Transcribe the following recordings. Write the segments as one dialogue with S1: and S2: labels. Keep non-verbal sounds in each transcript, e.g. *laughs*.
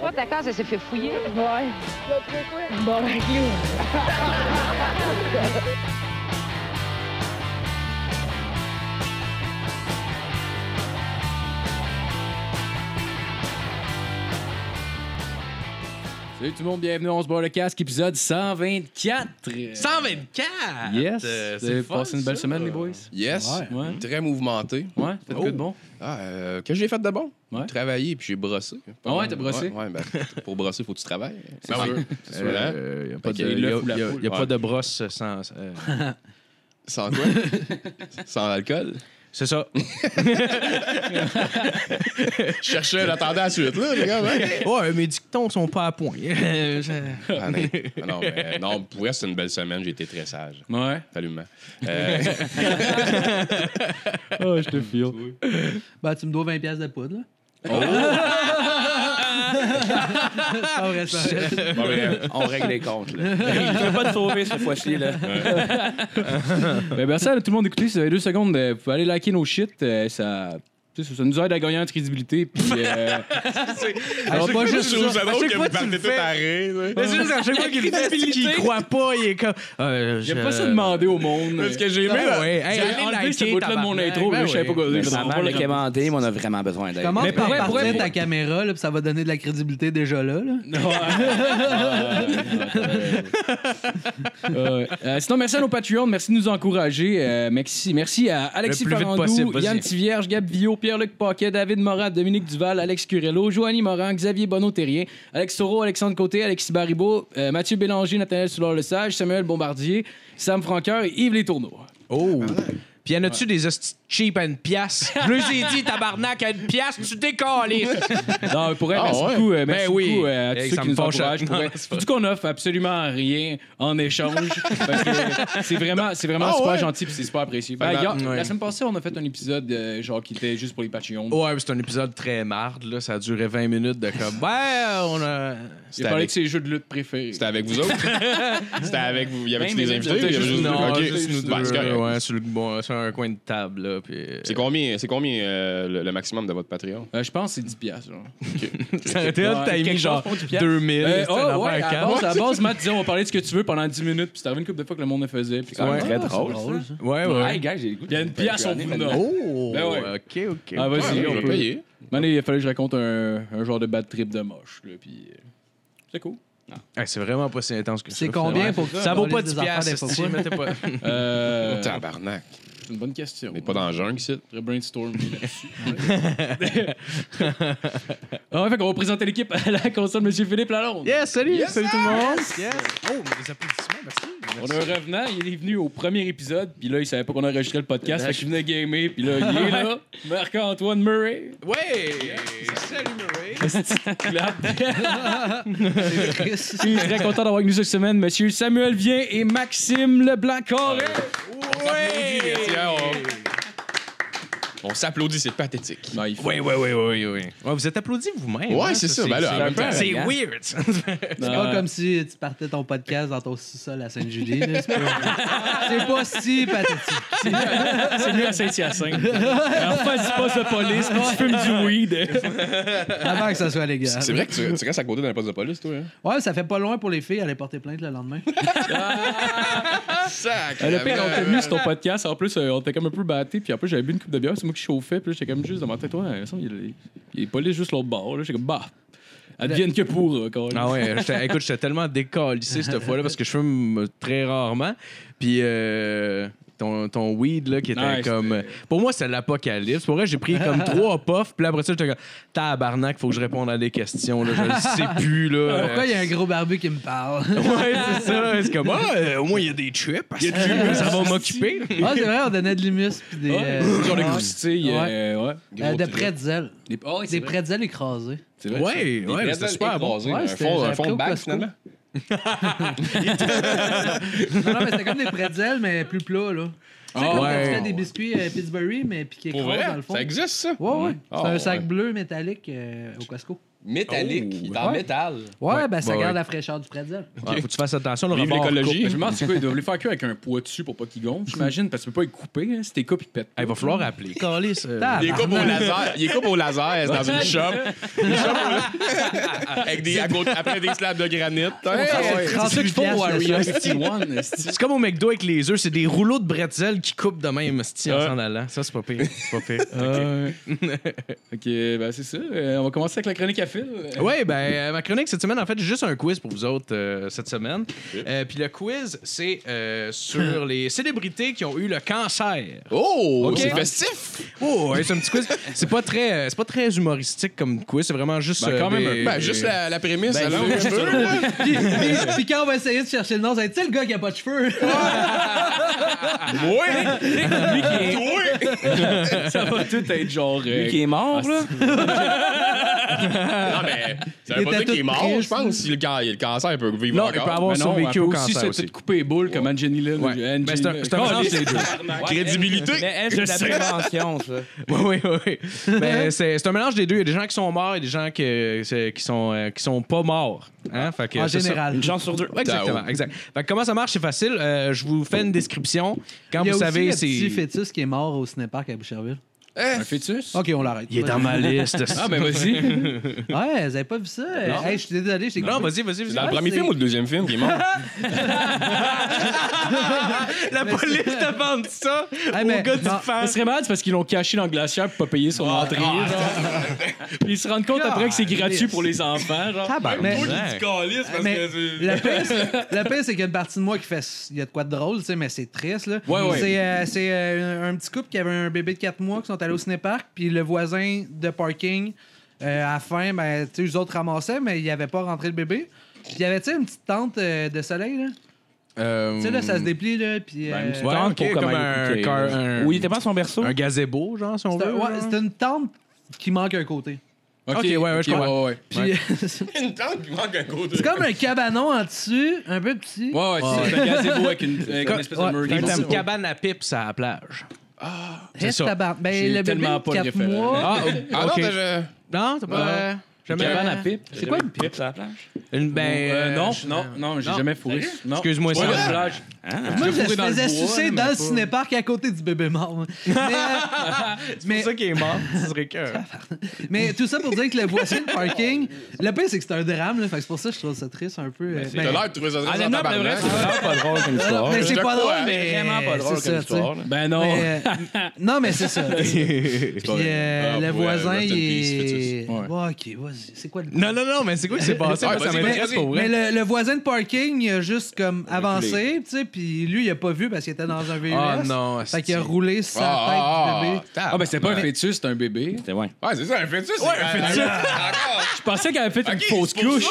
S1: Toi, ta case, elle s'est fait fouiller.
S2: Ouais. Bon, ben, clou.
S3: Salut tout le monde, bienvenue, on se boit le casque, épisode 124.
S4: 124!
S3: Yes!
S4: Euh,
S3: Vous avez
S4: fun,
S3: passé une belle
S4: ça.
S3: semaine, les boys?
S5: Yes,
S3: Ouais. Ouais.
S5: très mouvementé.
S3: Ouais, faites
S5: Oh.
S3: quoi de bon?
S5: Ah, euh, qu'est-ce que j'ai fait de bon?
S3: Ouais.
S5: Travailler, puis j'ai brossé.
S3: Ah ouais, t'as brossé?
S5: Ouais, ouais, ben, *laughs* pour brosser, faut que tu travailles.
S4: Ben oui.
S5: C'est sûr, hein?
S6: Il n'y a, pas
S5: Fait
S6: de-
S5: que
S6: Euh, y a-
S5: l'œuf ou la
S6: y a-
S5: poule.
S6: y a pas
S5: Ouais.
S6: de brosse sans. euh,
S5: *laughs* Sans
S6: *laughs*
S5: quoi? Sans alcool?
S6: c'est
S5: *laughs*
S6: ça.
S5: Je cherchais, j'attendais la suite, là, les gars. ouais.
S6: Ouais, mes dictons sont pas à point.
S5: *laughs* Ah, non, Ah, non, mais, non, pour vrai, c'est une belle semaine, j'ai été très sage.
S3: Ouais.
S5: Salut, euh,
S3: Oh, je te file.
S4: Ben, tu me dois 20$ piastres
S6: *laughs*
S4: de poudre, là. C'est pas vrai, c'est pas vrai.
S5: bon, mais,
S7: On règle les comptes. Là. Il ne peut pas te sauver cette fois-ci. Là.
S3: Ben, merci à tout le monde d'écouter. Si vous avez deux secondes, euh, vous pouvez aller liker nos shit. euh, ça, tu sais, ça nous aide à gagner en crédibilité. Puis, euh,
S4: Alors, pas juste
S5: je trouve
S4: ça.
S5: ça drôle que vous partez tout à rire. tu sais.
S6: Mais c'est juste à chaque fois qu'il dit qu'il croit pas, il est comme. Euh,
S3: j'aime
S6: je-
S3: pas ça demander au monde. Ah,
S5: Parce que j'ai aimé,
S6: Ben
S5: là,
S6: ouais,
S3: J'ai
S6: hey, on
S3: enlevé
S6: liké,
S3: ce bout-là de mon
S6: tabarnak.
S3: intro, mais
S6: Ben
S3: je savais pas
S6: ouais.
S3: quoi dire.
S7: Ça m'a
S6: *laughs*
S3: Vraiment,
S7: recommandé, mais on a vraiment besoin d'aide.
S4: Commence par
S3: pourrais-
S4: partir
S3: pourrais-
S4: ta caméra, là, puis ça va donner de la crédibilité déjà là. là.
S3: Euh, euh, sinon, merci à nos Patreons, merci de nous encourager. Euh, merci, merci à Alexis
S6: Le plus vite
S3: Farandou,
S6: possible, vas-y.
S3: Yann Tivierge, Gab Villot, Pierre-Luc Paquet, David Morat, Dominique Duval, Alex Curello, Joanie Morin, Xavier Bonneau-Terrien, Alex Taureau, Alexandre Côté, Alexis Baribeau, euh, Mathieu Bélanger, Nathaniel Soulard-Lesage, Samuel Bombardier, Sam Franqueur et Yves Les Tourneaux.
S5: Ah,
S6: Oh! Puis y en a-tu des hosties cheap à une *laughs* pièce? Je leur ai dit, tabarnak, à une pièce, tu décolles!
S3: Non, pour elle,
S5: Ah,
S3: merci
S5: ouais.
S3: beaucoup, euh, merci
S6: Ben oui.
S3: beaucoup, euh, à tous
S6: Hey,
S3: ceux
S6: ça
S3: qui
S6: me
S3: nous
S6: fâche.
S3: encouragent. Pour
S6: Non,
S3: vrai.
S6: c'est pas
S3: Tout qu'on offre absolument rien en échange. Parce que c'est vraiment, c'est vraiment
S5: Ah,
S3: super
S5: ouais.
S3: gentil puis c'est super apprécié. Ben,
S5: Ben,
S3: hier-
S6: ouais.
S3: La semaine passée, on a fait un épisode euh, genre qui était juste pour les Patreons.
S5: Oh,
S6: Ouais, mais c'est un épisode très marde, là. Ça a duré 20 minutes de comme. Ouais, on a.
S3: Il
S5: C'était
S3: parlait
S5: avec,
S3: de ses jeux de lutte préférés.
S5: c'était avec vous autres? c'était avec vous? Il y avait-tu
S3: Ben,
S5: des
S3: mais
S5: invités?
S3: c'était
S5: Il y avait
S3: juste-
S5: juste
S6: Non,
S5: ok.
S6: juste nous deux.
S5: Ben, c'est correct.
S6: ouais, sur, le- bon, sur un coin de table, là. Puis... euh,
S5: C'est combien, c'est combien euh, le, le maximum de votre Patreon?
S3: Euh, je pense que c'est 10 piastres. genre.
S6: Ça aurait été hot, t'as
S3: Ouais,
S6: mis
S3: quelque chose
S6: genre
S3: pour du piastre.
S6: 2000.
S3: Euh,
S6: c'était
S3: oh,
S6: une affaire
S3: ouais, à,
S6: calme.
S3: base, à base, Matt disait on va parler de ce que tu veux pendant 10 minutes, puis c'était arrivé une couple de fois que le monde le faisait. Puis
S6: Ouais.
S7: Très drôle.
S6: Ouais, ouais.
S7: Hey, gars, j'ai le goût
S3: Il y a une pièce, on vous le donne.
S6: Oh!
S3: Ben ouais.
S6: Ok, ok.
S3: Ah,
S5: Ouais,
S3: vas-y,
S5: ouais,
S3: on
S5: j'ai
S3: peut.
S5: payé.
S3: Mané, il fallait que je raconte un, un genre de bad trip de moche. Là, puis, euh, c'est cool.
S6: Hey, c'est vraiment pas si intense que ça.
S4: C'est
S6: finalement.
S4: combien pour que
S6: Ça
S4: tu
S6: vaut
S4: valises
S6: pas 10
S4: des affaires des
S6: piastres.
S4: fois
S6: si
S4: pas?
S6: je mettais pas-
S4: *laughs*
S5: *laughs*
S3: Euh,
S5: Oh, Tabarnak.
S3: c'est une bonne question.
S5: On n'est pas dans le jungle, ici.
S3: Faudrait brainstormer là-dessus. *laughs* ah, fait qu'on va présenter l'équipe à la console de M. Philippe Lalonde.
S6: Yes, salut! salut tout le monde! Oh, des applaudissements, merci.
S3: On a un revenant, il est venu au premier épisode, puis là, il savait pas qu'on enregistrait le podcast, fait qu'il venait gamer, puis là, il est là. Marc-Antoine Murray.
S6: Ouais! Salut, Murray!
S3: *laughs*
S4: Chris.
S3: Je suis très content d'avoir avec nous cette semaine Monsieur Samuel Vien et Maxime Leblanc-Carré.
S5: On s'applaudit, c'est pathétique.
S3: Ben, il faut-
S6: Oui, oui, oui, oui, oui. Ouais, vous êtes applaudis vous-même.
S5: Ouais,
S6: hein?
S5: c'est ça, ben là, en même temps.
S6: C'est
S7: Hein?
S6: weird. ça.
S4: *laughs* C'est pas comme si tu partais ton podcast dans ton sous-sol à Sainte-Julie. là. C'est pas- c'est pas si pathétique.
S3: C'est mieux à *laughs* Saint-Hyacinthe. Alors, fais du poste de police, puis tu fumes du weed.
S4: Avant que ça soit légal.
S5: C'est vrai que tu, tu restes à côté d'un poste de police, toi. Hein?
S4: Ouais, ça fait pas loin pour les filles aller porter plainte le lendemain.
S5: Sac!
S3: Euh, Ah, Le pire, on t'a mis sur ton podcast. En plus, euh, on t'a comme un peu batté. Puis après, j'avais bu une coupe de bière. C'est moi qui chauffais. Puis là, j'étais comme juste dans ma tête. Ouais, il, il, il est police juste l'autre bord. là. J'étais comme, bah, advienne que pour. euh, câlisse.
S6: Ah ouais, j'étais- écoute, j'étais tellement décalissé cette fois-là parce que je fume très rarement. Puis euh, ton, ton weed, là, qui était
S3: Ouais,
S6: comme.
S3: c'était-
S6: Pour moi, c'est l'apocalypse. Pour vrai, j'ai pris *laughs* comme trois puffs. Puis là, après ça, j'étais comme. Tabarnak, faut que je réponde à des questions. Là, je le sais plus, là.
S4: Pourquoi il y a un gros barbu qui me parle?
S6: *laughs* Ouais, c'est ça. *laughs* C'est comme, ah, euh, au moins, il y a des trips. Il y a ça va m'occuper.
S4: Ah, c'est vrai, on donnait de l'humus puis des.
S3: Ouais,
S4: euh,
S3: genre de
S4: ah,
S3: croustilles.
S4: Ouais.
S3: euh, ouais.
S4: euh, de pretzels.
S3: Des, oh, ouais, c'est
S4: Des
S3: vrai.
S4: pretzels écrasés.
S3: C'est vrai, c'est vrai.
S6: Ouais, ouais, c'était super bon.
S5: abrasé.
S4: Ouais,
S5: un
S4: c'était-
S5: fond, un
S4: j'avais
S5: fond
S4: pris
S5: de
S4: au
S5: bac,
S4: Costco.
S5: finalement.
S4: Non, non, mais c'était comme des pretzels, mais plus plats, là. Tu sais,
S6: Ah,
S4: comme
S6: ouais.
S4: quand tu fais des biscuits euh, Pillsbury, mais puis qui
S5: Pour
S4: écrasent dans
S5: vrai,
S4: le fond.
S5: ça existe, ça?
S4: Ouais, ouais.
S5: Ah,
S4: c'est un
S5: ouais.
S4: sac bleu métallique euh, au Costco.
S5: métallique. Il est en
S4: Ouais.
S5: métal.
S4: Ouais,
S6: Ouais,
S4: ben ça
S6: ouais,
S4: garde
S6: ouais.
S4: la fraîcheur du pretzel.
S6: Ouais, faut que tu fasses attention, le
S5: Vive
S6: rebord
S5: l'écologie.
S6: coupe.
S5: Mais
S3: je me demande si quoi, ils doivent les faire cuire avec un poids dessus pour pas qu'ils gonflent, j'imagine, parce que tu peux pas les couper. Hein. Si t'es coupes, ils pètent.
S6: Hey, Ah, Il va falloir appeler. *laughs* Calice, euh,
S5: Il
S4: Tabarnak.
S5: est coupe au laser. Il est coupe au laser c'est dans une shop. Une shop au- avec des, à côté- après des slabs de granit. Ah ouais.
S8: C'est ça qu'il faut,
S4: 38
S8: Wario.
S4: piastres,
S8: Steve One, esti.
S6: C'est comme au McDo avec les œufs, c'est des rouleaux de bretzel qui coupent de même esti,
S8: Ah.
S6: en s'en allant. Ça, c'est pas pire. C'est pas pire.
S8: *laughs* Euh,
S3: Ok, ben c'est ça. Euh, on va commencer avec la chronique à fil. *laughs*
S6: Oui, ben, euh, ma chronique cette semaine, en fait, j'ai juste un quiz pour vous autres euh, cette semaine. Euh, Puis le quiz, c'est euh, sur
S8: *laughs*
S6: les célébrités qui ont eu le cancer.
S5: Oh,
S6: Ok.
S5: c'est festif.
S6: Oh, ouais, c'est un petit quiz. C'est pas très, euh, c'est pas très humoristique comme quiz. C'est vraiment juste.
S3: Ben, quand
S6: euh,
S3: même,
S6: des-
S5: Ben, juste la, la prémisse.
S6: Ben,
S5: alors,
S6: c'est-
S5: je veux, là.
S4: puis, puis- *laughs* puis quand on va essayer de chercher le nom, ça va être tu sais, le gars qui a pas de *laughs* cheveux.
S5: Oui.
S3: Lui qui est-
S5: Oui.
S3: ça va tout être genre. euh,
S8: Lui qui est mort, là.
S5: Non, mais ça
S4: Il
S5: veut pas
S4: était
S5: dire qu'il est
S4: tout
S5: mort,
S4: triste.
S5: je pense. Si le, can- le cancer il peut vivre
S6: Non, il
S5: encore.
S6: peut avoir
S3: mais Ben non,
S6: survécu au
S3: après aussi,
S6: cancer
S3: c'est
S6: aussi.
S3: peut-être coupé les boules comme Angelina. Jolie.
S6: Ouais.
S3: Angelina-
S6: Ben, c'est un- c'est un
S3: Oh,
S6: mélange
S3: les-
S6: des deux.
S5: Crédibilité.
S9: Mais elle, c'est de la prévention,
S6: *laughs*
S9: ça.
S6: Oui, oui, oui. Mais Ben, c'est c'est un mélange des deux. Il y a des gens qui sont morts et des gens que- c'est- qui, sont, euh, qui sont pas morts. Hein? Fait que
S4: en
S6: c'est ça.
S4: général.
S9: Une chance sur deux.
S6: Ouais, exactement,
S5: Tao.
S6: exact. Fait que comment ça marche, c'est facile. Euh, je vous fais une description. Quand
S4: Il y a
S6: vous
S4: aussi
S6: savez,
S4: le
S6: c'est.
S4: petit fœtus qui est mort au cinépark à Boucherville.
S3: Un fœtus?
S4: OK, on l'arrête.
S6: ma liste.
S3: Ah, ben vas-y.
S4: Ouais, vous avez pas vu ça? Hey, je suis désolé, j'ai
S6: non, vas-y, vas-y. vas-y.
S5: C'est dans le
S4: Ouais,
S5: premier
S4: c'est-
S5: film ou le deuxième film qui est mort?
S6: La police te demande ça
S4: Hey, mais- non.
S3: Ça
S6: fan.
S3: serait malade c'est parce qu'ils l'ont caché dans le glaciaire pour pas payer son entrée. ah, genre. *laughs* Puis ils se rendent compte après que c'est gratuit pour les enfants. *laughs* genre.
S4: Mais-
S5: calice parce
S4: Mais
S5: c'est-
S4: le pire, c'est- le pire, c'est qu'il y a une partie de moi qui fait. s- Il y a de quoi de drôle, tu sais, mais c'est triste, là.
S3: Ouais, ouais.
S4: C'est, euh, c'est, euh, un, un petit couple qui avait un bébé de 4 mois qui sont allés au cinépark, puis le voisin de parking, euh, à la fin, ben, tu sais, eux autres ramassaient, mais ils n'avaient pas rentré le bébé. Puis il y avait, tu sais, une petite tente euh, de soleil, là. Tu sais, là, ça se déplie, là, puis.
S3: Ben,
S4: euh,
S6: Ouais,
S9: Tente
S6: ok, comme un
S9: ok.
S6: car- un-
S9: Où il était pas à son berceau.
S6: Un gazebo, genre, si on
S4: c'est
S6: veut.
S4: un- ouais, c'est une tente qui manque un côté.
S6: Ok, ouais, ouais, je
S3: ok,
S6: comprends.
S3: ouais.
S4: Puis *laughs* c'est
S5: Une tente qui manque un côté.
S4: comme un cabanon en dessus, un peu petit.
S3: Ouais, ouais, c'est ça, Ah. un gazebo avec *laughs* une, avec une espèce
S4: Ouais.
S3: de
S6: Une
S3: murder.
S6: petite cabane à pipe, ça, à la plage.
S4: Reste
S6: ça.
S4: tabar-
S3: J'ai
S4: Ben, le bébé
S3: tellement
S4: de
S3: pas le
S4: 4
S3: référent.
S4: mois.
S6: Ah,
S5: Ah non,
S6: ok.
S5: t'as- je-
S6: Non, t'as pas. Jamais.
S3: Cabane à pipe.
S9: C'est quoi une pipe sur la plage?
S6: Une, ben,
S3: Euh, non,
S6: je-
S3: non, non, Ah, j'ai
S6: non.
S3: jamais fourré. Non.
S6: Excuse-moi,
S3: Pas
S6: ça.
S3: la plage.
S4: Moi,
S3: J'ai
S4: je me
S3: fourré dans le
S4: faisais
S3: bois,
S4: sucer
S3: mais
S4: dans le
S3: pas-
S4: cinéparc à côté du bébé mort. Mais, euh, mais,
S6: C'est ça qui est mort, ce serait que.
S4: mais tout ça pour dire que le voisin de parking, le pire, c'est que c'est un drame. Là, fait que c'est pour ça que je trouve ça triste un peu. euh,
S5: T'as
S4: mais-
S5: l'air de trouver ça
S3: Ah,
S5: très
S3: non,
S5: en
S3: mais
S5: tabarnak.
S3: vrai,
S9: Vraiment pas drôle comme histoire.
S4: mais
S5: je
S4: c'est
S5: te
S4: pas drôle,
S5: crois,
S4: mais.
S9: Vraiment pas drôle
S4: c'est
S9: comme
S4: ça,
S9: histoire. là.
S3: Ben non.
S4: Mais, euh, non, mais c'est
S6: *laughs*
S4: ça. Puis euh,
S5: Ah,
S4: le
S5: pour, euh,
S4: voisin,
S5: rest in
S4: il
S5: peace,
S4: est.
S5: fœtus.
S4: Ouais, ok, vas-y. C'est quoi le.
S6: Non, non, non, mais bah, c'est quoi qui s'est passé?
S5: Ah,
S6: Parce que ça
S5: vas-y,
S6: m'intéresse
S5: vas-y.
S6: pour vrai.
S4: Mais le, le voisin de parking, il a juste comme avancé, tu sais, puis lui, il a pas vu parce qu'il était dans un VUS.
S6: Ah non,
S4: Fait qu'il a
S6: asti.
S4: roulé sa tête
S5: Ah,
S4: du
S5: ah,
S4: bébé.
S3: Ah, ben c'est pas un fœtus, c'est un bébé.
S9: C'est ouais.
S5: Ah, c'est ça, un fœtus. Ouais, un fœtus.
S3: Je pensais qu'elle avait fait une fausse couche.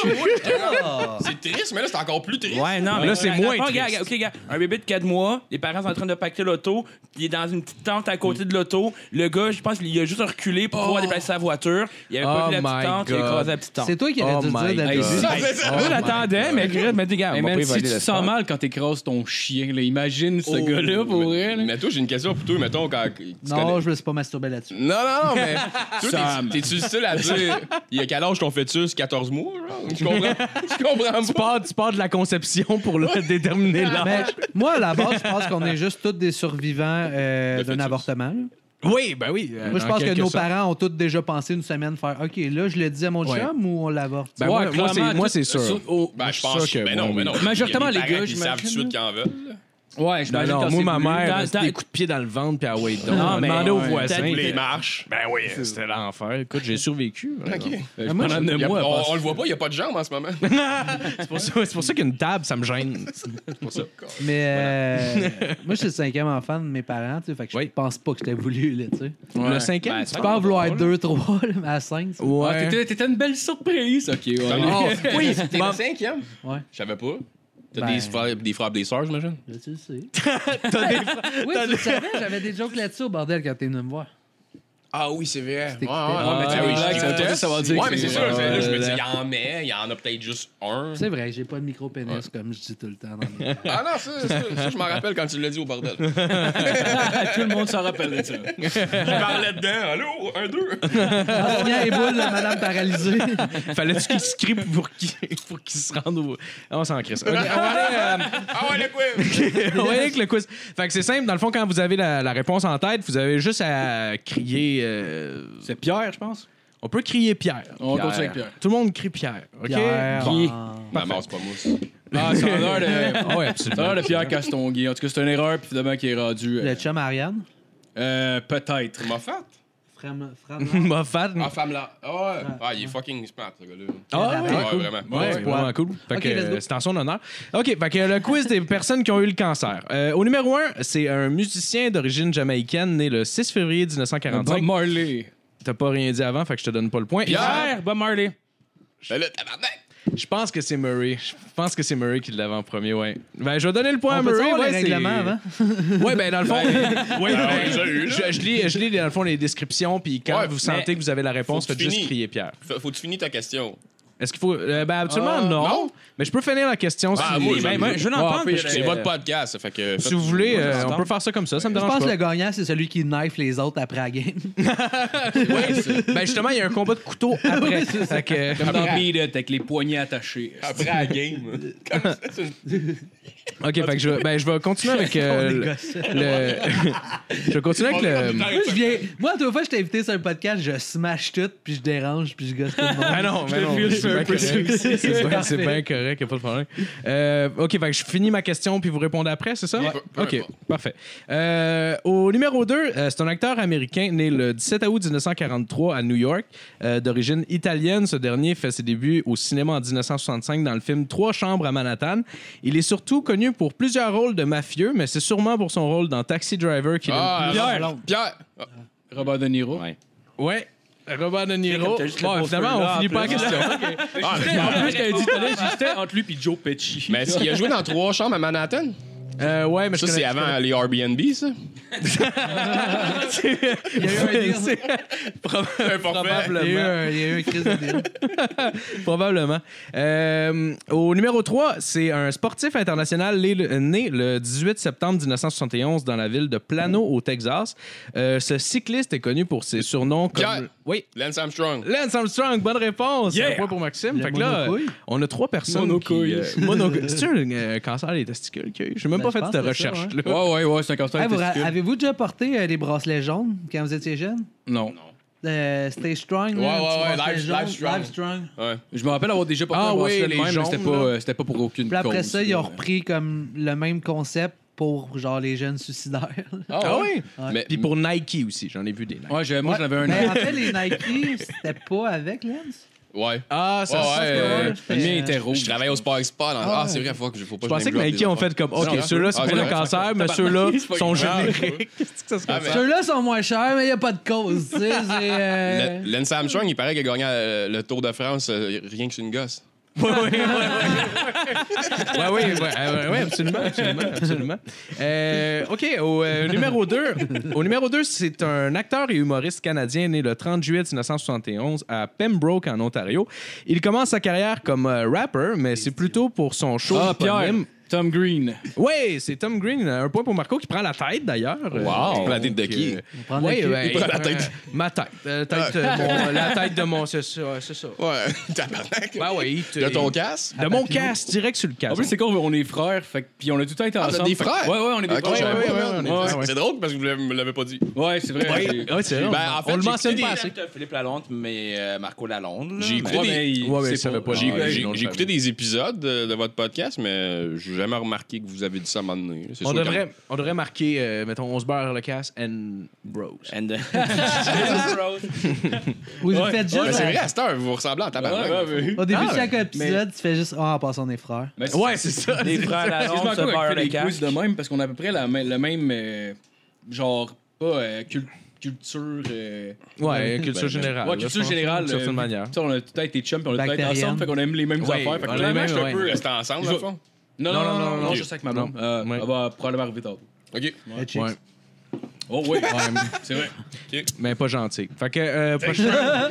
S5: C'est triste, mais là, c'est encore plus triste.
S9: Ouais, non,
S6: Là, c'est
S9: attends,
S6: moins
S9: regarde,
S6: triste.
S9: regarde, OK, regarde. Un bébé de 4 mois, les parents sont en train de pacter l'auto, il est dans une petite tente à
S3: Mm.
S9: côté de l'auto. Le gars, je pense qu'il a juste reculé pour
S3: Oh.
S9: pouvoir déplacer sa voiture. Il avait pas
S6: Oh
S9: vu la
S6: my
S9: petite tente, il a
S6: God.
S9: écrasé la petite
S3: ah.
S9: tente.
S4: C'est toi qui avais
S6: Oh
S4: dû le
S6: my
S4: dire
S6: God.
S4: d'habitude.
S5: Ça, c'est ça.
S9: Moi, j'attendais, mais je me dis, gars,
S3: Oh Hey,
S9: on va
S3: man,
S9: pas
S3: si
S9: évaluer
S3: tu te
S9: l'espace.
S3: sens mal quand t'écrases ton chien, là, imagine ce
S5: Oh,
S3: gars-là pour
S5: mais-
S3: vrai. là.
S5: Mais toi, j'ai une question pour toi, mettons, quand. tu
S4: Non,
S5: connais-
S4: je me suis pas
S5: *laughs*
S4: masturbé là-dessus.
S5: Non, non,
S3: *laughs*
S5: non, mais. Toi,
S3: Sam.
S5: t'es- t'es-tu le style à dire. Il y a quel âge ton fœtus 14 mois, genre Tu comprends Tu comprends
S6: Tu
S5: pas
S6: pars, tu pars de la conception pour le déterminer
S4: Mais
S6: l'âge.
S4: moi, à la base, je pense qu'on est juste tous des survivants euh,
S5: Le
S4: d'un
S5: fœtus.
S4: avortement. là.
S6: Oui, ben oui. euh,
S4: Moi, je
S6: en
S4: pense que
S6: quelque
S4: nos
S6: sorte.
S4: parents ont tous déjà pensé une semaine faire OK, là, je le dis à mon
S6: Ouais.
S4: chum ou on l'avorte.
S6: Ben,
S3: Ouais,
S6: moi, moi,
S3: clairement,
S6: c'est- moi,
S3: tout-
S6: c'est sûr.
S3: sur- au-
S5: Ben, je
S6: C'est
S5: pense
S6: sûr
S5: que.
S6: que
S5: Ben non,
S6: oui,
S5: ben
S6: oui.
S5: non.
S3: Majoritairement,
S5: Il y a des
S3: les gars,
S5: parents qui savent tout
S3: j'imagine,
S5: de suite qu'ils en veulent.
S3: Ouais,
S6: Non,
S3: j'imagine
S6: non,
S3: quand
S6: moi,
S3: c'est
S6: ma
S3: voulu.
S6: mère,
S3: Dans-
S6: c'était
S3: dans-
S6: des coups de pied dans le ventre puis à wait down.
S3: Non, mais-
S6: Demandez aux
S3: ouais.
S6: voisins.
S3: T'as-
S5: Ou les marches.
S6: Ben oui, c'était l'enfer. Écoute, j'ai survécu. hein,
S3: Euh, pendant neuf
S5: Il y a-
S3: mois, elle
S5: on,
S3: passe-
S5: on le voit pas, il n'y a pas de jambes en ce
S3: *laughs*
S5: moment.
S6: C'est pour ça, c'est pour ça qu'une table, ça me gêne.
S5: pour ça.
S4: Mais euh, moi, je suis le cinquième enfant de mes parents, tu sais, fait que je
S6: Oui.
S4: pense pas que je l'ai voulu, là, tu sais.
S6: Le cinquième,
S3: Ben,
S6: tu
S3: ça-
S4: Tu peux en vouloir deux, trois, là, mais à cinq. c'est-
S3: Ah,
S6: Ouais.
S3: t'étais- T'étais une belle surprise. Ok, ouais.
S5: Oh,
S6: oui,
S3: *laughs*
S5: T'es
S6: Bon.
S5: le cinquième
S4: Ouais.
S5: Je savais pas. T'as
S4: Ben.
S5: des, frères, des frères, des sœurs, j'imagine
S4: Là, tu le *laughs* sais. oui, tu le savais, j'avais des jokes là-dessus au bordel quand t'es venu me voir.
S5: Ah oui, c'est vrai.
S4: C'était
S5: Ouais, ouais,
S4: coupé. Ah,
S5: ouais,
S3: mais
S5: ben,
S3: tu
S5: oui,
S3: vois,
S5: je
S3: là, ça veut dire-
S5: déteste.
S3: ça veut dire
S5: Ouais,
S3: que
S5: mais c'est
S3: c'est-
S5: sûr. c'est- là, Je me dis,
S8: euh,
S5: il y en met, il y en a peut-être juste un.
S4: C'est vrai, j'ai pas de micro-pénis, comme je dis tout le temps. Dans mes-
S5: *laughs* Ah non, ça, ça, ça, je m'en rappelle quand tu l'as dit au bordel.
S3: Tout le monde s'en rappelle de ça.
S5: Il parlait dedans. Allô, un, deux.
S4: Ah, Sonia et boule, la madame paralysée.
S6: Fallait-tu qu'il se crie pour qu'il pour qu'il se rende au. Ah, On s'en crisse. Ok, on va aller, euh,
S5: Ah ouais, le quiz.
S6: on va aller avec le quiz. Fait que c'est simple. Dans le fond, quand vous avez la, la réponse en tête, vous avez juste à crier. euh,
S3: C'est Pierre, je pense.
S6: On peut crier Pierre.
S3: On continue avec Pierre.
S6: Tout le monde crie Pierre. OK?
S4: Pierre.
S6: Bon.
S5: Maman, c'est pas mousse.
S3: Ah, c'est un heure de.
S6: Ah Ouais,
S3: C'est *laughs*
S6: absolument.
S3: l'heure de Pierre Castonguay. En tout cas, c'est une erreur, puis finalement, qui est rendu.
S4: Le
S3: euh,
S4: chum Ariane.
S3: Euh, peut-être.
S5: M'a fait?
S4: Fram,
S6: Moffat.
S5: Ah, femme là. Ah ouais. Ah, il est fucking smart, ce gars-là.
S6: Ah, ouais.
S5: Ouais, vraiment.
S6: Ouais, c'est vraiment cool. Fait
S4: Ok,
S6: que,
S4: let's go.
S6: euh, c'est en son honneur. OK, fait que euh, le quiz des personnes qui ont eu le cancer. Euh, au numéro 1, c'est un musicien d'origine jamaïcaine né le 6 février 1945.
S3: Bob Marley.
S6: T'as pas rien dit avant, fait que je te donne pas le point.
S5: Pierre,
S3: Bob Marley.
S5: Ben là, tabarnak.
S6: Je pense que c'est Murray. Je pense que c'est Murray qui l'avait en premier, ouais. Ben, je vais donner le point à Murray.
S4: le
S6: ouais, c'est-
S4: règlement hein?
S6: *laughs*
S4: avant.
S6: Ouais, ben, dans
S5: *laughs*
S6: le fond. *laughs* Ouais,
S5: Ah,
S6: ben,
S5: on les a eu, là.
S6: je, je lis, je lis, dans le fond, les descriptions, puis quand
S5: Ouais,
S6: vous sentez que vous avez la réponse,
S5: faut
S6: faites
S5: que tu
S6: juste
S5: finis.
S6: crier Pierre.
S5: Faut faut que tu finis ta question.
S6: Est-ce qu'il faut. euh, ben, absolument,
S5: Euh,
S6: non.
S5: non?
S6: Mais je peux finir la question
S5: Ah,
S6: si,
S5: moi, je- Ah,
S9: Ben, moi, je veux l'entendre.
S6: Ouais,
S9: parce que
S5: C'est
S9: je-
S5: votre podcast, ça fait que.
S6: si
S5: faites-
S6: vous voulez. euh, on
S9: l'entendre.
S6: peut faire ça comme ça, ça me
S4: Je
S6: dérange
S4: pense que
S6: pas.
S4: le gagnant, c'est celui qui knife les autres après la game. *laughs*
S6: ben, justement, il y a un combat de couteau après. Fait que- euh,
S3: Comme dans Beat It, avec les poignets attachés.
S5: Après la game. hein. Comme ça, c'est-
S6: ok, fait que je, vais- ben, je vais continuer avec. euh,
S4: *laughs* On est
S6: le- *laughs*
S4: gossés.
S6: le- je vais continuer avec le.
S4: Moi, je viens... Moi, à toute fois, je t'ai invité sur un podcast, je smash tout, puis je dérange, puis je gosse tout
S6: *laughs*
S4: le monde.
S6: Ah non, mais non,
S3: file,
S6: c'est
S3: c'est
S6: bien
S3: un peu
S6: correct.
S4: succinct.
S6: C'est bien- c'est bien correct, y a pas de problème. Euh, ok, fait que je finis ma question puis vous répondez après, c'est ça?
S5: Ouais. Peu- peu
S6: Ok,
S5: importe.
S6: parfait. Euh, au numéro 2, c'est un acteur américain né le 17 août 1943 à New York. Euh, D'origine italienne, ce dernier fait ses débuts au cinéma en 1965 dans le film Trois chambres à Manhattan. Il est surtout connu pour plusieurs rôles de mafieux, mais c'est sûrement pour son rôle dans Taxi Driver qu'il
S5: Ah,
S4: Blonde.
S5: Pierre. Ah,
S3: Robert De Niro.
S6: Ouais. Robert De Niro.
S9: Comme t'as juste le
S6: Bon,
S9: beau
S6: finalement,
S9: feu,
S6: on
S9: là, en
S6: finit pas la
S9: plus. *laughs*
S6: question.
S5: ah,
S3: En plus, qu'elle dit tout à l'heure, j'hésitais entre lui et Joe Pesci.
S5: *laughs* Mais est-ce qu'il a joué dans trois chambres à Manhattan?
S6: Euh, ouais, mais je
S5: Ça, c'est
S6: connais-
S5: avant les Airbnb,
S6: *laughs*
S5: ça?
S4: Il y
S5: *laughs*
S4: a eu
S6: *laughs*
S4: un deal.
S6: C'est- proba-
S4: Il y a eu
S6: Probablement.
S4: un- il y a eu un crise de deal.
S6: Probablement. Euh, au numéro 3, c'est un sportif international né le- né le 18 septembre 1971 dans la ville de Plano, au Texas. Euh, ce cycliste est connu pour ses surnoms comme.
S5: Pierre.
S6: Oui.
S5: Lance Armstrong.
S6: Lance Armstrong, bonne réponse. Un point pour Maxime.
S4: Le
S6: fait que là,
S4: monocouille.
S6: on a trois personnes.
S3: Monocouille.
S6: qui, euh, monocouille. C'est-tu un euh, cancer des testicules qu'il y a eu? J'ai même
S4: Ben,
S6: pas
S4: je
S6: fait
S4: pense
S6: cette
S4: que c'est ça,
S6: recherche-là.
S3: Ouais, ouais, ouais, c'est un cancer
S4: Hey, Ah, vous
S3: des
S4: ra-
S3: testicules.
S4: Avez-vous déjà porté euh, des bracelets jaunes quand vous étiez jeune?
S3: Non.
S4: Euh, Stay strong. là,
S5: Ouais,
S4: un petit
S5: ouais, ouais,
S4: bracelet
S5: Live-
S4: jaune,
S5: Live Strong.
S4: Live strong.
S5: Ouais.
S3: Je me rappelle avoir déjà porté
S6: Ah
S3: un bracelet
S6: oui,
S3: de
S6: les
S3: même, mais c'était
S6: jaunes,
S3: pas,
S6: là.
S3: euh, c'était pas pour aucune
S4: Puis après
S3: cause,
S4: ça, ils
S3: là.
S4: ont repris comme le même concept pour genre les jeunes suicidaires.
S6: Ah oui?
S5: Mais
S6: Puis pour Nike aussi, j'en ai vu des Nike.
S3: Ouais, j'ai- moi, j'en avais un
S4: Mais
S3: autre.
S4: Ben, en fait, les Nike, c'était pas avec Lens.
S5: Ouais.
S6: Ah,
S5: Ouais,
S6: ça
S5: ouais,
S6: se
S5: euh,
S3: Le mien était rouge.
S5: Je travaille au Sport Expert. dans- Ah, c'est vrai, fuck, faut pas
S6: Je pensais que
S5: name drop
S6: Nike
S5: des
S6: ont
S5: affaires.
S6: fait comme
S5: Non,
S6: OK,
S5: non.
S6: ceux-là, c'est
S5: Ah,
S6: pour
S5: c'est
S6: le
S5: vrai.
S6: cancer, mais ceux-là sont
S5: grave.
S6: génériques. *laughs* Qu'est-ce que ça serait?
S5: Ah, mais-
S4: Ceux-là sont moins chers, mais il n'y a pas de cause. tu sais, c'est, euh,
S5: Le- Lance Armstrong, il paraît qu'il a gagné euh, le Tour de France euh, rien que c'est une gosse.
S6: Ouais, ouais, *laughs* ouais, ouais. Ouais, ouais, ouais, ouais, ouais, absolument, absolument, absolument. Euh, OK, au euh, numéro 2, au numéro 2, c'est un acteur et humoriste canadien né le 30 juillet 1971 à Pembroke en Ontario. Il commence sa carrière comme euh, rapper, mais c'est plutôt pour son show
S3: Ah, Pierre.
S6: éponyme.
S3: Tom Green.
S6: Ouais, c'est Tom Green, un point pour Marco qui prend la tête d'ailleurs.
S5: Wow.
S6: Euh,
S5: La tête de
S6: donc,
S5: qui?
S6: euh,
S4: prend
S6: ouais,
S4: le cul.
S6: ben,
S5: Il prend la
S6: euh,
S5: tête. Ah.
S6: ma tête, Euh, tête de mon-
S5: *laughs*
S6: la tête de mon c'est ça, ouais, c'est ça.
S5: Ouais, *laughs* tabarnak.
S6: Bah ouais, il te-
S5: De ton casse?
S6: de mon casse direct sur le casse.
S3: En plus, c'est qu'on on est frères, fait que- puis on a tout le temps été
S5: Ah,
S3: ensemble.
S5: t'as des
S3: fait que-
S5: frères?
S3: Ouais, ouais, on est des
S5: Ok, je
S3: frères.
S5: savais
S3: Ouais,
S5: pas,
S3: ouais,
S5: man.
S3: ouais, ouais.
S5: C'est drôle parce que vous l'avez- me l'avez pas dit.
S3: Ouais, c'est vrai. j'ai-
S6: Ouais, c'est vrai,
S5: Ben,
S6: on-
S5: en fait,
S6: on le
S5: j'ai
S6: mentionne
S5: écouté
S6: pas
S5: des-
S6: assez.
S9: Peut-être Philippe Lalonde, mais euh, Marco Lalonde. là,
S5: J'ai
S9: mais-
S5: écouté
S3: *laughs* Ouais, mais
S5: des-
S3: il-
S6: Ouais, mais
S3: c'est
S6: ça
S3: pas-
S6: veut pas
S5: J'ai
S6: Ah,
S3: ben,
S6: ouais,
S5: j'ai-
S6: non, je
S5: j'ai
S6: savais.
S5: écouté des épisodes de, de votre podcast, mais euh, j'ai jamais remarqué que vous avez dit ça à un moment donné. C'est
S6: On
S5: sûr
S6: devrait, on devrait marquer, euh, mettons, on se beurre le casse and bros.
S9: And, *laughs* euh, *laughs*
S4: Vous le
S5: qu'en-
S4: faites
S5: Mais
S4: juste.
S5: c'est
S4: euh,
S5: vrai, à cette heure, vous vous ressemblez en tabarnak.
S3: Ouais, ouais, ouais.
S4: Au début
S6: Ah,
S4: de chaque épisode, tu fais juste. Oh, en passant, on est frères.
S6: Ouais, c'est ça.
S9: les frères
S3: *laughs* Excuse-moi,
S9: Lalonde se
S3: encore, on
S9: barrent
S3: fait
S9: le
S3: des
S9: cash.
S3: quiz de même parce qu'on a à peu près la, mê- le même euh, genre pas euh, cul- culture euh,
S6: Ouais, culture
S5: ben,
S6: générale.
S3: ouais,
S6: là,
S3: culture
S6: je pense,
S3: générale
S6: D'une certaine
S3: euh,
S6: manière.
S3: tu sais, on a tout été chum puis on a tout été
S4: Bactérienne.
S3: ensemble fait qu'on aime les mêmes
S6: Ouais,
S3: affaires fait que
S6: on a
S3: là-
S6: les
S5: Clairement, je suis
S6: Ouais.
S5: un peu resté ensemble,
S3: Je-
S5: dans le fond.
S3: non non non non, non,
S5: Ok.
S3: juste avec ma blonde
S6: Non.
S3: Euh,
S6: Ouais.
S3: elle va probablement arriver tard
S5: OK.
S4: Le chicks.
S6: Ouais.
S3: Oh oui, *laughs* c'est vrai.
S6: mais pas gentil. Fait que, euh,
S4: *laughs*
S6: prochain-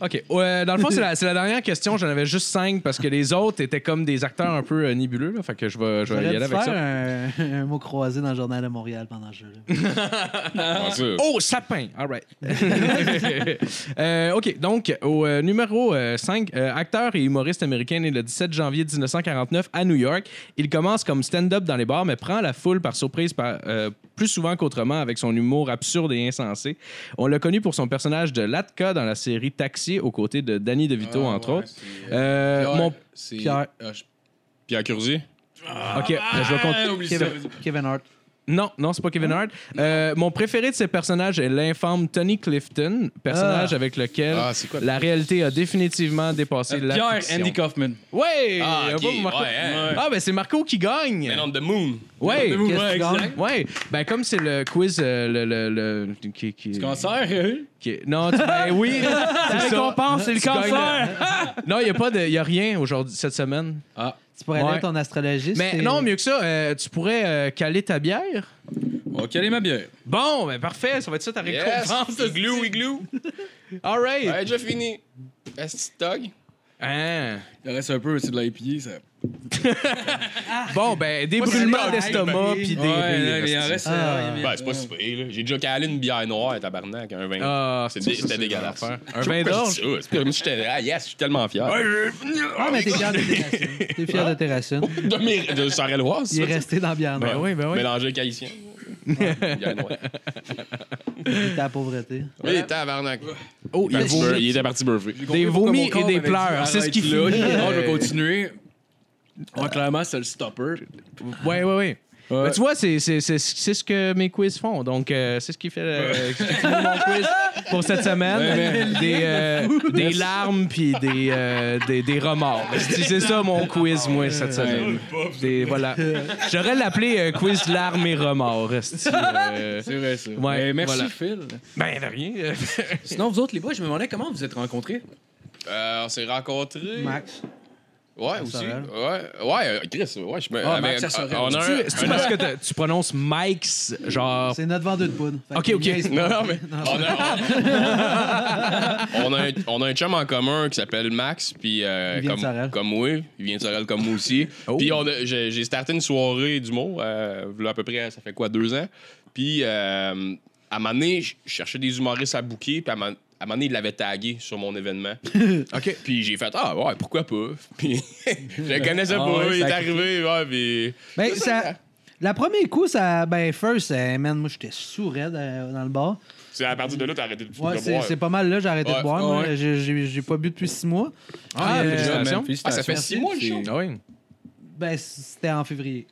S6: OK. Euh, dans le fond, c'est la, c'est la dernière question. J'en avais juste cinq parce que les autres étaient comme des acteurs un peu euh, nébuleux. là. Fait que je vais, je vais y aller
S4: J'aurais dû
S6: avec
S4: faire
S6: ça.
S4: un, un mot croisé dans le journal de Montréal pendant ce jeu-là.
S5: Ah, ça.
S6: Oh, sapin! All right. *laughs* Euh, OK, donc, au euh, numéro 5, acteur et humoriste américain né le 17 janvier 1949 à New York. Il commence comme stand-up dans les bars, mais prend la foule par surprise par- euh, plus souvent qu'autrement avec son humour absurde et insensé. On l'a connu pour son personnage de Latka dans la série Taxi, aux côtés de Danny DeVito,
S5: Ah,
S6: entre
S5: ouais,
S6: autres.
S5: c'est, euh,
S6: Euh,
S5: Pierre-
S6: mon...
S5: c'est-
S4: Pierre.
S5: ah, je- Pierre Curzier.
S6: OK, je vais compter.
S3: Ah, oublie ça.
S4: Kevin, Kevin Hart.
S6: Non, non, c'est pas Kevin Hart. Euh, mon préféré de ces personnages est l'infâme Tony Clifton, personnage avec lequel
S5: Ah, c'est quoi?
S6: la réalité a définitivement dépassé la
S3: Euh, Pierre
S6: fiction.
S3: Andy Kaufman.
S6: Ouais!
S5: Ah,
S6: euh,
S5: ok,
S6: bon, Marco-
S5: ouais, hein.
S6: Ah, ben c'est Marco qui gagne!
S5: Man on the Moon.
S6: Ouais!
S4: Qu'est-ce
S3: Ouais,
S4: que tu
S3: exact.
S4: gagnes?
S6: Ouais, ben comme c'est le quiz euh, le, le, le- qui, qui-
S3: Cancer, euh?
S6: qui- non tu- ben oui c'est ça.
S4: récompense, c'est le
S6: Tu gagnes le- *laughs* non il y a pas de y a rien aujourd'hui cette semaine
S4: Tu pourrais
S6: Ouais.
S4: aller à ton astrologiste.
S6: mais
S4: et-
S6: non mieux que ça euh, tu pourrais euh, caler ta bière
S3: Ok, les ma bière.
S6: bon ben parfait ça va être ça ta
S5: Yes.
S6: récompense
S5: Igloo, igloo.
S6: all right
S5: Ouais, déjà fini. Est-ce que tu
S6: Hein.
S3: Il reste un peu, c'est de l'IPA, ça.
S6: Bon, ben, des
S5: Moi, c'est
S6: brûlements
S5: le
S6: d'estomac puis des
S3: là,
S6: rires,
S3: il en
S6: c'est-
S3: reste.
S4: Ah.
S3: euh, il y a-
S5: Ben, c'est pas si pire, là. J'ai déjà calé une bière noire, tabarnak, un vin.
S6: Ah,
S5: C'est-
S6: ça, ça,
S5: c'était
S6: c'est
S5: dégueulasse.
S6: l'enfer. Un
S5: Je sais
S6: vin
S5: pas pourquoi
S6: d'orge.
S5: Ben je dis ça. C'est comme si *laughs* j'étais- Ah, yes, je suis tellement fier.
S4: Ah, mais t'es fier de tes racines. T'es fier de tes racines.
S5: *laughs* De mes. De Sarre-et-Loire,
S4: Il est
S5: c'est ça?
S4: resté dans bien
S6: Ben oui, ben oui.
S5: Mélanger avec
S4: *laughs*
S5: haïtien. Bière noire.
S4: ta pauvreté.
S5: Il était tabarnak.
S6: Oh, il
S5: Il
S6: y a
S5: était
S6: vos-
S5: bur- Il était parti burfer.
S6: des
S3: Pourquoi
S6: vomis
S3: mon
S6: et des
S3: corps m'avait
S6: pleurs.
S3: dit,
S6: C'est ce qui
S3: arrête
S6: finit.
S3: là. *laughs* Non, je vais
S6: euh,
S3: continuer. Ouais, clairement, c'est le stopper.
S6: Ouais, ouais, ouais.
S3: Ouais.
S6: Ben, tu vois, c'est c'est- c'est- c'est ce que mes quiz font. Donc, euh, c'est ce qui fait euh, ce qui finit mon quiz pour cette semaine.
S3: Ouais,
S6: Des, euh, des larmes puis des, euh, des, des remords. C'est c'est ça mon quiz, moi, cette semaine. Des, voilà. J'aurais l'appelé euh, quiz larmes et remords. esti, euh.
S3: C'est vrai, ça.
S6: Ouais,
S3: Mais merci,
S6: voilà.
S3: Phil.
S6: Ben, de *laughs* rien.
S3: Sinon, vous autres, les boys, je me demandais comment vous vous êtes rencontrés.
S5: Euh, on s'est rencontrés.
S4: Max.
S5: Ouais, aussi. Ouais,
S4: Sorel.
S5: ouais, euh, Chris, ouais, je me.
S3: Ah,
S5: avec-
S3: Max à Sorel.
S5: euh, on a un.
S6: C'est c'est parce que t'as- tu prononces Mike's, genre.
S4: C'est notre vendeur de poudre. Fait
S6: Ok,
S4: que
S6: ok.
S4: niaise pas.
S5: Non, non, mais. On a, on, a un, on a un chum en commun qui s'appelle Max, puis euh,
S4: Il vient de
S5: comme,
S4: Sorel.
S5: comme moi. Il vient de Sorel comme moi aussi.
S6: Oh.
S5: Puis on a- j'ai j'ai starté une soirée d'humour, euh, v'là à peu près, ça fait quoi, deux ans. Puis euh, à un moment donné, je je cherchais des humoristes à bouquer, puis à un moment à un moment donné, il l'avait tagué sur mon événement.
S6: OK.
S5: Puis j'ai fait Ah, ouais, pourquoi pas? Puis *laughs* je le connaissais
S3: Ah
S5: pas,
S3: ouais,
S5: il est
S3: ça a
S5: arrivé, ouais, puis. *laughs*
S4: Ben, ça. La premier coup, ça. Ben, first, euh, man, moi, j'étais sourd raide, euh, dans le bar.
S5: C'est à partir de là, t'as arrêté de, de
S4: Ouais, c'est
S5: boire.
S4: c'est pas mal là, j'ai arrêté
S5: Ouais.
S4: de boire. moi.
S3: Ouais.
S4: J'ai- J'ai j'ai pas bu depuis six mois.
S6: Ah,
S4: Euh,
S6: félicitations.
S5: Ah, ça fait six mois le show.
S6: Ah oui.
S4: Ben, c'était en février.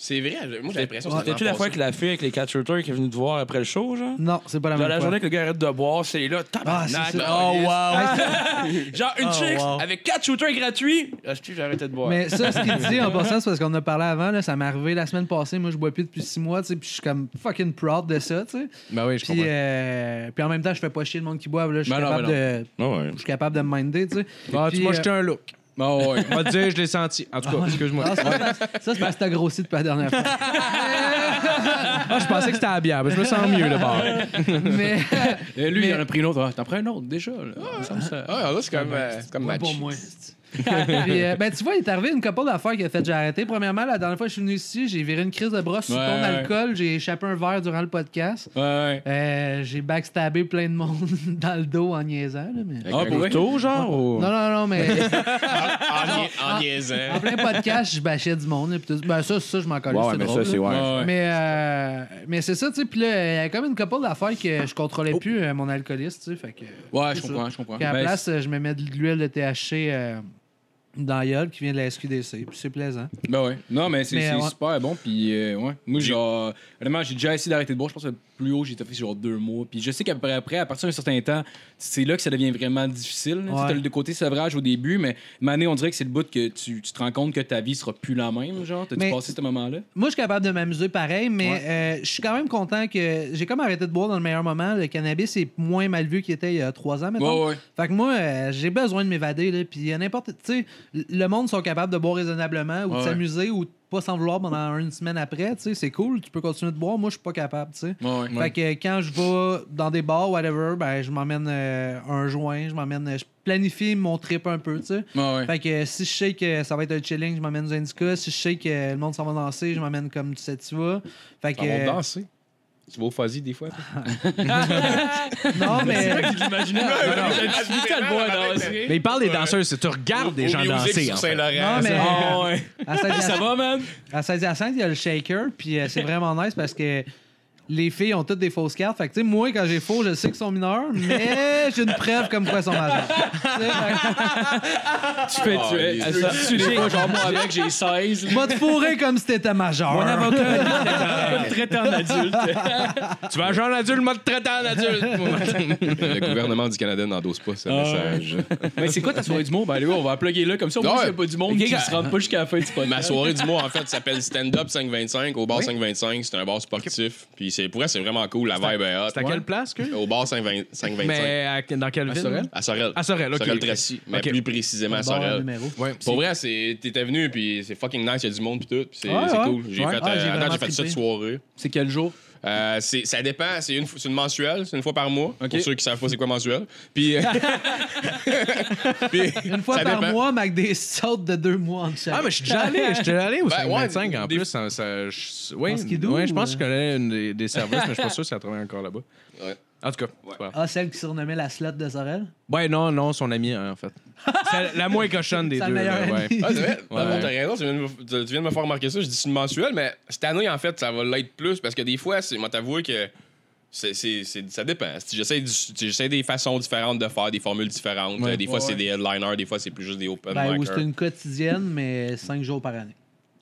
S5: C'est vrai, moi j'ai l'impression que
S9: C'était-tu la fois que la fille avec les quatre shooters qui est venue te voir après le show, genre?
S4: Non, c'est pas la
S9: Dans
S4: même
S9: la
S4: fois.
S9: journée que le gars arrête de boire, c'est là,
S4: Ah,
S9: tabarnak.
S4: c'est ça.
S9: là. Ah,
S6: Oh, wow. *laughs*
S9: Genre une
S6: Oh,
S9: chicks
S6: wow.
S9: avec quatre shooters gratuits. Ah, je j'ai arrêté de boire.
S4: Mais ça, ce qu'il dit en passant, c'est parce qu'on en a parlé avant, là, ça m'est arrivé la semaine passée. Moi, je bois plus depuis six mois, tu sais, puis je suis comme fucking proud de ça, tu sais.
S6: Ben oui, je
S4: Puis,
S6: comprends.
S4: euh, puis en même temps, je fais pas chier le monde qui boive, là. Je suis
S3: Ben non,
S4: capable, de-
S5: ouais.
S4: je suis capable de me minder, tu sais.
S6: Ah, tu
S4: Puis,
S6: m'as
S4: euh,
S6: jeté un look.
S3: Ah ouais.
S6: On va te dire, je l'ai senti. En tout cas, excuse-moi.
S4: Ah, c'est pas parce- ça, c'est parce que t'as grossi depuis la dernière fois.
S6: Ah, je pensais que c'était à la bière, mais je me sens mieux, le bar.
S4: Mais
S3: *laughs* Et lui, il
S4: Mais-
S3: en a pris une autre. Ah, T'en prends un autre déjà. Là. Ça me semble-
S5: Ah, là, c'est comme, euh, c'est comme match.
S4: pour moi. *laughs* Puis, euh, ben, tu vois, il est arrivé une couple d'affaires qui a fait j'ai arrêté. Premièrement, la dernière fois que je suis venu ici, j'ai viré une crise de bras sous
S3: Ouais,
S4: ton
S3: ouais.
S4: alcool. J'ai échappé un verre durant le podcast.
S3: Ouais, ouais.
S4: Euh, j'ai backstabé plein de monde *laughs* dans le dos en niaisant. Là, mais...
S5: Avec
S3: Ah,
S5: un
S3: pour vrai?
S9: Tôt, genre? ou-
S4: Non, non, non, mais
S9: Ah,
S5: En, nia- en
S9: *laughs*
S5: niaisant.
S4: en plein podcast, je bâchais du monde. là, puis tout. Ben, ça, ça, je m'en colle.
S9: Ouais, ouais,
S4: c'est
S9: mais
S4: drôle.
S9: ça, c'est
S4: là.
S9: ouais.
S3: Ouais, ouais.
S4: Mais, euh, mais c'est ça, tu sais. Puis là, il y a comme une couple d'affaires que je contrôlais plus euh, mon alcooliste, tu sais. Fait que.
S3: Ouais, je
S4: c'est ça.
S3: comprends, je comprends.
S4: Puis à la
S3: Ben,
S4: place, euh, je me mets de l'huile de THC euh, dans la gueule qui vient de la SQDC. Puis c'est plaisant.
S3: c'est- Ben ouais. Non, mais c'est
S4: Mais,
S3: c'est
S4: ouais.
S3: super bon. Puis, euh, ouais. Moi, genre, honnêtement, j'ai déjà essayé d'arrêter de boire. Je pense que le plus haut, j'ai fait genre deux mois. Puis, je sais qu'après, après, à partir d'un certain temps, c'est là que ça devient vraiment difficile. là. Tu sais,
S4: Ouais.
S3: T'as le côté sevrage au début, mais mané, on dirait que c'est le bout que tu, tu te rends compte que ta vie sera plus la même. Genre, t'as-tu
S4: Mais-
S3: passé ce moment-là?
S4: Moi, je suis capable de m'amuser pareil, mais euh, je suis quand même content que j'ai comme arrêté de boire dans le meilleur moment. Le cannabis est moins mal vu qu'il était il y a trois ans maintenant.
S3: Ouais, ouais.
S4: Fait que moi, euh, j'ai besoin de m'évader, là. Puis il y a n'importe. Tu sais, le monde sont capables de boire raisonnablement ou de s'amuser ou de pas s'en vouloir pendant une semaine après, tu sais, c'est cool, tu peux continuer de boire, moi je suis pas capable, tu sais. Fait que euh, quand je vais dans des bars, whatever, ben je m'emmène euh, un joint, je m'emmène, euh, je planifie mon trip un peu, tu sais. Fait que euh, si je sais que ça va être un chilling, je m'emmène aux Indica. Si je sais que euh, le monde s'en va danser, je m'emmène comme tu sais, tu vas. Fait que.
S5: Ça va
S4: euh,
S5: danser. Tu vas au fuzzy des
S4: *laughs*
S5: fois. toi?
S4: non, mais.
S9: J'imaginais.
S6: Mais il parle des danseurs, c'est tu regardes des gens
S5: Au- au musique
S6: danser.
S5: sur
S6: en fait.
S5: Saint-Laurent.
S4: Non, mais.
S5: ça.
S4: euh,
S9: ouais.
S4: à Saint-Hyacinthe-
S9: Ça va, man?
S4: À 16 h 5, il y a le shaker, puis euh, c'est vraiment nice parce que les filles ont toutes des fausses cartes. Fait que, tu sais, moi, quand j'ai faux, je sais qu'ils sont mineurs, mais j'ai une preuve comme quoi ils sont majeurs. Tu sais, fait
S9: Tu fais
S5: Ah,
S9: tuer.
S5: il est
S9: Elle sort- Tu dis quoi, genre, moi avec, j'ai 16.
S4: que, Va te fourrer comme si t'étais majeur.
S9: Mon avocat, il traité en adulte.
S6: *laughs* Tu vas genre adulte, moi te traiter en adulte.
S5: Le gouvernement du Canada n'endosse pas ce message.
S3: Mais c'est quoi ta soirée du monde? Ben, allez, on va la plugger là. Comme ça, au moins,
S5: Ouais.
S3: s'il y a pas du monde qui se rentre pas jusqu'à la fin du
S5: *laughs* Ma
S3: podcast.
S5: soirée du mois, en fait, s'appelle Stand Up 525 au bar 525. C'est un bar sportif. Puis c'est, pour vrai, c'est vraiment cool. La vibe est hot.
S6: C'est à quelle place que?
S5: Au bar 520 525.
S6: Mais à- dans quelle ville?
S5: À Sorel.
S6: À Sorel, ok.
S5: Tracy. Mais
S6: Ok.
S5: plus précisément à
S4: Bon,
S5: Sorel.
S4: numéro.
S6: Ouais.
S5: Pour vrai, c'est, t'étais venu, puis c'est fucking nice. Il y a du monde, puis tout. Puis c'est,
S4: Ouais,
S5: c'est
S4: ouais.
S5: cool. J'ai
S4: Ouais.
S5: fait,
S4: Ah, j'ai
S5: euh, attends,
S4: vraiment
S5: j'ai fait ça
S4: trippé.
S5: de soirée.
S3: C'est quel jour?
S5: Euh, c'est- ça dépend. C'est une, f- c'est une mensuelle, c'est une fois par mois. Pour ceux qui savent pas c'est quoi mensuelle. Puis. euh, puis
S4: Une fois
S5: ça
S4: par
S5: dépend.
S4: mois, Mac des sautes de deux mois en chaque.
S6: Ah, mais je suis déjà allé, je suis déjà allé au
S5: Ben,
S6: 525
S5: ouais,
S6: en
S5: des-
S6: plus. Ça, ça- je- oui,
S4: En skidoo,
S6: ouais, je pense que
S4: euh?
S6: je connais une des, des serveuses, mais je
S3: *laughs*
S6: suis pas sûr si elle travaille encore là-bas.
S5: Ouais.
S6: En tout cas, c'est pas grave.
S4: Ah, celle qui surnommait la slot de Sorel?
S6: Ouais, non, non, son ami, hein,
S3: *laughs*
S6: en fait. C'est la moins cochonne des
S4: C'est la
S6: deux.
S4: meilleure
S6: là, ouais.
S4: amie.
S5: Ah, c'est vrai. Dans le fond,
S6: Ouais.
S5: t'as raison. Tu viens, de me, tu- tu viens de me faire remarquer ça. Je dis c'est une mensuelle, mais cette année, en fait, ça va l'être plus parce que des fois, c'est, moi, t'avouer que c'est, c'est, c'est- ça dépend. Si J'essaie, du- j'essaie des façons différentes de faire, des formules différentes.
S6: Ouais.
S5: Euh, des fois, c'est des headliners, des fois, c'est plus juste des open
S4: Ben, ou
S5: micers.
S4: c'est une quotidienne, mais cinq jours par année.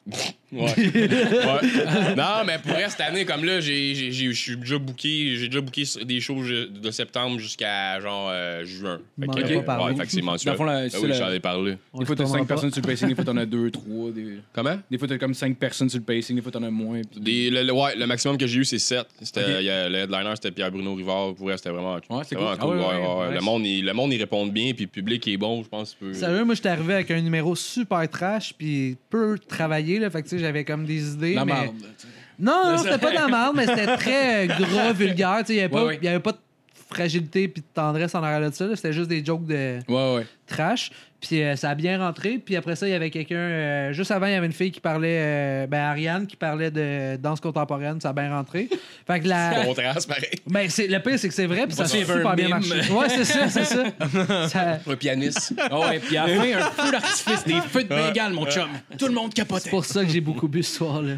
S3: *laughs*
S5: Ouais. Ouais. Non, mais pour vrai, cette année, comme là, j'ai- j'ai- j'ai- je suis déjà booké, j'ai déjà booké des shows ju- de septembre jusqu'à genre euh, juin. Fait
S4: M'en
S5: que,
S4: as
S5: ok.
S4: pas parlé.
S5: Ouais, fait que c'est
S3: Dans
S5: mensuel.
S3: le fond, la-
S5: Ben
S3: c'est
S5: oui,
S3: la-
S5: j'en ai parlé.
S4: On
S3: Des
S4: se
S3: fois, t'as
S4: tournera
S3: 5
S4: pas.
S3: personnes sur le pacing, des fois, t'en as 2, 3. Des,
S5: Comment?
S3: des fois, t'as comme 5 personnes sur le pacing, des fois, t'en as moins. puis-
S5: Des- le, le- ouais, le maximum que j'ai eu, c'est 7. C'était, il y a- le headliner, c'était Pierre-Bruno Rivard. Pour vrai, c'était vraiment, c'était
S3: cool.
S5: vraiment
S6: Ah ouais, ouais,
S5: ouais, ouais. Le,
S6: nice.
S5: monde, il, le monde, il répond bien, puis le public est bon, je pense. que tu peux-
S4: Sérieux, moi, j'étais arrivé avec un numéro super trash, puis peu travaillé, là. Fait que, tu sais, j'avais comme des idées.
S3: La
S4: mais...
S3: marde. là, tu sais.
S4: Non, non, c'était pas de la merde, mais c'était très gras, vulgaire. Tu sais, Il n'y avait, pas-
S3: Ouais, ouais.
S4: il y avait pas de fragilité puis de tendresse en arrière de ça. là. C'était juste des jokes de
S3: Ouais, ouais.
S4: trash. Puis euh, ça a bien rentré. Puis après ça, il y avait quelqu'un... euh, juste avant, il y avait une fille qui parlait... euh, ben, Ariane, qui parlait de danse contemporaine. Ça a bien rentré. Fait que
S3: *laughs*
S4: la...
S5: Contraste, pareil.
S4: Ben, c'est, le pire, c'est que c'est vrai, puis ça a
S3: Whatever,
S4: super bien
S3: mime.
S4: marché. Ouais, c'est ça,
S3: *laughs*
S4: c'est ça. Ça-
S5: Un pianiste.
S3: *laughs* Ah ouais, puis à la fin, un feu d'artifice, des feux de Bengale, mon chum. Tout le monde
S4: C'est
S3: capotait.
S4: pour ça que j'ai beaucoup bu ce soir-là.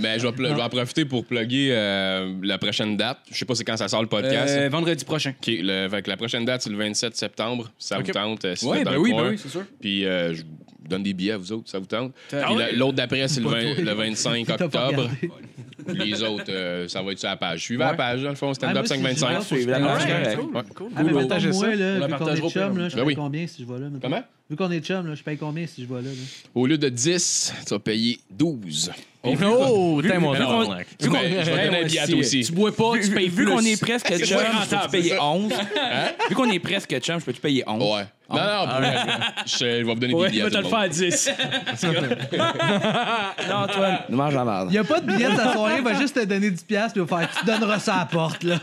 S5: mais je vais, pl- je vais en profiter pour plugger euh, la prochaine date. Je sais pas c'est quand ça sort le podcast.
S3: Euh, vendredi prochain.
S5: OK, le, fait que la prochaine date, c'est le 27 septembre. Ça vous tente. euh, si vous
S3: Ouais,
S5: êtes dans
S3: ben
S5: le
S3: oui,
S5: coin.
S3: ben oui, c'est sûr.
S5: Puis euh, je vous donne des billets à vous autres, ça vous tente. Puis
S3: Ah
S5: la-
S3: ouais?
S5: l'autre d'après, c'est le,
S4: Pas
S5: vingt-
S4: toi.
S5: le 25
S4: T'as pas
S5: octobre.
S4: regardé.
S5: Les autres, euh, ça va être sur la page. Suivez la page, dans le fond,
S4: Ah,
S5: stand-up
S4: moi, si
S5: 525.
S4: je vais, faut que je
S9: Ah,
S4: parte.
S9: c'est correct.
S5: Ouais.
S4: Ah, mais mettons,
S6: partagez
S4: moi,
S6: ça.
S4: là,
S3: On la
S4: vu qu'on
S3: partagera
S4: est
S3: au
S4: chum,
S3: pire.
S4: là, je
S5: Ben
S4: paye
S5: oui.
S4: combien si je vois là? mettons?
S5: Comment?
S4: Vu qu'on est chum, là, je paye combien si je vois là? là?
S5: Au lieu de 10, tu vas payer 12.
S6: Oh, t'es mon
S5: Mais non.
S6: tabarnak.
S5: Mais je vais donner un billet à toi aussi.
S3: Tu bois pas, tu
S9: Vu,
S3: payes
S9: vu
S3: plus.
S9: qu'on est presque chum, je peux-tu payer 11? Vu qu'on est presque chum, je peux-tu payer 11?
S5: Ouais. Non, non, pour vrai, je, je vais vous donner des billets. à tout le monde.
S3: à 10.
S9: Non, Antoine. Nous mange la merde.
S4: Il n'y a pas de billet de sa soirée, il va juste te donner 10$ piastres, puis il va faire tu te donneras ça à la porte. Là.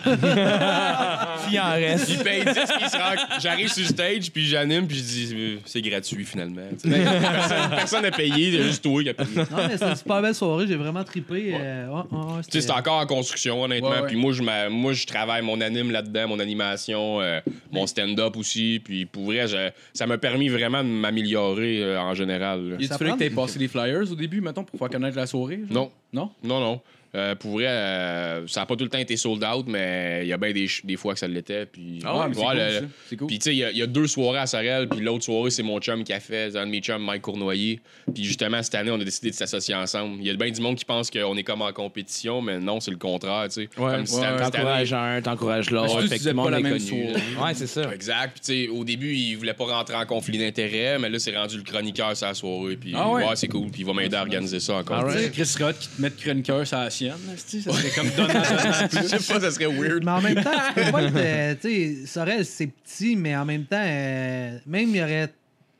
S9: Il en reste.
S5: Il paye 10, puis il se rend- J'arrive sur le stage, puis j'anime, puis je dis euh, c'est gratuit finalement. Tu sais, Personne personne n'a payé, c'est juste toi qui a payé.
S4: *laughs* Non, mais c'est une super belle soirée, j'ai vraiment trippé. euh, ouais, ouais, ouais,
S5: Tu sais,
S4: c'était-
S5: c'est encore en construction, honnêtement.
S3: Ouais, ouais.
S5: Puis moi, je m'a- moi, je travaille mon anime là-dedans, mon animation, euh, mon stand-up aussi. Puis pour vrai, je- ça m'a permis vraiment de m'améliorer euh, en général. là.
S3: *laughs* Il
S4: Ça
S3: fallu que
S4: prend-
S3: t'aies passé des flyers au début, mettons, pour faire connaître la soirée? genre?
S5: Non.
S3: Non?
S5: Non, non. Euh, pour vrai, euh, ça n'a pas tout le temps été sold out, mais il y a bien des, ch- des fois que ça l'était. Puis,
S3: Ah ouais, mais c'est
S5: Ouais,
S3: cool,
S5: le-
S3: ça. C'est cool.
S5: Puis, tu sais, il y, a- il y a deux soirées à Sorel, puis l'autre soirée, c'est mon chum qui a fait, c'est un de mes chums, Mike Cournoyer. Puis, justement, cette année, on a décidé de s'associer ensemble. Il y a bien du monde qui pense qu'on est comme en compétition, mais non, c'est le contraire, tu sais. comme si cette- cette année-
S9: T'encourages un, t'encourages l'autre.
S3: Surtout si
S9: fait
S3: tu
S9: que tout le
S3: disais
S9: monde
S3: pas la
S9: est
S3: même
S9: connu.
S3: source.
S9: Ouais, c'est ça.
S5: Exact. Puis, tu sais, au début, il voulait pas rentrer en conflit d'intérêts, mais là, c'est rendu le chroniqueur sur la soirée. Puis,
S3: Ah ouais?
S5: c'est cool. Puis, il va m'aider à organiser ça encore.
S3: Tu sais, Chris Rock qui te met chroniqueur sur la sienne, là, c'est-tu? ça serait comme donnant
S5: *laughs* Je sais pas, ça serait weird.
S4: Mais en même temps, tu peux pas être. euh, tu sais, Sorel, c'est petit, mais en même temps, euh, même il y aurait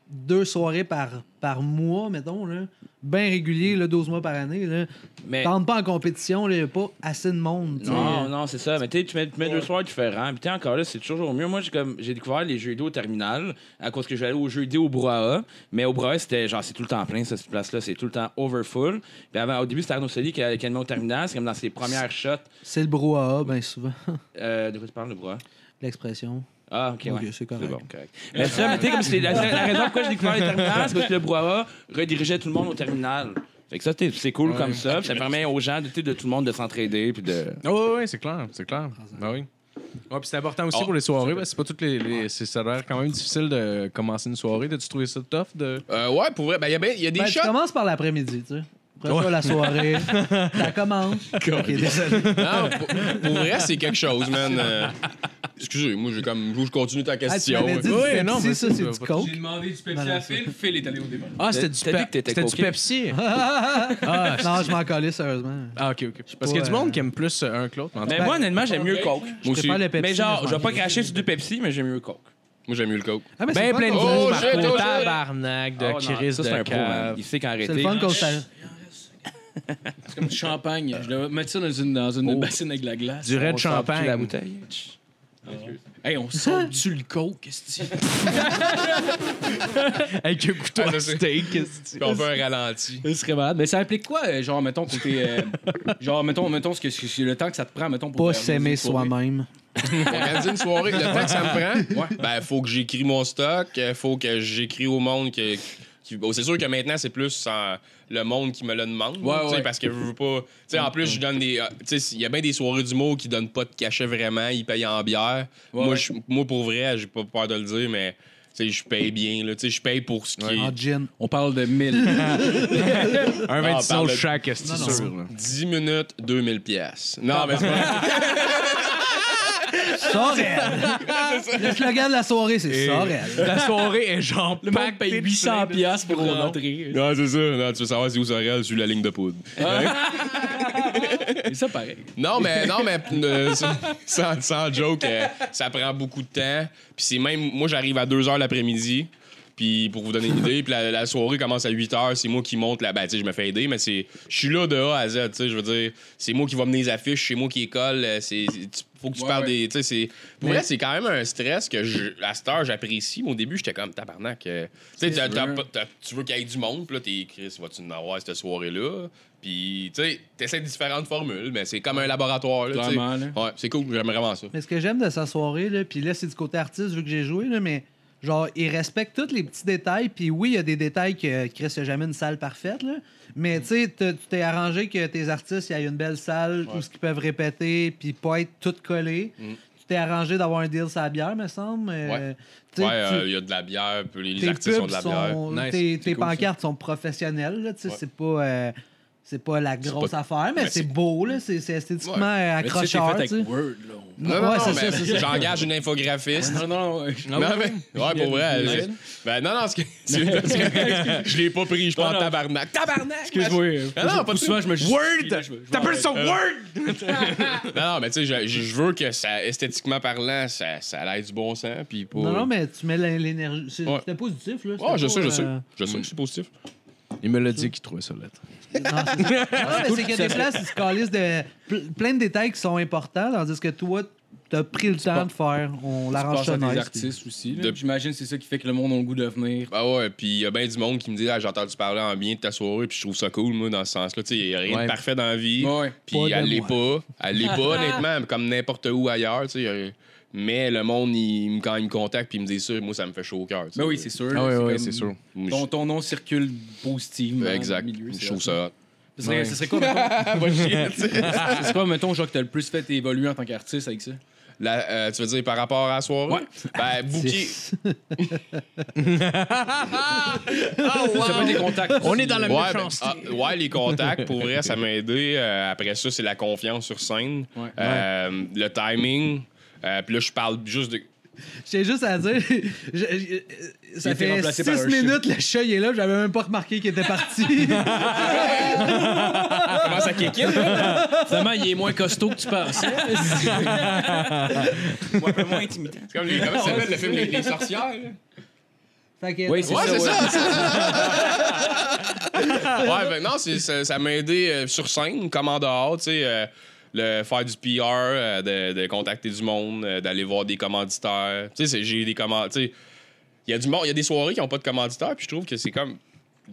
S4: deux soirées par, par mois, mettons, là, bien régulier, là, 12 mois par année, là,
S9: Mais-
S4: tente pas en compétition, il n'y a pas assez de monde. tu sais.
S9: Non, non, c'est ça. Mais tu sais, tu mets, tu mets deux soirs différents. Puis t'es encore là, c'est toujours mieux. Moi, j'ai comme j'ai découvert les jeux vidéo au terminal à cause que j'allais aux jeux vidéo au Brouhaha. Mais au Brouhaha, c'était genre, c'est tout le temps plein, ça, cette place-là. C'est tout le temps overfull. Puis avant, au début, c'était Arnaud Soli qui allait qui animait au terminal. C'est comme dans ses premières shots.
S4: C'est le brouhaha, bien souvent, *laughs*
S9: Euh, de quoi tu parles, le Brouhaha?
S4: l'expression.
S9: Ah, ok, ouais.
S4: Ok, c'est correct.
S9: bon, correct. Mais ça, mais tu sais, comme c'est la, la raison pourquoi j'ai découvert les terminales, c'est parce que le Brouhaha redirigeait tout le monde au terminal. Fait que ça, t'es- c'est cool comme ça. puis ça permet aux gens de, tu sais, de tout le monde de s'entraider. Puis de.
S6: Oh, oui, c'est clair, c'est clair. Ah oui. Ouais, puis c'est important aussi
S5: Ah,
S6: pour les soirées. ouais, c'est pas toutes les. les- c'est- ça a l'air quand même difficile de commencer une soirée. T'as-tu trouvé ça tough? De...
S5: Euh, ouais, pour vrai, ben, il y a, ben- il y a des
S4: Ben, tu
S5: shots.
S4: commences par l'après-midi, tu sais. Après ça, la soirée, ça commence. Ok, désolé.
S5: Non, pour, pour vrai, c'est quelque chose, man. Euh, excusez, moi, j'ai comme. Je continue ta
S4: Ah, tu
S5: question.
S4: m'avais dit
S6: ouais.
S4: du
S6: Ouais,
S4: Pepsi,
S6: non, mais
S4: ça,
S6: ça,
S4: c'est
S6: ça
S4: du
S6: va
S4: coke.
S3: J'ai demandé du Pepsi
S4: Voilà.
S3: à Phil, Phil est allé au débat.
S6: Ah, c'était
S9: du
S6: du,
S9: Pe- c'était du
S6: Pepsi.
S4: Ah, non, je m'en collais, sérieusement.
S6: *laughs* Ah, ok, ok. Parce qu'il y a du monde qui aime plus euh, un que l'autre. mais en tout
S3: Ben,
S9: Mais
S6: cas-
S9: moi, honnêtement, j'aime mieux Coke.
S5: Moi
S4: Je
S5: aussi.
S4: prépare le Pepsi.
S9: mais genre,
S4: mais
S9: je vais
S4: m'en
S9: pas
S4: collais.
S9: cracher sur du Pepsi, mais j'aime mieux le Coke.
S5: Moi, j'aime mieux le coke.
S4: Ah, mais c'est
S6: Ben
S4: pas
S6: plein de
S4: con.
S5: Oh,
S6: par
S5: shit,
S6: contre.
S5: oh, shit.
S6: Tabarnak de
S9: Ah, non,
S6: Chris
S9: ça, c'est
S6: de
S9: un pro, man.
S6: cave.
S9: Il sait
S4: C'est
S9: qu'arrêter.
S4: le fun qu'on s'arrête.
S3: C'est comme du champagne. Je devais mettre ça dans une, dans une bassine avec de la glace.
S6: Du red
S9: On sort plus la
S6: champagne.
S9: bouteille.
S3: Hey, on sort-tu le coke, qu'est-ce que tu
S6: Avec un couteau
S5: Ah,
S6: à
S5: ça, c'est-
S6: steak. qu'est-ce que
S5: Puis
S6: tu-
S5: on fait un ralenti.
S3: *laughs* Ce serait malade. Mais ça implique quoi, euh, genre, mettons, côté. *laughs* euh, genre, mettons, mettons ce que, ce que- le temps que ça te prend, mettons, pour.
S4: Pas
S3: organiser une
S4: s'aimer
S3: soirée.
S4: soi-même.
S5: Organiser une soirée, le temps que ça me prend, ben, faut que j'écris mon stock, euh, faut que j'écris au monde que. qui- bon, c'est sûr que maintenant, c'est plus euh, le monde qui me le demande.
S3: Ouais,
S5: tu sais,
S3: ouais.
S5: Parce que je veux pas. tu sais, en plus, je donne des. euh, tu sais, il y a bien des soirées d'humour qui donnent pas de cachet vraiment, ils payent en bière.
S3: Ouais,
S5: moi,
S3: ouais.
S5: je- moi, pour vrai, j'ai pas peur de le dire, mais. tu sais, je paye bien, là. Tu sais, je paye pour ce qui est
S4: En gin.
S3: On parle de 1000.
S6: Un
S5: Ah,
S6: 26
S5: par
S6: au
S5: le-
S6: chaque, qu'est-ce
S4: Non,
S6: que
S4: non.
S6: tu sûr. là.
S5: 10 minutes, 2000 pièces. Non, mais *laughs* c'est pas
S4: Sorel! Le slogan de la soirée, c'est Sorel.
S6: La soirée est genre
S3: Le mec paye 800$ piastres pour rentrer.
S5: Non, c'est ça. Non, tu veux savoir si où Sorel sur la ligne de poudre.
S3: C'est ça, pareil.
S5: Non, mais, non, mais euh, ça- *laughs* sans, sans joke, euh, ça prend beaucoup de temps. Puis c'est même. Moi, j'arrive à 2 h l'après-midi. Puis pour vous donner une idée, puis la, la soirée commence à 8 h. C'est moi qui monte la. Ben, tu sais, je me fais aider, mais c'est. Je suis là de A à Z. Tu sais, je veux dire, c'est moi qui va mener les affiches, c'est moi qui les colle. euh, C'est. c'est- tu- Faut que tu
S3: Ouais,
S5: parles
S3: ouais.
S5: des. Tu sais, c'est. Pour vrai, c'est quand même un stress que je, à cette heure, j'apprécie. Mais au début, j'étais comme tabarnak. euh, tu sais, t'as- t'as pas- t'as- tu veux qu'il y ait du monde, puis là, t'es Chris, vas-tu en avoir cette soirée-là? Puis, tu sais, t'essaies différentes formules, mais c'est comme un laboratoire. Là, tu sais.
S3: Clairement, là.
S5: Ouais, c'est cool, j'aime vraiment ça.
S4: Mais ce que j'aime de sa soirée, là, puis là, c'est du côté artiste, vu que j'ai joué, là, mais genre, il respecte tous les petits détails. Puis oui, il y a des détails que Chris n'a jamais une salle parfaite, là.
S5: Mm.
S4: Mais tu sais, t'as- tu t'es arrangé que tes artistes, il y a une belle salle où ce qu'ils peuvent répéter, puis pas être tout collé. Tu t'es arrangé d'avoir un deal sur la bière, me semble. euh,
S5: Mm. Ouais.
S4: tu sais,
S5: ouais,
S4: tu-
S5: euh, il y a de la bière, puis les
S4: tes
S5: artistes ont
S4: pubs
S5: de la bière.
S4: sont.
S6: Nice.
S4: Tes,
S6: C'est
S4: tes
S6: cool, ça.
S4: pancartes sont professionnelles, là, tu sais,
S5: Ouais.
S4: c'est pas. euh, c'est pas la grosse
S5: pas-
S4: affaire, mais,
S5: Mais
S4: c'est
S5: c'est-
S4: beau, là. C'est c'est esthétiquement
S5: Ouais.
S4: euh,
S3: Mais tu sais, t'es
S4: accrocheur.
S3: fait avec
S4: tu sais.
S3: Word, là.
S5: Non, non,
S4: Ouais,
S5: non,
S4: c'est
S5: mais
S4: ça, c'est ça.
S5: J'engage une infographiste.
S3: Non, non, non.
S5: Non, mais. Ouais, pour vrai. c'est- Ben, non, non, ce que.
S3: *laughs*
S5: Je l'ai pas pris, je
S3: Non,
S5: pense
S3: non.
S5: tabarnak. Tabarnak!
S3: Excuse-moi.
S5: Ah non, pas de-
S3: souvent, je me
S6: Word! T'appelles ça Word?
S5: Non, non, mais tu sais, je- je je veux que ça, esthétiquement parlant, ça, ça a l'air du bon sens, puis pour.
S4: Non, non, mais tu mets la- l'énergie. c'est-
S5: Ouais.
S4: C'était positif, là.
S5: Ouais, je sais, je sais.
S4: Non,
S5: Je sais, c'est positif.
S6: Il me l'a dit qu'il trouvait ça lettre.
S4: c'est ça. Non, mais c'est qu'il y a des places, ils se calissent de ple- plein de détails qui sont importants, tandis que toi, t'as pris le temps de faire. On l'arrange
S3: Pense
S4: ça
S3: à des
S4: nice.
S3: artistes aussi. là.
S5: De-
S3: J'imagine que c'est ça qui fait que le monde a le goût de venir.
S5: Ben ouais, puis il y a bien du monde qui me dit ah, j'ai entendu parler en bien de ta soirée, puis je trouve ça cool, moi, dans ce sens-là. Tu sais, il n'y a rien
S6: Ouais.
S5: de parfait dans la vie.
S3: Ouais.
S5: Puis
S4: Pas de
S5: elle l'est
S4: moi.
S5: pas. Elle
S4: *laughs*
S5: l'est pas, honnêtement, comme n'importe où ailleurs. tu sais, y a- Mais le monde, il, me- quand il me contacte, puis il me dit ça, moi, ça me fait chaud au cœur. tu sais.
S3: Ben oui, c'est sûr.
S6: Ah, ouais, ouais,
S3: comme-
S6: c'est sûr.
S5: Moi, je-
S3: Ton, ton nom circule positivement.
S5: Exact.
S3: dans le milieu,
S5: je
S3: c'est Ah,
S5: trouve
S3: vrai.
S5: ça. hot.
S3: Ce serait,
S6: Ouais.
S3: ce serait quoi, *laughs* mettons, *laughs* ce serait quoi, mettons, genre, que t'as le plus fait évoluer en tant qu'artiste avec ça?
S5: La- euh, tu veux dire par rapport à la soirée?
S3: Ouais. *laughs*
S5: Ben, booker.
S3: Ça peut être des contacts.
S6: On est dans la
S5: ouais, ben,
S6: méchanceté.
S5: ah, ouais, les contacts, pour vrai, ça m'a aidé. Euh, après ça, c'est la confiance sur scène,
S3: Ouais.
S5: Euh, le timing. Euh, puis là, je parle juste de.
S4: J'ai juste à dire, *laughs* je- je- ça
S3: Il était
S4: fait
S3: remplacé par
S4: 6
S3: un chat.
S4: minutes, le chat, il est là, j'avais même pas remarqué qu'il était parti.
S5: Comment ça kick
S3: Finalement, il est moins costaud que tu penses.
S9: un peu moins intimidant.
S5: C'est comme les- comment ça s'appelle le film Les, les sorcières? là?
S4: Fait que-
S8: Oui, c'est
S5: Ouais,
S8: ça.
S5: c'est
S8: ouais.
S5: ça. ouais, ben non, c'est- ça ça m'a aidé euh, sur scène, comme en dehors, tu sais. euh, le faire du PR, euh, de, de contacter du monde, euh, d'aller voir des commanditaires. Tu sais, c'est- j'ai des commanditaires. Tu sais, il y a du monde, il y a des soirées qui n'ont pas de commanditaires, puis je trouve que c'est comme.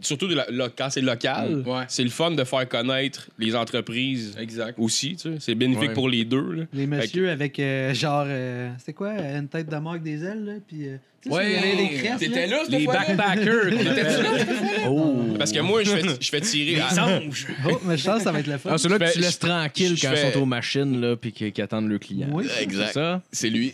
S5: Surtout de la- lo- quand c'est local,
S3: Mm, ouais.
S5: c'est le fun de faire connaître les entreprises
S3: Exact.
S5: aussi. tu sais. C'est bénéfique
S6: Ouais.
S5: pour les deux. là.
S4: Les
S5: Fait que-
S4: messieurs avec euh, genre, euh, c'est quoi, euh, une tête de mort avec des ailes, là? Puis, euh, tu sais, il y avait des cresses. là.
S3: T'étais là,
S9: Les backpackers. qu'on
S6: *laughs*
S9: appelle.
S6: Oh.
S5: Parce que moi, je fais, je fais tirer. à-
S4: Oh, mais je pense que ça va être le fun.
S6: Ah, ceux-là
S5: Je
S6: que
S5: fais-
S6: tu laisses tranquille
S5: je
S6: quand
S5: fais-
S6: ils sont aux machines là, puis qu'ils qu'ils attendent le client.
S4: Oui.
S5: Exact.
S6: C'est ça?
S5: C'est lui.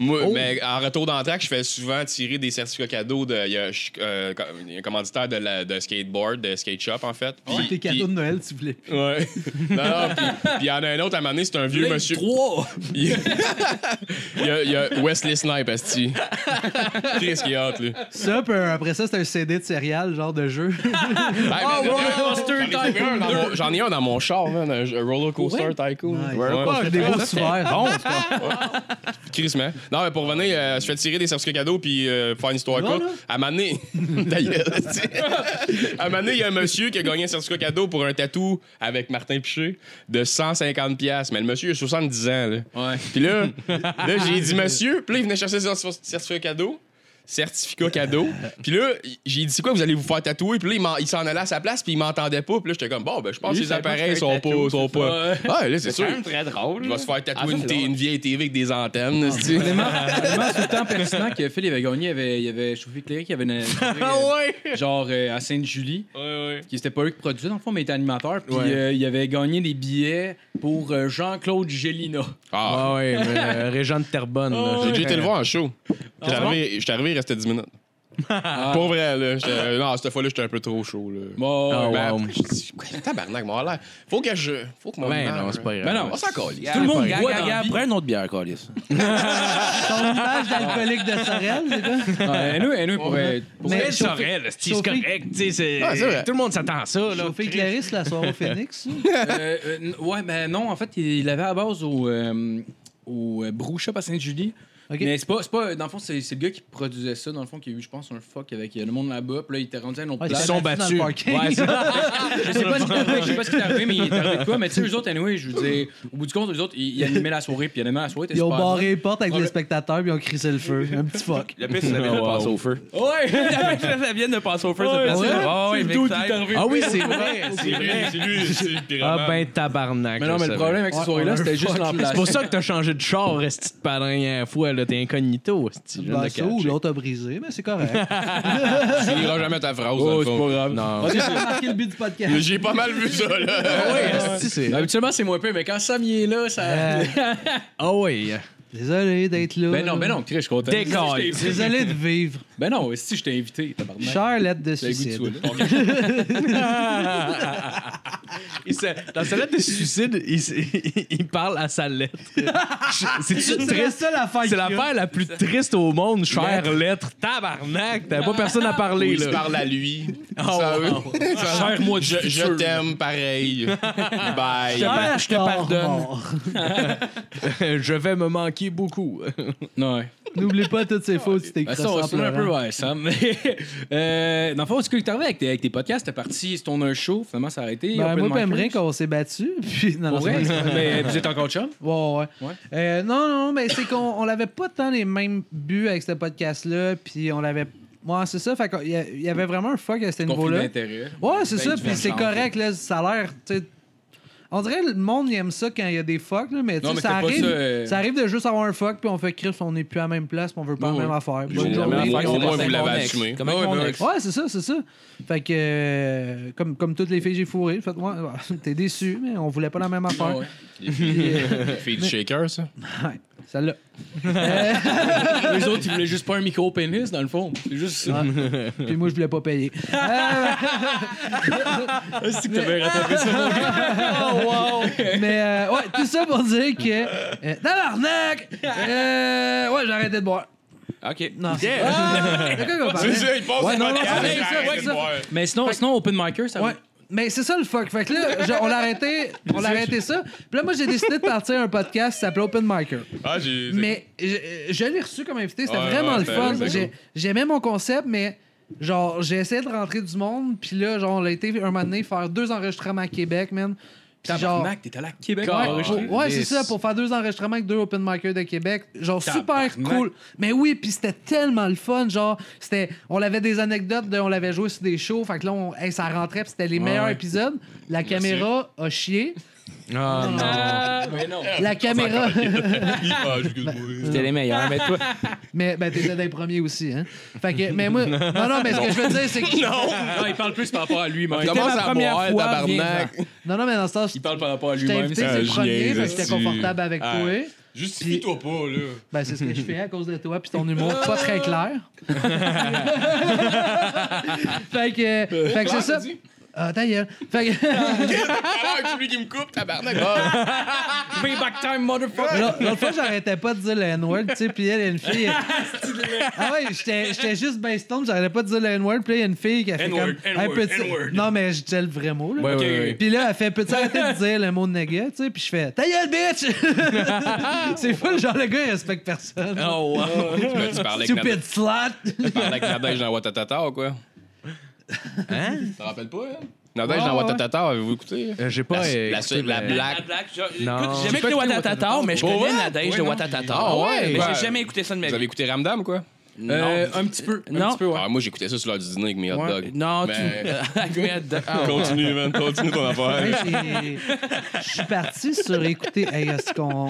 S5: Moi,
S4: Oh.
S5: mais en retour d'entraque, je fais souvent tirer des certificats cadeaux de. Il y a, je- euh, co- il y a un commanditaire de, la- de skateboard, de skate shop, en fait. Puis-
S4: Ouais, tes
S5: puis-
S4: cadeaux de Noël, tu voulais.
S5: Ouais. *laughs* non, non, puis- puis il y en a un autre à un moment donné, c'est un vieux monsieur.
S3: Trois!
S5: *laughs* il y a, il y a Wesley Snipe, Asti. Chris qui est hot, lui.
S4: Ça, puis euh, après ça, c'est un CD de céréales, genre de
S6: *laughs*
S4: jeu.
S5: oh, J'en ai un dans mon char, man, un, un roller coaster tycoon.
S4: Nice.
S5: Ouais.
S4: Ah, des beaux souvenirs.
S5: Crissement. Non, mais pour revenir, euh, je fais tirer des certificats cadeaux puis euh, faire une histoire
S4: Non,
S5: courte.
S4: là.
S5: À *laughs* Mané, à Mané, il y a un monsieur qui a gagné un certificat cadeau pour un tatou avec Martin Piché de 150$. piastres. Mais le monsieur, il a 70 ans. Là.
S3: Ouais.
S5: Puis là, là j'ai dit monsieur. Puis là, il venait chercher son certificat cadeau. Certificat cadeau. Puis là, j'ai dit, c'est quoi, vous allez vous faire tatouer? Puis là, il m'en- il s'en allait à sa place, puis il m'entendait pas. Puis là, j'étais comme, bon, ben, je pense que
S9: Lui,
S5: les
S9: ça
S5: appareils
S9: passe
S5: sont
S9: un tatou,
S5: pas. Sont
S9: c'est
S5: pas... Ah, là, c'est
S9: C'est quand
S5: sûr.
S9: même très drôle.
S5: Je vais se faire
S9: Ah, ça,
S5: tatouer une,
S9: c'est
S5: t-
S9: drôle.
S5: une vieille TV avec des antennes. c'est-tu.
S3: Vraiment, c'est tout le temps pertinent que Phil avait gagné. Il y avait, il y avait Chauffé Cléric, il y avait une. ouais! Genre euh, à Sainte-Julie. qui c'était pas eux qui produisaient dans le fond, mais il était animateur. Puis euh, il avait gagné des billets pour euh, Jean-Claude Gélina.
S5: Ah,
S6: Ah ouais, mais,
S5: *laughs*
S6: euh, Régent de Terrebonne. là.
S5: j'ai déjà été le voir en show. J'étais arrivé, j'étais arrivé, il restait 10 minutes. Pour vrai, là. j'étais- Non, cette fois-là, j'étais un peu trop chaud, là.
S3: Bon,
S6: Ah,
S5: Ben,
S6: wow.
S5: après, j'ai dit, Quoi, tabarnak, mon l'air. Faut que je. Faut que mon.
S6: Ben
S5: image-
S6: non, c'est pas grave.
S3: Ben non.
S5: On s'en calisse.
S9: Tout le monde
S3: Gars,
S9: boit
S3: gars,
S9: dans
S3: gars,
S9: la vie.
S3: prends
S9: Prends une autre bière, Carlis.
S4: Ton image d'alcoolique de céréales, c'est quoi?
S3: Ah, anyway, anyway, pour, euh, pour-
S4: Mais
S6: Quel
S4: chauffer-
S6: Sorel, c'est
S4: chauffer-
S6: correct. tu sais, c'est-
S5: Ah, c'est vrai.
S6: Tout le monde s'attend à ça. Là.
S4: Chauffé Clarisse, la soirée au Phoenix.
S3: euh, euh, n- ouais, ben non, en fait, il il l'avait à base au, euh, au euh, Brew Shop à Sainte-Julie.
S4: OK.
S3: Mais c'est pas, c'est pas. Dans le fond, c'est c'est le gars qui produisait ça. Dans le fond, qui a eu, je pense, un fuck avec euh, le monde là-bas. Puis là, il était rendu à une autre
S4: Ouais,
S3: place.
S4: il s'est
S6: sont
S4: battu dans
S6: battus.
S4: le parking.
S3: Ouais, c'est je sais pas ce qui est arrivé, je sais pas ce qui est arrivé, mais il est arrivé de quoi. Mais tu sais, eux autres, anyway, je veux dire, au bout du compte, eux autres, ils, ils animaient la soirée, puis animaient la soirée. était
S4: Ils ont
S3: super
S4: barré les portes avec
S3: Problème-
S4: des spectateurs, puis ils ont crissé le feu. Un petit fuck.
S9: Le pire, c'est la
S6: Wow.
S9: passe au feu.
S3: bonne.
S9: *laughs*
S3: Ouais!
S9: Ça vient de passer au feu, cette
S4: ouais.
S9: place-là. Ah ouais,
S3: C'est
S9: big
S3: le dude qui
S9: time.
S3: est arrivé.
S6: Ah oui, c'est vrai.
S5: *laughs* C'est lui, c'est lui, c'est le pyramide.
S6: Ah ben tabarnak.
S3: Mais non, mais
S6: je
S3: le
S6: savais.
S3: problème avec cette
S4: Ouais,
S3: soirée-là,
S4: on a un
S3: c'était juste
S4: fuck.
S3: l'emplacement.
S6: C'est pour ça que t'as changé de char, resti de pas la dernière fois, là. T'es incognito, resti. je viens de
S4: Ben,
S6: le
S4: ça, ou
S6: catcher.
S4: l'autre a brisé, mais
S6: *laughs*
S4: c'est correct.
S5: Tu finiras jamais ta phrase, dans
S3: Oh,
S5: le fond.
S3: grave.
S6: Non.
S4: J'ai marqué le but du podcast.
S5: J'ai pas mal vu ça, là.
S6: Ah ouais, esti, c'est-
S3: Habituellement, c'est moins peu, mais quand Sam y est là, ça.
S4: Euh,
S6: Ah oui.
S4: Désolé d'être là.
S3: Ben non, ben non, Chris, je suis content.
S6: Décolle.
S3: Si *laughs* je t'ai-
S4: Désolé de vivre.
S3: Ben non, si je t'ai invité, tabarnak.
S4: Charlotte
S6: Ben,
S4: de
S3: T'as le goût de
S4: suicide.
S3: toi, là.
S6: Il se- Dans sa lettre de suicide, il, se- *laughs* il parle à sa lettre. *laughs* C'est-tu
S4: C'est la
S6: triste?
S4: seule affaire
S6: C'est
S4: qu'il y a.
S6: l'affaire la plus triste au monde, chère lettre. Tabarnak, t'as pas personne à parler,
S5: Il se
S6: là.
S5: parle à lui.
S6: Oh,
S5: Ça,
S6: wow.
S5: eux.
S3: Cher moi du
S5: Je, je
S3: futur.
S5: t'aime pareil.
S6: Eh
S5: Bye.
S4: Cher
S6: je te
S4: corps
S6: pardonne.
S4: mort.
S6: ben, *laughs* Je vais me manquer beaucoup. *laughs*
S3: Non, ouais.
S4: N'oublie pas toutes ces fautes, c'était
S3: Ben ça, on se met un peu vers Sam. *laughs* Mais, euh, dans le fond, ce que tu avec tes, avec tes podcasts, t'es parti, c'est ton un show, finalement, ça a arrêté.
S4: Ben,
S3: open
S4: moi,
S3: micers.
S4: j'aimerais qu'on s'est battu. *laughs* Puis, non, non,
S3: Pour *laughs*
S4: c'est
S3: vrai?
S4: pas ça.
S3: Mais vous êtes encore chum?
S4: Ouais, ouais.
S3: Ouais.
S4: Euh, non, non, mais c'est qu'on on avait pas tant les mêmes buts avec ce podcast-là, puis on l'avait. Ouais, c'est ça. Fait qu'il y a- il y avait vraiment un fuck à ce
S3: Conflit
S4: niveau-là.
S3: d'intérêt.
S4: Ouais, c'est
S3: Ben,
S4: ça,
S3: tu
S4: puis
S3: vas
S4: c'est
S3: changer.
S4: correct, là, ça a l'air. tu sais, On dirait le monde il aime ça quand il y a des fucks, là, mais, tu
S3: Non,
S4: sais,
S3: mais
S4: ça
S3: c'était pas
S4: arrive.
S3: ça, euh.
S4: Ça arrive de juste avoir un fuck, puis on fait Chris, on n'est plus à la même place, puis on veut pas
S3: Ouais,
S4: la même
S3: ouais.
S4: affaire.
S5: Au
S4: Bonne journée.
S5: moins, au moins, vous l'avez
S9: Mon ex.
S5: assumé.
S9: Comment
S3: Ouais,
S9: mon
S3: ouais,
S9: ex?
S4: Ouais, c'est ça, c'est ça. Fait que, euh, comme, comme toutes les filles, j'ai fourré. Fait, ouais, ouais, t'es déçu, mais on voulait pas la même affaire.
S3: Ah ouais.
S5: Fille du shaker, ça.
S4: Ouais, celle-là. Euh,
S3: Les autres, ils voulaient juste pas un micro-pénis, dans le fond. C'est juste ça.
S4: Puis moi, je voulais pas payer.
S3: C'est que t'avais rattrapé ça, mon gars.
S4: Mais euh, ouais, tout ça pour dire que. Euh, dans l'arnaque! Euh, ouais, j'ai arrêté de boire.
S9: Ok.
S4: Non, c'est pas- Ah, de quoi qu'on parlait?
S5: il passe
S4: Ouais,
S5: le
S4: non, non,
S5: podcast,
S4: c'est
S5: il
S4: ça,
S5: arrête
S4: ouais,
S5: de
S4: ça.
S5: boire.
S3: Mais sinon, sinon, open micer, ça
S4: Ouais. Mais c'est ça le fuck. Fait que là, je- on l'a arrêté, on l'a arrêté ça. Puis là, moi, j'ai décidé de partir un podcast qui s'appelait Open Micer.
S5: Ah, j'ai.
S4: Mais je, je l'ai reçu comme invité, c'était
S5: Ouais,
S4: vraiment
S5: ouais, ben
S4: le
S5: c'était-
S4: fun.
S5: c'était
S4: J'ai- J'aimais mon concept, mais genre, j'ai essayé de rentrer du monde, puis là, genre, on a été un moment donné faire deux enregistrements à Québec, man. Puis genre,
S3: Tabarnak, t'es allé à Québec
S4: Ouais,
S3: pour enregistrer.
S4: pour- ouais, c'est ça, pour faire deux enregistrements avec deux open micers de Québec. Genre, super
S3: Tabarnak.
S4: cool. Mais oui, puis c'était tellement le fun. Genre, c'était, on avait des anecdotes, de, on l'avait joué sur des shows. Fait que là, on- hey, ça rentrait, puis c'était les meilleurs épisodes. La caméra
S3: *laughs*
S4: a chié.
S3: Mais non.
S4: La caméra.
S5: Ah, excuse-moi.
S9: C'était les meilleurs. Mais toi,
S4: mais ben, t'étais dans les premiers aussi, hein. Fait que, mais moi. Non, non, mais ce que je veux dire,
S5: *laughs*
S4: c'est que. Non!
S3: Non, Ah, il parle plus par rapport à lui-même.
S8: C'était
S6: Commence
S8: ma
S6: à
S8: première
S6: boire,
S8: fois,
S6: tabarnak.
S4: Non, non, mais dans le sens.
S3: Il parle par rapport à
S4: Je t'ai
S3: lui-même.
S4: invité,
S3: ça.
S5: c'est
S4: c'est
S5: un
S4: le premier,
S5: chien,
S4: parce que j'étais
S5: esti.
S4: confortable avec
S5: Ah.
S4: toi.
S5: Justifie-toi pas, là.
S4: Ben, c'est ce que je fais à cause de toi, puis ton humour
S5: *laughs*
S4: pas très clair. fait que, fait que c'est ça. Ah, ta gueule. Fait
S5: *laughs*
S4: que,
S5: Alors, celui ah, qui me coupe, tabarnak.
S3: Payback time, motherfucker.
S4: l'autre l'autre fois, j'arrêtais pas de dire le N-word, tu sais, puis elle, il y a une fille. ah ouais, j'étais j'étais juste ben stomp, j'arrêtais pas de dire le N-word, puis là, il y a une fille qui a fait
S5: N-word,
S4: comme.
S5: N-word,
S4: petit-
S5: N-word.
S4: Non, mais je disais le vrai mot, là.
S6: Ouais, ouais, ouais.
S4: Puis là, elle fait Peux-tu arrêter de dire le mot de nigga, tu sais, puis je fais Ta gueule, bitch! *laughs* c'est fou, genre, le gars, il respecte personne.
S6: Oh, wow.
S5: Ben, tu parlais avec
S4: Stupid
S5: Nadège-
S4: slut!
S5: tu parlais avec Nadège dans Watatata ou quoi? Hein? Tu te rappelles pas, hein? Nadège
S4: Ouais,
S5: dans
S4: ouais.
S5: Watatata, avez-vous écouté?
S6: Euh, J'ai pas.
S5: La-
S6: euh,
S5: la-
S6: écouté,
S5: la
S6: mais-
S5: blague.
S9: Black. Black, je-
S6: Non.
S9: écoute,
S6: J'ai
S9: J'ai jamais
S6: pas
S9: écouté
S6: écouté
S9: Watatata, mais je
S5: Pour vrai?
S9: connais Nadège
S5: Ouais,
S9: de
S5: non.
S9: Watatata.
S5: Ah ouais?
S9: Mais
S3: Ben,
S5: Ouais.
S9: j'ai jamais écouté ça de ma
S5: Vous
S9: vie.
S5: avez écouté Ramdam, quoi?
S9: Non.
S3: Euh, un petit peu.
S9: Non.
S3: Un petit peu, ouais.
S5: Ah, moi, j'écoutais ça sur l'heure du dîner avec mes hot dogs.
S9: Non, *laughs* tu.
S5: Ben-
S9: Avec mes hot dogs.
S5: Continue, man, continue ton affaire.
S4: Ouais, j'ai- Je suis parti sur écouter. Hey, est-ce qu'on-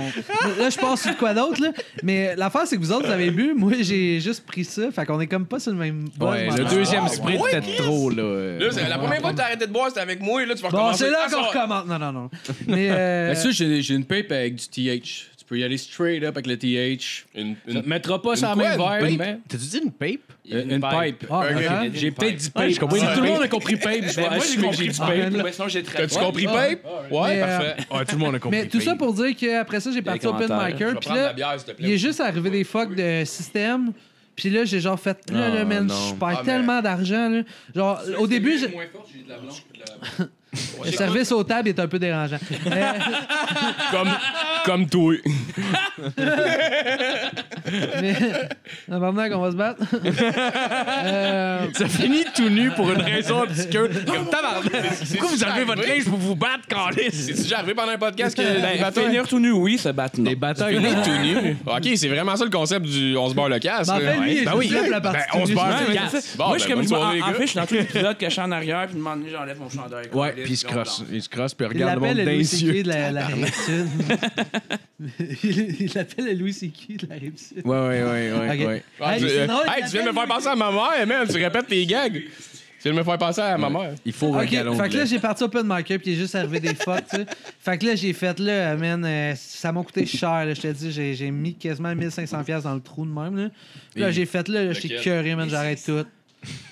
S4: Là, je passe sur quoi d'autre, là. Mais l'affaire, c'est que vous autres, vous avez bu. Moi, j'ai juste pris ça. Fait qu'on est comme pas sur le même. buzz,
S6: Ouais,
S4: mais-
S6: le deuxième sprint
S5: ouais,
S6: était trop, là.
S5: Là,
S6: euh.
S5: c'est la première fois que t'as arrêté de boire, c'était avec moi, et là, tu vas
S4: Bon,
S5: recommencer.
S4: c'est là
S5: Ah,
S4: qu'on
S5: ça-
S4: recommence. Non, non, non. Mais. euh,
S3: Ben, ça, j'ai j'ai une pipe avec du TH. Tu peux y aller straight up avec le TH.
S5: Une,
S3: Ça
S5: une...
S3: te mettra pas
S6: Une
S3: sur la
S6: quoi,
S3: même
S6: une
S3: vibe,
S6: pipe?
S3: mais.
S6: T'as-tu dit une pipe?
S3: Euh, Une pipe.
S4: ah, attends.
S3: J'ai peut-être dit pipe.
S6: je comprends.
S3: Si
S6: Ouais.
S3: tout le monde a compris pipe, je vais
S9: Ben, moi, j'ai
S3: assumer que j'ai dit
S9: compris.
S3: pipe.
S4: pipe.
S9: Ouais, sinon, j'ai très
S5: T'as-tu compris,
S4: Ouais.
S5: Pape? Ouais,
S4: Mais, euh,
S5: parfait.
S6: Ouais, tout le monde a compris.
S4: Mais tout ça
S6: pipe.
S4: pour dire qu'après ça, j'ai parti
S9: Les
S4: open
S9: commentaires.
S4: micer.
S9: Je
S5: Je vais
S4: Puis
S5: prendre
S4: là,
S5: la bière, s'il te plaît.
S4: il est juste arrivé des fucks de système. Puis là, j'ai genre fait. Là, là, man,
S6: non.
S4: je perds
S5: Ah, mais-
S4: tellement d'argent, là. Genre, au début, j'ai- *laughs* le service aux tables est un peu dérangeant. *laughs* Euh,
S5: Comme, comme toi.
S4: Mais. Un moment qu'on va se battre. Euh,
S6: Ça finit tout nu pour une raison obscure. Comme tabarnak. Pourquoi vous enlevez votre linge pour vous battre, câlisse?
S5: C'est déjà arrivé pendant un podcast que.
S9: Ben, finir tout nu, oui, se battre, non.
S6: Les batailles.
S5: Fini tout nu. Ok, c'est vraiment ça le concept du on se barre le casque.
S4: Ben, en fait,
S5: là.
S4: lui, il est
S6: Ben
S4: juste
S6: oui.
S4: là pour la partie.
S6: Ben, on se
S4: tenue.
S6: barre.
S9: Ouais, mais
S6: Yes.
S9: c'est ça.
S5: Bon,
S9: Moi,
S5: ben,
S9: je suis comme
S5: bonne
S9: une- en,
S5: soirée, les
S9: en
S5: gars.
S9: fait, je suis dans tout l'épisode que je suis en arrière, puis de moment donné, j'enlève mon chandail.
S6: Ouais,
S9: câlisse,
S6: puis il se
S9: on
S6: crosse.
S9: danse.
S6: Il se crosse, puis il
S4: Il
S6: regarde le monde
S4: l'appelle
S6: dans
S4: le Louis
S6: les
S4: C.K.
S6: yeux.
S4: de la, la Rive-Sud. *laughs* il il l'appelle le Louis C.K. de la Rive-Sud.
S6: Ouais, ouais, ouais, ouais.
S4: Ok.
S6: ouais.
S5: Ah,
S4: Hey,
S5: tu,
S4: c'est drôle,
S5: hey,
S4: il
S5: tu viens de me faire
S4: l'appelle
S5: penser à ma mère, man. Tu répètes tes gags. Tu viens de me faire penser à ma mère.
S6: Il faut un
S4: Ok,
S6: galon.
S4: fait
S6: de
S4: que là,
S6: lait.
S4: j'ai parti open micer, puis il est juste arrivé des fucks, tu sais. Fait que là, j'ai fait, là, man, euh, ça m'a coûté cher, là, je te dis, j'ai j'ai mis quasiment 1500$ piastres dans le trou de même, là. Puis Là,
S6: Et-
S4: j'ai fait, là, là, j'étais
S5: Lequel?
S4: curé, man, j'arrête tout.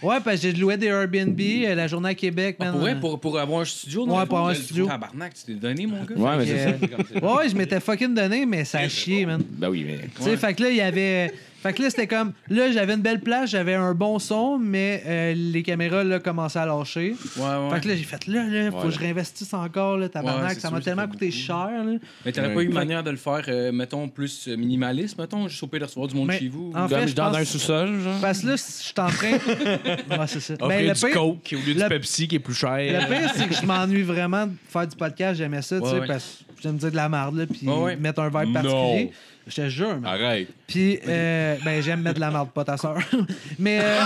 S4: Ouais, parce que j'ai loué des Airbnb euh, la journée à Québec, man.
S3: Pour, vrai, pour, pour avoir un studio, dans
S4: Ouais,
S3: le fond,
S4: pour avoir un
S3: je-
S4: studio.
S3: Tabarnak, tu t'es donné, mon gars.
S9: Ouais, mais
S4: Fait
S9: c'est ça.
S4: que, euh, ouais, je m'étais fucking donné, mais ça a chié, man.
S9: Ben oui, mais.
S4: Tu sais, fait que là, il y avait. Fait que là, c'était comme. Là, j'avais une belle place, j'avais un bon son, mais euh, les caméras, là, commençaient à lâcher.
S3: Ouais, ouais.
S4: Fait que là, j'ai fait, là, là, faut que je réinvestisse encore, là, tabarnak.
S3: Ouais, c'est
S4: ça m'a
S3: sûr,
S4: tellement
S3: c'est
S4: coûté cher, là.
S3: Mais t'aurais pas eu manière de le faire, euh, mettons, plus euh, minimaliste, mettons, juste au pire de recevoir du monde
S4: Mais
S3: chez vous.
S4: en-
S3: ou-
S9: Comme
S4: fait,
S9: je
S4: je
S9: dans
S4: pense-
S9: un sous-sol, genre.
S4: Parce que là, je suis
S3: *laughs*
S4: en train. ouais, c'est ça. Ben,
S6: Offrir
S4: le
S6: du
S4: pire,
S6: Coke au lieu du
S4: le-
S6: Pepsi qui est plus
S4: le
S6: cher.
S4: pire, c'est que je m'ennuie vraiment de faire du podcast, j'aimais ça, tu
S3: Ouais,
S4: sais,
S3: ouais.
S4: parce que j'aime dire de la merde, là, puis
S3: Ouais, ouais.
S4: mettre un vibe particulier. Je te jure, man.
S5: Arrête.
S4: Puis, euh, ben, j'aime mettre de la merde, pas ta soeur. *laughs* Mais. euh,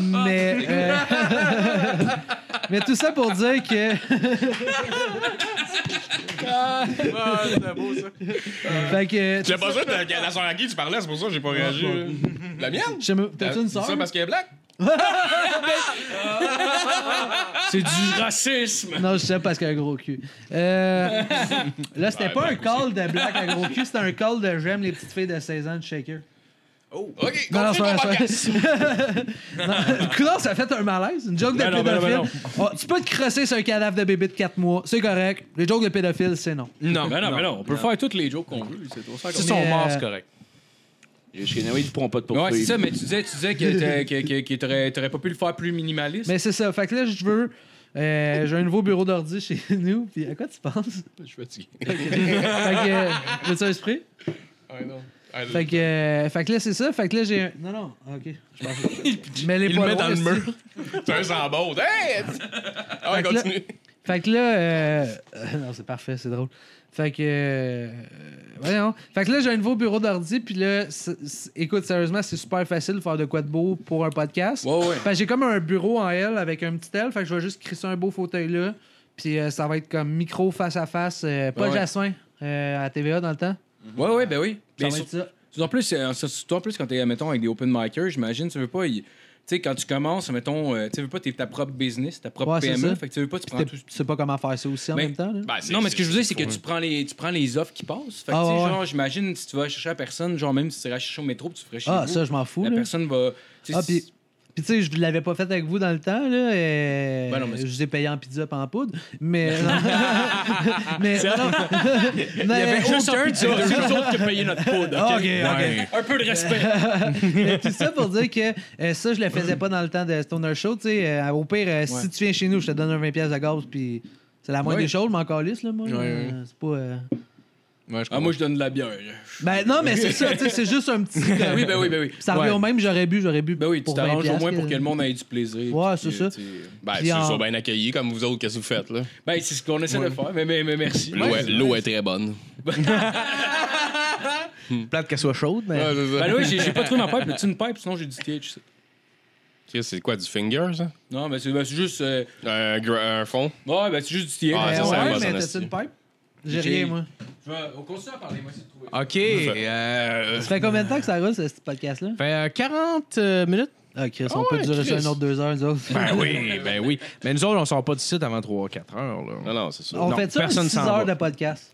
S4: mais. euh, *laughs* mais tout ça pour dire que. Fait que.
S5: J'ai pas ça, ta- la soeur à qui tu parlais, c'est pour ça que j'ai pas réagi. La mienne? Euh,
S4: Je sais même- T'as-tu une
S5: C'est
S4: soeur?
S5: ça parce qu'elle est black?
S3: C'est du Ah, racisme!
S4: Non, je sais parce qu'elle a un gros cul.
S5: *laughs*
S4: Euh, là, c'était
S5: Ouais,
S4: pas un
S5: black
S4: call de black à gros cul, c'était un call de j'aime les petites filles de 16 ans de shaker.
S5: Oh. Ok,
S4: Non, non,
S5: continue ton
S4: c'est vrai,
S5: podcast.
S4: c'est vrai. Non, coudonc, ça a fait un malaise. Une joke de
S3: non, ben non, ben
S4: pédophile. Oh, tu peux te crosser sur un cadavre de bébé de 4 mois, c'est correct. Les jokes de pédophile, c'est non.
S3: Ben Non, mais non, mais non, on peut faire toutes les jokes qu'on veut, c'est pour ça qu'on
S6: Si ils sont
S4: Mais,
S6: morts,
S4: euh,
S6: c'est correct.
S9: Les Chinois, ils pourront pas te poursuivre.
S3: Ouais, c'est ça, mais tu disais, tu disais que t'aurais que, que, que t'aurais- t'aurais pas pu le faire plus minimaliste.
S4: Mais c'est ça. Fait que là, je veux. euh, J'ai un nouveau bureau d'ordi chez *laughs* nous. Puis à quoi tu penses? *laughs*
S5: Je suis fatigué.
S4: Fait que. euh, Veux-tu un spray?
S5: Ouais, non.
S4: Fait que, euh, fait que là, c'est ça. Fait que là, j'ai un. Non, non, ok.
S6: *laughs*
S4: Je pense Mais les
S6: Il le met dans le mur.
S5: T'as un sambaude. Hey! Ah ouais,
S4: Fait que là-
S5: continue.
S4: Fait que là. euh, *laughs* non, c'est parfait, c'est drôle. Fait que. euh, Voyons. Fait que là, j'ai un nouveau bureau d'ordi. Puis là, c'est- c'est- écoute, sérieusement, c'est super facile de faire de quoi de beau pour un podcast.
S3: Ouais, ouais.
S4: Fait que j'ai comme un bureau en L avec un petit L. Fait que je vais juste crisser un beau fauteuil là. Puis euh, ça va être comme micro face à face. euh, Paul
S3: Ouais, ouais.
S4: Jasmin euh, à TVA dans le temps.
S3: Ouais, ouais, ben oui.
S4: Ça
S3: Mais
S4: va
S3: sur-
S4: être ça.
S3: Surtout en plus, euh, sur- surtout en plus quand t'es, mettons, avec des open micers, j'imagine, tu veux pas. y- Tu sais, quand tu commences, mettons, euh, tu veux pas t'es ta propre business, ta propre
S4: Ouais, c'est
S3: PME.
S4: ça.
S3: Fait que tu veux pas, tu prends
S4: T'es-
S3: tout.
S4: Tu sais pas comment faire ça aussi en
S3: Mais-
S4: même temps. Là.
S5: Ben, c'est-
S3: Non, mais ce que je veux dire, c'est que
S5: Ouais.
S3: tu prends les, tu prends les offres qui passent. Fait que,
S4: Ah,
S3: tu sais,
S4: ouais, ouais.
S3: genre, j'imagine, si tu vas chercher à personne, genre, même si tu irais chercher au métro, puis tu ferais chez
S4: Ah,
S3: vous,
S4: ça, je m'en fous.
S3: la
S4: là.
S3: personne va. tu sais,
S4: Ah,
S3: si-
S4: puis, puis tu sais, je l'avais pas fait avec vous dans le temps, là. et-
S3: Ben non, mais c'est-
S4: je vous ai payé en pizza pas en poudre.
S3: *laughs*
S4: Mais. *laughs* mais. Non, *laughs* Il y
S3: avait aucun de nous autres qui a payé notre poudre.
S4: Ah, ok,
S3: Ouais. Un peu de respect.
S4: *laughs* Mais tout ça pour dire que euh, ça, je le faisais pas dans le temps de Stoner Show. Tu sais, euh, au pire, euh, si tu viens chez nous, je te donne un 20$ de gaz, puis c'est la moindre
S3: Ouais.
S4: des choses, mais encore lisse, là, moi. là.
S6: Ouais, ouais.
S4: Euh, C'est pas. euh,
S6: Ouais, je
S3: Ah,
S6: comprends.
S3: moi, je donne de la bière.
S4: Ben non, mais c'est ça, tu sais, c'est juste un petit. comme-
S3: *laughs* oui, ben oui, ben oui.
S4: Ça revient
S6: Ouais.
S4: au même, j'aurais bu, j'aurais bu.
S3: Ben oui, tu
S4: pour
S3: t'arranges au
S4: 20$,
S3: moins
S4: puis-
S3: pour que le monde ait du plaisir.
S4: Ouais,
S3: puis
S4: c'est
S3: que,
S4: ça.
S3: tu sais, euh,
S5: Ben,
S4: Puis
S5: c'est
S4: en-
S5: sûr, bien accueilli comme vous autres, qu'est-ce que vous faites, là?
S3: Ben, c'est ce qu'on essaie de faire, mais, mais, mais merci.
S5: L'eau
S3: Ouais.
S5: est- L'eau est très bonne.
S6: plate qu'elle soit chaude, mais.
S5: Ouais, c'est ça.
S3: Ben oui, j'ai j'ai pas trouvé ma pipe. As-tu une pipe? Sinon, j'ai du THC.
S5: Chris, c'est quoi, du finger, ça?
S3: Non, mais c'est ben, c'est juste... euh,
S5: Un, gra- un fond?
S3: Ouais, ben c'est juste du THC.
S5: Ah,
S4: Euh,
S5: ça, ça
S4: ouais,
S5: va, ça,
S4: mais t'as-tu
S5: Nasty.
S4: une pipe? J'ai
S3: J'ai-
S4: rien, moi.
S3: Je vais- On continue à parler, moi, c'est de trouver.
S6: Ok. euh,
S4: Ça fait combien de temps que ça roule, ce petit podcast-là?
S6: fait euh, 40 euh, minutes.
S4: Ah, Chris, on peut durer ça un autre deux heures, nous autres.
S6: Ben oui, ben oui. Mais nous autres, on sort pas du site avant 3-4 heures. Là.
S5: Non, non, c'est ça.
S4: *laughs* on
S6: non,
S4: fait ça
S6: personne
S4: un six
S6: s'en va.
S4: heures de podcast.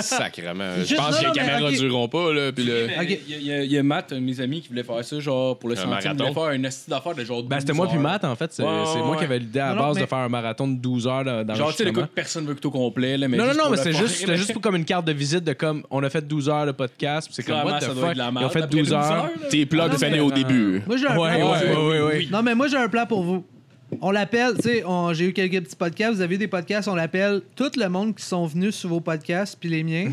S5: Sacrement.
S4: Juste-
S5: Je pense
S4: non,
S5: que les
S4: non, mais-
S5: caméras
S4: ok.
S5: dureront pas, là. Puis le...
S3: Mais Il y, a- il y a- il y a Matt, un de mes amis, qui voulait faire ça, genre, pour le
S5: Un
S3: centime. Il voulait
S5: marathon.
S3: faire un esti d'affaires de genre
S6: Ben, c'était moi puis
S3: 12 heures.
S6: Matt, en fait. C'est
S3: Ouais,
S6: c'est
S3: ouais,
S6: moi
S3: ouais.
S6: qui avais l'idée à la
S4: Non, non,
S6: base
S4: mais-
S6: de faire un marathon de 12 heures là, dans
S3: Genre, tu sais, le coup
S6: le
S3: que personne veut que tout complet, là, mais
S6: non, non,
S3: juste
S6: non,
S3: pour
S6: mais
S3: le
S6: c'est
S3: fun.
S6: juste, c'était juste pour comme une carte de visite de comme on a fait 12 heures de podcast, puis c'est comme
S3: Clairement,
S6: what the
S3: ça doit
S6: fuck.
S3: être de la
S6: Ils
S3: merde.
S6: ont fait
S3: Après
S6: 12 heures.
S3: là.
S5: Tes plugs
S4: non,
S5: faisaient
S4: mais-
S5: au début.
S4: Moi, j'ai un
S6: Ouais,
S4: plan.
S6: ouais, ouais, ouais, ouais.
S4: Non, mais moi, j'ai un plan pour vous. On l'appelle, tu sais, on- j'ai eu quelques petits podcasts, vous avez eu des podcasts, on l'appelle tout le monde qui sont venus sur vos podcasts, puis
S6: *laughs*
S4: les miens.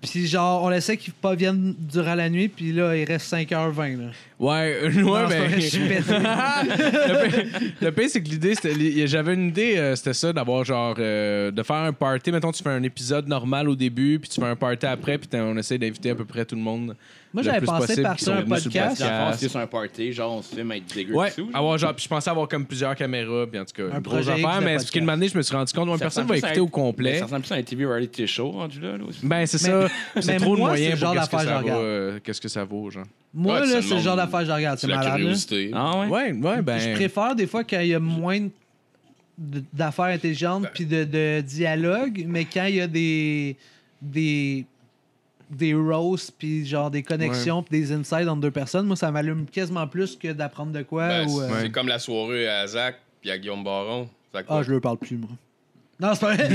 S4: puis genre, on laissait qu'ils pas viennent durant la nuit, puis là, il reste 5h20. Là.
S6: Ouais, euh, ouais,
S4: Non, c'est pas vrai,
S6: mais.
S4: je suis pété.
S6: *laughs* le pire- le pire, c'est que l'idée, c'était- li- j'avais une idée, euh, c'était ça, d'avoir genre, euh, de faire un party. Mettons, tu fais un épisode normal au début, puis tu fais un party après, puis t'as- on essaie d'inviter à peu près tout le monde.
S4: Moi,
S6: le
S4: j'avais
S6: plus
S4: pensé
S6: possible
S4: par
S6: qui
S4: ça,
S6: sont
S4: un
S6: venus sur le
S4: podcast.
S9: Dans le fond, c'est juste un party, genre, on se filme avec des gueux
S6: Ouais,
S9: dessous, genre.
S6: avoir genre, puis je pensais avoir comme plusieurs caméras, puis en tout cas,
S4: Un
S6: une grosse
S4: projet X
S6: affaire, mais
S4: de podcast.
S6: parce qu'une année, je me suis rendu compte, ouais,
S9: Ça
S6: personne
S9: ressemble
S6: va
S9: plus à
S6: écouter
S9: un-
S6: au complet.
S9: Ça ressemble plus à un TV reality show, rendu là, là, aussi.
S6: Ben, c'est ça.
S4: mais
S6: C'est trop de
S4: moi, c'est
S6: moyens
S4: le
S6: pour
S4: genre
S6: qu'est-ce que
S4: d'affaire
S6: ça
S4: que je
S6: vaut,
S4: regarde.
S6: euh, qu'est-ce que ça vaut, genre.
S4: Moi,
S5: Ouais,
S4: là,
S5: le
S4: c'est le genre
S5: monde-
S4: d'affaire que je regarde, c'est
S5: C'est la
S4: malade. là.
S5: curiosité.
S9: Ah ouais?
S6: Ouais, ouais, ben.
S4: Je préfère des fois quand il y a moins de- d'affaires
S5: Ben.
S4: intelligentes puis de, de dialogue, mais quand il y a des des des roasts puis genre des connexions puis des insides entre deux personnes, moi ça m'allume quasiment plus que d'apprendre de quoi
S5: Ben,
S4: ou
S5: c'est
S4: euh,
S5: c'est comme la soirée à Zach puis à Guillaume Baron. Zach,
S4: ah je le parle plus moi. Non,
S5: *laughs*
S4: c'est pas vrai.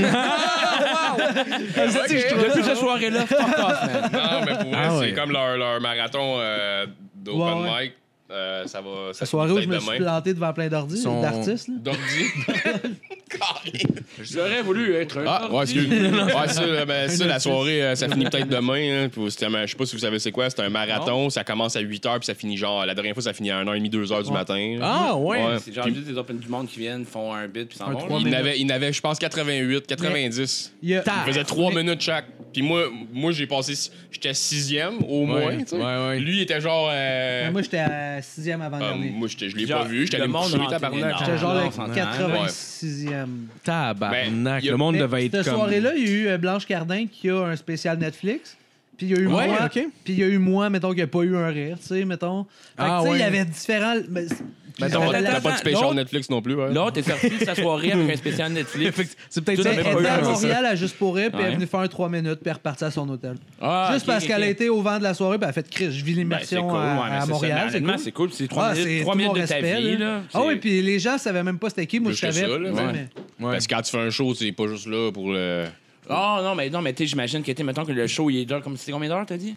S4: C'est-tu que je trouve ça drôle?
S3: soirée-là, fuck off, man.
S5: Non, mais pour vrai,
S6: Ah
S5: c'est
S6: ouais.
S5: comme leur, leur marathon euh, d'open
S4: Ouais, ouais.
S5: mic. Euh, ça va. Ça
S4: La soirée où je me
S5: peut-être
S4: suis
S5: demain.
S4: planté devant plein d'ordi
S6: Son-
S4: d'artistes là. *laughs*
S5: D'ordi.
S9: J'aurais voulu être un
S5: Ah, ouais,
S9: party.
S5: excuse. ouais, ça, là, ben, ça, la soirée, euh, ça finit peut-être demain. hein, puis c'était un- je sais pas si vous savez c'est quoi. C'est un marathon. Ça commence à 8 h, puis ça finit genre. La dernière fois, ça finit à 1h30, 2h du matin.
S6: Ah, ouais.
S5: Ouais.
S9: C'est genre
S5: Puis
S9: juste des open du monde qui viennent, font un bit, puis s'en vont.
S5: Il n'avait, il n'avait, je pense, 88, 90.
S4: Il y a-
S5: Il faisait 3 minutes chaque. Puis moi, moi j'ai passé. si- J'étais sixième au moins. tu sais.
S6: ouais, ouais.
S5: Lui, il était genre. euh,
S4: Ben, Moi j'étais à sixième avant
S5: euh,
S4: dernier.
S5: moi, j'étais- je l'ai pas vu. J'étais allé me coucher, tabarnak.
S4: J'étais genre
S9: Ah,
S4: le
S9: on
S5: hein?
S9: s'entend, là.
S4: 86e.
S6: Tabarnak,
S5: Ben, y a-
S6: le monde
S4: Mais
S6: devait être
S4: cette
S6: comme.
S4: soirée-là, il y a eu euh, Blanche Cardin qui a un spécial Netflix. Puis il y a eu
S6: Ouais,
S4: moi,
S6: ok.
S4: puis il y a eu moi, mettons, qui a pas eu un rire, tu sais, mettons. Fait que,
S6: Ah,
S4: tu sais, il
S6: ouais.
S4: y avait différents... mais-
S5: T'as
S4: Attends,
S5: pas- T'as
S4: attends,
S5: pas de
S9: l'autre-
S5: spécial Netflix non plus, ouais.
S9: L'autre est sorti de sa soirée avec un spécial Netflix.
S6: C'est peut-être
S9: Tout
S6: ça.
S9: à
S4: Elle
S9: fait
S6: même
S4: était
S6: pas
S4: à
S6: eu, hein, ça.
S4: Montréal à Juste pour rire, puis elle est
S9: Ouais.
S4: venue faire un 3 minutes, puis elle est repartie à son hôtel.
S9: Ah,
S4: Juste
S9: ok,
S4: parce
S9: ok,
S4: qu'elle
S9: ok.
S4: a été au vent de la soirée, puis elle a fait Chris, je vis
S9: Ben,
S4: l'immersion
S9: cool,
S4: à,
S9: ouais, mais
S4: à
S9: c'est ça,
S4: Montréal. C'est
S9: honnêtement,
S4: cool.
S9: C'est cool, c'est 3
S4: Ah,
S9: minutes,
S4: c'est
S9: trois
S4: tout mon
S9: minutes de ta
S4: respect,
S9: vie.
S4: là.
S9: là.
S4: Ah oui,
S9: C'est-
S4: puis les gens savaient même pas c'était qui, moi je
S5: Plus que
S4: savais.
S5: ça, là,
S4: tu sais,
S5: ouais.
S4: mais-
S6: Ouais.
S5: Parce que quand tu fais un show, c'est pas juste là pour le.
S9: Ah non, mais non, mais tu sais, j'imagine que, tu sais, mettons que le show, il est d'heure, comme c'est combien d'heures, t'as dit?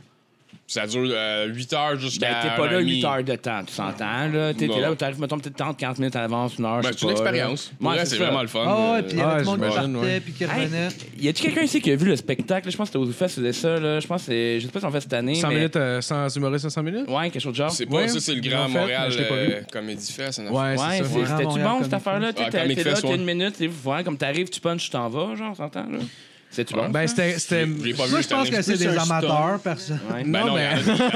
S5: Ça dure euh, 8 heures
S9: Ben,
S5: jusqu'à.
S9: t'es pas là 8
S5: 1h30.
S9: heures de temps, tu s'entends, là. T'es t'es
S5: Non.
S9: là où t'arrives, mettons, peut-être 30, 40 minutes à l'avance, une heure.
S5: Ben,
S9: je sais
S5: c'est une
S9: pas, là.
S5: expérience. Pour
S9: Ouais,
S5: vrai,
S9: c'est
S5: c'est
S9: ça.
S5: vraiment le fun. euh,
S4: Ah ouais, puis il y avait
S6: Ouais,
S4: tout le monde qui
S6: j'imagine,
S4: partait
S6: ouais.
S4: puis qui
S9: Hey,
S4: revenait.
S9: y a-tu quelqu'un ici qui a vu le spectacle? Je pense que c'était au Fest, c'était ça, là. Je pense que c'est. Je sais pas si on fait cette année.
S6: 100
S9: mais...
S6: minutes, euh, sans humoristes à 100 minutes?
S9: Ouais, quelque chose de genre.
S5: C'est pas
S6: Ouais,
S5: ça, c'est le
S6: ils
S5: grand
S6: l'ont fait,
S5: Montréal
S6: mais je l'ai pas vu.
S5: euh, Comedy Fest. hein,
S6: Ouais,
S9: Ouais,
S6: c'est ça.
S9: c'est-
S4: Grand
S9: c'était-tu
S4: Montréal
S9: bon
S4: Comic
S9: cette affaire-là? Tu
S5: Ah,
S9: sais, t'es
S5: Comic
S9: t'es là,
S5: Fest,
S9: t'as
S5: ouais.
S9: une minute, t'es- ouais, comme t'arrives, tu punches, tu t'en vas, genre, on s'entend, là? C'est-tu bon?
S6: Ben, c'était. c'était-
S5: Je l'ai pas vu
S4: Moi, je
S5: cette
S4: pense
S5: année.
S4: que c'est
S3: plus
S4: des
S3: un stunt.
S4: amateurs, personne.
S9: Ouais.
S5: Ben
S6: Non,
S5: non, il y en a-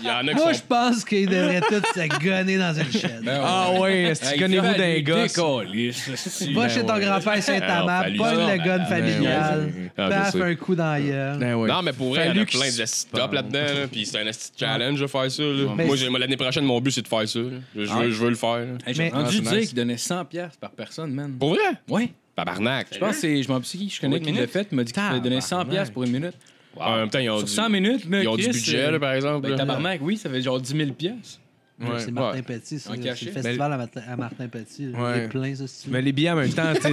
S5: il y en a qui
S4: *laughs*
S5: sont
S4: Moi, je pense qu'ils devraient tous se gonner dans une chaîne.
S6: Ah ouais, est-ce que connais-vous d'un gosse?
S3: *laughs* ben
S4: Va chez ton grand-père
S5: Ah,
S4: Saint-Amand,
S5: non,
S4: pas
S5: fallu
S4: le
S5: ça.
S4: gun familial.
S5: Ah, je
S4: Paf,
S5: sais.
S4: un coup dans euh, la gueule.
S6: Ben ouais.
S5: Non, mais pour vrai, il y en
S6: Fallu
S5: a
S6: qu'il
S5: plein de
S6: se
S5: esti top là-dedans. là, Puis c'est un esti challenge de faire ça. là.
S4: Mais
S5: Moi,
S4: c'est-
S5: j'ai- moi, l'année prochaine, mon but, c'est de faire ça. là. Je, je veux, je veux le faire. là.
S3: Hey, J'ai
S4: Mais-
S3: entendu
S6: Ah, c'est
S3: dire
S6: nice.
S3: qu'il donnait 100$ piastres par personne, man.
S5: Pour vrai?
S3: Ouais.
S5: Tabarnak.
S3: Je pense que c'est. Je m'en rappelle plus qui je connais
S9: Pour une
S3: qui l'a
S9: minute?
S3: fait. Il m'a dit qu'il fallait donner 100$ piastres pour une minute.
S5: En même temps, ils ont
S3: Sur
S5: du,
S3: 100 minutes, là,
S5: ils ont du
S3: Chris,
S5: budget,
S3: euh,
S5: là, par exemple.
S3: Ben,
S5: là.
S3: tabarnak, oui, ça fait genre 10 000 piastres.
S6: Ouais.
S4: C'est Martin Petit, ça.
S3: En
S4: C'est le
S3: cachet.
S4: festival à Martin- à Martin Petit. là. Il
S6: Ouais. Ben,
S4: est plein, ça, si tu veux.
S6: Mais les billets en même temps, tu sais,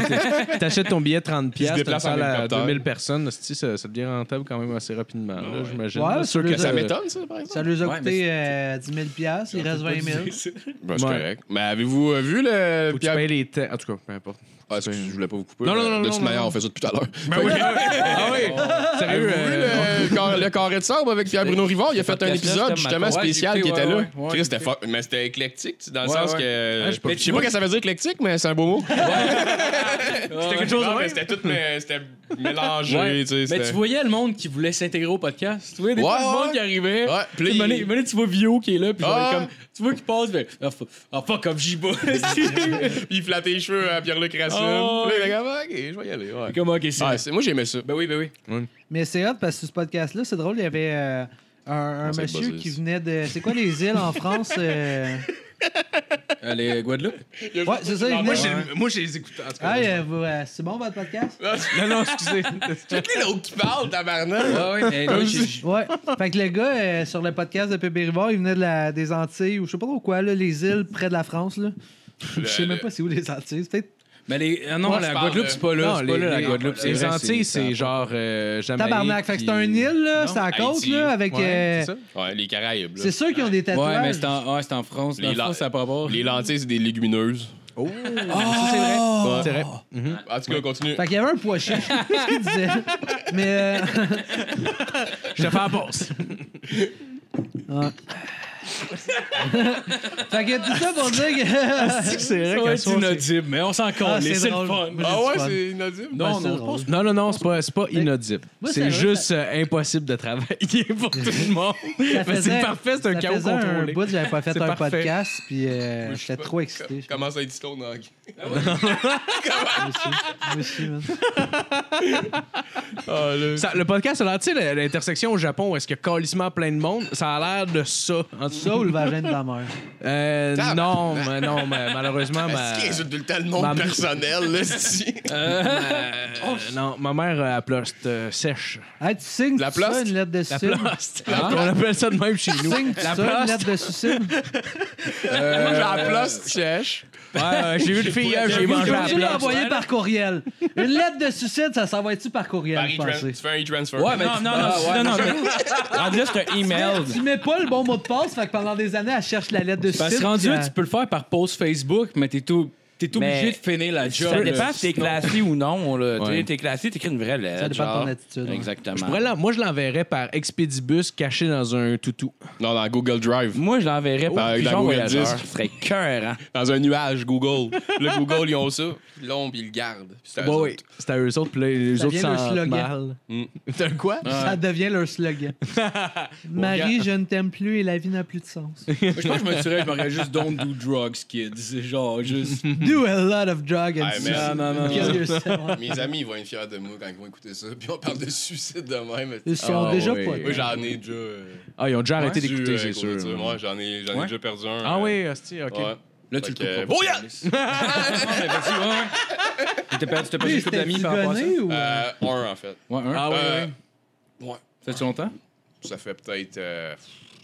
S6: t'es- t'achètes ton billet 30 pièces, t'as une
S5: déplacent en
S6: salle à
S5: hélicoptère.
S6: 2000 personnes, hostie, ça, ça devient rentable quand même assez rapidement, là, j'imagine.
S4: Ouais,
S6: Là,
S4: c'est le-
S5: Ça
S4: Euh,
S5: m'étonne, ça, par exemple.
S4: Ça leur a
S3: Ouais,
S4: coûté euh, 10 000 il reste 20 000
S3: *laughs*
S5: Ben, c'est
S6: Ouais.
S5: correct. Mais avez-vous euh, vu le.
S6: Faut que tu
S5: Pierre-
S6: payes les temps. En tout cas, peu importe.
S5: Ah, excusez, je voulais pas vous couper.
S6: Non,
S5: mais
S6: non, non,
S5: De
S6: non,
S5: toute
S6: non,
S5: manière,
S6: non.
S5: on fait ça depuis tout à l'heure.
S6: Ben oui! ah oui! Sérieux?
S5: Avez-vous vu
S6: euh,
S5: le, car- le carré de sable avec Pierre-Bruno Rivard? Il a
S9: ce
S5: fait un
S9: podcast-là,
S5: épisode
S9: c'était
S5: justement
S9: ma-
S3: ouais,
S5: spécial
S3: j'ai
S5: qui
S3: écouté,
S5: était
S3: ouais,
S5: là.
S3: ouais, ouais,
S5: Chris,
S3: j'ai
S5: c'était
S3: écouté.
S5: fort. Mais c'était éclectique, tu sais, dans le
S3: Ouais,
S5: sens
S3: ouais.
S5: que.
S6: Ah, j'ai pas
S5: je sais pas
S3: vu.
S5: que ça veut dire éclectique, mais c'est un beau mot.
S3: C'était
S6: quelque chose de
S5: Non, mais
S6: même.
S5: C'était tout mais c'était mélangé,
S3: Ouais.
S5: tu sais.
S3: Mais
S5: c'était-
S3: tu voyais le monde qui voulait s'intégrer au podcast. Tu vois, des
S5: Ouais,
S3: fois, le monde
S5: ouais.
S3: qui arrivait. *laughs*
S5: Ouais, puis
S3: Tu sais,
S5: là,
S3: mané-
S5: il-
S3: mané, tu vois Vio qui est là, puis genre,
S5: Ah.
S3: il est comme, tu vois qu'il passe, ben, ah, fuck, ah, fuck, comme j'y *laughs*
S5: *laughs*
S3: vais.
S5: il flattait les cheveux à Pierre-Luc Racine.
S3: Oh.
S5: Puis là, il était comme, Ah, ok, je vais y aller. ouais.
S3: Comment, ok, c'est.
S5: Ah, c'est- moi, j'aimais ça.
S3: Ben oui, ben oui.
S4: Mais c'est hot parce que sur ce podcast-là, c'est drôle, il y avait euh, un, un
S5: On s'est
S4: monsieur
S5: buzzé,
S4: qui
S5: ça.
S4: venait de. C'est quoi les îles en France euh?
S3: Allez, Guadeloupe.
S4: Ouais, c'est ça, il venait.
S6: moi, j'ai les écouteurs. en tout cas.
S4: Ah, euh, vous, euh, c'est bon votre podcast?
S6: Non, non, excusez.
S5: Toutes les autres qui parlent, tabarnak.
S3: Ah ouais, mais là, j'ai- j'ai-
S4: Ouais. Fait que le gars, euh, sur le podcast de Pébé Rivard, il venait de la, des Antilles ou je sais pas trop quoi, là, les îles près de la France.
S6: Euh,
S4: Là. je sais
S5: Le-
S4: même pas c'est où les Antilles. c'est Peut-être
S3: Mais les. Ah non,
S5: Ouais,
S3: la
S5: je parle
S3: Guadeloupe,
S5: de-
S3: c'est pas là.
S6: Non,
S3: C'est pas là, la Guadeloupe. c'est
S6: les
S3: vrai,
S6: Antilles, c'est genre euh, Jamaïque.
S4: Tabarnak. Fait que c'est
S6: puis-
S4: un île, là, c'est à la côte,
S5: Haïti.
S4: là, avec.
S6: Ouais,
S4: euh,
S6: c'est ça.
S5: Ouais, les Caraïbes. là.
S4: c'est sûr qu'ils ont des tatouages.
S3: Ouais, mais c'est en, ouais, c'est en France.
S5: Les
S3: Dans le fond,
S5: la-
S3: ça a pas rapport.
S5: Les lentilles, c'est des légumineuses.
S6: Oh! Ça, c'est vrai.
S5: Ouais.
S6: C'est vrai.
S5: En tout cas, continue.
S4: Fait qu'il y avait un pois *laughs* chiche, ce qu'il disait. Mais. euh,
S6: Je te fais la pause.
S4: Ouais. *laughs* fait que tout ça pour dire *laughs* que.
S6: C'est vrai
S3: Ça va être inaudible, mais on s'en compte.
S4: Ah, c'est
S3: C'est le
S4: drôle.
S3: fun.
S4: Moi, j'ai
S5: Ah
S4: du
S5: ouais,
S4: fun.
S5: c'est inaudible.
S4: Ben,
S3: Non,
S4: c'est
S3: non,
S4: drôle.
S6: Non, non, non, c'est pas, c'est pas inaudible.
S4: Moi, ça
S6: c'est
S4: veut-
S6: juste euh, impossible de travailler *laughs* pour tout le monde.
S4: Ça
S6: Mais *laughs*
S4: faisait-
S6: c'est parfait, c'est un
S4: ça
S6: chaos
S4: faisait
S6: contrôlé.
S4: un bout que j'avais pas fait
S6: C'est
S4: un
S6: parfait.
S4: podcast, puis euh, j'étais trop excité.
S5: Com- Commence à être slow, Nog.
S4: Moi aussi. Moi aussi, man.
S5: Ah, là.
S6: Ça- le podcast, ça a l'air, tu sais, la- l'intersection au Japon où est-ce qu'il y a calissement plein de monde, ça a l'air de ça. En tout
S4: Ça ou le vagin de ta mère?
S6: Euh,
S5: Tabarnak.
S6: non, mais non, mais
S4: *laughs*
S6: malheureusement, ma, euh,
S5: Est-ce qu'il insulte tout le temps le
S6: ma-
S5: monde personnel, là,
S3: *laughs*
S5: si?
S6: euh, non, ma mère euh, elle pleure, c'est, euh, sèche.
S4: Hey, tu signes
S5: La
S4: tout ça,
S5: place?
S4: une lettre de
S6: La
S4: suicide?
S6: plaste. On appelle ça de
S4: *laughs*
S6: même chez nous.
S4: Tu signes Ah. tout
S6: La
S4: ça, une
S6: plaste.
S4: lettre de suicide?
S5: Moi, j'ai la place sèche.
S6: Ouais, ouais, j'ai vu une fille hier, j'ai
S4: Vous
S6: mangé
S4: pouvez-tu
S6: la plaste.
S4: l'envoyer par courriel? Une lettre de suicide, ça s'envoie-tu par courriel,
S5: Paris
S4: vous
S5: trans- Tu
S4: pensez?
S5: fais un e-transfer.
S9: Ouais, mais non, non, non, non, *laughs* non, mais- Rendu là, c'est un email.
S4: Tu mets pas le bon mot de passe, fait que pendant des années, elle cherche la lettre de
S3: Parce
S4: suicide.
S3: que rendu là,
S4: puis
S3: tu peux le faire par post Facebook, mais t'es tout. T'es obligé
S9: Mais-
S3: de finir la job.
S9: Ça
S3: là.
S9: dépend si t'es classé ou non. là.
S6: Ouais.
S9: T'es- T'es classé, t'écris une vraie lettre.
S4: Ça dépend de
S9: genre.
S4: ton attitude, ouais.
S9: Exactement.
S6: Je pourrais l'en- moi, je l'enverrais par expédibus caché dans un toutou.
S5: Non, dans Google Drive.
S9: Moi, je l'enverrais
S5: Oh,
S9: par
S5: avec la
S9: pigeon
S5: Google
S9: voyageur.
S5: Disc.
S9: Ce serait cœur, hein?
S5: Dans un nuage, Google. Là, Google, ils ont ça. Puis l'ombre, ils le gardent. Puis c'est
S3: Bah
S5: à eux
S6: Ouais, ouais.
S5: autres.
S6: C'était à eux autres, puis là, les
S4: Ça
S6: autres
S4: devient leur
S6: s'en
S4: slogan.
S6: mal. T'as un quoi?
S4: Ça devient leur slogan. Marie, je ne t'aime plus et la vie n'a plus de sens.
S3: Moi, Je pense que je me dirais, je m'aurais juste Don't do drugs, kids. Genre, juste.
S4: Do a lot of drugs and
S5: Ah, mais-
S4: stuff.
S3: Non, non, non.
S4: Kill yourself.
S3: *laughs*
S5: Mes amis, ils vont être fiers de moi quand ils vont écouter ça. Puis on parle de suicide de même.
S4: Ils sont
S6: Ah,
S4: déjà
S6: oui.
S4: pas.
S5: Moi, j'en ai déjà. euh,
S6: Ah, ils ont déjà arrêté
S5: dû,
S6: d'écouter,
S5: euh,
S6: c'est
S5: courir
S6: sûr.
S5: dessus. Moi, j'en ai, j'en ai
S3: Ouais.
S5: déjà perdu un.
S6: Ah
S5: euh,
S6: oui, hostie, OK.
S5: Ouais.
S3: Là, tu
S5: Fait
S3: le
S5: que,
S3: coupes.
S5: bon,
S3: pas. Non, mais vas-y, ouais, ouais. Tu t'es perdu, t'as perdu une couple d'amis par rapport à ça?
S4: C'était-tu gonné ou-
S5: Euh, un, en fait.
S3: *laughs* Ouais, un.
S6: Ah oui,
S5: Euh,
S6: oui.
S5: Ouais.
S3: Fais-tu longtemps?
S5: Ça fait peut-être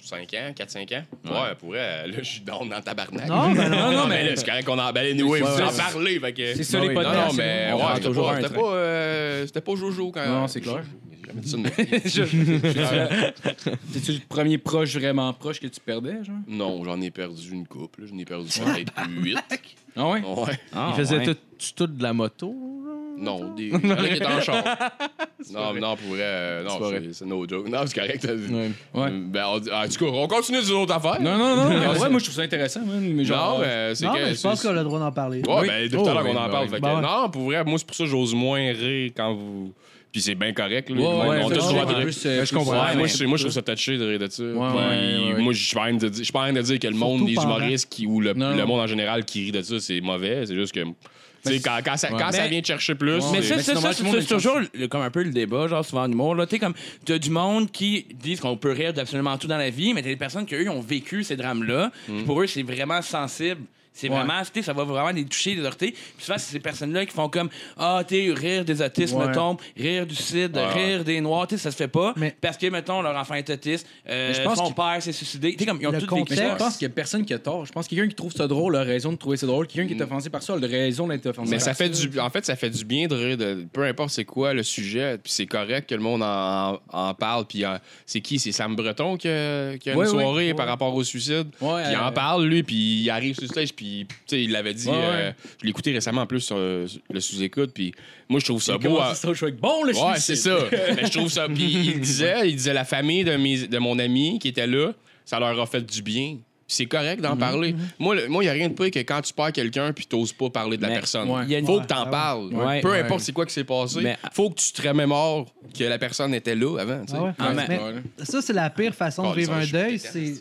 S5: 5 ans, 4-5 ans. Ouais, pour elle, là, je suis down dans le tabarnak.
S4: Non, mais
S5: *laughs* non,
S4: non.
S5: non, mais là, c'est correct qu'on en balait anyway, vous en parlez, fait que...
S3: C'est ça, les
S6: oui.
S5: Non,
S3: podcasts. hein.
S5: non, mais
S3: on
S5: ouais,
S3: parle
S5: c'était
S3: toujours
S5: pas,
S3: un
S5: c'était
S3: train.
S5: pas, euh, c'était pas Jojo quand
S3: Non, c'est clair.
S5: Je- j'aurais mis
S3: *laughs*
S5: ça de ma vie.
S3: C'est-tu le premier proche vraiment proche que tu perdais, genre?
S5: Non, j'en ai perdu une couple. là. J'en ai perdu peut-être huit.
S3: Ah ouais?
S5: Ouais.
S9: Ah,
S6: Il faisait
S9: ouais.
S6: tout, tout de la moto. genre?
S5: Non, des. Il y en a qui étaient en char. Non, mais non, pour vrai. euh, non, c'est- c'est no joke. Non, c'est correct.
S3: Ouais.
S5: Ben, on, en tout cas, on continue sur d'autres affaires.
S3: Non,
S5: *laughs*
S3: non, non. ouais, moi, je trouve ça intéressant, man, mais genre...
S5: Non, mais euh, c'est
S4: Non,
S5: que.
S4: mais je
S5: c'est-
S4: pense qu'on a le droit d'en parler.
S5: Ouais,
S6: Oui.
S5: ben, depuis tout à l'heure
S6: Oh,
S5: qu'on en
S6: oui,
S5: parle.
S6: ben
S5: fait
S4: oui.
S5: que-
S4: Ben
S5: Non, pour vrai, moi, c'est pour ça que j'ose moins rire quand vous. Puis c'est bien correct. Là.
S3: Ouais,
S5: On-
S3: ouais,
S5: on
S3: c'est
S5: a tous le
S3: genre
S5: droit de
S3: en
S5: rire.
S3: plus, euh,
S5: Ouais, je comprends.
S3: plus-
S5: Ouais,
S3: ouais,
S5: moi, je, moi, je trouve ça touché de rire de ça. Puis,
S3: ouais, ouais.
S5: Moi, je suis pas en train de dire- je suis pas en train de dire que le monde, les
S4: par an.
S5: humoristes qui, ou le,
S3: Non.
S5: le monde en général qui rit de ça, c'est mauvais. C'est juste que. tu sais, quand, quand ça, quand ça
S9: Mais-
S5: vient te chercher plus.
S9: Mais
S5: c'est-
S9: ça,
S3: mais c'est
S9: ça, ça,
S3: normal,
S9: c'est
S3: tout le monde
S9: ça, c'est
S3: a une
S9: toujours le- comme un peu le débat, genre souvent en humour. là. T'es comme, t'as du monde qui disent qu'on peut rire d'absolument tout dans la vie, mais t'as des personnes qui, eux, ont vécu ces drames-là. Puis Pour eux, c'est vraiment sensible. C'est
S3: Ouais.
S9: vraiment, tu sais, ça va vraiment les toucher, les heurter. Puis souvent, c'est ces personnes-là qui font comme, ah, tu sais, rire des autistes,
S3: Ouais.
S9: mettons, rire du CID,
S5: Ouais.
S9: rire des noirs, tu sais, ça se fait pas.
S4: Mais-
S9: Parce que, mettons, leur enfant est autiste, euh,
S3: Mais je pense
S9: son
S3: que-
S9: père s'est suicidé. Tu sais, comme, ils ont
S4: Le
S9: tous vécu
S3: Mais
S9: ça.
S3: je pense qu'il y a personne qui a tort. Je pense que quelqu'un qui trouve ça drôle a raison de trouver ça drôle. Quelqu'un qui est offensé par ça a la raison d'être offensé
S5: Mm. Mais ça
S3: par
S5: fait du, en fait, ça fait du bien de rire de peu importe c'est quoi le sujet, puis c'est correct que le monde en, en parle, puis euh, c'est qui, c'est Sam Breton qui a, qui a une
S3: Ouais, ouais,
S5: soirée
S3: ouais.
S5: par rapport au suicide,
S3: Ouais,
S5: puis il
S3: euh,
S5: en parle lui, puis il arrive sur le stage, puis tu sais, il l'avait dit,
S3: Ouais, ouais.
S5: euh, je l'ai écouté récemment en plus sur euh, le sous-écoute, puis moi je trouve ça
S3: Il
S5: beau.
S3: commence
S5: à-
S3: ça, je suis avec, bon,
S9: *laughs*
S3: le
S5: Ouais, c'est
S3: suicide.
S5: ça. Mais je trouve ça. Puis il disait, il disait la famille de, mes, de mon ami qui était là, ça leur a fait du bien. Puis c'est correct
S9: Mhm.
S5: d'en parler. Moi, le- moi, il n'y a rien de pire que quand tu perds quelqu'un puis t'oses pas parler de la
S9: Mais-
S5: personne.
S3: Ouais.
S9: Il y a une-
S5: Faut
S9: Ouais, Ah
S5: que t'en parles.
S9: Ouais,
S5: Peu
S9: ouais.
S5: importe c'est quoi qui s'est passé,
S9: Mais-
S5: faut que tu te remémores que la personne était là avant. tu sais.
S4: Ah ouais.
S9: Ah, mais-
S4: Mais ça, c'est la pire façon
S5: Oh,
S4: de vivre
S5: ça,
S4: un
S5: je
S4: deuil.
S5: déteste.
S4: C'est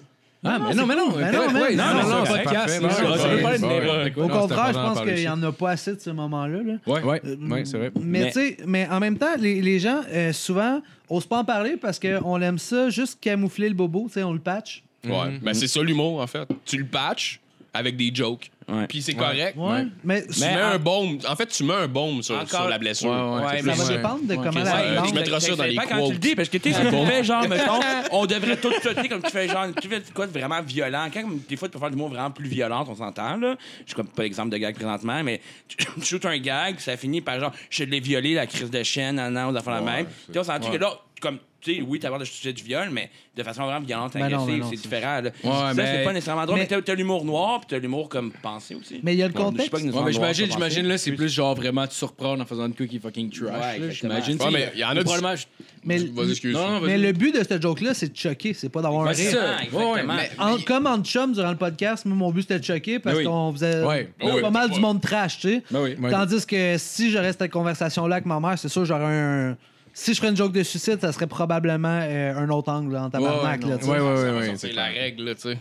S3: Ah, mais non, mais non.
S4: Mais non, mais- non, non,
S6: non,
S3: c'est
S6: c'est
S3: podcast. là.
S6: parfait, non,
S3: Ça
S6: c'est-
S3: peut parler de
S6: ouais,
S3: n'importe quoi.
S4: Au
S6: Non, c'est
S4: contraire, je
S6: important d'en
S4: pense
S6: parler
S4: qu'il n'y
S6: ici.
S4: en a pas assez de ce moment-là. là.
S6: Ouais, ouais, ouais, c'est vrai.
S4: Mais, tu
S9: Mais-
S4: sais, mais en même temps, les, les gens, euh, souvent, osent pas en parler parce qu'on aime ça, juste camoufler le bobo, tu sais, on le patch.
S9: Mhm.
S5: Ouais. Ben, c'est ça l'humour, en fait. Tu le patches avec des jokes.
S9: Ouais.
S5: Puis c'est correct.
S4: Ouais. Mais,
S5: Tu
S9: Mais
S5: mets
S9: en-
S5: un bombe. En fait, tu mets un bombe sur,
S9: Encore-
S5: sur la blessure.
S9: ouais,
S5: C'est
S9: mais-
S5: plus
S4: ça va
S5: ça.
S4: dépendre de comment
S5: ça,
S4: la
S5: euh,
S4: langue.
S5: je mettrais ça dans les
S9: pas quand tu
S5: quotes.
S9: le dis, parce que tu sais, si tu
S3: *laughs*
S9: fais genre, mettons, on devrait tout sauter comme tu fais genre, tu fais de quoi de vraiment violent. Quand comme, des fois tu peux faire du mot vraiment plus violent, on s'entend, là. Je suis pas l'exemple de gag présentement, mais tu tu *laughs* shootes un gag, ça finit par genre, je l'ai violé, la crise de chienne, nan, nan, aux enfants la même. Puis on s'entend que là, comme, tu sais, oui, t'as le sujet du viol, mais de façon vraiment violente,
S4: Ben non, ben
S9: agressive,
S4: non,
S9: c'est
S4: ça,
S9: différent, là.
S3: Ouais,
S9: Ça,
S3: mais-
S9: c'est pas nécessairement drôle, mais,
S4: mais-
S9: t'as- t'as l'humour noir, puis t'as l'humour comme pensée aussi.
S4: Mais il y a le
S9: Bon, je sais
S4: contexte.
S9: pas que nous
S3: Ouais,
S9: sommes
S3: mais
S9: noirs,
S3: j'imagine,
S9: ça, pensée.
S3: j'imagine là, c'est plus genre vraiment te surprendre en faisant une truc qui est fucking
S9: Ouais,
S3: trash. là,
S9: exactement.
S3: j'imagine.
S5: Ouais, mais il y en a du-
S3: Probablement, je-
S4: mais,
S5: Vas-y, excuse.
S3: Non, non,
S4: mais
S3: vas-y.
S4: le but de ce joke-là, c'est de choquer, c'est pas d'avoir un
S3: Ouais, c'est
S4: rire.
S3: ça.
S9: Ah,
S3: Ouais, ouais,
S9: exactement.
S3: mais-
S4: En- comme en chum durant le podcast, moi, mon but c'était de choquer parce
S3: Oui.
S4: qu'on faisait
S6: Ouais.
S4: pas
S5: Oui.
S4: mal du monde trash, tu sais.
S3: Ben oui.
S6: Ouais.
S4: Tandis que si j'aurais cette conversation-là avec ma mère, c'est sûr j'aurais un. Si je ferais une joke de suicide, ça serait probablement euh, un autre angle là, en tabarnak. là, tu sais.
S6: Ouais, ouais, ouais, ouais,
S5: C'est la règle, là, tu sais.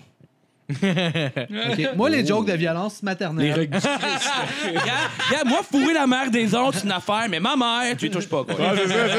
S4: Ok. Moi, les jokes de violence maternelle.
S3: Les règles
S9: Regarde, regarde, moi, fourrer la mère des autres, c'est une affaire, mais ma mère, tu y touches pas, quoi.
S3: *laughs*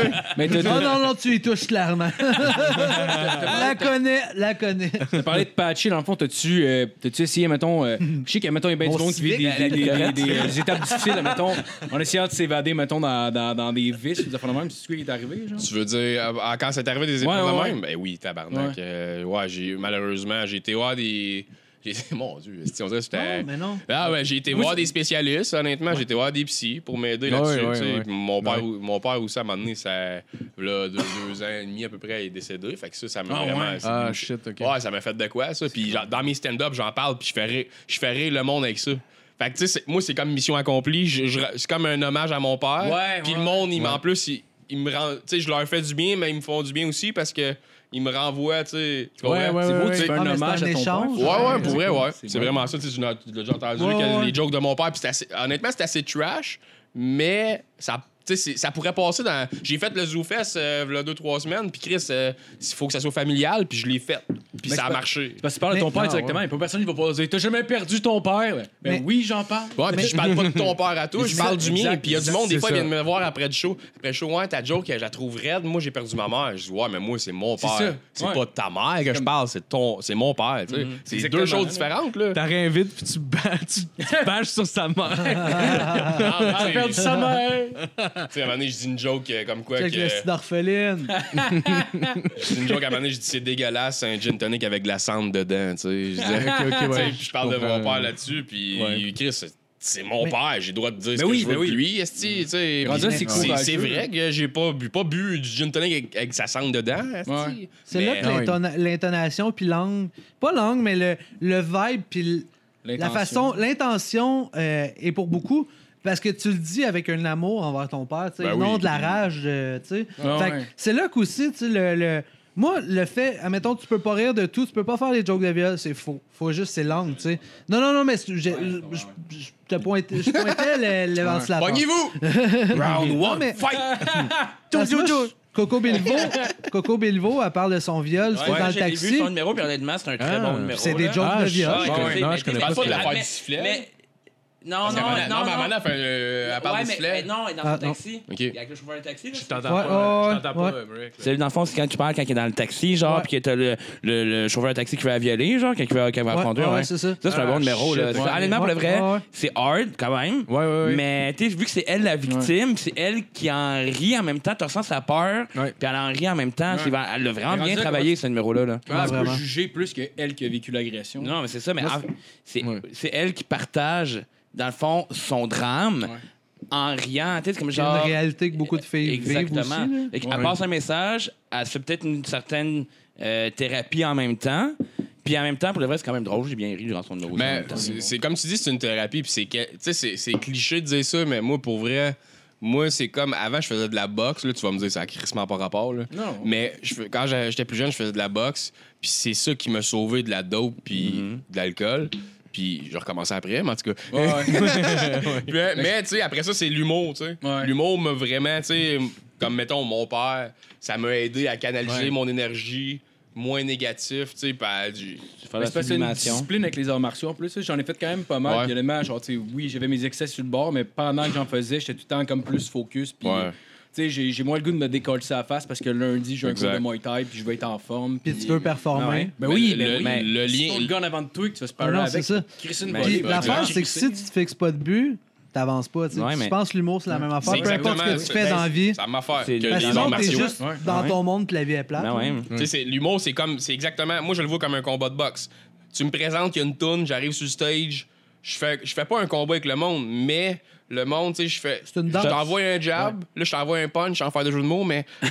S4: *laughs*
S3: Mais t'as- t'as
S4: Non, non, non, tu y touches clairement. la connais, la connais.
S3: t'as parlé de patcher, dans le fond, t'as-tu euh, t'as-tu essayé, mettons, euh, je sais qu'il y a, mettons, il y a bien
S4: Mon
S3: du monde qui vit des,
S4: civique,
S3: des- des- des- des- des étapes difficiles, mettons, en essayant de s'évader, mettons, dans, dans, dans des vices, ou des affaires de même, c'est ce qui est arrivé, genre.
S5: Tu veux dire, à- à- quand c'est arrivé des
S3: Ouais,
S5: épreuves de
S3: ouais,
S5: même? Ben oui, tabarnak.
S3: Ouais.
S5: Euh, Ouais, j'ai malheureusement, j'ai été voir des. j'ai *laughs* été- Mon Dieu, esti, on dirait que c'était.
S4: Non, mais non.
S5: Ah ouais, j'ai été voir des spécialistes, honnêtement. J'ai été voir des psys pour m'aider là-dessus.
S6: Ouais, ouais,
S5: tu sais.
S6: ouais.
S5: Puis Mon, père, mon père aussi, à un moment donné, ça, là, deux, deux ans et demi à peu près, il est décédé. Fait que ça, ça m'a
S3: Ah,
S5: vraiment...
S3: ouais.
S5: ça-
S6: Ah, shit, OK.
S5: Ouais, ça m'a fait de quoi, ça. Puis genre, dans mes stand-up, j'en parle, puis je fais rire, je fais rire le monde avec ça. Fait que, tu sais, c'est- moi, c'est comme mission accomplie. Je- je- c'est comme un hommage à mon père.
S3: Ouais,
S5: puis
S3: ouais.
S5: le monde, il, en plus, il, il me rend... Tu sais, je leur fais du bien, mais ils me font du bien aussi parce que ils me renvoient, tu sais... tu comprends?
S6: Ouais, ouais,
S3: C'est beau,
S6: ouais,
S3: tu fais
S6: ouais.
S4: Ah,
S3: un
S4: mais c'est
S3: hommage
S4: un
S3: à ton père.
S4: échange.
S5: Ouais, ouais,
S3: hein.
S4: Ouais,
S5: pour vrai, ouais. C'est
S3: vrai.
S5: vraiment ça. Tu sais, tu l'as tu l'as déjà entendu,
S4: Ouais,
S5: que
S4: ouais.
S5: les jokes de mon père. Puis c'est assez- honnêtement, c'est assez trash, mais ça. tu sais, c'est- ça pourrait passer dans. J'ai fait le Zoo Fest euh, v'là deux, trois semaines, puis Chris, euh, il faut que ça soit familial, puis je l'ai fait. Puis
S3: Mais
S5: ça a
S3: c'est pas-
S5: marché.
S3: Parce que tu parles de
S4: Mais-
S3: ton père
S4: non,
S3: directement, il n'y a pas personne qui va pas dire T'as jamais perdu ton père Ben
S4: Mais-
S3: oui, j'en parle.
S5: Ouais, puis je parle pas de ton père
S6: *laughs*
S5: à toi, je parle du mien.
S3: exact,
S5: Puis il y a du monde, des
S6: c'est
S5: fois, ils
S6: ça.
S5: viennent me voir après le show. Après le show, ouais, ta joke, je la trouve raide. Moi, j'ai perdu ma mère. Je dis, ouais, mais moi, c'est mon
S3: C'est
S5: père.
S3: ça,
S5: C'est
S3: ouais.
S5: pas de ta mère que je parle, c'est ton, c'est mon père. tu sais. C'est deux
S3: Exactement.
S5: choses différentes, là.
S6: Mhm. T'as rien vite, puis tu, ba- tu,
S5: *laughs*
S6: tu bâches sur sa mère.
S5: Ah,
S3: T'as
S5: mais-
S3: perdu sa mère.
S5: Tu sais, à un moment donné, je dis une joke euh, comme quoi.
S4: Check
S5: que-
S4: le style d'orpheline.
S5: je dis une joke à un moment donné, je dis c'est dégueulasse, un gin tonic avec de la cendre dedans, tu sais. Je dis-
S6: OK, OK,
S5: Tu sais,
S6: ouais.
S5: puis je parle de mon père là-dessus, puis
S6: Ouais.
S5: il- Chris, c'est mon
S4: Mais-
S5: père, j'ai le droit de dire ce
S3: Mais
S5: que
S3: oui,
S5: je
S3: mais
S5: veux
S3: oui.
S5: de lui, esti, tu sais.
S3: Rendu
S5: Puis
S3: là, c'est
S5: C'est
S3: courageux.
S5: c'est vrai que j'ai pas bu, pas bu du gin tonic avec, avec sa cendre dedans, esti.
S3: Ouais.
S4: C'est là
S5: Mais-
S4: que l'intona- l'intonation puis l'angle, pas l'angle, mais le, le vibe puis l- la
S3: L'intention.
S4: façon, l'intention euh, est pour beaucoup. Parce que tu le dis avec un amour envers ton père, tu sais,
S5: Ben
S4: non
S5: oui.
S4: de la rage, euh, tu sais.
S3: Ah
S4: Fait que
S3: ouais.
S4: c'est là qu'aussi, tu sais, le, le- Moi, le fait, admettons, tu peux pas rire de tout, tu peux pas faire les jokes de viol, c'est faux. Faut juste, c'est langue, tu sais. Non, non, non, mais c'est- j'ai- je je te pointais, je pointais le, le ventilateur.
S9: *laughs*
S5: Pognez-vous! Round
S4: Non,
S5: one,
S4: mais-
S5: fight!
S9: Ah,
S4: Parce que moi, je- Coco Bilbo, Coco Bilbo, elle parle de son viol, je trouve, dans le
S9: j'ai vu
S4: taxi.
S9: son numéro, puis honnêtement, c'est un très
S6: Ah,
S9: bon numéro.
S4: c'est des
S9: là.
S4: jokes
S6: Ah,
S4: de
S6: je-
S4: viol.
S6: ah,
S9: Ouais,
S6: je connais-
S9: ouais,
S6: non,
S9: mais-
S6: je connais
S9: mais-
S5: pas.
S9: mais-
S5: de la part
S9: mais-
S5: du sifflet.
S9: mais- Non,
S5: Parce
S9: non,
S5: qu'à
S9: non.
S5: Maman- Non, mais
S9: non.
S5: Amanda, elle fait, euh, elle
S9: Ouais,
S5: parle du
S9: mais-
S5: sifflet.
S9: mais non, elle est dans
S4: Ah,
S9: son
S4: non.
S9: taxi.
S5: Ok.
S9: Il y a que le chauffeur de taxi. là,
S10: Je
S9: c'est-
S10: t'entends
S4: Ouais,
S10: pas,
S4: ouais,
S10: je t'entends
S4: ouais.
S10: pas, Brick.
S9: C'est dans le fond, c'est quand tu parles, quand il est dans le taxi, genre,
S4: Ouais.
S9: puis que t'as le, le, le chauffeur de taxi qui veut la violer, genre, qui va, qui va la
S4: Ouais,
S9: conduire.
S4: ouais,
S9: ouais.
S4: c'est ça.
S9: Ça, c'est un bon numéro, là.
S6: shit,
S9: C'est-
S6: ouais.
S9: Honnêtement, pour le vrai,
S4: Ouais, ouais.
S9: c'est hard, quand même.
S6: Ouais, ouais, ouais.
S9: Mais, tu sais, vu que c'est elle la victime, puis c'est elle qui en rit en même temps, tu ressens sa peur,
S6: Ouais.
S9: puis elle en rit en même temps. C'est- Elle a
S3: Mais
S9: vraiment
S3: rendu
S9: bien
S3: là,
S9: travaillé, ce numéro-là. là.
S3: Ah, elle peut
S4: vraiment.
S3: juger plus que elle qui a vécu l'agression.
S9: Non, mais c'est ça, mais en- c'est
S6: Ouais.
S9: c'est elle qui partage, dans le fond, son drame en riant. Tu sais, c'est comme
S4: C'est une
S9: genre.
S4: réalité que beaucoup de filles vivent aussi.
S9: Exactement.
S4: là.
S9: Fait qu'elle passe un message, elle se fait peut-être une certaine euh, thérapie en même temps. Puis en même temps, pour le vrai, c'est quand même drôle. J'ai bien ri durant son numéro. en
S5: Mais
S9: même temps.
S5: c'est c'est comme tu dis, c'est une thérapie. Puis c'est que- tu sais, c'est c'est cliché de dire ça, mais moi, pour vrai, moi, c'est comme avant, je faisais de la boxe. Là, tu vas me dire, ça a crissement pas rapport. Là.
S3: Non.
S5: Mais je fais- quand j'a- j'étais plus jeune, je faisais de la boxe. Puis c'est ça qui m'a sauvé de la dope puis
S4: Mm-hmm.
S5: de l'alcool. Puis je recommençais après, mais en tout cas. *laughs* mais mais, tu sais, après ça, c'est l'humour. tu sais.
S3: Ouais.
S5: L'humour m'a vraiment, tu sais, comme mettons mon père, ça m'a aidé à canaliser mon énergie moins négatif, tu sais, puis à-
S9: Faire
S3: Mais
S9: la
S3: c'est parce que c'est une
S9: sublimation.
S3: discipline avec les arts martiaux en plus. J'en ai fait quand même pas mal.
S5: Ouais.
S3: Puis honnêtement, genre, tu sais, oui, j'avais mes excès sur le bord, mais pendant que j'en faisais, j'étais tout le temps comme plus focus. Puis,
S5: Ouais.
S3: tu sais, j'ai j'ai moins le goût de me décoller ça la face parce que lundi, j'ai un cours
S5: Exact.
S3: de Muay Thai, puis je vais être en forme.
S4: Puis tu veux performer. Ah
S3: Ben oui,
S5: le,
S3: mais Ah
S5: le- le lien.
S3: le gun avant de toi que tu vas se parler
S4: non, c'est
S3: avec.
S4: ça.
S3: Christine
S9: Mais-
S4: Puis
S3: Volley, par
S4: l'affaire,
S3: exemple.
S4: c'est que si tu te fixes pas de but, t'avances pas. tu sais.
S9: Ouais, mais-
S4: Je pense que l'humour, c'est la même affaire. Peu importe ce que tu
S5: exactement-
S4: fais
S5: ben,
S4: dans la vie,
S5: Ça m'a fait
S9: C'est-
S5: que
S4: parce
S5: les
S4: que
S5: arts
S4: sinon, t'es
S5: martiaux.
S4: juste
S3: Ouais.
S4: dans
S9: Ouais.
S4: ton monde que la vie est plate.
S9: Ben ouais.
S5: Tu sais, c'est- l'humour, c'est comme, c'est exactement. Moi, je le vois comme un combat de boxe. Tu me présentes qu'il y a une toune, j'arrive sur le stage, je fais, je fais pas un combat avec le monde, mais le monde, tu sais, je fais.
S4: C'est une
S5: je
S4: danse.
S5: t'envoie un jab, là, je t'envoie un punch, sans faire de jeu de mots, mais. là,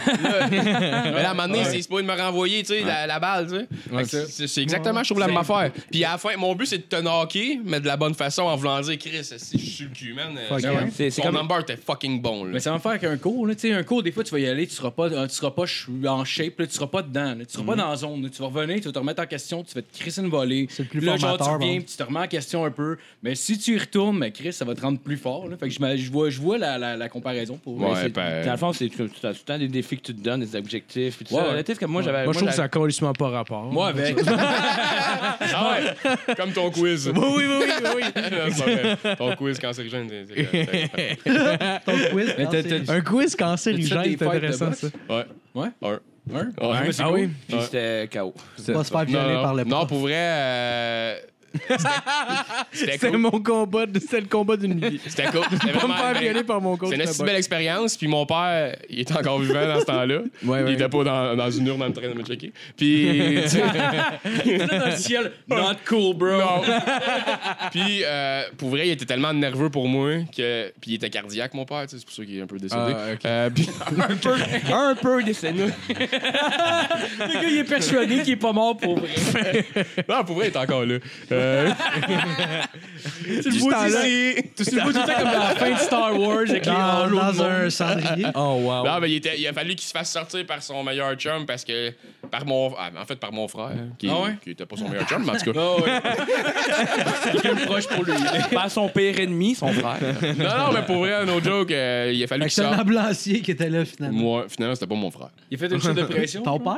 S5: mais
S4: *laughs*
S5: là, à un moment donné, c'est- c'est pas de me renvoyer, tu sais, la, la balle, tu sais. Fait que c'est- c'est- C'est exactement, je trouve, la même affaire. Puis à la fin, mon but, c'est de te knocker, mais de la bonne façon, en voulant dire, Chris, si je suis sur le cul, man. euh,
S4: Fuck
S5: ton
S4: yeah.
S9: C'est- c'est
S5: ton
S9: comme-
S5: number était fucking bon, là.
S3: Mais ça va me faire qu'un cours, là, tu sais, un cours, des fois, tu vas y aller, tu seras pas, euh, tu seras pas ch- en shape, là, tu seras pas dedans, là, tu seras pas
S9: Mm-hmm.
S3: dans la zone, là, tu vas revenir, tu vas te remettre en question, tu vas te crisser une volée.
S4: C'est le plus
S3: Puis là, genre, tu
S4: formateur,
S3: reviens,
S9: hein.
S4: bon.
S3: puis tu te remets en question un peu. Mais si tu y retournes, mais Chris, ça va te rendre plus fort, là. Fait que je m'a- je vois, je vois la, la, la comparaison pour.
S5: Ouais,
S9: C'est-
S5: ben-
S9: Dans le fond, c'est tu as tout le temps des défis que tu te donnes, des objectifs. Puis tout
S3: Ouais,
S9: ça.
S3: ouais.
S9: Là, tu sais, comme moi, j'avais.
S6: Moi, je trouve que ça
S9: j'avais-
S6: a carrément pas rapport.
S3: Moi, avec.
S9: *laughs*
S5: Ah
S6: *laughs*
S5: ouais, comme ton quiz.
S6: Oui, oui, oui,
S5: *laughs*
S6: oui.
S5: ton quiz cancérigène. c'est- c'est- c'est-
S6: *laughs*
S4: Ton quiz,
S3: Mais
S4: non,
S3: t'as-
S4: c'est-
S3: t'as-
S6: Un quiz cancérigène,
S3: As-tu fait des
S6: c'est
S3: fights de
S6: intéressant,
S3: boxe? Hein?
S6: ça.
S5: Ouais.
S3: Ouais.
S5: Un.
S3: Un.
S5: Ouais.
S6: Ah oui?
S9: Puis c'était KO.
S4: tu vas se faire violer
S5: non,
S4: par le
S5: non,
S4: prof.
S5: pour vrai, euh,
S6: *laughs*
S5: c'était c'était
S6: C'était
S5: cool.
S6: mon combat, de- c'était le combat d'une vie. *laughs*
S5: C'était cool. C'était
S6: Pas me
S5: vraiment
S6: faire
S5: bien.
S6: violer par mon coach.
S5: C'est une
S6: de
S5: assez
S6: boxe.
S5: belle expérience. Puis mon père, il était encore vivant dans ce temps-là.
S6: Ouais, ouais.
S5: Il était pas dans, dans une urne en train de me checker.
S6: *laughs*
S5: Puis. tu sais,
S3: dans le
S9: *laughs*
S3: ciel. Not cool, bro.
S5: non. Puis, euh, pour vrai, il était tellement nerveux pour moi que. Puis il était cardiaque, mon père, tu sais, c'est pour ça qu'il est un peu décédé.
S6: Ah, ok.
S5: Euh, puis-
S9: Un peu décédé.
S3: Le gars, il est persuadé qu'il est pas mort pour vrai.
S5: *laughs* non, pour vrai, il est encore là. Euh,
S6: Tu le vois ici.
S3: Tu le vois tout le temps comme dans la fin de Star Wars avec les
S4: Dans,
S3: halos de
S4: dans
S3: monde.
S4: un cendrier.
S6: Oh, wow.
S5: Non, mais il, était- il a fallu qu'il se fasse sortir par son meilleur chum parce que. Par mon, ah, en fait, par mon frère, qui,
S3: Ah ouais?
S5: qui était pas son meilleur chum, mais en tout cas.
S3: Ah ouais. Quelqu'un de proche pour lui.
S9: *laughs* Pas son pire ennemi, son frère.
S5: Non, non, mais pour vrai, no joke, euh, il a fallu
S4: Fait
S5: qu'il
S4: que c'est un
S5: sorte.
S4: ambulancier qui était là, finalement.
S5: Moi, finalement, c'était pas mon frère.
S3: Il a fait une chute de
S9: *laughs*
S3: pression.
S4: Ton père?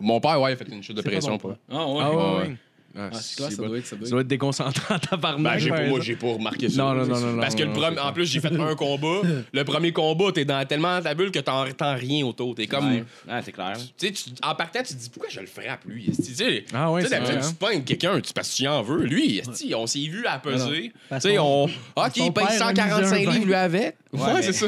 S5: Mon père, ouais, il a fait une chute de
S4: pas
S5: pression.
S4: ton
S5: pour-
S3: Ah ouais.
S6: Ah, ouais,
S5: Ouais,
S6: ouais.
S5: ouais.
S6: Ah,
S3: Ah, c'est clair, ça
S6: bon.
S3: doit être. Ça doit
S6: Ça
S3: être.
S6: doit être déconcentrant,
S5: Ben,
S6: tabarnak.
S5: j'ai pas,
S6: par
S5: moi,
S6: exemple.
S5: j'ai pas remarqué ça.
S6: Non, non, non, non,
S5: Parce
S6: non,
S5: que
S6: non,
S5: le premier, en plus, j'ai fait un combat. Le premier combat, t'es dans tellement ta bulle que t'en t'en rien autour. T'es comme.
S9: Ah, c'est clair.
S5: Tu sais, tu- en partant, tu te dis pourquoi je le frappe, lui. esti? Tu sais,
S6: Ah ouais,
S5: tu sais,
S6: c'est
S5: d'habitude,
S6: vrai,
S5: tu te pognes quelqu'un tu- parce que tu en veux. Lui, esti, on s'est vu à peser. Tu
S4: Parce
S5: sais,
S4: qu'on-
S5: on. Ok,
S4: son
S5: il paye
S4: père a mis un
S5: 145
S4: vin.
S5: livres, lui, avec. Ouais,
S9: mais-
S5: c'est ça.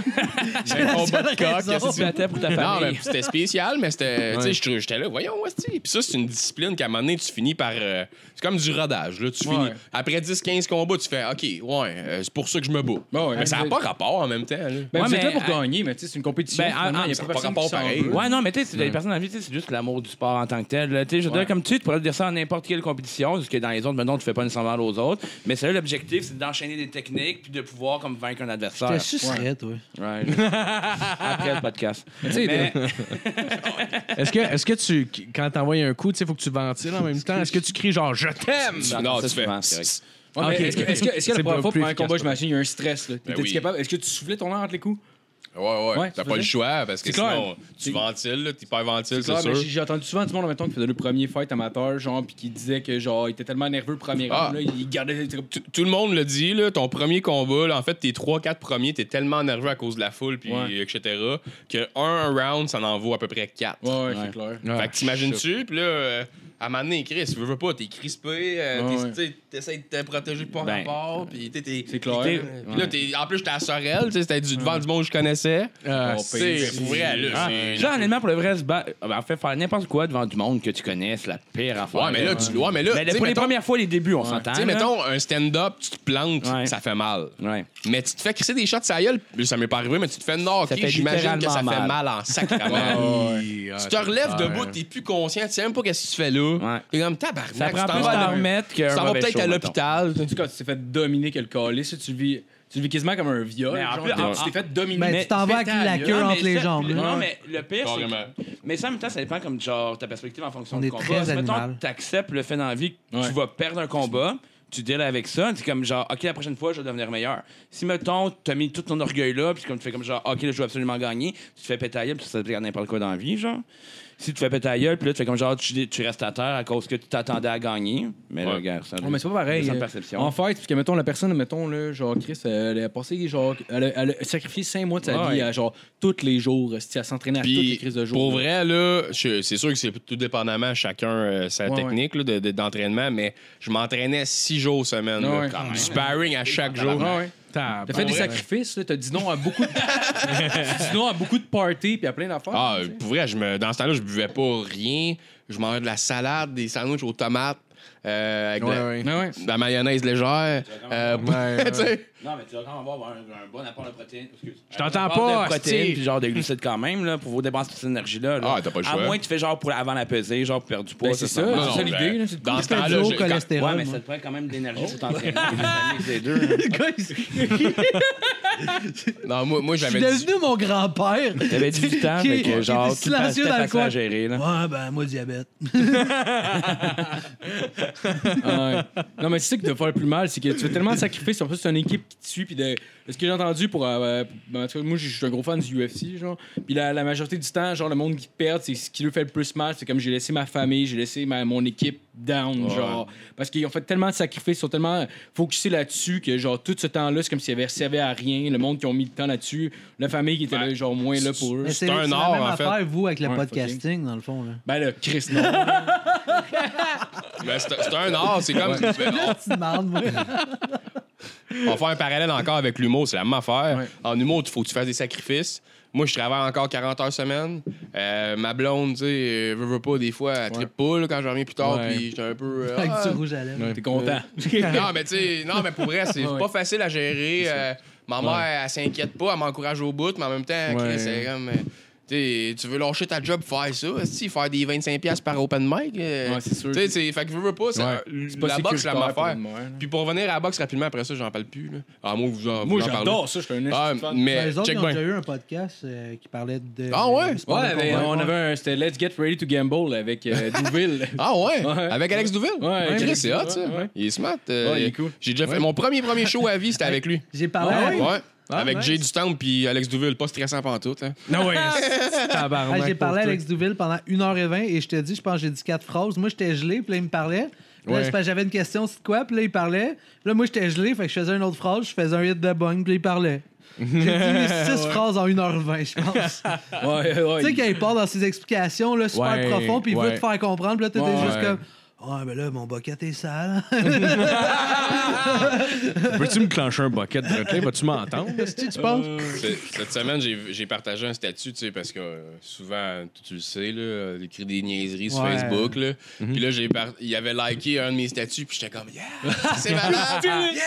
S5: J'ai un combat de coq. qu'est-ce que
S9: Tu
S5: tu fais?
S9: battais pour ta
S5: Non, mais
S9: famille.
S5: c'était spécial, mais c'était. Tu sais, je- j'étais là, voyons, hostie. Puis ça, c'est une discipline qu'à un moment donné, tu finis par. euh, c'est comme du rodage, là. Tu finis. Après 10-15 combats, tu fais, OK, ouais, euh, c'est pour ça que je me bats.
S3: Bon, ouais.
S5: Mais ça n'a pas rapport en même temps, là.
S3: Ben,
S9: Ouais,
S3: vous êtes
S9: mais-
S3: là pour gagner, mais tu sais, c'est une compétition.
S9: Ben,
S3: finalement,
S9: ah,
S3: il y a
S5: ça
S3: pas
S5: n'a pas
S3: personne
S5: rapport
S3: qui s'en
S5: pareil.
S3: veut.
S9: Ouais, non, mais tu sais, c'est des personnes dans la vie, tu sais, c'est juste l'amour du sport en tant que tel. là. Tu sais, je veux dire, comme tu, tu pourrais dire ça à n'importe quel compétition, parce que dans les autres, maintenant, tu fais pas nécessairement mal aux autres. Mais c'est là, l'objectif, c'est d'enchaîner des techniques puis de pouvoir comme vaincre un adversaire.
S4: T'es sucerais, toi.
S9: Ah, Ouais, je- Après le podcast.
S8: sais,
S9: Mais-
S6: *laughs* Est-ce que, est-ce que tu, quand t'envoies un coup, tu sais, faut que tu ventiles en même temps. Est-ce que tu cries genre je t'aime?
S5: Tu-
S9: Non,
S5: non,
S9: ça,
S5: tu fais.
S9: souvent, c'est correct.
S3: Ouais, mais
S6: Ok.
S3: Est-ce que, est-ce que, est-ce que
S6: C'est
S3: la première
S6: pas
S3: fois,
S6: plus
S3: pendant un
S6: efficace,
S3: combat,
S6: pas.
S3: j'imagine, il y a un stress. là. T'étais-tu
S5: oui.
S3: capable? Est-ce que tu soufflais ton air entre les coups?
S5: Ouais, ouais.
S3: Ouais,
S5: T'as
S3: tu
S5: pas le
S3: faisais.
S5: choix parce que
S3: C'est clair.
S5: sinon, tu ventiles, là, t'es pas ventile,
S3: Ah,
S5: c'est
S3: mais
S5: sûr.
S3: j'ai j'ai entendu souvent du monde, mettons, qui faisait le premier fight amateur, genre, puis qui disait que, genre, il était tellement nerveux le premier
S5: Ah.
S3: round, là, il gardait.
S5: Tout- Tout le monde le dit, là, ton premier combat, là, en fait, tes 3-4 premiers, t'es tellement nerveux à cause de la foule, puis
S3: Ouais.
S5: etc., que un round, ça en vaut à peu près 4.
S3: Ouais, ouais, c'est clair.
S5: Fait que t'imagines-tu, puis là, euh, à un moment donné, Chris, tu veux, veux pas, t'es crispé, euh,
S3: Ouais,
S5: t'es-
S3: ouais.
S5: t'sais, t'essaies de te protéger par
S9: Ben,
S5: rapport, puis t'es... t'es-
S3: C'est clair.
S5: t'es- Puis là, t'es- en plus, j'étais à Sorel, tu sais, c'était du devant du monde que je connaissais.
S6: Ah,
S3: Bon,
S5: C'est pour vrai, là,
S9: Ah,
S5: c'est-
S9: Genre, honnêtement, pour le vrai, se battre- ah, ben, en fait, faire n'importe quoi devant du monde que tu connais, c'est la pire affaire.
S5: Ouais, mais là, tu ouais, mais là,
S9: Ben,
S5: tu sais,
S9: pour les
S5: mettons-
S9: premières fois, les débuts, on s'entend.
S5: tu sais,
S9: là.
S5: mettons, un stand-up, tu te plantes,
S9: Ouais.
S5: ça fait mal.
S9: Ouais.
S5: Mais tu te fais crisser des shots sur la gueule. Ça m'est pas arrivé, mais tu te fais non,
S9: Ça
S5: ok,
S9: fait
S5: j'imagine que ça fait
S9: littéralement
S5: mal,
S9: mal.
S5: en
S6: Ah,
S5: sacrament. Tu te relèves debout,
S6: t'es
S5: t'es plus conscient, tu sais même pas qu'est-ce que tu fais là.
S9: Ouais.
S5: T'es comme
S9: Ça
S5: tabarnak,
S9: prend
S5: tu
S9: plus
S5: t'en vas
S9: d'en
S5: de-
S9: remettre qu'un
S5: tu t'en vas
S9: mauvais
S5: peut-être
S9: show,
S5: à
S9: mettons.
S5: l'hôpital.
S3: En tout cas, tu t'es fait dominer que le calice, tu le vis. Tu le vis quasiment comme un viol.
S9: Mais en
S3: genre,
S9: plus-
S3: t'es-
S9: en-
S3: tu t'es fait dominer.
S4: Mais,
S9: Mais
S4: Ben, tu t'en vas avec
S3: fais ta
S4: la
S3: gueule.
S4: queue
S9: Non, mais
S4: entre les
S9: ça-
S4: jambes. là.
S9: Non, mais le pire, c'est
S5: Carrément.
S9: que- Mais ça, en même temps, ça dépend comme genre ta perspective en fonction
S4: On
S9: du
S4: est
S9: combat.
S4: très
S9: Si, mettons,
S4: animal.
S9: t'acceptes le fait dans la vie que
S3: Ouais.
S9: tu vas perdre un combat, tu deals avec ça, c'est comme genre, OK, la prochaine fois, je vais devenir meilleur. Si, mettons, t'as mis tout ton orgueil là, puis comme tu fais comme genre, OK, là, je veux absolument gagner, tu te fais péter la gueule, puis ça te à n'importe quoi dans la vie, genre. Si tu te fais péter la gueule, puis là, tu fais comme genre, tu, tu restes à terre à cause que tu t'attendais à gagner. Mais là,
S5: Ouais.
S9: regarde, ça.
S3: Non, mais c'est pas pareil.
S9: Sans
S3: euh,
S9: perception.
S3: En fait, parce que, mettons, la personne, mettons, là, genre, Chris, euh, elle a passé, genre, elle a, elle a sacrifié 5 mois de sa
S9: Ouais.
S3: vie à, genre, tous les jours, euh, à s'entraîner à toutes les
S5: Puis,
S3: crises de jour.
S5: pour vrai, là, je- c'est sûr que c'est tout dépendamment chacun euh, sa
S3: Ouais,
S5: technique là, de- de- d'entraînement, mais je m'entraînais six jours semaine.
S3: Ouais,
S5: là,
S3: ouais.
S5: quand même. Du sparring à chaque jour.
S3: Ah ouais. T'as fait des sacrifices, là, t'as dit non à beaucoup de... *laughs* t'as dit non à beaucoup de parties puis à plein d'affaires.
S5: Ah,
S3: tu
S5: euh,
S3: sais.
S5: pour vrai, je me... dans ce temps-là, je buvais pas rien. Je mangeais de la salade, des sandwichs aux tomates, euh, avec de la...
S6: Ouais, ouais.
S3: Ah ouais.
S5: de la mayonnaise légère. euh, *laughs*
S6: Ouais,
S5: tu sais.
S9: Non, mais tu vas quand même avoir un, un bon apport de protéines. Excuse. Je
S6: t'entends pas,
S9: de protéines
S6: hostie.
S9: puis genre de glucides quand même là, pour vous dépenser cette énergie là.
S5: Ah, t'as pas le
S9: À
S5: choix.
S9: moins que tu fais genre pour avant la peser, genre pour perdre du poids.
S3: Ben, c'est ça,
S5: Non,
S3: c'est
S5: non,
S3: ça
S5: ben,
S3: l'idée. là, c'est de
S5: Dans ce
S4: Fais
S5: temps-là,
S4: du haut
S5: j'ai- quand-
S9: Ouais, mais
S4: cholestérol.
S9: ça
S4: moi.
S9: te prend quand même de l'énergie pour t'entraîner. les deux. hein.
S4: Le gars, il- Je
S5: Non, moi, moi
S4: suis
S5: j'avais dit.
S4: devenu mon grand-père.
S9: T'avais 18 ans,
S4: *laughs* Qui-
S9: fait que
S4: qui
S9: genre
S4: était
S9: tout le temps,
S4: silencieux
S9: c'était
S4: dans le
S9: facile
S4: coin.
S9: à gérer là.
S4: Ouais, ben, moi, diabète.
S3: Ah ouais. Non, mais c'est ça qui te fait le plus mal, c'est que tu fais tellement de sacrifices. En plus, c'est une équipe qui te suit. Puis de... ce que j'ai entendu pour. euh, euh, ben, en tout cas, moi, je suis un gros fan du UFC, genre. Puis la, la majorité du temps, genre, le monde qui perd, c'est ce qui lui fait le plus mal. C'est comme j'ai laissé ma famille, j'ai laissé ma- mon équipe down, genre. Parce qu'ils ont fait tellement de sacrifices, ils sont tellement focusés là-dessus que, genre, tout ce temps-là, c'est comme s'il avait servi à rien. Le monde qui ont mis le temps là-dessus, la famille qui était là,
S5: Ben,
S3: genre, moins là pour eux.
S4: Mais
S5: un
S4: la
S5: art,
S4: même
S5: en fait.
S4: affaire, vous, avec le
S3: Ouais,
S4: podcasting, dans le fond. Là.
S3: Ben là, Chris, non.
S5: Ben, C'est c'est un art, c'est comme. Ben, on-
S4: Tu demandes, *laughs* moi.
S5: On va faire un parallèle encore avec l'humour, c'est la même affaire.
S3: Ouais.
S5: En humour, il faut que tu fasses des sacrifices. Moi, je travaille encore 40 heures semaine. Euh, ma blonde, tu sais, euh, veut, veut pas, des fois, elle tripe pas là, quand j'en reviens plus tard,
S3: Ouais.
S5: puis j'étais un peu. euh,
S4: Avec
S5: ah.
S4: du rouge à lèvres.
S3: T'es content.
S5: non, mais tu sais, non, mais pour vrai, c'est
S3: Ouais.
S5: pas facile à gérer. Euh, ma mère, elle s'inquiète pas, elle m'encourage au bout, mais en même temps, Chris, elle est comme. euh, tu sais, tu veux lâcher ta job, faire ça, esti, faire des 25$ par open mic. euh,
S3: Ouais, c'est sûr.
S5: Tu sais, c'est- fait que veux, veux pas, c'est-
S3: C'est pas
S5: *laughs* la boxe, c'est la même
S3: sécuritaire pour
S5: affaire.
S3: une mère, là.
S5: Puis pour revenir à la boxe rapidement, après ça, j'en parle plus. Là. Ah, moi, vous en,
S3: Moi,
S5: vous en parlez.
S3: j'adore ça, je suis un
S5: Ah,
S3: fan.
S5: mais
S4: Ben, les autres,
S5: check
S4: ils ont
S5: bien.
S4: déjà eu un podcast euh, qui parlait de.
S5: Ah ouais?
S4: de sport
S3: Ouais,
S4: de
S3: mais
S4: combat.
S3: on avait un. C'était Let's Get Ready to Gamble avec *laughs* euh, Douville.
S5: Ah ouais?
S3: Ouais.
S5: Avec Alex Douville?
S3: Ouais,
S5: Chris,
S3: Alex
S5: c'est hot,
S3: Douville,
S5: ça.
S3: ouais.
S5: Il est smart. euh,
S3: Ouais, Ah, il est cool.
S5: J'ai déjà fait mon premier premier show à vie, c'était avec lui.
S4: J'ai parlé à-
S5: Ouais. avec
S4: nice.
S5: Jay Dutemps puis Alex Douville, pas stressant pantoute. Hein.
S6: Non, ouais, c'est tabarnak
S4: Ah, j'ai
S6: pour
S4: parlé à
S6: toi.
S4: Alex Douville pendant 1h20 et je te dis, je pense que j'ai dit quatre phrases. Moi, j'étais gelé, puis là, il me parlait. Puis Là,
S6: Ouais.
S4: c'est parce que j'avais une question, c'est de quoi, puis là, il parlait. Puis là, moi, j'étais gelé, fait que je faisais une autre phrase, je faisais un hit de bong, puis là, il parlait. J'ai dit 6 phrases en 1h20, je pense.
S3: Ouais, ouais.
S4: tu sais, quand il part dans ses explications, là, super
S6: Ouais,
S4: profond, puis il veut
S6: ouais.
S4: te faire comprendre, puis là, t'es
S3: Ouais.
S4: juste comme. Ouais, ben là, mon bucket est sale. hein?
S6: Peux-tu
S4: *laughs*
S6: me clencher un bucket de requin? Vas-tu *laughs* m'entendre? Si tu penses?
S5: C'est- Cette semaine, j'ai- j'ai partagé un statut, tu sais, parce que euh, souvent, tu, tu le sais, là, euh, j'écris des niaiseries sur
S4: Ouais.
S5: Facebook, là.
S6: Mhm.
S5: Puis là, j'ai par- il avait liké un de mes statuts, puis j'étais
S6: *laughs*
S5: comme, yeah, c'est malade, yeah!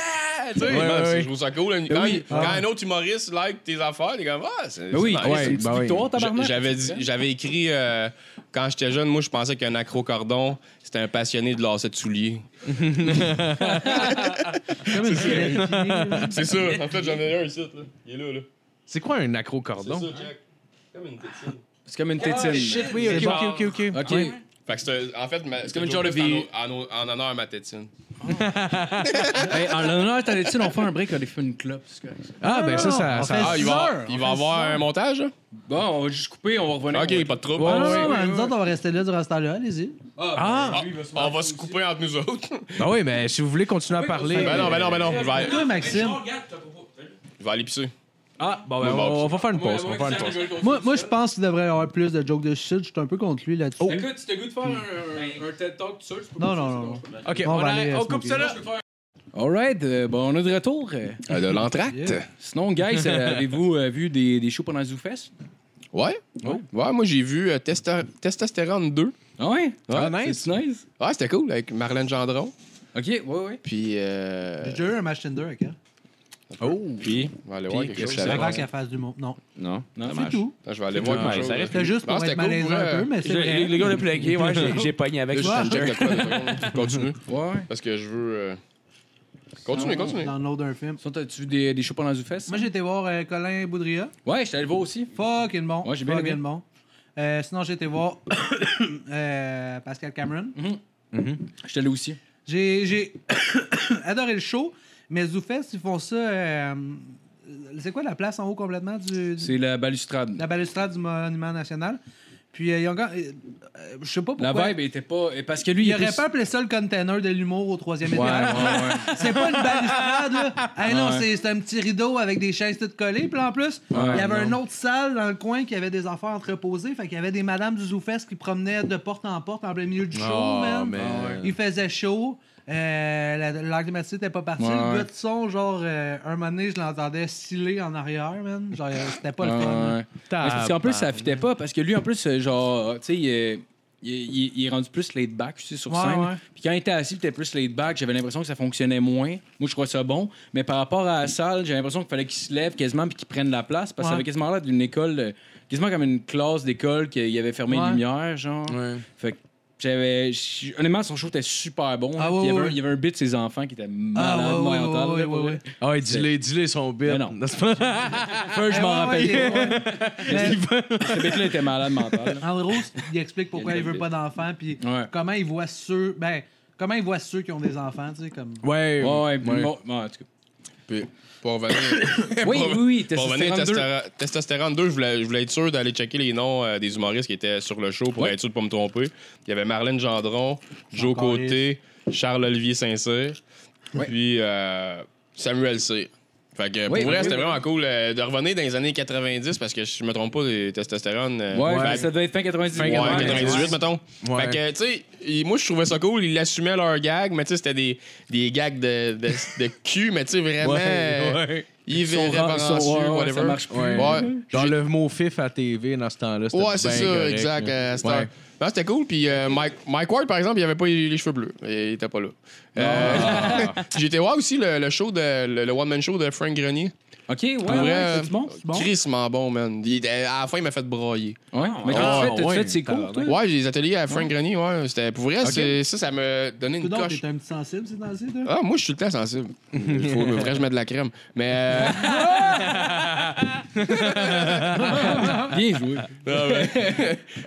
S5: Tu sais,
S6: Ouais,
S5: man,
S6: ouais,
S5: c'est-
S6: ouais. Ben
S5: je trouve ça cool. là. Quand, il- quand
S4: Ah.
S5: un autre humoriste like tes affaires, t'es comme, ah, c'est
S3: Ben oui, ouais,
S5: c'est nice.
S6: ouais,
S3: c'est une petite
S6: ben oui.
S3: victoire, tabarnak.
S5: J- J'avais dit- j'avais écrit euh, quand j'étais jeune, moi je pensais qu'un acrocordon, c'était un passionné de lacets de souliers. C'est ça. En fait, j'en ai un ici. Là. Il est là, là.
S6: C'est quoi un acrocordon?
S5: Jack. Comme une tétine.
S3: C'est comme une tétine.
S6: Oui,
S9: ok, ok,
S6: ok, ok.
S3: OK.
S5: Fait que c'est un- en fait, ma- c'est
S3: comme une
S5: toujours
S3: genre de
S5: plus en-
S3: vie.
S5: En, en honneur à ma tétine.
S3: Hey, en l'honneur, t'allais dire, on fait un break, on a fait une clope. c'est correct, ça.
S6: Ah, ben ça, ça.
S4: On
S6: ça-
S4: fait
S5: Ah, il va, il va avoir un montage, là?
S3: Bon, on va juste couper, on va revenir.
S5: Ok, pas de trouble.
S4: Ah,
S3: Ouais,
S4: non,
S3: ouais,
S4: non,
S3: ouais,
S4: mais nous
S3: ouais.
S4: autres, on va rester là durant ce temps-là, allez-y.
S3: ben,
S6: Ah,
S5: Ah, on va se couper entre nous *laughs* autres.
S6: ben oui, mais si vous voulez continuer à parler. euh,
S5: ben non, ben non, ben non. Je vais,
S4: Toi, Maxime,
S5: je vais aller pisser.
S6: Ah, bon, ben,
S5: Moi,
S6: on,
S5: bon,
S6: on va faire une pause. On va faire une pause.
S4: moi, moi je pense qu'il devrait y avoir plus de jokes de shit. Je suis un peu contre lui là-dessus.
S3: Oh. Écoute, si t'as goût de faire un, un TED Talk tout seul, tu peux faire
S4: Non,
S3: ça,
S4: non,
S3: c'est
S4: non.
S3: bon, je
S6: Ok,
S4: On
S6: on,
S4: va aller,
S6: arrête-
S4: euh,
S6: on coupe ça là.
S3: All right, euh, bon, on est de retour. Euh,
S5: de l'entracte?
S3: Sinon, *laughs* guys, euh, avez-vous euh, vu des, des shows pendant ZooFest?
S5: Ouais. ouais. moi j'ai vu euh, Testa- Testostérone 2.
S3: Ah ouais?
S5: Ah,
S3: nice. nice.
S5: Ouais, c'était cool avec Marlène Gendron.
S3: OK, ouais, ouais.
S5: Puis. Euh...
S4: J'ai déjà eu un match Tinder avec elle. Oh,
S9: Puis,
S5: On va aller voir
S9: Puis,
S5: quelque chose.
S9: qu'est-ce que
S5: avec.
S4: Avant
S5: Attends,
S4: qu'elle fasse du monde. Non,
S9: non,
S4: c'est
S9: dommage.
S4: tout.
S5: Je vais aller voir
S9: tout.
S5: quelque
S9: Ouais,
S5: chose.
S9: ça reste
S4: C'était juste
S5: Ah,
S4: pour
S5: c'était
S4: être
S5: cool,
S4: malaisant
S5: ouais.
S4: un peu, mais
S9: Je-
S4: c'est vrai.
S9: Les gars, le plaqué,
S4: *laughs*
S9: ouais, j'ai- *laughs* j'ai pogné avec
S5: Là,
S9: ça.
S5: je check de quoi. Continue.
S3: Ouais, ouais.
S5: Parce que je veux. euh, Continue, continue.
S4: Dans l'autre d'un film.
S3: Sinon, T'as-tu vu des, des shows pendant ZooFest?
S4: Moi, j'ai été voir euh, Colin Boudria.
S3: Ouais, je t'allais le voir aussi.
S4: Fucking bon.
S3: Ouais, j'ai bien
S4: Fucking
S3: aimé.
S4: bon. Euh, sinon, j'ai été voir *coughs* euh, Pascal Cameron.
S3: Mhm. Je t'allais aussi.
S4: J'ai j'ai *coughs* adoré le show, mais Zoufest, ils font ça. euh, c'est quoi la place en haut complètement du, du-
S3: C'est la balustrade.
S4: la balustrade du Monument National? Puis euh, ils ont quand- euh, euh, je sais pas
S3: La
S4: pourquoi.
S3: vibe était pas. et Parce que lui,
S4: Il
S3: il
S4: aurait
S3: était-
S4: pas appelé ça le container de l'humour au troisième
S3: Ouais,
S4: étage.
S3: ouais, *laughs*
S4: *laughs*
S3: ouais.
S4: C'est pas une balustrade, là. Hey, non,
S3: Ouais.
S4: c'est- c'est un petit rideau avec des chaises toutes collées. Puis en plus, il y avait une autre salle dans le coin qui avait des affaires entreposées. Fait qu'il y avait des madames du Zoufest qui promenaient de porte en porte en plein milieu du show,
S6: Oh,
S3: Ah,
S4: man.
S6: man.
S4: Il faisait chaud. Euh, la- L'air climatisé était pas parti.
S3: Ouais,
S4: le
S3: ouais.
S4: gars de son, genre, euh, un moment donné, je l'entendais sciller en arrière, man. Genre, euh, c'était pas le
S3: Ouais,
S4: fun. là.
S3: ouais. Mais c'est parce qu'en plus, ça fitait pas. Parce que lui, en plus, euh, genre, tu sais, il, est- il, est- il est- il est rendu plus laid back aussi sur
S4: Ouais,
S3: scène.
S4: ouais.
S3: Puis quand il était assis, il était plus laid back. J'avais l'impression que ça fonctionnait moins. Moi, je crois ça bon. Mais par rapport à la salle, j'ai l'impression qu'il fallait qu'il se lève quasiment puis qu'il prenne la place. Parce que ça
S4: Ouais.
S3: avait quasiment l'air d'une école, euh, quasiment comme une classe d'école qu'il avait fermé
S4: Ouais.
S3: les lumières, genre. Fait que j'avais. j'- Honnêtement, son show était super bon.
S4: Ah,
S3: Puis
S4: ouais,
S3: il, y avait un,
S4: ouais. Ah,
S3: il y avait un bit de ses enfants qui était malade
S4: ouais, ouais,
S3: mental,
S4: ouais,
S3: là, pour
S4: ouais,
S3: vrai.
S4: ouais.
S6: Ah, ouais, dis-les, Ben dis-les son bit.
S3: Mais
S5: *laughs*
S3: non.
S6: N'est-ce pas?
S3: First, je m'en
S4: Ah, Ouais,
S3: rappelle. *laughs*
S4: ouais, ouais. Mais-
S3: Ce bit-là était malade mental. là.
S4: En gros, il explique pourquoi il veut pas d'enfants, puis
S3: Ouais.
S4: comment il voit ceux, ben, comment il voit ceux qui ont des enfants, tu sais, comme.
S6: Ouais,
S3: Ouais, ouais, puis bon, ouais, en tout cas.
S5: Puis, *coughs* pour revenir.
S3: Oui,
S5: pour-
S3: oui, oui,
S5: Pour revenir à
S3: Testostérone 2.
S5: Testora- Testostérone 2, je voulais, je voulais être sûr d'aller checker les noms euh, des humoristes qui étaient sur le show pour
S3: Ouais.
S5: être sûr de pas me tromper. Il y avait Marlène Gendron, Joe
S4: Encore
S5: Côté, Charles-Olivier Saint-Cyr, puis euh, Samuel C. Fait que pour
S3: Oui,
S5: vrai,
S3: oui,
S5: c'était
S3: oui.
S5: vraiment cool euh, de revenir dans les années 90 parce que je me trompe pas, les testostérone. euh,
S3: Ouais,
S5: ben,
S3: ça devait être fin 98.
S5: Ouais,
S3: Ouais,
S5: 98, mettons.
S6: Ouais.
S5: Fait que, tu sais, il- moi, je trouvais ça cool. Ils l'assumaient leur gag, mais tu sais, c'était des, des gags de, de, *laughs* de cul, mais tu sais, vraiment. euh,
S6: ouais.
S5: Ils
S3: Ils sont
S5: verraient
S3: ra- ils sont- ouais, ouais,
S5: whatever.
S3: ça marche plus.
S5: Ouais,
S6: Genre le mot fif à TV dans ce temps-là. Mhm. c'était
S5: Ouais, c'est
S6: bien
S5: ça,
S6: correct,
S5: exact.
S6: là.
S5: euh, à cette
S6: Ouais.
S5: heure. Non, c'était cool. Puis euh, Mike, Mike Ward, par exemple, il avait pas les cheveux bleus. Il était pas là. Euh, *laughs* J'étais voir aussi le, le show de le, le one-man show de Frank Grenier.
S3: Ok, Ah ouais,
S5: Pour vrai,
S3: ouais,
S5: euh,
S3: c'est bon. c'est bon.
S5: Crissement bon, man. Il était- à la fin, il m'a fait broyer.
S3: euh, Ouais, mais
S6: Ah,
S3: quand tu fais, t'as-tu
S6: ouais,
S3: fait, c'est cool, toi.
S5: Ouais, j'ai les ateliers à Frank Grenier, ouais. C'était pour vrai, c'est- ça, ça me donnait une
S4: Donc,
S5: coche.
S4: t'es un petit sensible, c'est dans ces deux.
S5: Ah, moi, je suis tout le temps sensible. Il faut que je mette de la crème. Mais. euh,
S3: *laughs* Ah, Bien joué.
S5: non, mais-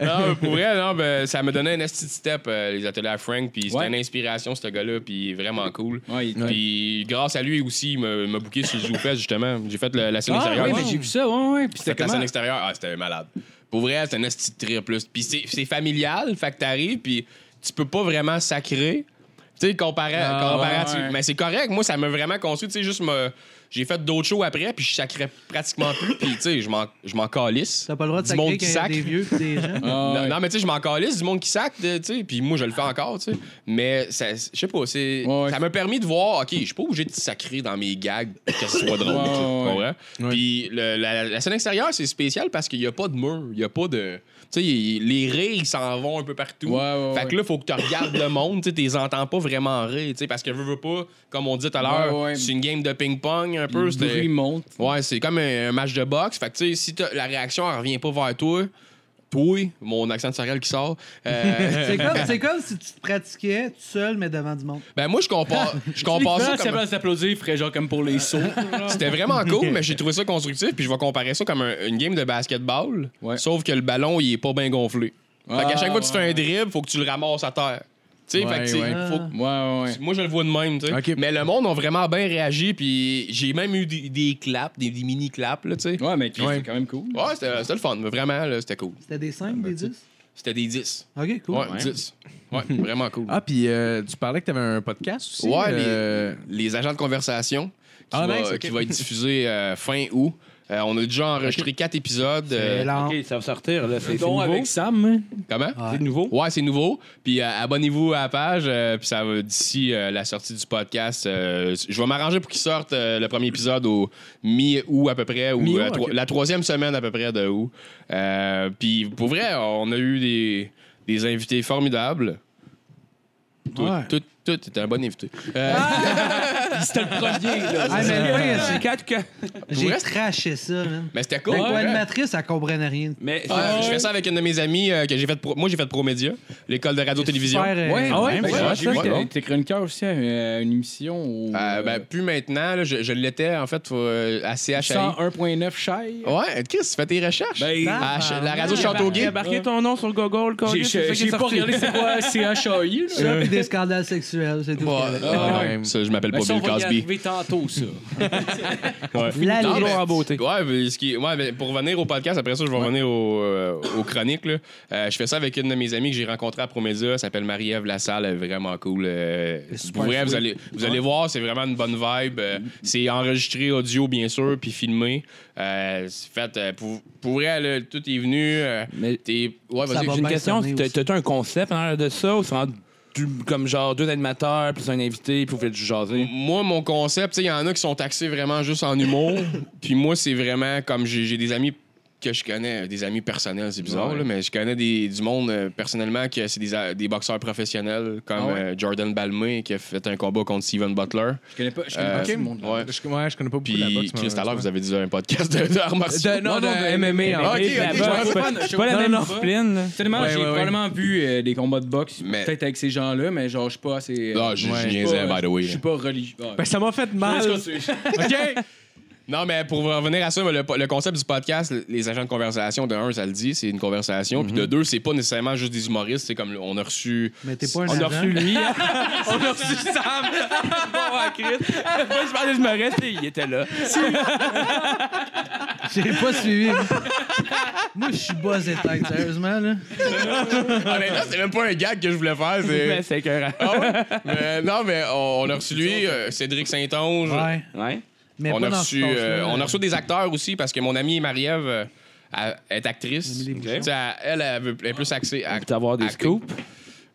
S5: non, mais pour vrai, non, ben, ça me donnait un esti de step, euh, les ateliers à Frank. Puis c'était
S3: Ouais.
S5: une inspiration, ce gars-là. Puis il est vraiment cool.
S3: Ouais, il-
S5: Puis grâce à lui aussi, il m'a m'a booké sur le ZooFest, justement. J'ai fait le- la scène
S3: Ah,
S5: extérieure.
S3: ouais, mais j'ai vu ça, ouais, ouais. Puis
S5: J'ai
S3: c'était
S5: fait la scène
S3: comment?
S5: extérieure. Ah, c'était malade. Pour vrai, c'était un esti de trip. Plus. Puis c'est c'est familial, fait que t'arrives, puis tu peux pas vraiment sacrer. Tu sais, comparé,
S3: Ah,
S5: comparatif.
S3: ouais.
S5: Mais c'est correct. Moi, ça m'a vraiment construit. Tu sais, juste me. J'ai fait d'autres shows après, puis je sacrais pratiquement plus. Puis, tu sais, je m'en- je m'en calisse.
S4: T'as pas le droit de
S5: Du monde
S4: sacrer
S5: qui
S4: quand il y a
S5: sacre.
S4: des vieux pis des
S5: *laughs*
S4: jeunes.
S5: Non, non, mais tu sais, je m'en calisse du monde qui sac, tu sais, puis moi, je le fais encore, tu sais. Mais ça- je sais pas, c'est,
S3: Ouais, ouais.
S5: ça m'a permis de voir, OK, je suis pas obligé de sacrer dans mes gags pour que ce soit drôle, tu sais, tu comprends? Puis le- la, la scène extérieure, c'est spécial parce qu'il y a pas de mur, il y a pas de... Tu sais, il- les rires, ils s'en vont un peu partout.
S3: Ouais, ouais,
S5: fait
S3: ouais.
S5: que là, faut que tu regardes le monde, tu sais, t'es entends pas vraiment rire, tu sais, parce que veux, veux pas, comme on dit tout à l'heure,
S3: Ouais, ouais.
S5: c'est une game de ping-pong un peu.
S3: Le
S5: c'était-
S3: bruit monte.
S5: Ouais, c'est comme un, un match de boxe. Fait que, tu sais, si t'as- la réaction, elle revient pas vers toi, toi, mon accent de Sorel qui sort.
S4: *laughs*
S5: euh,
S4: C'est comme, c'est comme si tu te pratiquais tout seul, mais devant du monde.
S5: ben, moi, je compare, je compare ça
S3: ça
S5: comme.
S3: va s'applaudir, il ferait genre comme pour les *laughs* sauts.
S5: C'était vraiment cool, mais j'ai trouvé ça constructif. Puis je vais comparer ça comme un- une game de basketball.
S3: Ouais.
S5: Sauf que le ballon, il est pas bien gonflé. Fait qu'à
S3: Ah,
S5: chaque fois que tu fais
S3: ouais.
S5: un dribble, faut que tu le ramasses à terre. Tu sais,
S6: Ouais,
S5: fait que c'est-
S6: ouais.
S5: faut-
S3: Ouais, ouais, ouais.
S5: Moi, je le vois de même, tu sais.
S6: Ok.
S5: Mais le monde a vraiment bien réagi, puis j'ai même eu des, des claps, des, des mini-claps, là, tu sais.
S3: Ouais, mais Chris,
S5: Ouais.
S3: c'est quand même cool.
S5: Ouais, c'était c'était le fun, vraiment, là, c'était cool.
S4: C'était des 5, des 10?
S5: C'était des 10.
S4: Ok, cool.
S5: ouais, 10.
S6: *laughs*
S5: Ouais, vraiment cool.
S6: Ah, puis euh, tu parlais que t'avais un podcast aussi.
S5: ouais,
S6: euh,
S5: les, les agents de conversation qui,
S6: Ah,
S5: va,
S6: nice, ok.
S5: qui va être diffusé euh, fin août. Euh, on a déjà enregistré quatre épisodes. euh,
S4: C'est lent.
S9: Ok, ça va sortir, là. C'est c'est
S3: Donc
S9: nouveau.
S3: avec Sam, hein?
S5: comment?
S9: C'est nouveau.
S5: Ouais, c'est nouveau. Puis euh, abonnez-vous à la page. euh, puis ça va d'ici euh, la sortie du podcast. euh, je vais m'arranger pour qu'il sorte euh, le premier épisode au mi-août à peu près, ou
S6: Mi-août,
S5: euh, tro-
S6: ok.
S5: la troisième semaine à peu près de août. Euh, puis pour vrai, on a eu des, des invités formidables. Tout,
S6: Ouais.
S5: tout, tout était un bon invité. Euh,
S4: Ah, mais le pire,
S9: Quatre cas.
S4: c'est- j'ai
S5: Ouais.
S4: craché ça, man.
S5: mais Ben, c'était cool.
S4: La
S5: pour vrai.
S4: co-animatrice, elle comprenait rien.
S9: Mais c'est-
S5: Ah, je fais ça avec une de mes amies euh, que j'ai fait pro- moi j'ai fait Promédia, l'école de radio-télévision.
S4: Super, euh,
S3: Ouais,
S9: Ah ouais,
S3: ouais, ouais,
S9: mais c'est
S3: j'ai
S5: vrai,
S3: vu
S5: ça,
S3: que
S5: ouais.
S3: t'es chroniqueur aussi à euh, une émission au
S5: Euh, ben, plus maintenant, là, je, je l'étais en fait faut, euh, à CHI.
S3: 101.9 Chai.
S5: Ouais, Chris, tu fais tes recherches.
S3: Ben,
S5: À ch- la radio de
S9: J'ai
S5: Châteauguay.
S9: marqué ton nom sur Google, quand
S3: J'ai- J'ai j'ai pas regardé c'est
S9: *laughs*
S3: quoi CHI.
S4: Ça, puis des scandales sexuels, c'est tout.
S5: Ouais,
S4: ce qu'il y avait.
S5: ah,
S6: ouais.
S5: Ça, je m'appelle pas
S3: Ben, ça, on
S5: Bill
S3: va y
S5: Cosby.
S3: arriver tantôt, ça.
S4: La
S5: Non,
S4: légende.
S5: mais-
S9: en beauté.
S5: Ouais, mais ce qui- ouais, mais pour revenir au podcast, après ça, je vais revenir au, euh, aux chroniques. là. Euh, je fais ça avec une de mes amies que j'ai rencontrée à Promédia. Elle s'appelle Marie-Ève Lassalle. Elle est vraiment cool. Euh, pour vrai, vous allez, vous allez voir, c'est vraiment une bonne vibe.
S4: Mm.
S5: Euh, c'est enregistré audio, bien sûr, puis filmé. Euh, c'est fait, euh, pour, pour vrai, là, tout est venu. euh,
S9: Mais
S5: t'es- ouais, vas-y.
S4: Ça va
S5: J'ai-
S9: J'ai une
S4: bien
S9: question.
S4: sonné
S9: T'as-
S4: aussi.
S9: T'as-tu un concept en arrière de ça ou c'est en- du- comme genre deux animateurs plus un invité puis vous faites du jaser?
S5: Moi, mon concept, tu sais, il y en a qui sont taxés vraiment juste
S6: *laughs*
S5: en humour. puis moi, c'est vraiment comme j'ai j'ai des amis que je connais, euh, des amis personnels, c'est bizarre,
S9: Ouais.
S5: là, mais je connais des, du monde euh, personnellement que c'est des, a- des boxeurs professionnels comme
S3: Ah ouais?
S5: euh, Jordan Balmé qui a fait un combat contre Steven Butler.
S3: Je connais pas, je connais
S5: Euh,
S3: pas tout le monde. là.
S5: ouais.
S6: Je, ouais, je connais pas beaucoup la
S5: Puis
S6: boxe.
S5: Chris, tout à l'heure,
S6: malheureusement.
S5: vous avez déjà un podcast de, de arts martiaux.
S6: De- non, de, MMA. en
S5: Ah, ok,
S6: fait.
S5: ok,
S9: La
S5: je vois
S9: boxe, c'est
S3: pas-
S9: pas-
S3: je
S9: c'est
S3: vois
S9: pas la
S3: pas
S9: même
S3: le
S9: discipline. là.
S3: Seulement,
S6: Ouais,
S3: j'ai
S6: ouais, ouais.
S3: probablement vu euh, des combats de boxe,
S5: Mais-
S3: peut-être avec ces gens-là, mais genre, Ah, je suis pas assez. euh,
S5: Non, je je
S6: Ouais.
S5: niaisais, by the way.
S3: Je suis pas religieux. Ah, Ouais.
S6: Ben, ça m'a fait mal.
S3: Je sais ce que c'est. *laughs*
S6: OK?
S5: Non, mais pour revenir à ça, ben, le, le concept du podcast, les agents de conversation, de un, ça le dit, c'est une conversation. Puis
S6: Mhm.
S5: de deux, c'est pas nécessairement juste des humoristes. C'est comme on a reçu.
S4: Mais t'es pas un
S5: On a
S4: agent.
S5: reçu
S9: *laughs*
S5: lui.
S9: On a reçu Sam. *laughs* bon, à Chris. Moi, je parlais, je me reste, puis il était là.
S4: *laughs* J'ai pas suivi. Moi, je suis bas et tête, sérieusement, là.
S5: Honnêtement, Ah, c'est même pas un gag que je voulais faire.
S6: *laughs* Ben
S9: Mais
S5: c'est-
S9: c'est écœurant.
S5: *laughs* Mais non, mais on, on a reçu lui, euh, Cédric Saint-Onge.
S4: Ouais.
S9: Ouais.
S4: Mais
S5: on,
S4: pas
S5: a
S4: dans
S5: reçu,
S4: ce sens-là,
S5: euh,
S4: là.
S5: on a reçu des acteurs aussi parce que mon amie Marie-Ève euh, elle- elle est actrice.
S4: Emily
S5: Tu sais, elle, Elle, veut- elle est plus axée à.
S9: Puis avoir des
S5: Acté.
S9: scoops. De qui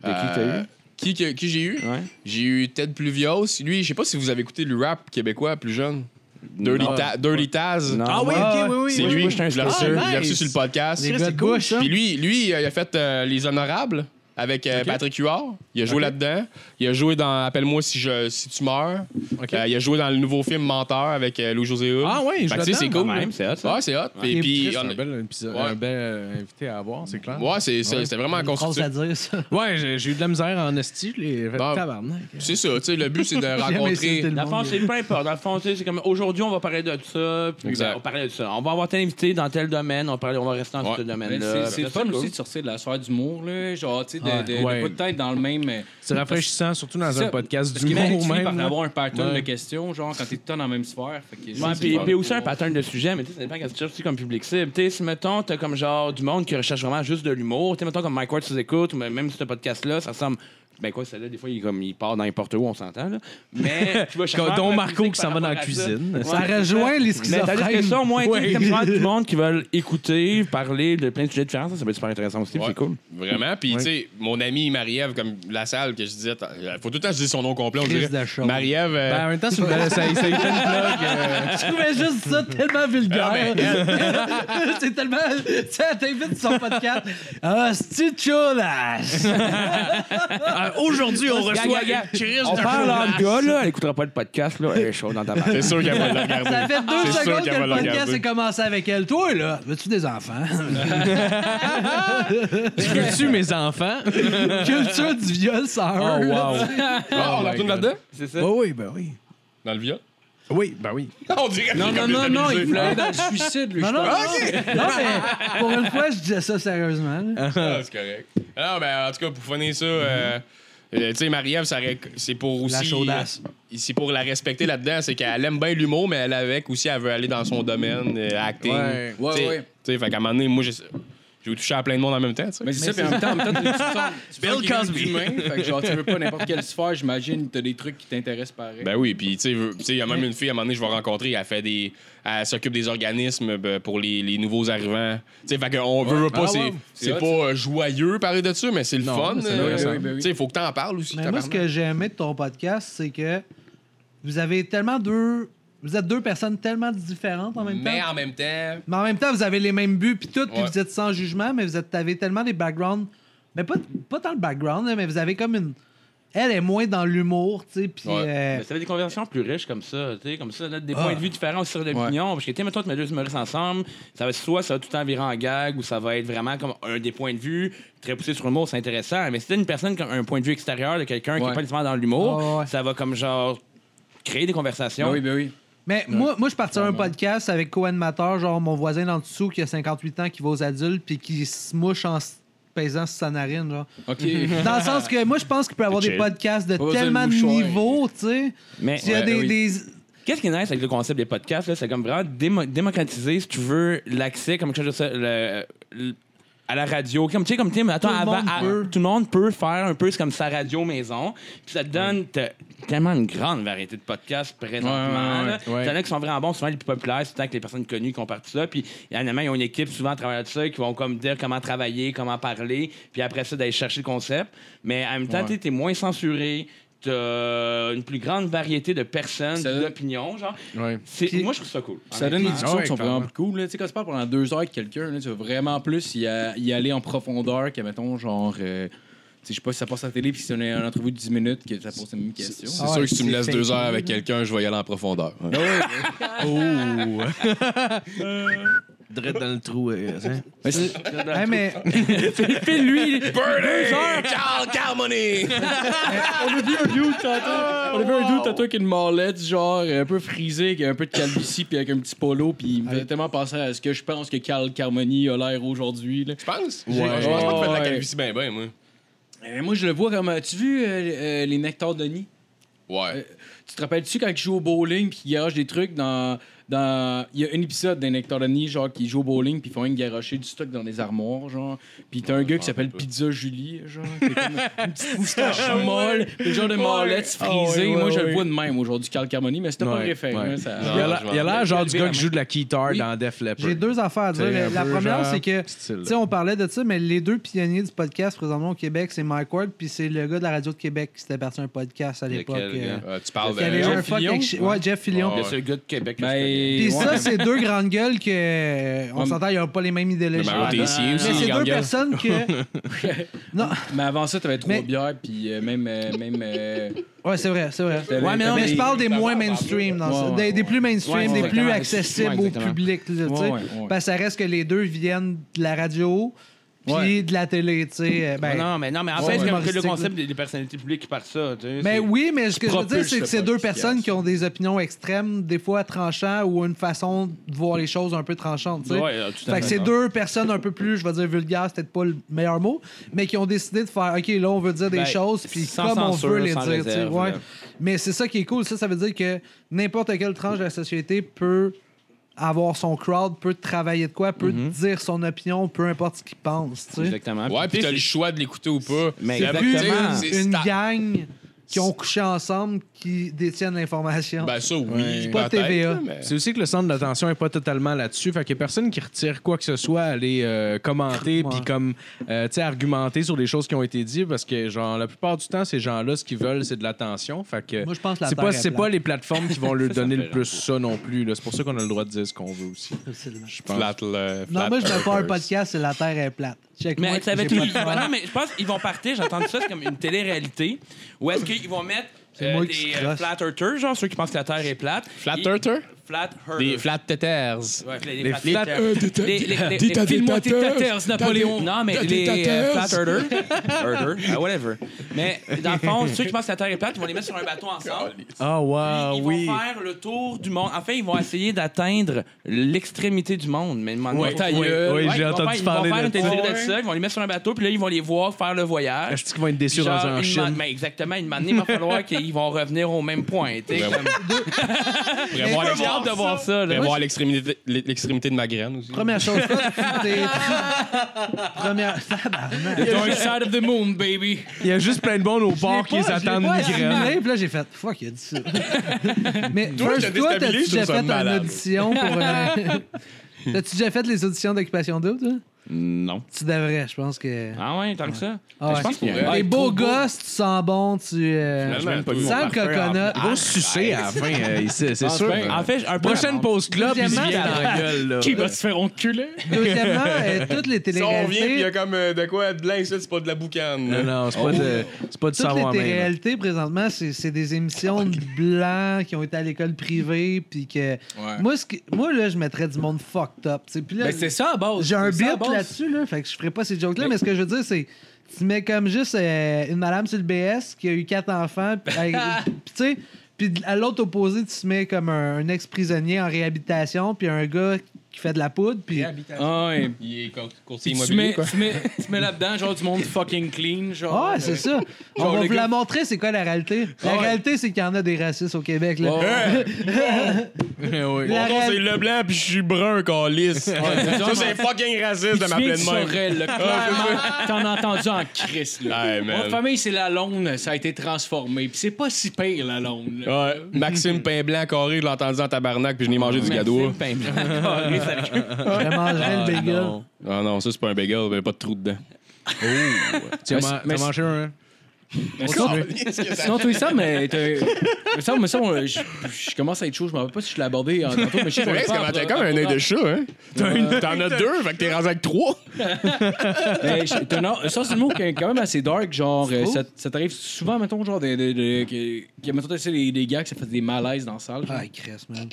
S9: t'as
S5: Euh,
S9: eu?
S5: Qui, que- qui j'ai eu
S9: Ouais.
S5: J'ai eu Ted Pluvios. Lui, je sais pas si vous avez écouté le rap québécois plus jeune. Dirty,
S9: Non.
S5: Ta- Dirty Taz.
S9: Non.
S6: Ah oui,
S4: Ouais,
S6: OK, oui, oui.
S5: C'est
S6: oui.
S5: lui,
S9: moi, j'étais un
S5: je l'ai reçu,
S6: scooper.
S5: je l'ai reçu
S6: Nice.
S5: sur le podcast.
S4: Les gars de gauche,
S5: Puis lui, lui, euh, il a fait euh, Les Honorables avec euh, Patrick Huard. Il a joué là-dedans. Il a joué dans Appelle-moi si, je- si tu meurs.
S6: OK.
S5: Euh, il a joué dans le nouveau film Menteur avec euh, Louis-José Hood.
S6: Ah ouais, je
S5: Fait que tu sais, c'est
S9: Quand
S5: cool.
S9: même,
S5: là.
S9: c'est hot, ça.
S5: Ouais, c'est hot. Et
S4: Et
S5: puis,
S6: C'est
S5: on-
S6: un bel, épisode,
S5: Ouais.
S6: un bel euh, invité à avoir, c'est clair.
S5: ouais, c'est c'est- c'était vraiment
S4: Grosse
S5: constructif.
S4: à dire, ça.
S6: Ouais, j'ai j'ai eu de la misère en esti, je l'ai fait
S5: Bon.
S6: tabarnak.
S5: C'est ça, tu sais, le but,
S4: *laughs*
S5: c'est de rencontrer.
S4: insulté le
S9: Dans le fond,
S4: monde,
S9: c'est peu importe. Dans le fond, tu sais, c'est comme aujourd'hui, on va parler de ça, puis
S5: Exact.
S9: ben, on parlait de ça. On va avoir tel invité dans tel domaine, on, parle- on va rester dans
S5: Ouais.
S9: ce
S3: *laughs* Mais
S9: domaine-là.
S3: C'est c'est le
S9: Puis ça,
S3: fun
S9: cool.
S3: aussi de sortir de la sphère d'humour, là. Genre, tu sais, de, de, de
S6: Ouais.
S3: pas de tête dans le même.
S6: C'est rafraîchissant, surtout dans
S3: C'est
S6: un
S3: ça.
S6: podcast
S3: Parce qu'il est
S6: d'humour
S3: fini
S6: même.
S3: par
S6: là.
S3: avoir un pattern
S6: Ouais.
S3: de questions, genre quand t'es tout le temps dans la même sphère. Fait que,
S9: Ouais,
S3: c'est
S9: puis,
S3: fun.
S9: puis aussi
S3: *laughs*
S9: un pattern de sujet, mais tu sais, ça dépend quand tu cherches aussi comme public cible. Tu sais, si mettons, t'as comme genre du monde qui recherche vraiment juste de l'humour, tu sais, mettons comme Mike Ward sous écoute, ou même ce podcast-là, ça ressemble Ben quoi, celle-là, des fois, il, comme, il part dans n'importe où, on s'entend. Là. Mais
S6: *laughs*
S9: tu vas chercher
S6: Comme
S9: un
S6: Don
S9: peu
S6: Marco
S9: musique
S6: qui
S9: par
S6: s'en va dans la
S9: rapport à ça.
S6: cuisine.
S4: Ça rejoint les
S9: Mais
S4: schizophrènes.
S9: tandis que ça, au moins, tu sais,
S6: Ouais.
S9: comme genre, tout le monde
S6: *laughs*
S9: qui veut écouter, parler de plein de sujets différents, ça, ça peut être super intéressant aussi, puis
S5: Ouais,
S9: c'est cool.
S5: Vraiment. Puis, tu sais, mon amie Marie-Ève, comme la salle que je disais, t- euh, faut tout le temps que je dise son nom complet. On
S4: Chris
S5: dirait
S4: de Chaume.
S5: Marie-Ève. euh,
S6: Ben, en même temps, c'est une- euh. ça, ça, ça-
S4: *laughs* Je trouvais juste
S6: *laughs*
S4: ça tellement vulgaire.
S5: Ah,
S6: ben,
S4: *laughs* c'est tellement. Tu sais, elle t'invite sur son podcast. Ah, c'est choulasse.
S6: Aujourd'hui, on
S9: reçoit On parle en gars, là, elle écoutera pas le podcast, là, elle est chaude
S6: *laughs*
S9: dans ta barbe.
S5: C'est sûr
S3: *laughs*
S5: qu'elle va le regarder.
S4: Ça fait deux
S5: C'est sûr
S4: secondes que
S5: qu'elle va
S4: le
S5: le
S4: podcast
S5: regarder.
S4: est commencé avec elle. Toi, là, veux-tu des enfants? *laughs*
S6: tu mes enfants?
S4: Culture du viol, ça
S6: Oh,
S4: heurte, là.
S6: wow.
S5: Ah, on en retourne là-dedans?
S9: C'est ça.
S6: oui, ben oui.
S5: Dans le viol?
S6: Oui, ben oui.
S5: *laughs* On dirait
S3: Non, non, non, non, il voulait aller dans le suicide, lui.
S4: Non,
S3: je
S4: non,
S3: pense.
S4: non, non, mais pour une fois, je disais ça sérieusement. là.
S5: Ah, c'est correct. Alors, ben, en tout cas, pour finir ça, euh, euh, tu sais, Marie-Ève, ça aurait- c'est pour aussi. euh,
S4: La chaudasse.
S5: C'est pour la respecter là-dedans, c'est qu'elle aime bien l'humour, mais elle avec aussi, elle veut aller dans son domaine, euh, acting.
S6: Ouais.
S3: Ouais,
S5: Tu sais,
S3: ouais.
S5: Tu sais, fait qu'à un moment donné, moi, j'ai- je veux toucher à plein de monde en même temps, tu sais.
S3: Mais c'est ça, puis en même temps, en même temps, tu- tu *laughs* sens- tu
S6: Bill
S3: sens qu'il y a
S6: Cosby.
S3: du humain, fait que genre, tu veux pas n'importe quelle sphère, j'imagine, t'as des trucs qui t'intéressent pareil.
S5: Ben oui, puis tu sais, veux- tu sais, il y a même une fille, à un moment donné, je vais rencontrer, elle fait des. Elle s'occupe des organismes ben, pour les, les nouveaux arrivants. Tu sais, fait qu'on veut, veut pas,
S3: Ah
S5: c'est,
S3: ouais.
S5: c'est
S3: C'est
S5: pas euh, joyeux parler de ça, mais c'est le
S6: Non,
S5: fun.
S6: mais c'est
S5: euh,
S6: intéressant.
S3: Oui, oui, oui, oui.
S5: Tu sais, faut que t'en parles aussi.
S4: Mais Ben, moi, ce que j'ai aimé de ton podcast, c'est que vous avez tellement deux. Vous êtes deux personnes tellement différentes en même temps.
S5: Mais en même temps.
S4: Mais en même temps, vous avez les mêmes buts, puis tout, puis
S5: Ouais.
S4: vous êtes sans jugement, mais vous êtes, avez tellement des backgrounds. Mais pas, pas tant le background, là, mais vous avez comme une. Elle est moins dans l'humour, tu sais, puis.
S5: Ouais.
S4: euh,
S9: Mais ça fait des conversations plus riches comme ça, tu sais, comme ça, là, des
S4: Ah.
S9: points de vue différents sur l'opinion. Parce que, tu sais, mettons, tu mets deux humoristes ensemble, ça va être soit ça va tout le temps virer en gag ou ça va être vraiment comme un des points de vue très poussé sur l'humour, c'est intéressant. Mais si t'as une personne qui a un point de vue extérieur de quelqu'un qui
S3: Ouais.
S9: n'est pas nécessairement dans l'humour,
S4: Ah ouais.
S9: ça va comme genre créer des conversations.
S3: Ben oui, ben oui.
S4: Mais moi, moi je partirais un podcast avec Cohen Matter, genre mon voisin d'en dessous qui a 58 ans, qui va aux adultes, puis qui se mouche en s- pesant sur sa
S3: *laughs*
S4: narine, genre.
S3: OK.
S4: Dans le sens que moi, je pense qu'il peut y avoir des
S5: Chill.
S4: podcasts de
S3: Pas besoin de
S4: tellement de
S3: mouchoir.
S4: niveaux, tu sais.
S9: Mais
S4: Puis Il y a
S3: Ouais,
S4: des.
S3: oui.
S4: des-
S9: Qu'est-ce qui est nice avec le concept des podcasts, là, c'est comme vraiment démo- démocratiser, si tu veux, l'accès, comme quelque chose de ça, le- le- à la radio. Comme, tu sais, comme, tu sais, mais attends,
S4: Tout le
S9: avant,
S4: monde
S9: à-
S4: peut.
S9: tout le monde peut faire un peu c'est comme sa radio maison. Puis ça te donne te- tellement une grande variété de podcasts présentement.
S6: Ouais, ouais,
S9: là.
S6: ouais, ouais.
S9: T'en as qui sont vraiment bons, souvent les plus populaires, c'est tant que les personnes connues qui ont parti ça. Puis, il y en a même, ils ont une équipe souvent à travers de ça qui vont comme dire comment travailler, comment parler, puis après ça, d'aller chercher le concept. Mais en même temps, tu es moins censuré. T'as une plus grande variété de personnes,
S3: Ça donne-
S9: d'opinions, genre.
S6: Ouais.
S9: C'est-
S4: Puis-
S9: moi, je trouve ça cool.
S3: Ça donne des discussions
S6: ouais,
S3: qui sont
S6: clairement.
S3: vraiment plus cool. là. Tu sais, quand tu parles pendant deux heures avec quelqu'un, là, tu vas vraiment plus y, a- y aller en profondeur que, mettons, genre. euh, tu sais, je sais pas si ça passe à la télé puis si c'est une, une entrevue de 10 minutes que ça pose la même
S5: C'est
S3: question.
S5: c'est
S4: Ah ouais,
S5: sûr que si tu me
S4: c'est
S5: laisses
S4: fake
S5: deux heures
S4: news,
S5: avec
S4: là.
S5: quelqu'un, je vais y aller en profondeur.
S6: Oh! Drette dans le trou. euh, *laughs* hein.
S3: *laughs*
S4: Ouais, mais
S9: Puis lui,
S5: Birdie! Carl Carmoni!
S3: On a vu un dude tantôt. On a vu un dude tantôt avec une marlette, genre euh, un peu frisée, qui a un peu de calvitie, puis avec un petit polo, puis il me fait tellement penser à ce que je pense que Carl Carmoni a l'air aujourd'hui. là.
S5: Tu penses? Ouais. Je pense pas que tu fais de la calvitie bien, bien, moi.
S3: Euh, moi, je le vois comme. Tu vu euh, euh, les Nectar de Nid?
S5: Ouais.
S3: Tu te rappelles-tu quand il joue au bowling puis qu'il garoche des trucs dans. dans... Il y a un épisode d'un Nectar de Nid, genre, qui joue au bowling puis ils font une garocher du stock dans des armoires, genre. Puis t'as un gars qui s'appelle Pizza Julie, genre. qui a comme une petite moustache molle, le genre de mallette frisée.
S6: ouais,
S3: moi, je
S6: ouais.
S3: le vois de même aujourd'hui, Carl Carmoni, mais c'était pas
S6: Ouais,
S3: préféré.
S6: ouais.
S3: hein, ça-
S5: Non.
S6: Il a l'air- il a l'air genre du gars qui joue de la guitare
S3: Oui.
S6: dans Def Leppard.
S4: j'ai deux affaires à dire.
S6: T'sais,
S4: La,
S6: un
S4: la
S6: peu
S4: première,
S6: genre
S4: c'est que.
S6: style.
S4: Tu sais, on parlait de ça, mais les deux pionniers du podcast présentement au Québec, c'est Mike Ward, puis c'est le gars de la radio de Québec qui s'était parti un podcast à l'époque.
S9: Lequel
S4: euh,
S9: gars?
S5: Euh, tu parles
S4: qui avait eu
S5: de.
S4: un fuck
S3: Fillion?
S4: avec chi- Ouais, Jeff Fillion.
S5: Ouais.
S9: le seul gars de Québec que je connais.
S3: Ben,
S4: Puis ça,
S3: ouais.
S4: c'est deux grandes gueules que. euh, On
S3: Ouais,
S4: s'entend, ils n'ont pas les mêmes
S5: Le
S4: idéologies.
S5: Mario
S9: Ah,
S5: Tessier
S9: non,
S4: Mais
S5: aussi,
S4: c'est deux
S5: Gangan.
S4: personnes que. non,
S3: mais avant ça, t'avais trois
S4: Mais-
S3: bières, puis euh, même. euh, même euh,
S4: ouais, c'est vrai, c'est vrai.
S3: t'avais-
S9: Ouais, mais non,
S3: t'avais-
S4: Mais je parle des moins mainstream, dans ça.
S3: Ouais, ouais,
S4: des, des plus
S9: Ouais,
S4: mainstream, des
S9: exactement.
S4: plus accessibles
S9: Ouais,
S4: au
S9: exactement.
S4: public. là, tu sais.
S3: ouais, ouais.
S4: Parce que ça reste que les deux viennent de la radio puis
S3: Ouais.
S4: de la télé. tu sais, euh, ben,
S9: Mais non, mais non, mais en
S4: Ouais,
S9: fait,
S4: ouais.
S9: comme que le concept des, des personnalités publiques par ça. tu sais,
S4: Mais
S9: c'est-
S4: Ben oui, mais ce que je veux dire,
S3: propulse
S4: c'est que
S3: le
S4: c'est deux
S3: podcast.
S4: personnes qui ont des opinions extrêmes, des fois tranchants ou une façon de voir les choses un peu tranchantes. tu sais.
S9: Ouais, euh, tout à
S4: Fait que c'est deux personnes un peu plus, je vais dire vulgaires, c'est peut-être pas le meilleur mot, mais qui ont décidé de faire, OK, là, on veut dire des
S9: Ben,
S4: choses, puis
S9: sans
S4: comme on
S9: censure,
S4: veut les
S9: sans
S4: dire. tu sais,
S9: réserve,
S4: ouais.
S9: là.
S4: Mais c'est ça qui est cool. Ça, ça veut dire que n'importe quelle tranche de la société peut avoir son crowd, peut travailler de quoi, peut dire son opinion, peu importe ce qu'il pense. tu sais.
S9: Mm-hmm. Exactement.
S5: Ouais, puis t'as le choix de l'écouter ou pas.
S9: Mais
S5: La-
S9: exactement.
S5: tu sais, c'est-
S4: Une
S5: c'est-
S4: gang qui ont couché ensemble qui détiennent l'information.
S5: Ben ça,
S6: Ouais.
S5: oui.
S6: C'est
S4: pas
S5: peut-être,
S4: TVA.
S5: là, mais-
S6: C'est aussi que le centre d'attention n'est pas totalement là-dessus. Fait qu'il n'y a personne qui retire quoi que ce soit à aller euh, commenter
S4: Ouais.
S6: puis comme, euh, tu sais, argumenter sur les choses qui ont été dites parce que, genre, la plupart du temps, ces gens-là, ce qu'ils veulent, c'est de l'attention. Fait que
S4: Moi, je pense que la
S6: c'est
S4: Terre
S6: pas,
S4: est
S6: c'est
S4: plate.
S6: pas les plateformes qui
S5: *laughs*
S6: vont leur donner
S9: fait
S6: le plus ça non plus. là. C'est pour ça qu'on a le droit de dire ce qu'on veut aussi. Je pense.
S5: Flat, le-
S4: Non,
S5: flat
S4: moi, je vais faire un
S5: earthers.
S4: podcast et la Terre est plate. Check
S9: Mais
S4: moi,
S9: ça va
S4: j'ai
S9: être
S4: pas
S9: une-
S4: de
S9: Ouais,
S4: problème.
S9: non, mais je pense qu'ils vont partir, j'ai entendu ça, c'est comme une télé-réalité, où est-ce qu'ils vont mettre
S4: C'est
S9: euh,
S4: moi qui
S9: des
S4: se
S9: euh,
S4: crosse.
S9: flat earthers, genre ceux qui pensent que la Terre est plate.
S5: Flat
S9: Et-
S5: earther?
S9: Flat earthers.
S5: Des flat tetters.
S9: Ouais, les,
S5: Les
S9: flat
S5: flat-
S9: earthers. Les- les- les- les- les-
S8: File-moi tes taters, Napoléon.
S9: Non, mais les euh, flat earthers. *laughs* Earther, ah, whatever. Mais dans le fond, ceux qui pensent que la Terre est plate, ils vont les mettre sur un bateau ensemble.
S6: Ah, wow,
S9: Puis, ils
S6: oui.
S9: vont faire le tour du monde. Enfin, ils vont essayer d'atteindre l'extrémité du monde. Mais maintenant,
S6: Ouais,
S9: ta
S6: ouais,
S9: gueule.
S6: ouais, j'ai
S9: ils vont
S6: entendu
S9: faire-
S6: parler
S9: Ils vont faire
S6: de
S9: une télé-réalité de ça, ils vont les mettre sur un bateau, puis là, ils vont les voir faire le voyage.
S6: Est-ce qu'ils vont être déçus dans
S9: Genre,
S6: un
S9: une
S6: chien?
S9: man- mais exactement, une manée, il
S6: *laughs*
S9: va falloir qu'ils vont revenir au même point. t'sais,
S6: Ben
S5: Vraiment.
S9: comme-
S4: *laughs*
S5: Faudrait voir
S9: J'ai hâte de
S5: l'extré-
S9: voir ça. là.
S5: faudrait voir l'extrémité l'extrémité de ma graine aussi.
S4: Première chose,
S9: *laughs*
S4: faite, t'es- Première. Tabarnak.
S8: Dark side of the moon, baby.
S6: Il y a juste plein de monde au
S4: Je l'ai
S6: bord qui
S4: pas-
S6: les
S4: je l'ai
S6: attendent
S4: pas
S6: migrants.
S4: assimilé, Puis là, j'ai fait, fuck, il a dit ça. Mais
S5: Toi,
S4: first,
S5: je te
S4: toi,
S5: déstabilise, je
S4: t'as-tu
S5: trouve
S4: déjà
S5: ça
S4: fait une
S5: malade.
S4: audition pour. euh, T'as-tu déjà fait les auditions d'Occupation Double, toi?
S9: Non.
S4: Tu devrais, je pense que.
S9: Ah ouais, tant que ça.
S4: Ah ouais.
S9: Je pense qu'il y a
S4: T'es
S9: un-
S4: beau gosse, tu sens bon, tu. Euh...
S5: Finalement,
S4: Tu sens le coconut.
S6: Gros sucé à la fin, euh, c'est c'est sûr.
S9: En fait, un
S6: Prochaine pause club, il se
S4: Deuxièmement,
S6: vient dans la
S4: *laughs*
S6: gueule. là.
S8: Qui va se faire enculer?
S4: Deuxièmement, euh, toutes les
S5: Si on revient, puis il y a
S4: téléréalités.
S5: comme euh, de quoi de linge, ça, c'est pas de la boucane.
S6: Non,
S5: là.
S6: non, c'est pas, de- c'est pas du
S4: Toutes
S6: savon
S4: les
S6: à main. *laughs* là.
S4: téléréalités, présentement, c'est c'est des émissions de blancs qui ont été à l'école privée. Puis que. Moi, ce qui- moi, là, je mettrais du monde fucked up. tu sais. Puis là,
S3: Ben, c'est ça à base.
S4: J'ai un
S3: C'est ça à
S4: bit
S3: base.
S4: là-dessus, là, fait que je ferai pas ces jokes-là, mais ce que je veux dire, c'est tu mets comme juste euh, une madame sur le BS qui a eu quatre enfants, puis avec- puis tu sais, puis à l'autre opposé, tu mets comme un, un ex-prisonnier en réhabilitation, puis un gars qui fait de la poudre, puis
S8: Ah ouais.
S5: Il est cour- courtier
S8: Puis Tu
S5: immobilier,
S8: mets,
S5: quoi.
S8: tu mets, tu mets là-dedans, genre du monde fucking clean, *laughs* genre.
S4: ah, c'est ça. On
S8: genre,
S4: va
S8: le
S4: vous
S8: gars-
S4: la montrer, c'est quoi la réalité. La
S8: Ouais.
S4: réalité, c'est qu'il y en a des racistes au Québec. Là.
S5: Mon
S4: La
S5: nom,
S4: réal-
S5: c'est Leblanc, puis je suis brun, calice. Ça, c'est fucking raciste de
S8: Tu
S5: m'appeler
S8: viens de
S5: de même.
S8: Sorel, là,
S9: Ah,
S8: clairement. *laughs* T'en as entendu en crise, là.
S5: Hey, man.
S8: Votre famille, c'est la Londe, ça a été transformé. Puis c'est pas si pire, la Londe. là.
S5: Ouais, Maxime Pain Blanc Carré, je l'ai entendu en tabarnak, puis je n'ai mangé du gadois.
S8: *laughs*
S4: Je mangerais le bagel.
S5: Ah non, ça, c'est pas un bagel, il n'y a pas de trou dedans.
S6: Tu as man-
S8: Mais-
S6: t'as mangé un, hein?
S8: Sinon, toi, Sam, mais t'as- mais Sam, mais ça, on- euh, je je commence à être chaud. Je m'en rappelle pas si je l'ai abordé en tantôt, mais je sais
S5: C'est
S8: qu'on
S5: vrai,
S8: le
S5: c'est
S8: fait
S5: comme-
S8: en-
S5: t'as comme un œil de chat, hein? T'en as deux, fait que t'es rendu avec
S4: *laughs*
S5: trois.
S8: Mais Euh, je- t'as un or- ça, c'est un mot qui est quand même assez dark. Genre, euh, ça, ça t'arrive souvent, mettons, genre, des, des, des, que- que, mettons, t'as des, des gars qui ça fait des malaises dans la salle. *laughs* genre.
S4: Ah, Chris, man.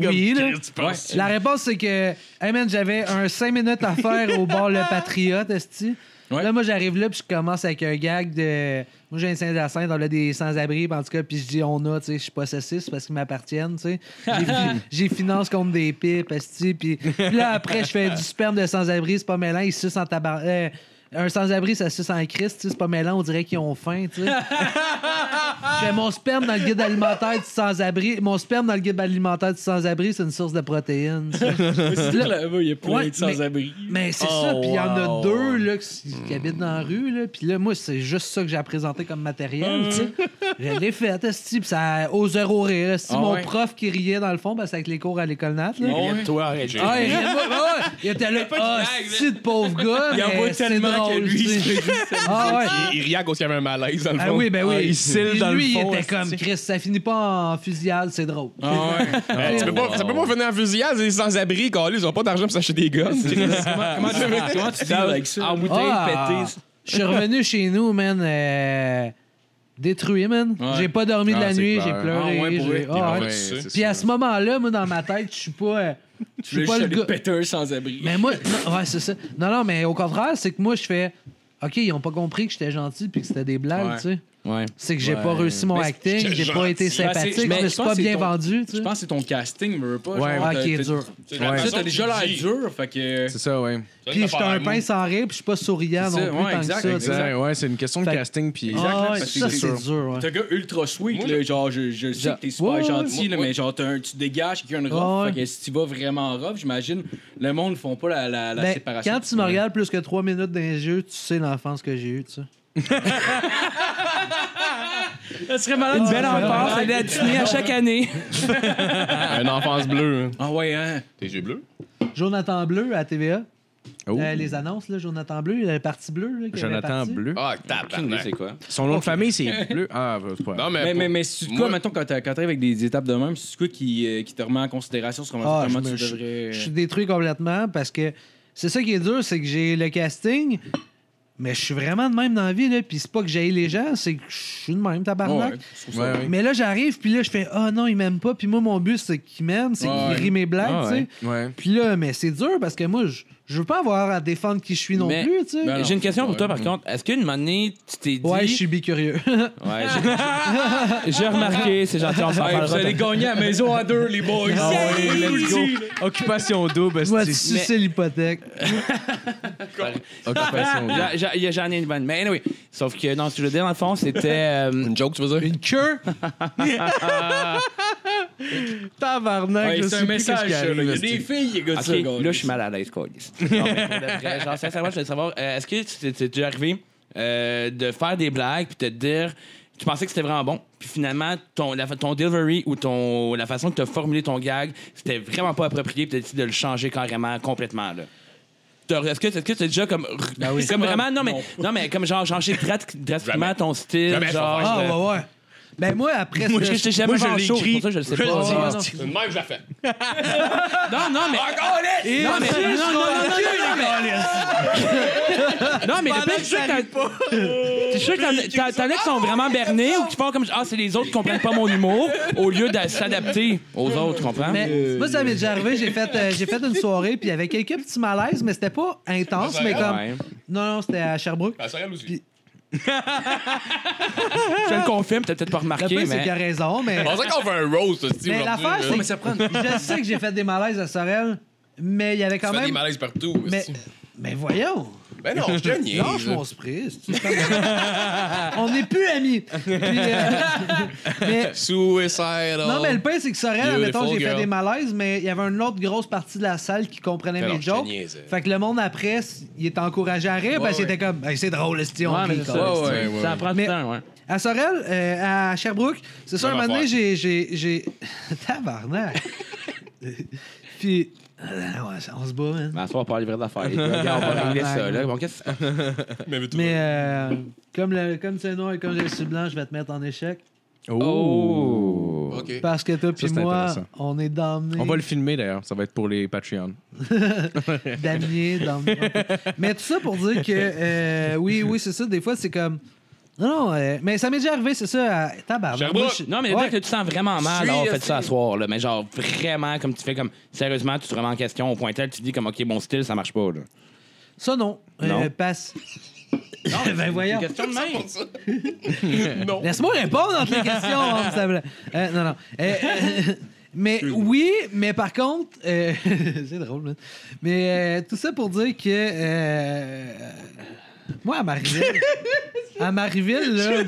S6: Oui, là.
S4: La réponse, c'est que, hey man, j'avais un 5 minutes à faire au bar Le Patriote, esti.
S8: Ouais.
S4: Là, moi, j'arrive là, puis je commence avec un gag de. Moi, j'ai un Saint-Hyacinthe, on a des sans-abri, puis en tout cas, puis je dis on a, tu sais, je suis pas saucisse parce qu'ils m'appartiennent, tu sais. J'ai fi- J'ai finance contre des pipes, esti. Puis puis là, après, je fais du sperme de sans-abri, c'est pas mêlant, ils sucent en tabac. un sans-abri, ça suce en Christ, tu sais, c'est pas mêlant, on dirait qu'ils ont faim, tu sais. J'ai mon sperme dans le guide alimentaire du sans-abri. Mon sperme dans le guide alimentaire du sans-abri, c'est une source de protéines. tu sais.
S8: Là-bas, il y a plein
S4: Ouais,
S8: de sans-abri.
S4: Mais c'est ça,
S8: Oh,
S4: puis il y en a deux là, qui, qui habitent dans la rue. Là. Puis là, moi, c'est juste ça que j'ai à présenter comme
S8: Hmm.
S4: matériel. tu sais. je l'ai fait, esti, puis ça au zéro rire. esti.
S8: Ah
S4: mon
S8: ouais. Oh
S4: prof qui riait dans le fond, ben, c'est avec les cours à l'école nat. Là.
S5: Toi, arrête.
S4: Ah, il riait pas, ben ouais. Il était là, ah, esti de pauvre gars.
S8: Il en
S4: mais
S8: voit
S4: c'est
S8: tellement que
S4: drôle,
S8: lui,
S4: tu sais.
S8: il se fait juste-
S4: Ah ouais.
S5: Il riait quand il y avait un malaise, dans le
S4: Ah
S5: fond.
S4: oui, ben oui.
S6: Ah, il cille
S4: Puis
S6: dans le
S4: lui,
S6: fond,
S4: il était comme
S6: esti.
S4: Chris, ça finit pas en fusillade, c'est drôle.
S8: Ah ouais.
S5: Eh, tu peux pas, ça peut pas venir en fusillade, c'est sans-abri, calé, ils ont pas d'argent pour s'acheter des guns. *laughs*
S8: comment, comment tu, comment tu deals avec ça? En bouteille
S4: Ah, Je suis revenu chez nous, man. euh, détruit, man.
S8: Ouais.
S4: J'ai pas dormi de
S6: Ah,
S4: la
S6: c'est
S4: nuit,
S6: clair.
S4: j'ai pleuré.
S8: Ah ouais, pour
S4: j'ai-
S8: vrai?
S4: ah,
S5: Ah
S4: ouais.
S5: ouais, c'est
S6: c'est
S4: Puis à ce moment-là, moi, dans ma tête, je suis pas. euh, Je
S8: Tu veux
S4: suis pas le
S8: juste
S4: gars.
S8: péter un sans-abri.
S4: Mais moi, non, ouais, c'est ça. Non, non, mais au contraire, c'est que moi, je fais. OK, ils ont pas compris que j'étais gentil puis que c'était des blagues,
S3: Ouais.
S4: tu sais.
S9: Ouais.
S4: C'est que j'ai pas réussi mon
S3: Mais
S4: acting,
S5: j'étais
S4: j'ai pas été
S8: Ben,
S5: gentil.
S4: sympathique,
S3: Ben, Mais
S4: je me
S3: je
S4: suis
S3: pense
S4: pas
S3: que
S4: bien
S3: ton-
S4: vendu, tu
S3: Je
S4: sais.
S3: pense que c'est ton casting, me veux pas.
S6: Ouais.
S3: genre,
S4: Ah,
S3: t'as-
S4: qui est
S3: t'as-
S4: dur.
S5: C'est la
S6: Ouais.
S5: façon
S3: Ça, t'as
S5: que
S3: déjà
S5: tu
S3: l'air
S5: dis.
S3: dur, fait que.
S6: C'est ça, ouais.
S5: Tu
S4: Puis
S5: viens de
S4: j'étais
S5: faire
S4: un
S5: mou.
S4: pain sans rire, puis je suis pas
S3: C'est
S4: souriant non
S3: ça,
S4: plus
S3: ouais,
S4: tant
S3: exact,
S4: que ça. tu sais.
S3: exact.
S6: Ah, Exact, ouais, c'est une question de
S4: Fait-
S6: casting. Puis...
S4: Ah,
S3: Exact,
S4: ouais,
S3: parce que
S4: ça,
S3: c'est
S4: c'est
S3: sûr.
S4: dur, ouais.
S3: T'es un gars ultra sweet,
S5: Moi,
S3: là, genre, je, je sais que t'es super
S4: Ouais, ouais,
S3: gentil,
S4: ouais.
S3: là, mais genre, t'as un- tu dégages quelqu'un de
S4: Ouais,
S3: rough.
S4: ouais.
S3: Fait que si tu vas vraiment rough, j'imagine, le monde ne font pas la, la, la
S4: Ben,
S3: séparation.
S4: quand tu me regardes plus que trois minutes dans les yeux, tu sais l'enfance que j'ai eue, tu sais.
S3: *laughs*
S8: Ça serait malade. Une belle enfance, elle est à Disney à chaque année.
S5: Une enfance bleue. hein.
S3: Ah ouais, hein?
S5: Tes yeux bleus.
S4: Jonathan Bleu à TVA.
S6: Oh.
S4: Euh, les annonces, là, Jonathan Bleu, la partie bleue. Là, qui avait
S6: Jonathan
S4: parti.
S6: Bleu.
S5: Ah,
S9: Aucune idée,
S5: tabarnak.
S9: c'est quoi?
S6: Son nom de famille, c'est *laughs* Bleu. Ah, bah, c'est pas grave.
S5: Non,
S3: Mais,
S5: mais.
S3: mais, mais c'est quoi,
S5: moi-
S3: mettons, quand t'as- quand t'arrives avec des étapes de même, c'est quoi qui, euh, qui te remet en considération sur comment,
S4: Ah, je
S3: comment
S4: me-
S3: tu
S4: je-
S3: devrais.
S4: Je suis détruit complètement parce que c'est ça qui est dur, c'est que j'ai le casting, mais je suis vraiment de même dans la vie. Là, puis c'est pas que j'ai les gens, c'est que je suis de même, tabarnak.
S3: Ouais, je trouve ça-
S6: Ouais, ouais.
S4: Mais là, j'arrive, puis là, je fais Ah non, ils m'aiment pas. Puis moi, mon but, c'est qu'ils m'aiment, c'est
S3: Ouais.
S4: qu'ils rient mes blagues,
S6: Ah,
S4: tu sais.
S6: ouais. Ouais.
S4: Puis là, mais c'est dur parce que moi, je, je veux pas avoir à défendre qui je suis non
S9: Mais-
S4: plus, tu sais.
S3: Ben non.
S9: J'ai une question pour toi, par contre. Est-ce qu'une année, tu t'es dit.
S4: ouais, je suis bicurieux.
S9: Ouais,
S8: Ah,
S9: j'ai- j'ai remarqué, c'est gentil, on s'en
S3: Hey, vous
S9: parlera.
S3: allez gagner à la maison à deux, les boys.
S6: Ah ouais, let's go. Occupation *laughs* double,
S4: Moi, tu
S6: c'est
S4: sucer l'hypothèque.
S6: *laughs* Occupation double.
S9: J'a- j'a- Ah, J'en ai une bonne. Mais anyway, sauf que non, ce que je veux dire, dans le fond, c'était. euh,
S5: Une joke, tu veux dire?
S6: Une
S9: *laughs*
S6: queue? Tabarnak,
S3: Ouais,
S6: je
S3: c'est
S6: sais
S3: un
S6: plus
S3: message,
S6: qu'est-ce qui
S3: ça, là.
S6: arrive,
S3: Il y a des
S6: c'est-
S3: filles, les gars,
S9: Ok,
S3: de ça, gars.
S9: là, je suis mal à l'aise, quoi.
S5: *laughs*
S9: Non, mais pour de vrai, Genre, sincèrement, je voulais savoir, euh, est-ce que tu t'es déjà arrivé euh, de faire des blagues puis de te dire, tu pensais que c'était vraiment bon, puis finalement, ton, la fa- ton delivery ou ton, la façon que tu as formulé ton gag, c'était vraiment pas approprié, puis tu as décidé de le changer carrément, complètement, là. T'as- Est-ce que est-ce que tu as déjà comme.
S5: Ben
S9: Comme vraiment. Non, mais, non, mais comme genre, changer drat- drastiquement
S5: Jamais.
S9: ton style.
S5: Jamais,
S9: genre,
S5: je
S4: Ah
S9: euh,
S4: ouais, ouais. Ben moi, après,
S9: Moi,
S4: ce-
S9: je t'ai jamais
S6: je
S9: vu en
S6: l'ai
S9: show,
S6: écrit.
S9: c'est pour ça que je le sais pas.
S4: l'ai dit.
S9: Ouais, non.
S5: C'est une même, je la fais.
S9: Non, non, mais. non, mais. Non, non, non, non, non, mais. Non, mais le pire, c'est sûr que t'as- t'es sûr que t'en- t'en- t'en as qui sont vraiment bernés ou qui font comme. Ah, c'est les autres qui comprennent pas mon humour au lieu de s'adapter aux autres, tu comprends?
S4: Mais moi, ça m'est déjà arrivé. J'ai fait, euh, j'ai fait une soirée, puis il y avait quelques petits malaises, mais c'était pas intense. Mais comme.
S9: Ouais.
S4: Non, non, c'était à Sherbrooke.
S5: Ça s'arrête
S4: Puis-
S5: aussi.
S9: Je le confirme, t'as peut-être pas
S4: Le
S9: remarqué,
S4: pire, c'est
S9: mais.
S4: qu'il a raison, mais.
S5: Je pensais qu'on fait un roast, ce style.
S4: Mais
S9: euh,
S4: l'affaire, c'est.
S3: ça prend.
S4: que Je sais que j'ai fait des malaises à Sorel, mais il y avait
S5: Tu
S4: quand
S5: fais des
S4: même.
S5: malaises partout.
S4: Mais,
S5: hostie.
S4: mais voyons!
S5: Ben non, je
S4: *laughs*
S5: te niaise.
S4: Lâche mon spray. c'est-tu comme- On n'est plus amis! Puis, euh, *laughs* mais
S5: Suicide.
S4: Non, mais le pire, c'est que Sorel,
S5: Beautiful
S4: mettons, j'ai fait
S5: girl.
S4: des malaises, mais il y avait une autre grosse partie de la salle qui comprenait
S5: Alors,
S4: mes
S5: je te
S4: jokes.
S5: niaisais.
S4: Fait que le monde après, s- il était encouragé à rire, parce qu'il était comme, Hey, c'est drôle, esti, on
S9: Ouais, mais
S4: rit,
S9: c'est
S4: quoi.
S9: ça,
S5: ouais, ouais,
S9: ça
S5: ouais.
S9: prend du
S4: Mais-
S9: temps, ouais.
S4: À Sorel, euh, à Sherbrooke, c'est ça, un
S5: Même
S4: moment donné,
S5: affaire.
S4: j'ai. j'ai- j'ai- *laughs* Tabarnak! Puis. Ah, ouais, on se bat, man.
S9: Mais à soir, on parle livrer d'affaires. les gars. Regarde, On va régler
S6: Ah, euh,
S9: ça, là. Bon, qu'est-ce que
S4: Mais euh, comme, le, comme tu es noir et comme je le suis blanc, je vais te mettre en échec.
S9: Oh!
S5: OK.
S4: Parce que toi puis
S6: c'est
S4: moi,
S6: intéressant.
S4: on est damnés.
S6: On va le filmer d'ailleurs, ça va être pour les Patreons.
S4: Damier dans Mais tout ça pour dire que euh, oui, oui, c'est ça. Des fois, c'est comme. Non, non, euh, mais ça m'est déjà arrivé, c'est ça, à tabarnak.
S5: Sherbrooke.
S4: Moi, je-
S9: Non, mais le
S4: Ouais.
S9: fait que tu te sens vraiment mal
S5: Suis,
S9: d'avoir fait
S5: esti.
S9: ça à soir, là. Mais genre, vraiment, comme tu fais comme. Sérieusement, tu te remets en question au point tel, tu te dis comme, OK, mon style, ça marche pas, là.
S4: Ça, non. Euh,
S9: Non.
S4: passe. Non, *laughs* ben voyons.
S9: Question de même.
S4: Laisse-moi répondre
S3: *laughs*
S4: entre les questions, hein, s'il te plaît. Euh, non, non. Euh, euh, mais oui, mais par contre, euh, *laughs* c'est drôle, man. mais euh, tout ça pour dire que euh, moi à
S3: *laughs*
S4: Marieville, à Marieville, là,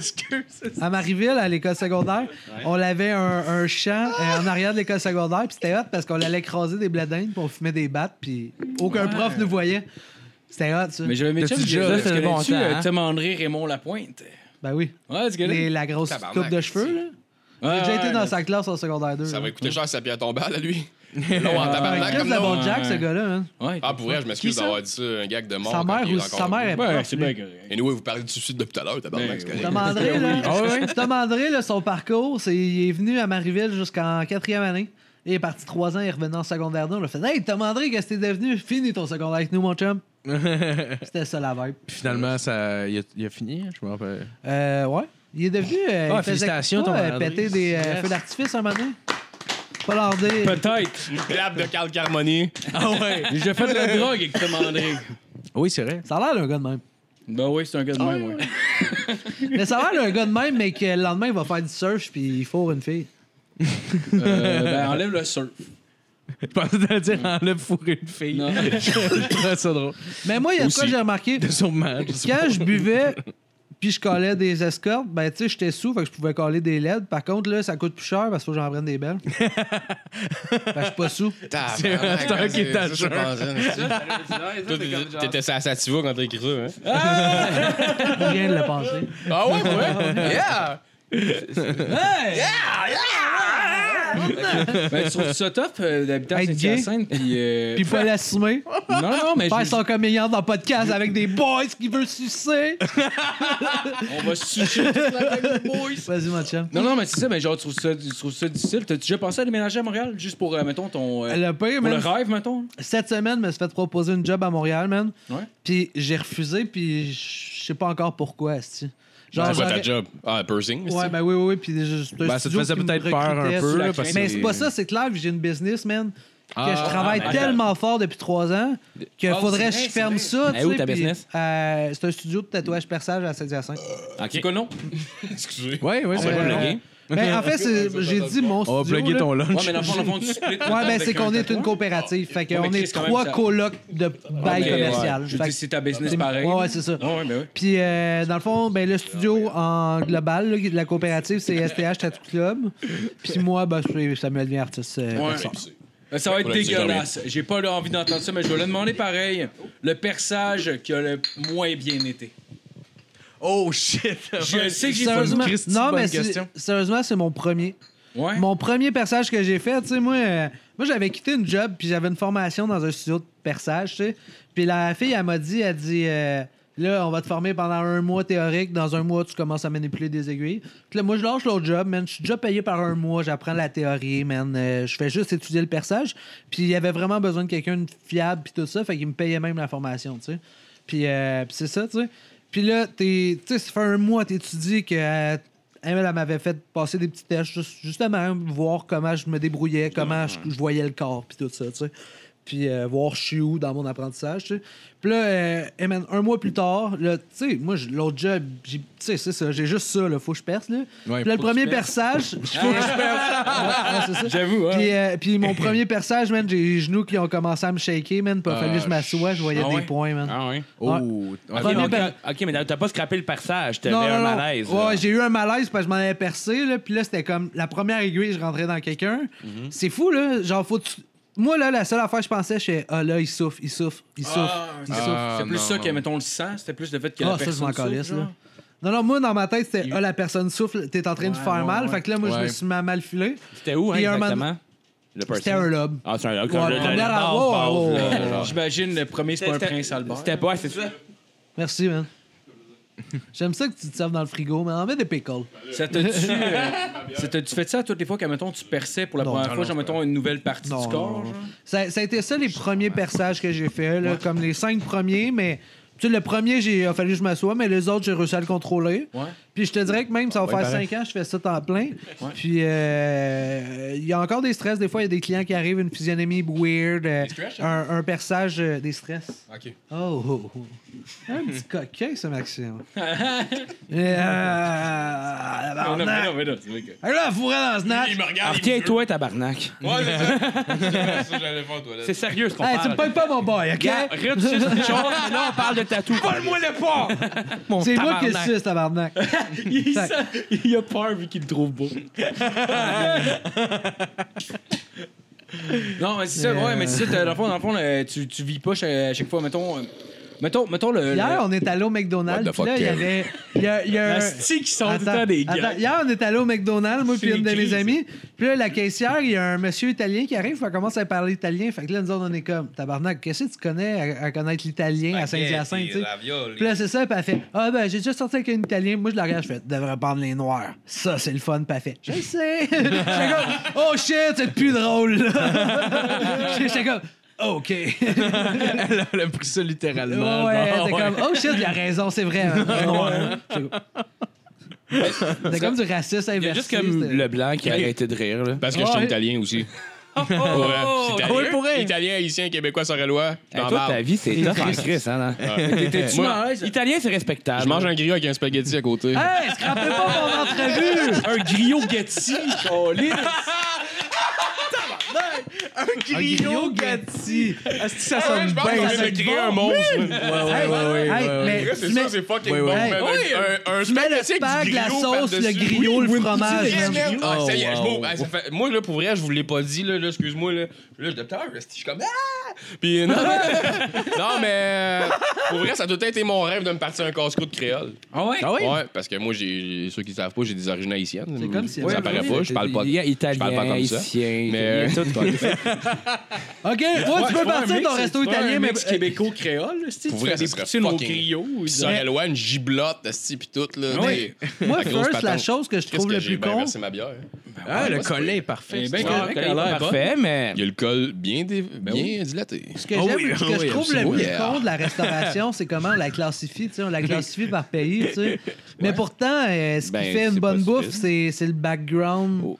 S4: à Marieville, à l'école secondaire, on avait un, un champ euh, en arrière de l'école secondaire, puis c'était hot parce qu'on allait écraser des bladins, puis on fumait des battes, puis aucun prof nous voyait. C'était hot, ça.
S3: Mais j'avais mes chums,
S9: T'as-tu
S3: je
S9: déjà-
S3: disais,
S9: ça, c'est le bon
S3: tu euh,
S9: temps, hein?
S3: Tom André, Raymond Lapointe.
S4: Ben oui.
S3: Ouais, tu
S4: Les-
S3: connais?
S4: la grosse
S5: Tabarnak,
S4: coupe de cheveux, là. J'ai
S3: Ah,
S4: déjà été dans sa classe en secondaire 2.
S5: Ça va
S4: là.
S5: coûter cher sa pierre tombale à
S4: *laughs*
S5: lui. Non, en
S4: Ah,
S5: tabarnak
S4: Chris
S5: comme
S4: de
S5: non.
S4: bon Jack, ce gars-là. hein.
S3: Ouais.
S5: Ah, pour vrai, je m'excuse
S4: Qui ça?
S5: d'avoir dit ça, un gag de mort.
S4: Sa mère,
S5: quand il est
S4: aussi-
S5: encore
S4: sa mère est
S3: Ouais,
S4: prof,
S3: c'est
S4: lui.
S3: bien correct.
S5: Anyway, vous parlez du suicide depuis tout à l'heure, tabarnak. c'est
S3: Ouais,
S5: correct.
S4: Tom André, là, *laughs* Tom André, là, son parcours, c'est, il est venu à Marieville jusqu'en quatrième année. Il est parti trois ans, il est revenu en secondaire 2. On l'a fait Hey, Tom André, qu'est-ce que t'es devenu Finis ton secondaire avec nous, mon chum. C'était ça la vibe.
S6: Puis finalement, ça, il, a, il a fini, hein, je me rappelle.
S4: Euh, ouais. Il est devenu. euh,
S6: Ah,
S4: il faisait
S6: félicitations,
S4: quoi,
S6: Tom
S4: euh,
S6: André.
S4: péter des euh, feux d'artifice un moment donné. Pas l'ordé.
S3: Peut-être.
S5: Une clap de Carl Carmoni.
S4: *laughs*
S3: J'ai fait de la drogue avec Tom André.
S6: Oui, c'est vrai.
S4: Ça a l'air d'un gars de même.
S3: Ben oui, c'est un gars de même,
S4: Ah,
S3: ouais.
S4: Mais ça va, là, un gars de même, mais que le lendemain, il va faire du surf puis il fourre une fille.
S3: Euh, ben, enlève le surf.
S6: Je pensais te le dire, enlève fourrer une fille.
S3: Non.
S6: Je trouvais ça drôle.
S4: Mais moi, il y a de quoi
S6: Aussi.
S4: j'ai remarqué.
S6: Sûrement. je sais
S4: Quand je buvais puis je collais des escortes, ben, tu sais, j'étais sous, fait que je pouvais coller des LED. Par contre, là, ça coûte plus cher parce qu'il faut que j'en prenne des belles. fait que je suis pas sous.
S6: C'est un acteur qui est à jeun.
S3: hein.
S5: T'étais à Sativa quand t'as écrit ça, hein?
S4: Je viens de le penser.
S5: Ah ouais, ouais? Yeah!
S3: Ben, tu trouves ça tough euh, d'habiter à
S4: Être gay?
S3: Saint-Hyacinthe? Puis. euh,
S4: *laughs* Puis pas l'assumer.
S3: Non, non, mais.
S4: Faire
S3: je-
S4: son coming out dans le podcast avec des boys qui veulent sucer.
S3: On va se
S4: *laughs*
S3: sucer.
S4: Vas-y, mon chum.
S3: Non, non, mais c'est ça, mais genre, tu trouves ça, tu trouves ça difficile. T'as déjà pensé à déménager à Montréal juste pour, euh, mettons, ton. euh,
S4: Le pire,
S3: pour le
S4: man,
S3: rêve, mettons?
S4: cette semaine, je me suis fait proposer une job à Montréal, man.
S3: Ouais.
S4: Puis j'ai refusé, puis je sais pas encore pourquoi, asti.
S5: C'est quoi ta
S4: j'aurais-
S5: job? Ah, pursing?
S4: Ouais, ben oui, oui, oui. Puis je- c'est un
S6: Ben, ça te
S4: studio
S6: faisait
S4: qui me
S6: peut-être peur un
S4: recrutait.
S6: peu. Là,
S3: la
S6: parce
S3: crainte.
S6: que
S4: Mais c'est pas ça, c'est clair que j'ai une business, man.
S6: Ah,
S4: que je travaille
S3: ah,
S4: tellement fort depuis trois ans qu'il
S3: Ah, c'est
S4: faudrait que
S3: vrai,
S4: je ferme
S3: c'est
S4: ça.
S9: Elle est
S6: Ben
S4: tu
S9: où,
S4: sais,
S9: ta
S4: puis,
S9: business?
S4: euh, c'est un studio de tatouage perçage
S3: *laughs*
S4: à Saint-Hyacinthe.
S9: Ok.
S3: C'est quoi le nom?
S5: Excusez.
S6: Ouais, ouais, c'est
S9: On va
S6: vrai.
S4: Euh,
S9: plugger.
S4: Mais en fait, c'est- j'ai dit mon studio.
S6: On va plugger
S4: là.
S6: ton
S3: Ouais,
S6: lunch.
S3: mais dans le fond, dans le fond,
S4: *laughs*
S3: tu splits.
S4: Ouais, ben c'est qu'on est une coopérative. Fait
S3: Ouais,
S4: qu'on
S3: mais
S4: est
S3: Chris, quand
S4: trois
S3: même, ça-
S4: colocs de bail commercial.
S3: Je
S4: Fait
S3: dis,
S4: que
S3: c'est ta business
S4: c'est-
S3: pareil.
S4: Ouais, ouais, c'est ça.
S3: Ouais, ben ouais.
S4: Puis, euh, dans le fond, ben, le studio en global là, de la coopérative, c'est STH Tattoo Club. Puis moi, ben, je suis Samuel Vier, artiste. euh,
S3: Ouais.
S4: perçeur.
S3: Euh, Ça va être
S5: Pour la petite
S3: dégueulasse. J'ai pas envie d'entendre ça, mais je vais le demander pareil. Le perçage qui a le moins bien été.
S6: Oh
S5: *laughs*
S6: shit!
S3: Je sais que j'ai pas
S4: Sérieusement,
S6: Christy,
S4: non,
S6: bonne
S4: mais c'est-
S6: question.
S4: sérieusement, c'est mon premier.
S3: Ouais.
S4: Mon premier perçage que j'ai fait, tu sais, moi, euh, moi j'avais quitté une job, puis j'avais une formation dans un studio de perçage, tu sais. Puis la fille, elle m'a dit, elle dit, euh, là, on va te former pendant un mois théorique, dans un mois, tu commences à manipuler des aiguilles. Puis là, moi, je lâche l'autre job, man. Je suis déjà payé par un mois, j'apprends la théorie, man. Euh, je fais juste étudier le perçage. Puis il y avait vraiment besoin de quelqu'un de fiable, puis tout ça, fait qu'il me payait même la formation, tu sais. Puis, euh, puis c'est ça, tu sais. Puis là, t'es- tu sais, ça fait un mois, t'étudies que euh, elle, elle m'avait fait passer des petits tests, juste- justement, voir comment je me débrouillais, comment je, je voyais le corps, puis tout ça, tu sais. Puis euh, voir je suis où dans mon apprentissage, tu sais. Puis là, euh, eh man, un mois plus tard, là, tu sais, moi, j'ai- l'autre job, j'ai- tu sais, c'est ça, j'ai juste ça, là, faut que je perce, là.
S6: Ouais,
S4: puis là, le
S6: faut que tu
S4: premier
S6: perces.
S4: perçage, faut que je perce. Ouais, ouais, c'est ça.
S3: J'avoue, hein.
S4: Puis, euh, puis mon premier perçage, man, j'ai les genoux qui ont commencé à me shaker, man. Pas fallu que je m'assoie, je voyais
S9: Ah
S4: des
S9: ouais?
S4: points, man.
S9: Ah ouais.
S6: Oh!
S5: Ah.
S9: Ok,
S4: Premier
S9: donc,
S4: per-
S9: ok, mais t'as pas scrappé le passage, t'avais
S4: Non, non,
S9: un
S4: non.
S9: malaise. là.
S4: Ouais, j'ai eu un malaise parce que je m'en avais percé, là. Puis là, c'était comme la première aiguille, je rentrais dans quelqu'un.
S9: Mhm.
S4: C'est fou, là. Genre, faut. que tu- Moi, là, la seule affaire que je pensais, c'est ah là, il souffle, il souffle, il souffle, il souffle.
S5: Ah,
S3: C'est plus
S5: non,
S3: ça que,
S5: non.
S3: mettons, le sang. C'était plus le fait que
S4: Ah,
S3: la
S4: ça, je
S3: personne
S4: m'en
S3: souffre,
S4: calisse, là.
S3: genre.
S4: Non, non, moi, dans ma tête, c'était ah, la personne souffle, t'es en train de
S3: Ouais,
S4: faire
S3: ouais,
S4: mal.
S3: ouais.
S4: Fait que là, moi, je me
S6: Ouais.
S4: suis mis à mal filé.
S9: C'était où, hein,
S4: Puis un man-
S9: exactement? Le
S4: C'était un
S9: piercing.
S4: lobe.
S9: Ah, c'est un lock.
S4: Ouais,
S9: comme le-
S4: on
S9: le-
S4: est à la-
S9: base,
S4: oh,
S9: base,
S4: oh,
S9: là,
S4: oh.
S9: genre.
S3: J'imagine le premier, c'est pas un
S9: C'était-
S3: prince Albert.
S9: C'était pas, c'est ça?
S4: Merci, man. J'aime ça que tu te serves dans le frigo, mais en mets des pickles.
S3: Ça t'a-tu euh, ça t'a-tu fait ça à toutes les fois, quand, mettons, tu perçais pour la
S4: Non,
S3: première
S4: non,
S3: fois, genre, mettons, une nouvelle partie
S4: Non,
S3: du corps?
S4: non, non.
S3: genre?
S4: Ça, ça a été ça les premiers perçages que j'ai fait, là, comme les cinq premiers, mais tu sais, le premier, j'ai il a fallu que je m'assoie, mais les autres, j'ai réussi à le contrôler.
S3: Ouais.
S4: Puis je te dirais que même, ça va
S6: ouais,
S4: faire
S6: pareil.
S4: cinq ans, je fais ça temps plein. Puis euh, il y a encore des stress. Des fois, il y a des clients qui arrivent, une physionomie weird, euh, un, un perçage euh, des stress.
S5: Ok.
S4: Oh, oh, oh. un petit coquin, ce Maxime. euh,
S3: Non, non, mais non,
S4: tabarnak.
S3: mais non, c'est vrai que-
S4: Ah, Là, fourré dans le snatch.
S5: Il me regarde. il me-
S9: Retiens-toi, tabarnak.
S4: Ah.
S5: Ouais, c'est ça.
S4: *laughs*
S5: C'est ça, j'allais faire, toi, là.
S9: C'est sérieux ce qu'on
S4: Hey, tu me
S9: parle.
S4: pognes pas, mon boy, OK?
S9: Gars, Retiens cette chose, mais là, on parle de tatou.
S5: Parle-moi le
S9: *laughs*
S5: pas!
S4: C'est moi qui le
S9: tabarnak.
S4: suce, tabarnak.
S5: Euh,
S3: il, sent- il a peur vu qu'il le trouve beau. non, mais c'est ça, ouais, mais c'est ça, t'as- dans le fond, dans le fond, là, tu, tu vis pas cha- à chaque fois, mettons. euh, Mettons, mettons le.
S4: Hier, on est allé au McDonald's.
S5: What the
S4: puis là,
S5: fuck,
S4: il
S5: Kev?
S4: y avait. Il y a, il y a un-
S3: Asti qui sont tout le
S4: Attends,
S3: temps des
S4: attends.
S3: gars.
S4: Hier, on est allé au McDonald's, moi
S3: C'est
S4: puis une de
S3: les
S4: mes
S3: crises.
S4: amies. Puis là, la caissière, il y a un monsieur italien qui arrive, puis elle commence à parler italien. Fait que là, nous autres, on est comme, tabarnak, qu'est-ce que tu connais à, à connaître l'italien à Saint-Hyacinthe, tu sais? Puis là, c'est ça, puis elle fait Ah, ben, j'ai déjà sorti avec un Italien. Moi, je la regarde, je fais Devrais prendre les Noirs. Ça, c'est le fun, puis elle fait Je le sais. *laughs* J'étais comme Oh shit, c'est plus drôle, là. *laughs* J'étais comme OK. *laughs*
S6: Elle a- elle a pris ça littéralement.
S4: ouais,
S6: genre,
S4: t'es
S6: ouais.
S4: comme, oh shit, il a raison, c'est vrai. C'est comme du racisme
S9: Il y a
S4: inversé.
S9: juste comme
S4: c'était-
S9: le blanc qui a arrêté de rire, là.
S5: Parce que je suis italien aussi.
S4: Oh,
S5: Ah, Italien,
S6: oui, pour elle.
S5: Italien, haïtien, québécois, sorellois.
S9: Hey,
S5: J'en
S9: toi, ta
S5: parle.
S9: vie, c'est tough en Chris, hein? hein?
S5: Ah. T'étais-tu Moi,
S9: Ouais. Italien, c'est respectable.
S5: Je mange un griot avec un spaghetti à côté.
S4: Hey, scrapez Ah, pas mon entrevue!
S9: un griot Getty,
S6: Griot Gatti. Est-ce que ça sonne
S5: Ah pense
S6: bien?
S5: qu'on avait créé un monstre.
S4: Hey, hey, mais
S5: Hey,
S4: tu
S5: C'est
S4: mets-
S5: ça, c'est fucking
S6: Ouais, ouais.
S5: bon.
S4: Hey.
S5: man. Un- Un
S4: tu mets le
S5: spaghetti avec
S4: spag,
S5: du
S4: la
S5: griot
S4: sauce, le
S5: par-dessus.
S4: griot, le fromage.
S5: Yes,
S4: man.
S5: man. Ah, ça y est, je
S6: Oh,
S5: m'ouvre.
S6: wow.
S5: Ah, ça fait- Moi, là, pour vrai, je vous l'ai pas dit, là, là, excuse-moi. Là, là je docteur, je suis comme. Ah! Puis,
S4: *laughs*
S5: non, mais. non, mais. Pour vrai, ça a tout le temps été mon rêve de me partir un casse-croûte créole.
S8: Ah ouais?
S6: Ah oui?
S5: Ouais, parce que moi, j'ai j'ai- ceux qui savent pas, j'ai des origines haïtiennes. C'est
S4: comme si-
S5: Ça
S4: Ouais,
S5: paraît pas, je parle pas.
S9: Il y a
S5: je parle pas
S9: italien,
S5: comme ça.
S9: haïtien,
S5: Mais- euh,
S9: il y a tout, quoi.
S6: *laughs*
S4: OK, toi, tu peux partir de ton resto italien, mais...
S3: québéco-créole, tu
S5: Pour vrai,
S3: fais des
S5: ça
S3: poutines
S5: serait
S3: au
S5: fucking-
S3: griot.
S5: Puis ça aurait loin une giblotte, esti, puis tout, là.
S4: Oui.
S5: des-
S4: Moi,
S5: la grosse
S4: first, la
S5: patente.
S4: chose que je
S5: Qu'est-ce
S4: trouve
S5: que
S4: le
S5: j'ai Ben,
S4: plus
S5: bien
S4: con...
S5: versé ma bière?
S6: Ah, le collet est
S3: Elle
S6: parfait.
S3: est
S6: c'est
S9: ben,
S3: bien
S6: bon.
S5: Ah,
S3: correcte, elle a l'air bonne.
S9: parfait, mais...
S5: Il y a le col bien, dé- bien dilaté.
S4: Ce que,
S6: Ah
S4: j'aime-
S6: oui,
S4: ce que
S6: ah oui,
S4: je trouve le
S5: absolument.
S4: plus
S5: Yeah.
S4: con de la restauration, c'est comment on la classifie. tu sais, On la classifie par pays. tu sais. Mais pourtant, euh, ce qui
S5: Ben,
S4: fait une
S5: c'est
S4: bonne
S5: pas
S4: bouffe,
S5: stupide.
S4: c'est c'est le background.
S9: Ouais,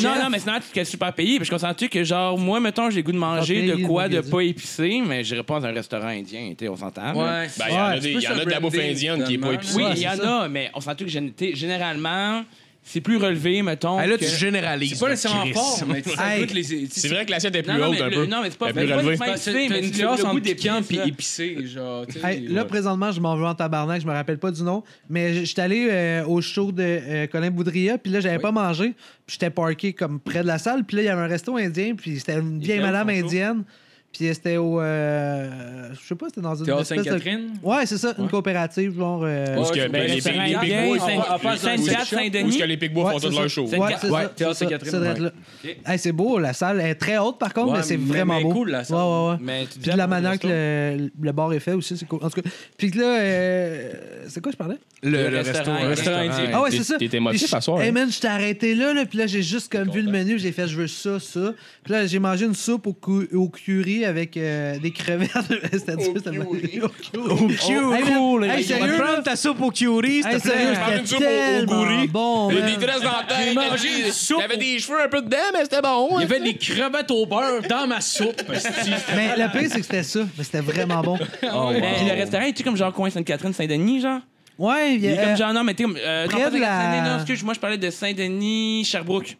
S9: non, non, mais sinon, tu te casses super payé. Puis je consens-tu que, genre, moi, mettons, j'ai le goût de manger
S4: Protéines,
S9: de quoi de
S4: bien dit.
S9: pas épicé, mais j'irais pas dans un restaurant indien, tu sais, on s'entend. là.
S3: Ouais.
S5: Ben, il y en a,
S4: Ouais,
S5: des-
S3: tu peux
S5: il y en a de la
S3: se
S5: bouffe
S3: brander,
S5: indienne qui est pas
S3: finalement,
S5: épicée.
S9: Oui,
S4: Ouais,
S9: il y
S4: c'est
S9: en a, mais on s'entend que gén- tu sais, généralement, c'est plus relevé, mettons.
S6: Ah, Là,
S9: que-
S6: tu généralises.
S3: C'est pas
S6: là,
S3: nécessairement
S6: Chris.
S3: fort, mais tu *laughs* sais, ça
S4: Hey.
S3: goûte les.
S5: C'est vrai que l'assiette est plus
S9: Non, non,
S5: haute
S9: mais
S5: un
S9: le-
S5: peu.
S9: non, mais c'est pas-
S5: La
S9: mais
S5: plus
S9: c'est pas
S5: relevée.
S9: du
S3: Parce que
S9: épicé,
S3: t'as
S9: mais
S3: une
S9: c'est le-
S3: classe
S9: le goût
S3: entre piquant
S9: d'épice,
S3: puis
S9: là.
S3: épicé, genre. tu sais.
S4: Hey, Là, présentement, je m'en veux en tabarnak, je me rappelle pas du nom, mais j'étais allé euh, au show de euh, Colin Boudria, puis là, j'avais pas mangé, puis j'étais parké comme près de la salle, puis là, il y avait un resto indien, puis c'était une vieille
S9: était où,
S4: madame
S9: son show?
S4: indienne, puis c'était au. euh, je sais pas, c'était dans une.
S3: Théâtre
S4: espèce de-
S3: Sainte-Catherine?
S4: Ouais, c'est ça, une coopérative, genre. euh,
S5: Parce que,
S9: Ben,
S5: ben, les-
S9: le
S5: les
S9: restaurant
S5: les Big
S9: indien,
S5: Boys
S9: en-
S5: font-
S9: en face d'un
S5: Sainte-Catherine,
S9: shop,
S5: Où est-ce
S9: Saint-Denis.
S5: que les Big Boys
S4: Ouais,
S5: font ça
S4: c'est
S5: de
S4: ça.
S5: leur show?
S4: Ouais, c'est
S9: Ouais,
S4: ça,
S3: Théâtre
S4: c'est ça,
S3: Sainte-Catherine,
S4: c'est drette
S3: ouais.
S4: là. Hey, c'est beau, la salle elle est très haute par contre,
S3: Ouais,
S4: mais c'est
S3: mais-
S4: vraiment
S3: mais
S4: beau.
S3: cool, la salle.
S4: Ouais, ouais, ouais.
S9: Mais tu
S4: Puis
S9: disais
S4: de la
S9: à propos du
S4: manière que le, le bar est fait aussi, c'est cool. En tout cas, puis que là, euh, c'est quoi je parlais?
S9: Le restaurant.
S6: le
S9: Restaurant indien.
S4: Ah ouais,
S5: t'es-
S4: c'est ça.
S5: t'étais motivé
S4: Puis je-
S5: à soir,
S4: Hey
S5: hein?
S4: man, je t'ai arrêté là, là puis là, j'ai juste comme vu le menu, j'ai fait, je veux ça, ça. Puis là, j'ai mangé une soupe au, cou- au curry avec euh, des crevettes. *laughs* C'était dur, c'était mal- Au
S6: Au
S4: curry. Oh,
S6: Q,
S4: Hey, man.
S6: cool. va
S4: Hey, sérieux,
S6: te prendre
S4: là?
S6: ta soupe au curry, s'il
S4: Hey,
S6: te plaît.
S4: sérieux,
S5: Je parle d'une
S4: c'était
S5: soupe au- au
S4: tellement
S5: gourri.
S4: bon.
S5: Il y a
S4: man.
S5: des tresses dans la tête.
S3: une soupe
S5: Il avait
S3: au-
S5: des cheveux un peu dedans, mais c'était bon.
S3: Il y
S5: hein.
S3: avait des crevettes au beurre dans ma soupe. esti.
S4: Mais le pire, c'est que c'était ça. Mais c'était vraiment bon.
S9: Mais le restaurant, est tu comme genre coin Sainte-Catherine, Saint-Denis, genre?
S4: Ouais,
S9: Il est
S4: euh,
S9: comme genre, non, mais t'es comme. Euh, non,
S4: près
S9: pas
S4: de la-
S9: Sainte-Catherine, non, excuse, moi, je parlais de Saint-Denis, Sherbrooke.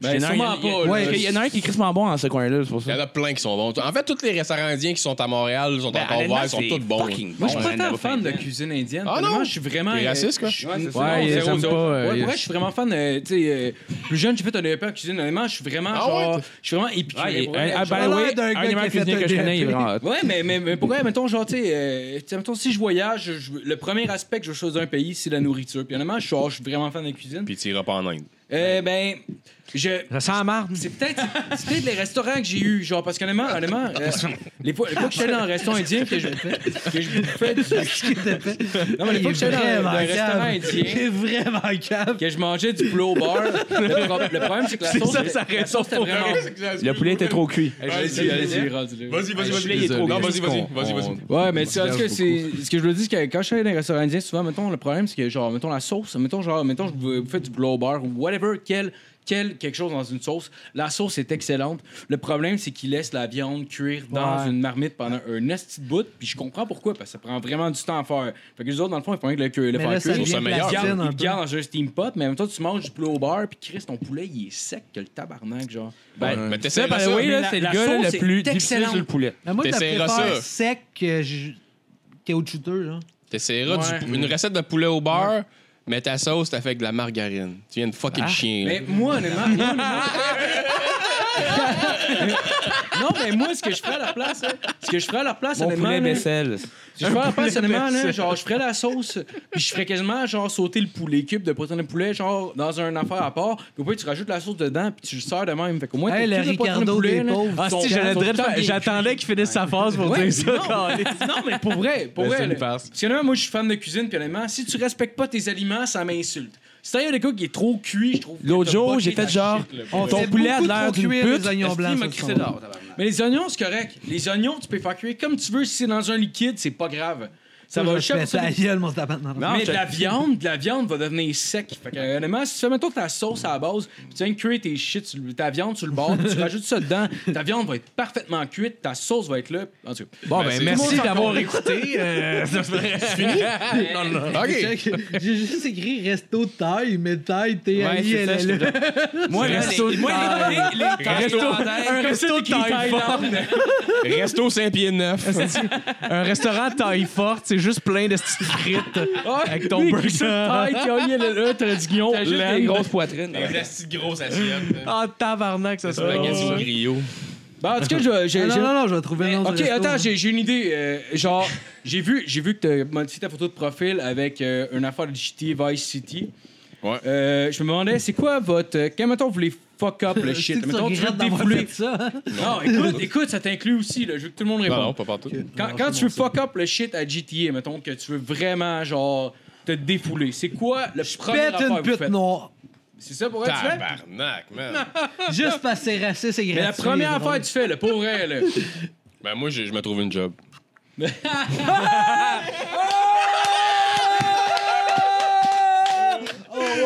S3: Ben,
S9: Il y en a un-
S3: sûrement
S9: il y a-
S3: pas. là.
S4: Ouais.
S9: Il y en a un qui est crissement bon dans ce coin-là, c'est pour
S5: Il y
S9: ça.
S5: en a plein qui sont bons. En fait, tous les restaurants indiens qui sont à Montréal sont
S9: Ben,
S5: encore
S9: honnêtement,
S5: ouverts, ils sont
S9: c'est
S5: tous bons.
S9: fucking
S3: Moi, je
S9: bon,
S3: suis pas
S9: hein,
S3: tant
S9: la
S3: fan de
S9: bouffe
S3: cuisine indienne.
S5: Ah non?
S3: Honnêtement, je suis vraiment.
S5: T'es
S3: euh,
S5: raciste, quoi?
S3: je-
S9: Ouais, c'est ça.
S6: Ouais,
S9: Zéro,
S6: ils aiment
S9: zéro.
S6: pas. euh,
S3: Ouais,
S6: ils-
S3: pour vrai, je suis vraiment fan. euh, tu sais, euh, plus jeune, j'ai fait un DEP en cuisine. Honnêtement, je suis vraiment
S5: Ah
S3: genre.
S5: ouais?
S3: Je suis vraiment épicé.
S9: Ouais, il-
S3: Ouais,
S9: un- ah,
S3: genre-
S9: by the way,
S4: l'air d'un gars
S9: un des
S4: qui a
S9: meilleurs cuisiniers
S4: fait
S9: que je
S4: un
S9: connais, il est
S4: DAP.
S9: vraiment hot.
S3: Ouais, mais, mais, mais pourquoi, mettons, genre, tu sais, euh, tu sais, mettons, si je voyage, je- le premier aspect que je choisis d'un pays, c'est la nourriture. Puis honnêtement, je suis, oh, je suis vraiment fan de cuisine.
S5: Puis tu iras pas en Inde.
S3: Euh, ben, je.
S6: Ça sent la marde.
S3: C'est peut-être c'est peut-être les restaurants que j'ai eu, genre, parce qu'honnêtement, honnêtement, euh, les fois, les fois que j'étais dans un restaurant indien, que je, que je
S9: *laughs*
S3: bouffais du.
S4: Qu'est-ce que t'as fait?
S3: Non, mais les fois que
S4: Il est
S3: j'étais dans un- dans un
S4: vraiment
S3: restaurant
S4: cave. Il
S3: indien,
S4: est vraiment cave.
S3: que je mangeais du poulet au beurre, le, pro- le problème, c'est que la sauce.
S6: ça, ça
S3: la sauce, c'était vraiment.
S9: Le poulet était trop cuit.
S3: Allez-y, allez-y, rendu-le.
S5: Vas-y, vas-y,
S9: Le poulet, il
S5: vas-y.
S9: est trop
S5: Non, vas-y,
S9: cuit.
S5: vas-y, vas-y,
S6: On-
S5: vas-y.
S3: euh, Ouais, mais tu sais, en tout
S6: Merci
S3: cas, c'est ce que je veux dire, c'est que quand je suis allé dans un restaurant indien, souvent, mettons, le problème, c'est que, genre, mettons la sauce, mettons, genre, mettons, je veux- vous faites du blow bar ou whatever, quel, quel, quelque chose dans une sauce. La sauce est excellente. Le problème, c'est qu'ils laissent la viande cuire dans
S4: Ouais.
S3: une marmite pendant un esti de bout, puis je comprends pourquoi, parce que ça prend vraiment du temps à faire. Fait que les autres, dans le fond, ils font rien que le, cu- le
S4: Mais
S3: faire
S4: là, ça
S3: cuire.
S5: trouve ça
S4: vient de la
S5: meilleur.
S3: Ils
S4: Chine un
S3: Ah, gardent
S4: peu.
S3: dans un steam pot, mais en même temps, tu manges du poulet au beurre, puis Chris, ton poulet, il est sec que le tabarnak, genre.
S9: Ben,
S5: Mais t'essaies
S9: ça,
S5: pas
S9: by the
S5: ça.
S9: way, là,
S3: la-
S9: c'est
S3: la
S9: le gars là,
S3: sauce
S9: le
S3: est
S9: plus difficile
S3: excellente.
S9: sur le poulet.
S4: Mais moi, je
S5: T'essaieras
S4: préfère
S5: ça.
S4: sec que ju- caoutchouteux, là.
S5: T'essaieras du-
S3: Ouais.
S5: une recette de poulet au beurre, mais ta sauce, t'as fait avec de la margarine. Tu viens de fucking chien. là.
S3: Mais moi, honnêtement. moi, honnêtement- *laughs* non, mais moi, ce que je ferais à la place, là, ce que je ferais à la place,
S9: Mon
S3: honnêtement.
S9: poulet
S3: là,
S9: vaisselle.
S3: ce que je ferais à la place, honnêtement, là, genre, je ferais la sauce, puis je ferais quasiment, genre, sauter le poulet, les cubes de poisson de poulet, genre, dans un affaire à part, puis au pire, tu rajoutes la sauce dedans, puis tu le sers de même. Fait que moi,
S4: Hey, le Ricardo des pauvres.
S6: Ah, si, j'allais dire- j'attendais qu'il finisse sa phrase pour
S3: Ouais,
S6: dire ça.
S3: non, *laughs* non, mais pour vrai, pour
S6: Ben, c'est
S3: vrai.
S6: une
S3: là.
S6: farce.
S3: Parce que là, moi, je suis fan de cuisine, puis honnêtement, si tu respectes pas tes aliments, ça m'insulte. Si t'as un gars qui est trop cuit, je trouve. que
S9: L'autre
S3: t'as
S9: jour,
S3: botché
S9: j'ai fait
S3: ta
S9: genre,
S3: shit, là.
S4: On
S9: ton
S4: fait
S9: poulet a
S4: beaucoup
S9: l'air
S4: trop
S9: d'une
S4: cuire
S9: pute.
S4: les oignons
S9: Est-ce
S4: blancs,
S9: qu'il m'a
S4: ça,
S9: crissé
S4: ça.
S9: dehors, tabarnak?
S3: Mais les oignons, c'est correct. Les oignons, tu peux faire cuire comme tu veux. Si c'est dans un liquide, c'est pas grave.
S9: Ça va
S8: choc-
S4: Mais ça gueule, mon tabac. Non,
S9: Non,
S3: mais de
S9: je-
S3: la viande, de la viande va devenir sec. Fait que, euh, honnêtement, si tu fais, mettons, ta sauce à la base, puis tu viens de cuire tes shit, sur le- ta viande sur le bord,
S4: *laughs*
S3: puis tu rajoutes ça dedans, ta viande va être parfaitement cuite, ta sauce va être là. En tout cas,
S6: Bon,
S5: Ben,
S6: ben,
S5: c'est-
S6: merci d'avoir écouté. euh, *laughs*
S4: *laughs*
S5: OK.
S4: J'ai juste écrit resto de taille, mais taille, t a i l E. l
S9: Moi, les- moi, les- les- les-
S3: un resto de Thaïlande.
S5: Resto Saint-Pierre-Neuf.
S6: un restaurant taille forte, c'est juste plein de petites frites avec ton
S8: Oui,
S6: burger.
S8: qui se
S4: *laughs*
S8: taille, qui a lié le- le- t'as dit guignol,
S9: T'as juste
S8: laine.
S9: des grosses poitrines.
S5: Avec la petite grosse assiette.
S6: Ah, tabarnak, ça se fait.
S5: Spaghetti au griot.
S3: Bon, Ben, en tout cas, je- j'ai.
S4: Ah,
S3: j'ai-
S4: non, non, non, je vais trouver le nom
S3: Ok,
S4: du resto.
S3: attends, j'ai j'ai une idée. euh, genre, j'ai vu, j'ai vu que tu as modifié ta photo de profil avec euh, une affaire de GTA Vice City.
S5: Ouais.
S3: Euh, je me demandais, c'est quoi votre. euh, quand, mettons, vous voulez fuck up
S4: *laughs*
S3: le
S4: Tu sais
S3: shit.
S4: que tu
S3: Mettons, tu veux
S4: regrettes d'avoir
S3: défouler.
S4: fait ça. hein?
S3: Non, écoute, écoute, ça t'inclut aussi, là. Je veux que tout le monde
S5: Non,
S3: réponde.
S5: non, pas partout.
S3: Quand, quand tu veux fuck up le shit à GTA, mettons que tu veux vraiment, genre, te défouler, c'est quoi le premier
S4: Pète
S3: affaire
S4: une
S3: que vous
S4: pute
S3: faites?
S4: noire.
S3: C'est ça pour vrai, tu fais?
S5: Tabarnak, man.
S4: Juste parce que c'est raciste et gratuit.
S3: Mais la première
S4: c'est drôle.
S3: affaire que tu fais, le pour vrai,
S6: *laughs*
S3: là.
S5: Ben moi, je, je me trouve une job.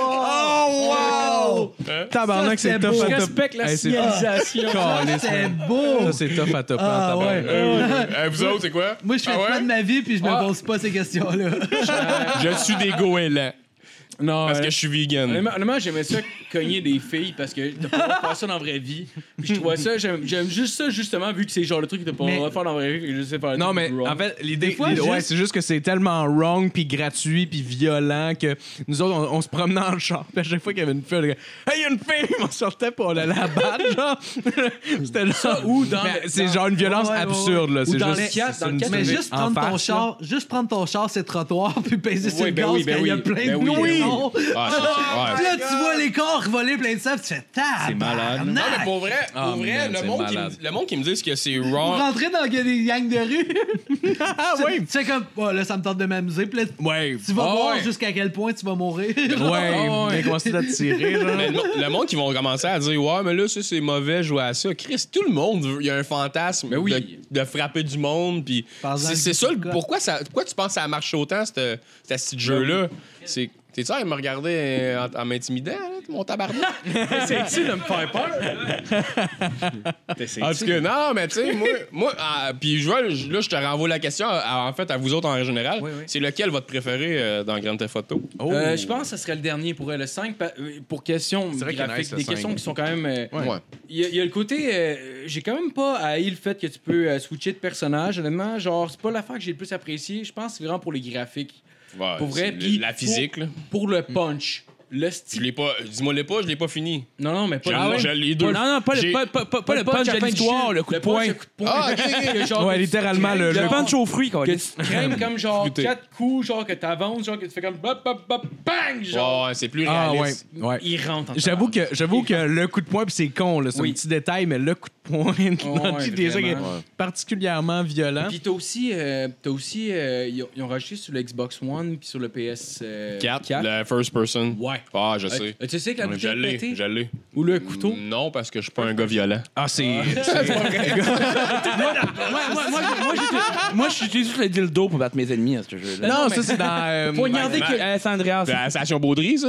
S6: Oh, Tabarnak,
S4: Ça,
S6: c'est
S4: c'est
S6: tough
S4: beau.
S6: à
S3: Je
S6: top.
S3: respecte la
S6: Hey, c'est-
S3: signalisation.
S6: Calisse,
S4: C'est
S6: man.
S4: beau.
S6: Ça, c'est tough à top. en
S4: Ah,
S6: tabarnak.
S5: Euh, vous autres, c'est quoi?
S4: Moi, je fais
S5: Ah
S4: pas
S5: ouais?
S4: de ma vie puis je
S3: Ah.
S4: me pose pas ces questions-là.
S5: Je suis des goélands.
S3: Non,
S5: Parce que je suis vegan.
S3: Honnêtement, honnêtement, j'aimais ça cogner des filles parce que t'as pas faire ça dans la vraie vie. Puis je trouvais ça, j'aime j'aime juste ça justement vu que c'est genre le truc que t'as pas
S4: Mais-
S3: le faire dans la vraie vie. puis Je sais faire le
S6: Non,
S3: truc
S6: mais
S3: wrong.
S6: en fait, l'idée,
S4: Des fois,
S6: l'idée- ouais,
S4: juste-
S6: c'est juste que c'est tellement wrong, puis gratuit, puis violent que nous autres, on, on se promenait en char. Puis à chaque fois qu'il y avait une fille, on était comme, Hey, il y a une fille! On sortait pour la battre, genre. *laughs* C'était genre.
S3: ou dans
S6: Mais
S3: le-
S6: c'est
S3: dans-
S6: genre une violence
S4: ouais, ouais, ouais.
S6: absurde, là.
S3: Ou
S6: C'est
S3: dans
S6: juste.
S3: le quatre,
S6: c'est
S3: dans le
S6: une
S3: quatre,
S4: Mais
S3: Mais
S4: juste
S6: en
S4: prendre ton
S6: face, là.
S4: char, juste prendre ton char, c'est trottoir, *laughs* puis baiser sur
S3: Oui,
S4: le
S3: ben
S4: gaz
S3: oui, ben
S4: quand il y a
S3: oui,
S4: plein
S3: ben
S4: de
S3: oui, ben oui.
S4: noyaux. *laughs*
S5: Ah, c'est ça.
S4: Puis
S5: ouais.
S4: là, tu vois les corps voler plein de sable, tu fais tabarnak.
S9: C'est malade.
S5: Non, mais pour vrai, pour
S6: Ah,
S5: vrai
S6: man,
S5: le,
S6: c'est
S5: monde qui
S6: malade.
S5: me, le monde qui me dit que c'est
S4: Vous
S5: wrong.
S4: rentrez dans des gangs de rue. ah oui. Tu sais comme, oh, là, ça me tente de m'amuser. Puis là,
S6: Ouais.
S4: tu vas
S5: Ah,
S4: voir Oh,
S5: ouais.
S4: jusqu'à quel point tu vas mourir. *laughs*
S6: Ouais, Ah mais qu'on se l'a tiré, genre.
S5: Mais le, mo- le monde qui vont commencer à dire Ouais, mais là, ça, c'est mauvais, jouer à ça. Chris, tout le monde, veut- il y a un fantasme
S3: oui.
S5: de, de frapper du monde. Puis
S4: Par
S5: c'est
S4: exemple,
S5: c'est ça, le-
S4: quoi?
S5: pourquoi, ça, pourquoi tu penses que ça marche autant, ce ce petit jeu-là C'est. T'es sûr, il me regardait en, en m'intimidant, là, mon tabarnak?
S3: *laughs* T'essayes-tu de me faire peur?
S5: En tout cas, non, mais tu sais, moi, moi ah, puis je vois, je- là, je te renvoie la question, à- en fait, à vous autres en général.
S3: Oui, oui.
S5: C'est lequel votre préféré euh, dans Grand Theft Auto?
S6: Oh.
S3: Euh, je pense que ce serait le dernier pour le 5 pa- euh, pour questions
S6: C'est vrai qu'il est nice,
S3: graphiques,
S6: le
S3: des
S6: 5.
S3: questions qui sont quand même. euh,
S5: Ouais.
S3: Il y, a- il y a le côté. euh, j'ai quand même pas haï le fait que tu peux euh, switcher de personnage. Honnêtement, genre, c'est pas l'affaire que j'ai le plus apprécié. Je pense que c'est vraiment pour les graphiques,
S5: Ouais,
S3: Pour vrai,
S5: c'est
S3: puis
S5: le- La
S3: pour-
S5: physique, là.
S3: pour le punch, le
S5: Je
S3: style.
S5: l'ai pas. Dis-moi le pas, je l'ai pas fini.
S3: Non, non, mais pas
S5: Je-
S3: le punch.
S5: je l'ai deux.
S9: Non, non, pas
S5: J'ai-
S9: le, pas, pas- pas- pas le punch
S3: à
S9: de
S3: fin de
S9: l'histoire,
S3: chute.
S9: le coup de
S3: punch,
S9: poing.
S3: le coup de poing.
S5: Ah, ok, ok.
S3: Que genre-
S6: Ouais,
S3: que tu
S6: littéralement,
S3: craignes,
S6: le-
S3: genre,
S9: Le punch aux fruits, quoi.
S3: Que tu craignes comme genre
S5: Fruité.
S3: quatre coups, genre que t'avances, genre que tu fais comme bop, bop, bop, bang, genre.
S5: Ouais, ouais, c'est plus
S6: Ah, ouais.
S5: réaliste.
S6: ouais.
S3: Il rentre en
S6: J'avoue que, j'avoue que le coup de poing, puis c'est con, là, c'est
S3: Oui.
S6: un petit détail, mais le coup de poing *laughs* dans
S3: Ouais,
S6: GTA, qui est
S3: vraiment.
S6: particulièrement violent.
S3: Puis t'as aussi, euh, t'as aussi euh, ils, ont, ils ont rajouté sur le Xbox One puis sur le PS4.
S5: Quatre, le first person.
S3: Ouais.
S5: Ah, je sais.
S3: Euh, tu sais que la
S5: Je
S3: bouteille
S5: l'ai,
S3: pétée
S5: je l'ai. Mm,
S3: ou le couteau.
S5: Non, parce que je suis pas un gars violent.
S6: Ah, c'est.
S9: Moi, moi, moi, moi, j'utilise- moi, j'utilise juste le dildo pour battre mes ennemis à ce
S5: Ah.
S9: jeu-là.
S6: *laughs* non,
S3: non,
S6: ça,
S3: mais-
S6: c'est dans. euh,
S3: Poignarder que.
S9: Euh, Sandreas.
S6: Ben,
S5: C'est à la station Baudry, ça?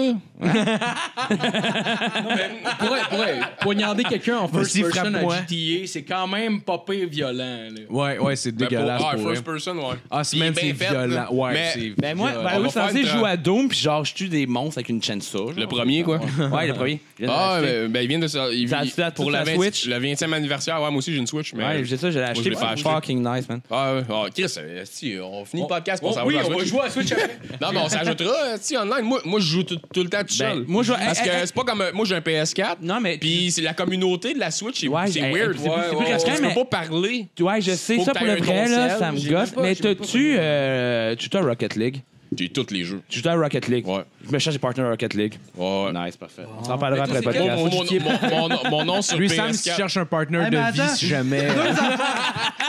S3: Pourrait, pourrait, poignarder quelqu'un en first
S6: Vas-y,
S3: person à
S6: frappe-moi.
S3: GTA, c'est quand même pas pire violent. Là.
S6: Ouais, ouais, c'est
S5: Ben, pour-
S6: dégueulasse.
S5: Ah,
S6: pour
S5: first
S6: vrai.
S5: person, ouais.
S6: Ah, c'est
S5: Il est
S6: même, c'est
S5: bien fait,
S6: violent.
S5: là.
S6: Ouais,
S5: Mais-
S6: c'est.
S9: Ben moi,
S5: on
S9: ben,
S5: va
S9: oui, c'est
S5: faire
S9: censé, je
S5: une-
S9: joue à Doom, puis genre, je tue des monstres avec une chainsaw.
S5: Le
S9: genre.
S5: premier, quoi.
S9: *laughs* Ouais, le premier. Je viens de
S5: Ah,
S9: l'acheter.
S5: ben, ben, il vient de ça. Il,
S9: Ça-
S5: il-
S9: ça-
S5: pour
S9: toute
S5: la
S9: la
S5: 20
S9: Switch.
S5: le 20e anniversaire, ouais, moi aussi j'ai une Switch, mais.
S9: Ouais, j'ai ça, je l'ai acheté.
S5: l'ai pas acheté.
S9: Fucking nice, man.
S5: Ah, ouais. Ah, Chris, euh, esti, on finit le podcast pour
S3: Oh,
S5: savoir
S3: oui, on va jouer à Switch après.
S5: *laughs* Non, mais on s'ajoutera, euh, si online. Moi, moi, je joue tout, tout le temps tout
S9: Ben,
S5: seul.
S9: moi, je-
S5: Parce
S9: hey,
S5: que
S9: hey, hey.
S5: c'est pas comme. euh, Moi, j'ai un PS4.
S9: Non, mais-
S5: Puis c'est la communauté de la Switch, c'est
S9: Ouais,
S5: c'est
S9: hey,
S5: weird.
S9: hey, c'est- c'est plus
S5: Parce que
S9: restreint,
S5: tu
S9: mais-
S5: peux pas parler.
S9: Ouais, je sais
S5: Faut
S9: ça
S5: que
S9: pour
S5: t'aies
S9: le
S5: un
S9: vrai,
S5: ton
S9: là,
S5: sel.
S9: ça me
S3: J'ai
S9: gosse.
S3: même pas-
S9: Mais
S3: j'ai même pas
S9: t'as-tu euh, tu à Rocket League?
S5: J'ai tous les jeux.
S9: Tu à Rocket League?
S5: Ouais.
S9: Je me cherche des partenaires Rocket League.
S5: Ouais.
S9: Nice, parfait. On s'en parlera
S3: Mais
S9: après le
S3: toi, c'est
S5: Mon,
S9: podcast.
S5: mon, mon- mon- mon nom sur
S6: Lui, Sam, si tu
S5: PS4.
S6: cherches un partner
S4: Hey, mais
S6: de vie,
S4: attends.
S6: si jamais.
S4: Deux affaires.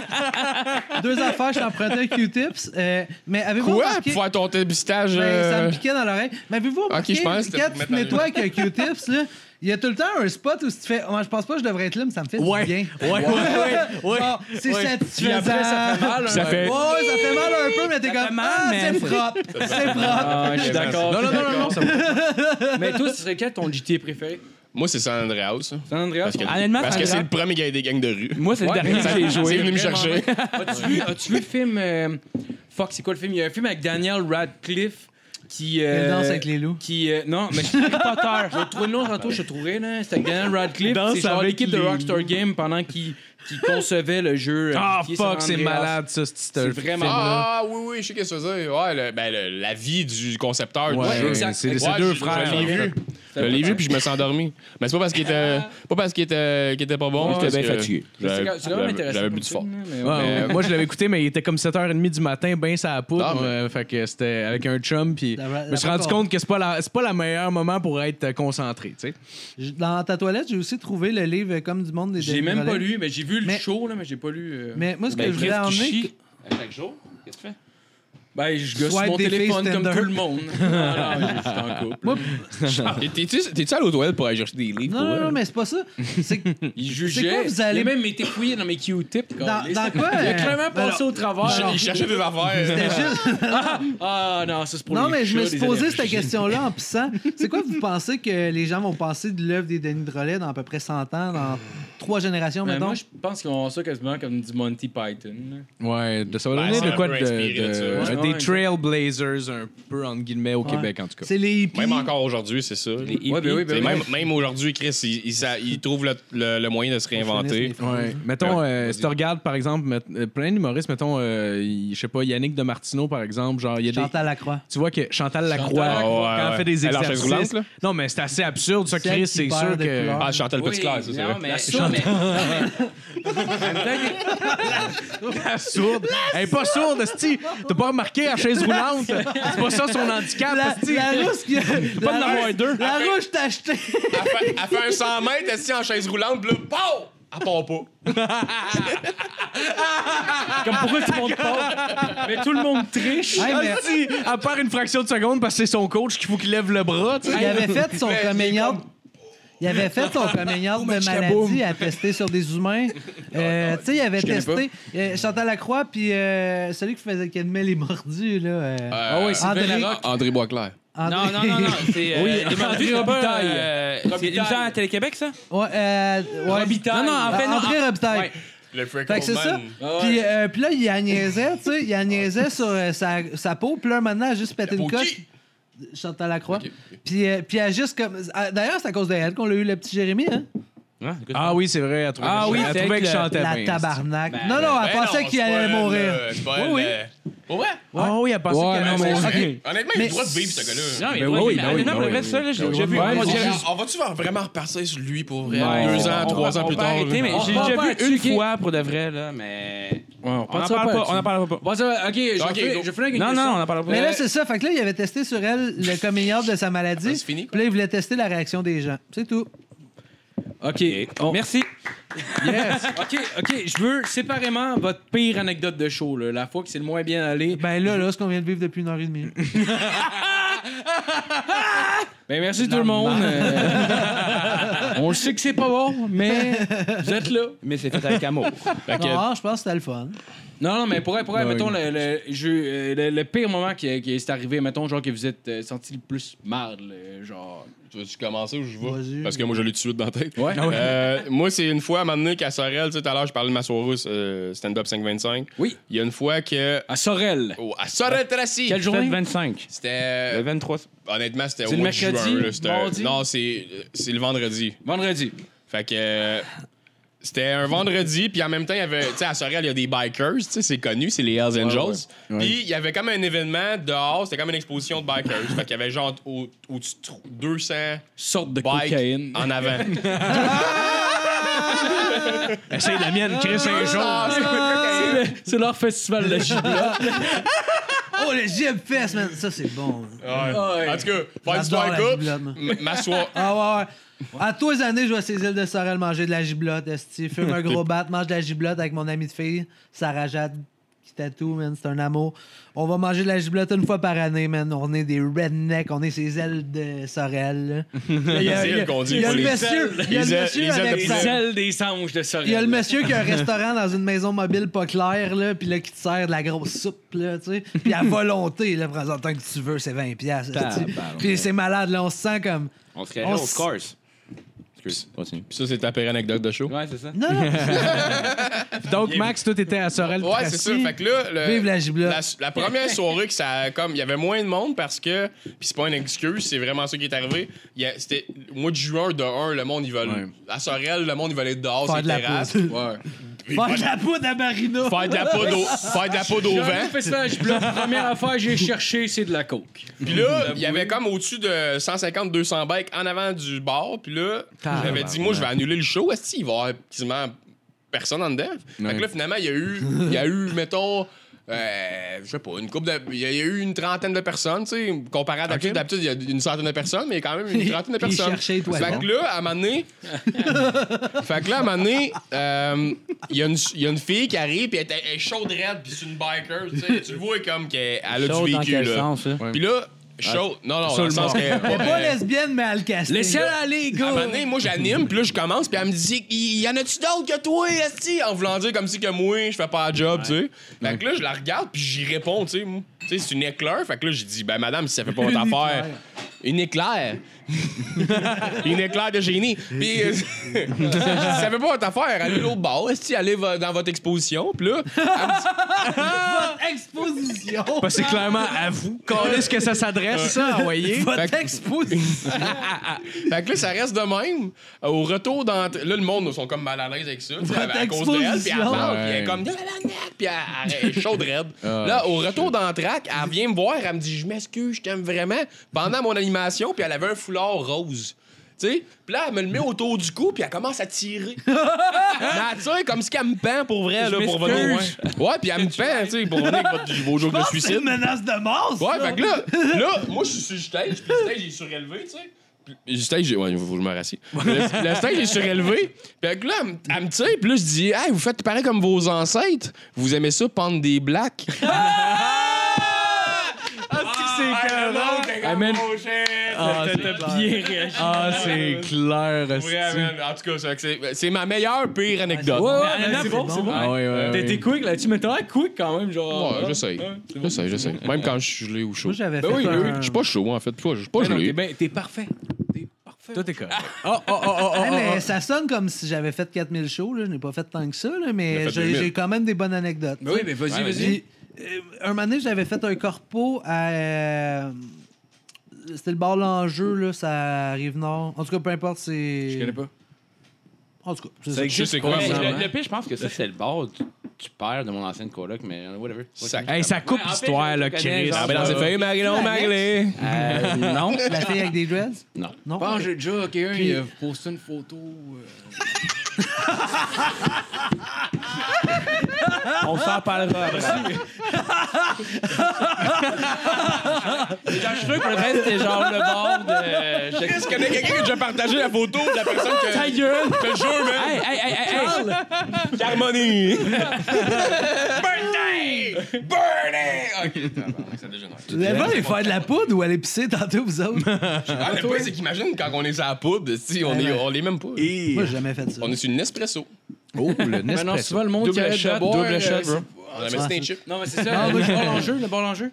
S4: Deux affaires, je t'empruntais Q-tips. euh, mais avez-vous
S5: Quoi?
S4: remarqué-
S5: Pour faire ton dépistage.
S4: Ben, ça
S5: euh,
S4: me piquait dans l'oreille. Mais avez-vous remarqué
S5: je pense que c'était
S4: quand
S5: pour
S4: tu
S5: mettre dans
S4: nettoies avec un Q-tips, là, il y a tout le temps un spot où tu fais oh, Je pense pas que je devrais être là, mais ça me fait
S6: Ouais.
S4: du bien.
S6: Ouais, ouais, ouais, ouais.
S4: Genre, c'est
S6: Ouais.
S4: satisfaisant.
S3: après, ça fait mal,
S6: Ça
S3: hein.
S6: fait-
S4: Ouais, ouais, ça fait mal un peu, mais t'es
S8: Ça fait
S4: comme
S8: mal,
S4: Ah,
S8: mais-
S4: c'est *laughs* propre. C'est propre.
S3: Ah, je suis d'accord.
S6: Non, non, non, non, non, ça va.
S3: Mais toi, ce serait quel ton GTA préféré?
S5: Moi, c'est San Andreas. ça.
S3: San Andreas?
S5: Parce que,
S8: Honnêtement,
S5: parce
S8: San
S5: que c'est
S8: Andreas-
S5: le premier gars des gangs de rue.
S8: Moi, c'est le
S3: Ouais,
S8: dernier que
S5: ça-
S3: *laughs*
S8: j'ai
S5: *laughs* c'est
S8: joué.
S5: venu me chercher.
S3: As-tu vu, as-tu vu le film. euh, Fuck, c'est quoi le film? Il y a un film avec Daniel Radcliffe qui. euh,
S4: Elle danse avec les Ah! loups.
S3: Qui, euh, non, mais c'est Harry Potter. Je vais trouver le nom tantôt, je le trouverai. là. C'était avec Daniel Radcliffe.
S6: Danse
S3: C'est genre
S6: avec
S3: l'équipe de
S6: les
S3: Rockstar Games pendant qu'ils qu'ils concevaient le jeu. euh,
S6: Ah,
S3: qui est San
S6: fuck, c'est
S3: Andreas.
S6: malade, ça, ce petit
S3: C'est
S6: euh,
S3: vraiment
S6: film-là.
S5: Ah oui, oui, je sais qu'est-ce que ça veut dire. Ouais, le- ben, le- la vie du concepteur
S6: Ouais,
S5: du jeu.
S6: c'est- c'est
S5: Ouais,
S6: deux
S5: je-
S6: frères.
S5: Je l'ai vu. Je l'ai vu, puis je me suis endormi. Mais c'est pas parce qu'il était,
S3: *laughs*
S5: pas, parce qu'il était, qu'il était pas bon.
S9: J'étais
S5: parce
S9: bien
S5: que
S9: fatigué.
S3: C'est quand- c'est
S5: j'avais-
S3: quand même
S5: J'avais
S3: intéressant.
S5: j'avais
S3: comme
S5: bu du fort.
S3: film, là, mais
S6: Ouais,
S3: ouais.
S6: ouais. euh, moi, je l'avais écouté, mais il était comme 7h30 du matin, ben ça à poudre.
S5: Ah, mais-
S6: euh, fait que c'était avec un chum, puis
S4: La- la-
S6: je me suis
S4: la-
S6: rendu compte que c'est pas, la, c'est pas le meilleur moment pour être euh, concentré, tu sais.
S4: Je- Dans ta toilette, j'ai aussi trouvé le livre euh, Comme du monde des
S3: J'ai
S4: Denis
S3: même pas
S4: Drolet.
S3: lu, mais j'ai vu le
S4: Mais-
S3: show, là, mais j'ai pas lu. euh,
S4: Mais moi, ce que
S9: Ben,
S4: je voulais
S9: Chris, tu
S4: emmener.
S9: chies à chaque jour. Qu'est-ce que tu fais?
S3: Ben, je gosse
S4: Swipe
S3: mon
S4: des
S3: téléphone
S4: filles
S3: comme
S4: Tinder.
S3: tout le
S4: *laughs*
S3: monde. Non, non, je je suis en couple.
S5: Ah. T'es-tu t'es-tu allé aux toilettes pour aller chercher des livres?
S4: Non,
S5: pour
S4: non,
S5: elle?
S4: non, mais c'est pas ça. C'est que
S3: Il
S4: C'est quoi,
S3: jugeait.
S4: vous
S3: Il
S4: allez-
S3: a même été fouillé dans mes Q-tips.
S4: dans,
S3: câlisse.
S4: dans quoi
S3: Il a
S4: euh,
S3: clairement passé au travers.
S5: Il cherchait des *laughs* affaires.
S4: c'était juste-
S3: Ah non, ça c'est pour
S4: Non,
S3: les
S4: mais je me
S3: chats,
S4: suis
S3: les
S4: posé
S3: allergies.
S4: cette question-là en pissant. C'est quoi que vous pensez que les gens vont penser de l'œuvre des Denis Drolet dans à peu près 100 ans, dans trois générations
S3: Ben,
S4: maintenant?
S3: moi, je pense qu'on ça quasiment comme du Monty Python. là.
S6: Ouais, de- ça va
S5: Ben,
S6: donner
S5: c'est
S6: de
S5: un
S6: quoi de,
S5: peu inspiré de ça.
S6: de- euh,
S3: Ouais,
S6: des
S3: ouais,
S6: trailblazers un peu entre guillemets au Québec en tout cas.
S4: C'est les hippies.
S5: Même encore aujourd'hui, c'est ça.
S9: Les hippies.
S3: Ouais, ben oui, ben oui.
S5: C'est Même, même aujourd'hui, Chris, il, il sa- il trouve le, le- le moyen de se réinventer.
S6: Ouais. Mettons, euh, si tu regardes par exemple met- euh, plein d'humoristes, mettons, euh, il- je sais pas, Yannick de Martineau par exemple, genre il y a des
S4: Chantal Lacroix.
S6: tu vois que Chantal Lacroix,
S5: Lacroix,
S6: quand
S5: ouais,
S6: Ah, elle
S5: ouais.
S6: fait des
S5: Elle en chaise roulante,
S6: exercices,
S5: là?
S6: non mais c'est assez absurde, ça
S4: Celle
S6: Chris,
S4: qui
S6: c'est
S4: perd
S6: sûr
S4: des
S6: que
S4: couleurs.
S5: Ah, Chantal
S3: Oui,
S5: Petitclerc, ça, c'est
S3: non,
S5: vrai.
S3: mais ça, mais-
S6: Ah, *laughs* sourde, elle est pas sourde, sti, t'as pas remarqué en chaise roulante, c'est pas ça son handicap,
S4: La,
S6: esti.
S4: la rousse qui
S6: Pas d'en avoir
S4: La,
S6: deux.
S4: la rouge t'a acheté.
S5: Elle fait, elle fait un 100 mètres, elle se tient en chaise roulante, bleu, pow! Elle part pas.
S3: Comme pourquoi tout le monde parle? Mais tout le monde triche.
S4: Hey, mais
S6: Esti, elle part une fraction de seconde parce que c'est son coach qu'il faut qu'il lève le bras, tu sais.
S4: il avait fait son coming out. Il avait fait son coming out de maladie à tester sur des humains. Euh, tu sais, il avait testé euh, Chantal Lacroix, puis euh, celui qui faisait qui admet les mordus, là. euh,
S5: Ah ouais,
S4: André-
S5: André Boisclair.
S9: Non,
S4: André-
S9: non, non, non. C'est euh,
S8: Oui,
S9: André
S8: André Robitaille.
S3: euh,
S9: Robitaille. C'est une émission à Télé-Québec, ça?
S4: Ouais, euh, ouais.
S8: Robitaille.
S4: Non, non, en fait, non. André Robitaille.
S5: Le
S4: Fait que c'est ça.
S5: Freckleman.
S4: Puis, euh, puis là, il a niaisait, tu sais, il a niaisait sur euh, sa, sa peau. Puis là, maintenant, elle a juste pété
S5: Ah. peau
S4: une
S5: qui?
S4: coche. Chantal Lacroix. Puis, euh, puis elle a juste comme. ah, D'ailleurs, c'est à cause de elle qu'on l'a eu, le petit Jérémy, hein?
S6: Ah oui, c'est vrai, elle trouvait
S8: Ah oui,
S6: elle
S8: c'était
S6: trouvait
S8: avec
S6: qu'il
S8: le-
S6: chantait
S4: La
S6: bien,
S4: tabarnak. non, non, elle
S5: Ben
S4: pensait
S5: non,
S4: qu'il
S5: c'est pas
S4: allait
S5: elle,
S4: mourir.
S5: euh, c'est pas elle,
S4: Oui, oui.
S5: euh,
S6: Ah oui, elle pensait qu'elle
S5: Ah,
S6: allait
S5: mais-
S6: mourir.
S5: ok. Honnêtement, il a
S4: Mais-
S5: le droit de vivre, ce gars-là.
S9: Non, mais
S8: Ben oui, ben oui,
S9: honnêtement,
S8: ben
S9: pour
S8: oui.
S9: le reste, ça, là, j'ai déjà vu.
S8: Ouais,
S9: Moi,
S8: c'est
S9: j'ai-
S8: juste-
S5: On va-tu vraiment repartir sur lui pour vrai?
S9: Ouais,
S5: Deux
S9: c'est-
S5: ans,
S9: on-
S5: trois
S9: on-
S5: ans
S9: on
S5: plus
S9: peut
S5: tard.
S9: arrêter,
S5: là.
S9: mais
S5: Oh,
S9: j'ai
S3: on
S9: déjà
S3: va
S9: vu
S3: arrêter,
S9: une
S3: ok.
S9: fois pour de vrai, là, mais.
S3: on
S9: On n'en parle pas, on n'en parle pas.
S3: Bon, ça, ok, je
S5: Ok,
S3: vais-
S5: go.
S3: je vais finir avec une
S9: Non,
S3: question.
S9: non, on n'en parle pas.
S4: Mais là, c'est ça. Fait que là, il avait testé sur elle le coming out de sa maladie.
S5: Ah, c'est fini, quoi.
S4: Puis là, il voulait tester la réaction des gens. C'est tout.
S3: Ok, on-
S9: Merci.
S3: Yes. ok, ok, je veux séparément votre pire anecdote de show, là, la fois que c'est le moins bien allé.
S4: *laughs* Ben là, là, ce qu'on vient de vivre depuis une heure et demie.
S5: *laughs*
S3: Ben merci tout le monde. Euh, *laughs* on le sait que c'est pas bon, mais vous êtes là.
S9: Mais c'est fait avec amour.
S5: Fait que-
S4: Non, Ah, je pense que c'était le fun.
S3: Non, non, mais pour vrai, pour vrai,
S6: Ouais.
S3: mettons, le, le, je- euh, le- le pire moment qui, qui est arrivé, mettons, genre que vous êtes euh, senti le plus mal, là, genre.
S5: Tu veux-tu commencer ou je
S4: Vas-y.
S5: vais? Parce que moi, je l'ai tout de suite dans la tête.
S3: Ouais.
S5: Euh, moi, c'est une fois à un moment donné qu'à Sorel, tu sais, tout à l'heure, je parlais de ma soirée euh, stand-up 525.
S3: Oui.
S5: Il y a une fois que.
S3: À Sorel.
S5: Oh, à Sorel-Tracy!
S3: Quelle
S9: Faites
S3: journée?
S9: 25.
S5: C'était.
S9: Le
S5: euh,
S9: 23.
S5: Honnêtement, c'était
S3: C'est
S5: au
S3: le
S5: mois de juin,
S3: mercredi,
S5: là, c'était-
S3: mardi?
S5: Non, c'est c'est le vendredi.
S3: Vendredi.
S5: Fait que. euh, C'était un vendredi, puis en même temps, il y avait. Tu sais, à Sorel, il y a des bikers, tu sais, c'est connu, c'est les Hells Angels. Puis il y avait comme un événement dehors, c'était comme une exposition de bikers. fait qu'il y avait genre au- au-dessus de trou- 200
S3: Sorte de
S5: bikes
S3: cocaïne.
S5: en
S4: *laughs*
S5: avant.
S6: Essaye la mienne, Chris un jour.
S3: C'est le- *laughs* C'est leur festival *laughs* de gibla.
S5: Ah!
S4: Oh, le JM Fest, man. Ça, c'est bon.
S5: Ouais. En tout cas, faire du
S4: J'adore la
S5: bike
S4: giblotte, moi.
S5: up, m- m'asseoir.
S4: Ah ouais, ouais. À tous les années, je vais à ces îles de Sorel
S5: *laughs*
S4: manger de la giblotte, esti. Fume un gros bat, mange de la giblotte avec mon ami de fille, Sarah Jade, qui qui tatoue, man. C'est un amour. On va manger de la giblotte une fois par année, man. On est des rednecks, on est ces ailes de
S5: *laughs*
S4: sorel. là. Il y a-
S5: C'est
S4: il y a-
S5: elle qu'on dit,
S4: il y a
S5: pas
S4: le
S5: les
S4: monsieur. Il y a
S5: Les
S4: le
S5: ailes-
S4: monsieur
S5: les ailes de
S4: avec
S5: poulet.
S4: sa-
S5: Les
S3: Celle des sanges de
S4: il y a le
S3: Sorel.
S4: monsieur qui a un restaurant dans une maison mobile pas claire, là, puis là, qui te sert de la grosse soupe, là, tu sais. Puis
S5: *laughs*
S4: à volonté, là, prends en tant que tu veux, c'est 20$. piastres,
S9: Tabarnak.
S4: tu sais. Puis c'est malade, là, on se sent comme.
S9: On se réagit,
S4: On
S9: on
S4: s-
S9: se corse. Excuse, continue.
S5: Puis ça, c'est ta pire anecdote de show.
S9: Ouais, c'est ça.
S4: Non, non,
S6: Donc, Max, toi, t'étais à Sorel.
S5: Ouais, c'est ça. Fait que là, le-
S4: vive la giblotte.
S5: la, la première soirée que ça a comme il y avait moins de monde parce que puis c'est pas une excuse, c'est vraiment ça qui est arrivé. Il y a- c'était au mois de juin de 1 le monde ils veulent à Sorel, le monde ils veulent être dehors
S4: Faire
S5: sur
S4: de
S5: les
S4: la
S5: terrasses.
S4: poudre.
S3: Ouais.
S4: Faire de la poudre à Marina.
S5: Faire de la poudre au faire de la poudre au vent.
S3: J'ai fait ça, je bloque. Première affaire, j'ai cherché, c'est de la coke.
S5: Puis là, il y avait comme au-dessus de 150 200 bikes en avant du bar, puis là, j'avais dit moi je vais annuler le show, est-ce qu'il va y avoir quasiment personne en dedans. Fait que là finalement, il y a eu il y a eu *laughs* mettons euh, je sais pas, une couple de. Il y a il y a eu une trentaine de personnes, tu sais, comparé à d'habitude. D'habitude, il y a une centaine de personnes, mais quand même une trentaine de
S4: Puis ils
S5: personnes.
S4: cherchaient les toilettes.
S5: fait que là, à un moment donné. fait que là, à un moment donné, euh, il y, a une- il y a une fille qui arrive, puis elle, est- elle est chaude raide, puis c'est une biker, tu sais. Tu le vois comme qu'elle elle a
S10: Chaud
S5: du
S10: dans
S5: vécu,
S10: quel
S5: là.
S10: sens, ça?
S5: Puis là, chaud. Non, non, dans le sens que.
S4: Elle est
S5: Ouais,
S4: pas
S5: euh,
S4: lesbienne, mais elle casse.
S3: Laissez-le aller,
S5: à
S9: *laughs*
S5: un
S3: gars!
S5: moment donné, moi, j'anime, puis là, je commence, puis elle me dit Y y en a-tu d'autres que toi, Esti En voulant dire comme si que moi, je fais pas la job, tu sais. Fait que là, je la regarde, puis j'y réponds, tu sais. moi. Tu sais, c'est une éclair. Fait que là, j'ai dit Ben, madame, si ça fait pas votre affaire. Une éclair. *laughs* une éclair de génie. Puis, euh, *laughs* j'ai dit, ça fait pas votre affaire. Allez l'autre bord, Esti, allez va- dans votre exposition. Puis là, elle me dit,
S4: Votre exposition.
S6: Parce que c'est clairement à vous. Quand ce que ça s'adresse, ça, envoyez.
S4: Votre exposition.
S5: Fait que là, ça reste de même. Euh, Au retour dans. Là, le monde, ils sont comme mal à l'aise avec ça. tu sais,
S4: Votre
S5: À cause de elle, puis elle
S4: exposition.
S5: parle, puis elle
S6: Ouais.
S5: est comme. Puis elle, elle est chaude raide. Là, au retour dans le track, elle vient me voir, elle me dit Je m'excuse, je t'aime vraiment. Pendant mon animation, puis elle avait un foulard rose. Tu sais? Puis là, elle me le met autour du cou, puis elle commence à
S4: *laughs*
S5: tirer. Mais elle tire comme si elle me pend pour vrai, là, pour venir. Ouais, ouais puis elle me pend, tu sais, pour venir avec votre vos jokes de
S4: Oh, C'est
S5: suicide.
S4: une menace de mort. ça.
S5: Ouais, fait que là, là, moi, je suis sur le stage, puis le stage, il est surélevé, tu sais. Puis Le stage, ouais, faut que je me rassis. *laughs* Le, le stage est surélevé. Fait que là, elle me- elle me tire, puis là, je dis, hey, vous faites pareil comme vos ancêtres. Vous aimez ça, pendre des blacks?
S3: Amen.
S6: Ah, c'est
S3: Bien réagi.
S6: ah, c'est clair. hostie.
S5: Vraiment, en tout cas, c'est- c'est- c'est ma meilleure pire anecdote.
S3: Ouais, ouais,
S4: Mais
S3: non,
S4: c'est
S3: c'est bon,
S4: bon.
S3: c'est bon.
S6: Ah, ouais, ouais.
S3: T'étais
S6: ouais.
S3: quick là-dessus, mais t'as l'air quick quand même, genre.
S5: Ouais, j'essaye. J'essaye, j'essaye. Même quand je suis gelé ou chaud.
S4: Moi, j'avais
S5: Ben
S4: fait
S5: oui,
S4: un-
S5: oui, je suis pas chaud, moi, en fait. Je suis pas
S3: Non,
S5: gelé.
S3: t'es bien- T'es parfait. T'es parfait. Ah,
S6: Toi, t'es correct. Oh, oh, oh,
S5: ah,
S6: oh, oh,
S4: Hey,
S6: oh.
S4: Ah, mais ça sonne comme si j'avais fait 4000 shows. Là. Je n'ai pas fait tant que ça, là,
S5: Il a
S4: mais
S5: fait Ben
S4: j'ai
S5: 2000.
S4: j'ai quand même des bonnes anecdotes.
S3: Mais oui, mais vas-y, vas-y.
S4: J'ai- euh, un moment donné, j'avais fait un corpo à. euh, C'était le bar l'enjeu, là, ça arrive nord. En tout cas, peu importe, c'est.
S3: Je connais pas.
S4: En tout cas, c'est ça.
S5: Je sais c'est quoi,
S9: Ouais,
S5: moi.
S9: le, le pire, je pense que ça, c'est le bord du, du père de mon ancienne coloc, mais euh, whatever.
S5: Sac.
S6: Hey, ça coupe
S9: Ouais, en fait,
S6: l'histoire,
S9: je
S6: là,
S9: connais,
S6: Chris.
S9: genre,
S5: Ah, ben, dans ses feuilles, Marilyn, Marilyn.
S9: Euh, non.
S4: La fille avec des dreads?
S9: Non.
S4: Non.
S3: Ah, j'ai déjà, ok, un,
S4: Puis-
S3: il a posté une photo. euh,
S9: On s'en parlera *laughs* après. Genre, je suis sûr que le reste, c'est genre le bord de. je-
S5: Est-ce qu'il y a quelqu'un qui a déjà partagé la photo de la personne que.
S9: Ta gueule!
S5: Je te jure, man.
S9: Hey, hey, hey, hey, hey!
S5: Harmonie! *laughs* Birthday! Birthday! Ok, tabarnak, ça dégénère.
S4: L'Evan est faire de la poudre ou aller pisser tantôt, vous autres?
S5: Ah, le pire, c'est qu'imagine quand on est sur la poudre, si, on, est, on l'est même pas.
S4: Moi, j'ai jamais fait ça.
S5: On est sur une Nespresso.
S6: Oh, le
S3: Mais non,
S6: Nespresso.
S3: souvent le monde qui
S9: Double Ben,
S3: arrête de
S9: shot,
S3: boire,
S9: double
S3: euh,
S9: shot,
S3: c'est-
S9: bro.
S5: On a mis des chips.
S3: Non, mais c'est ça, le bord l'enjeu, le bord l'enjeu.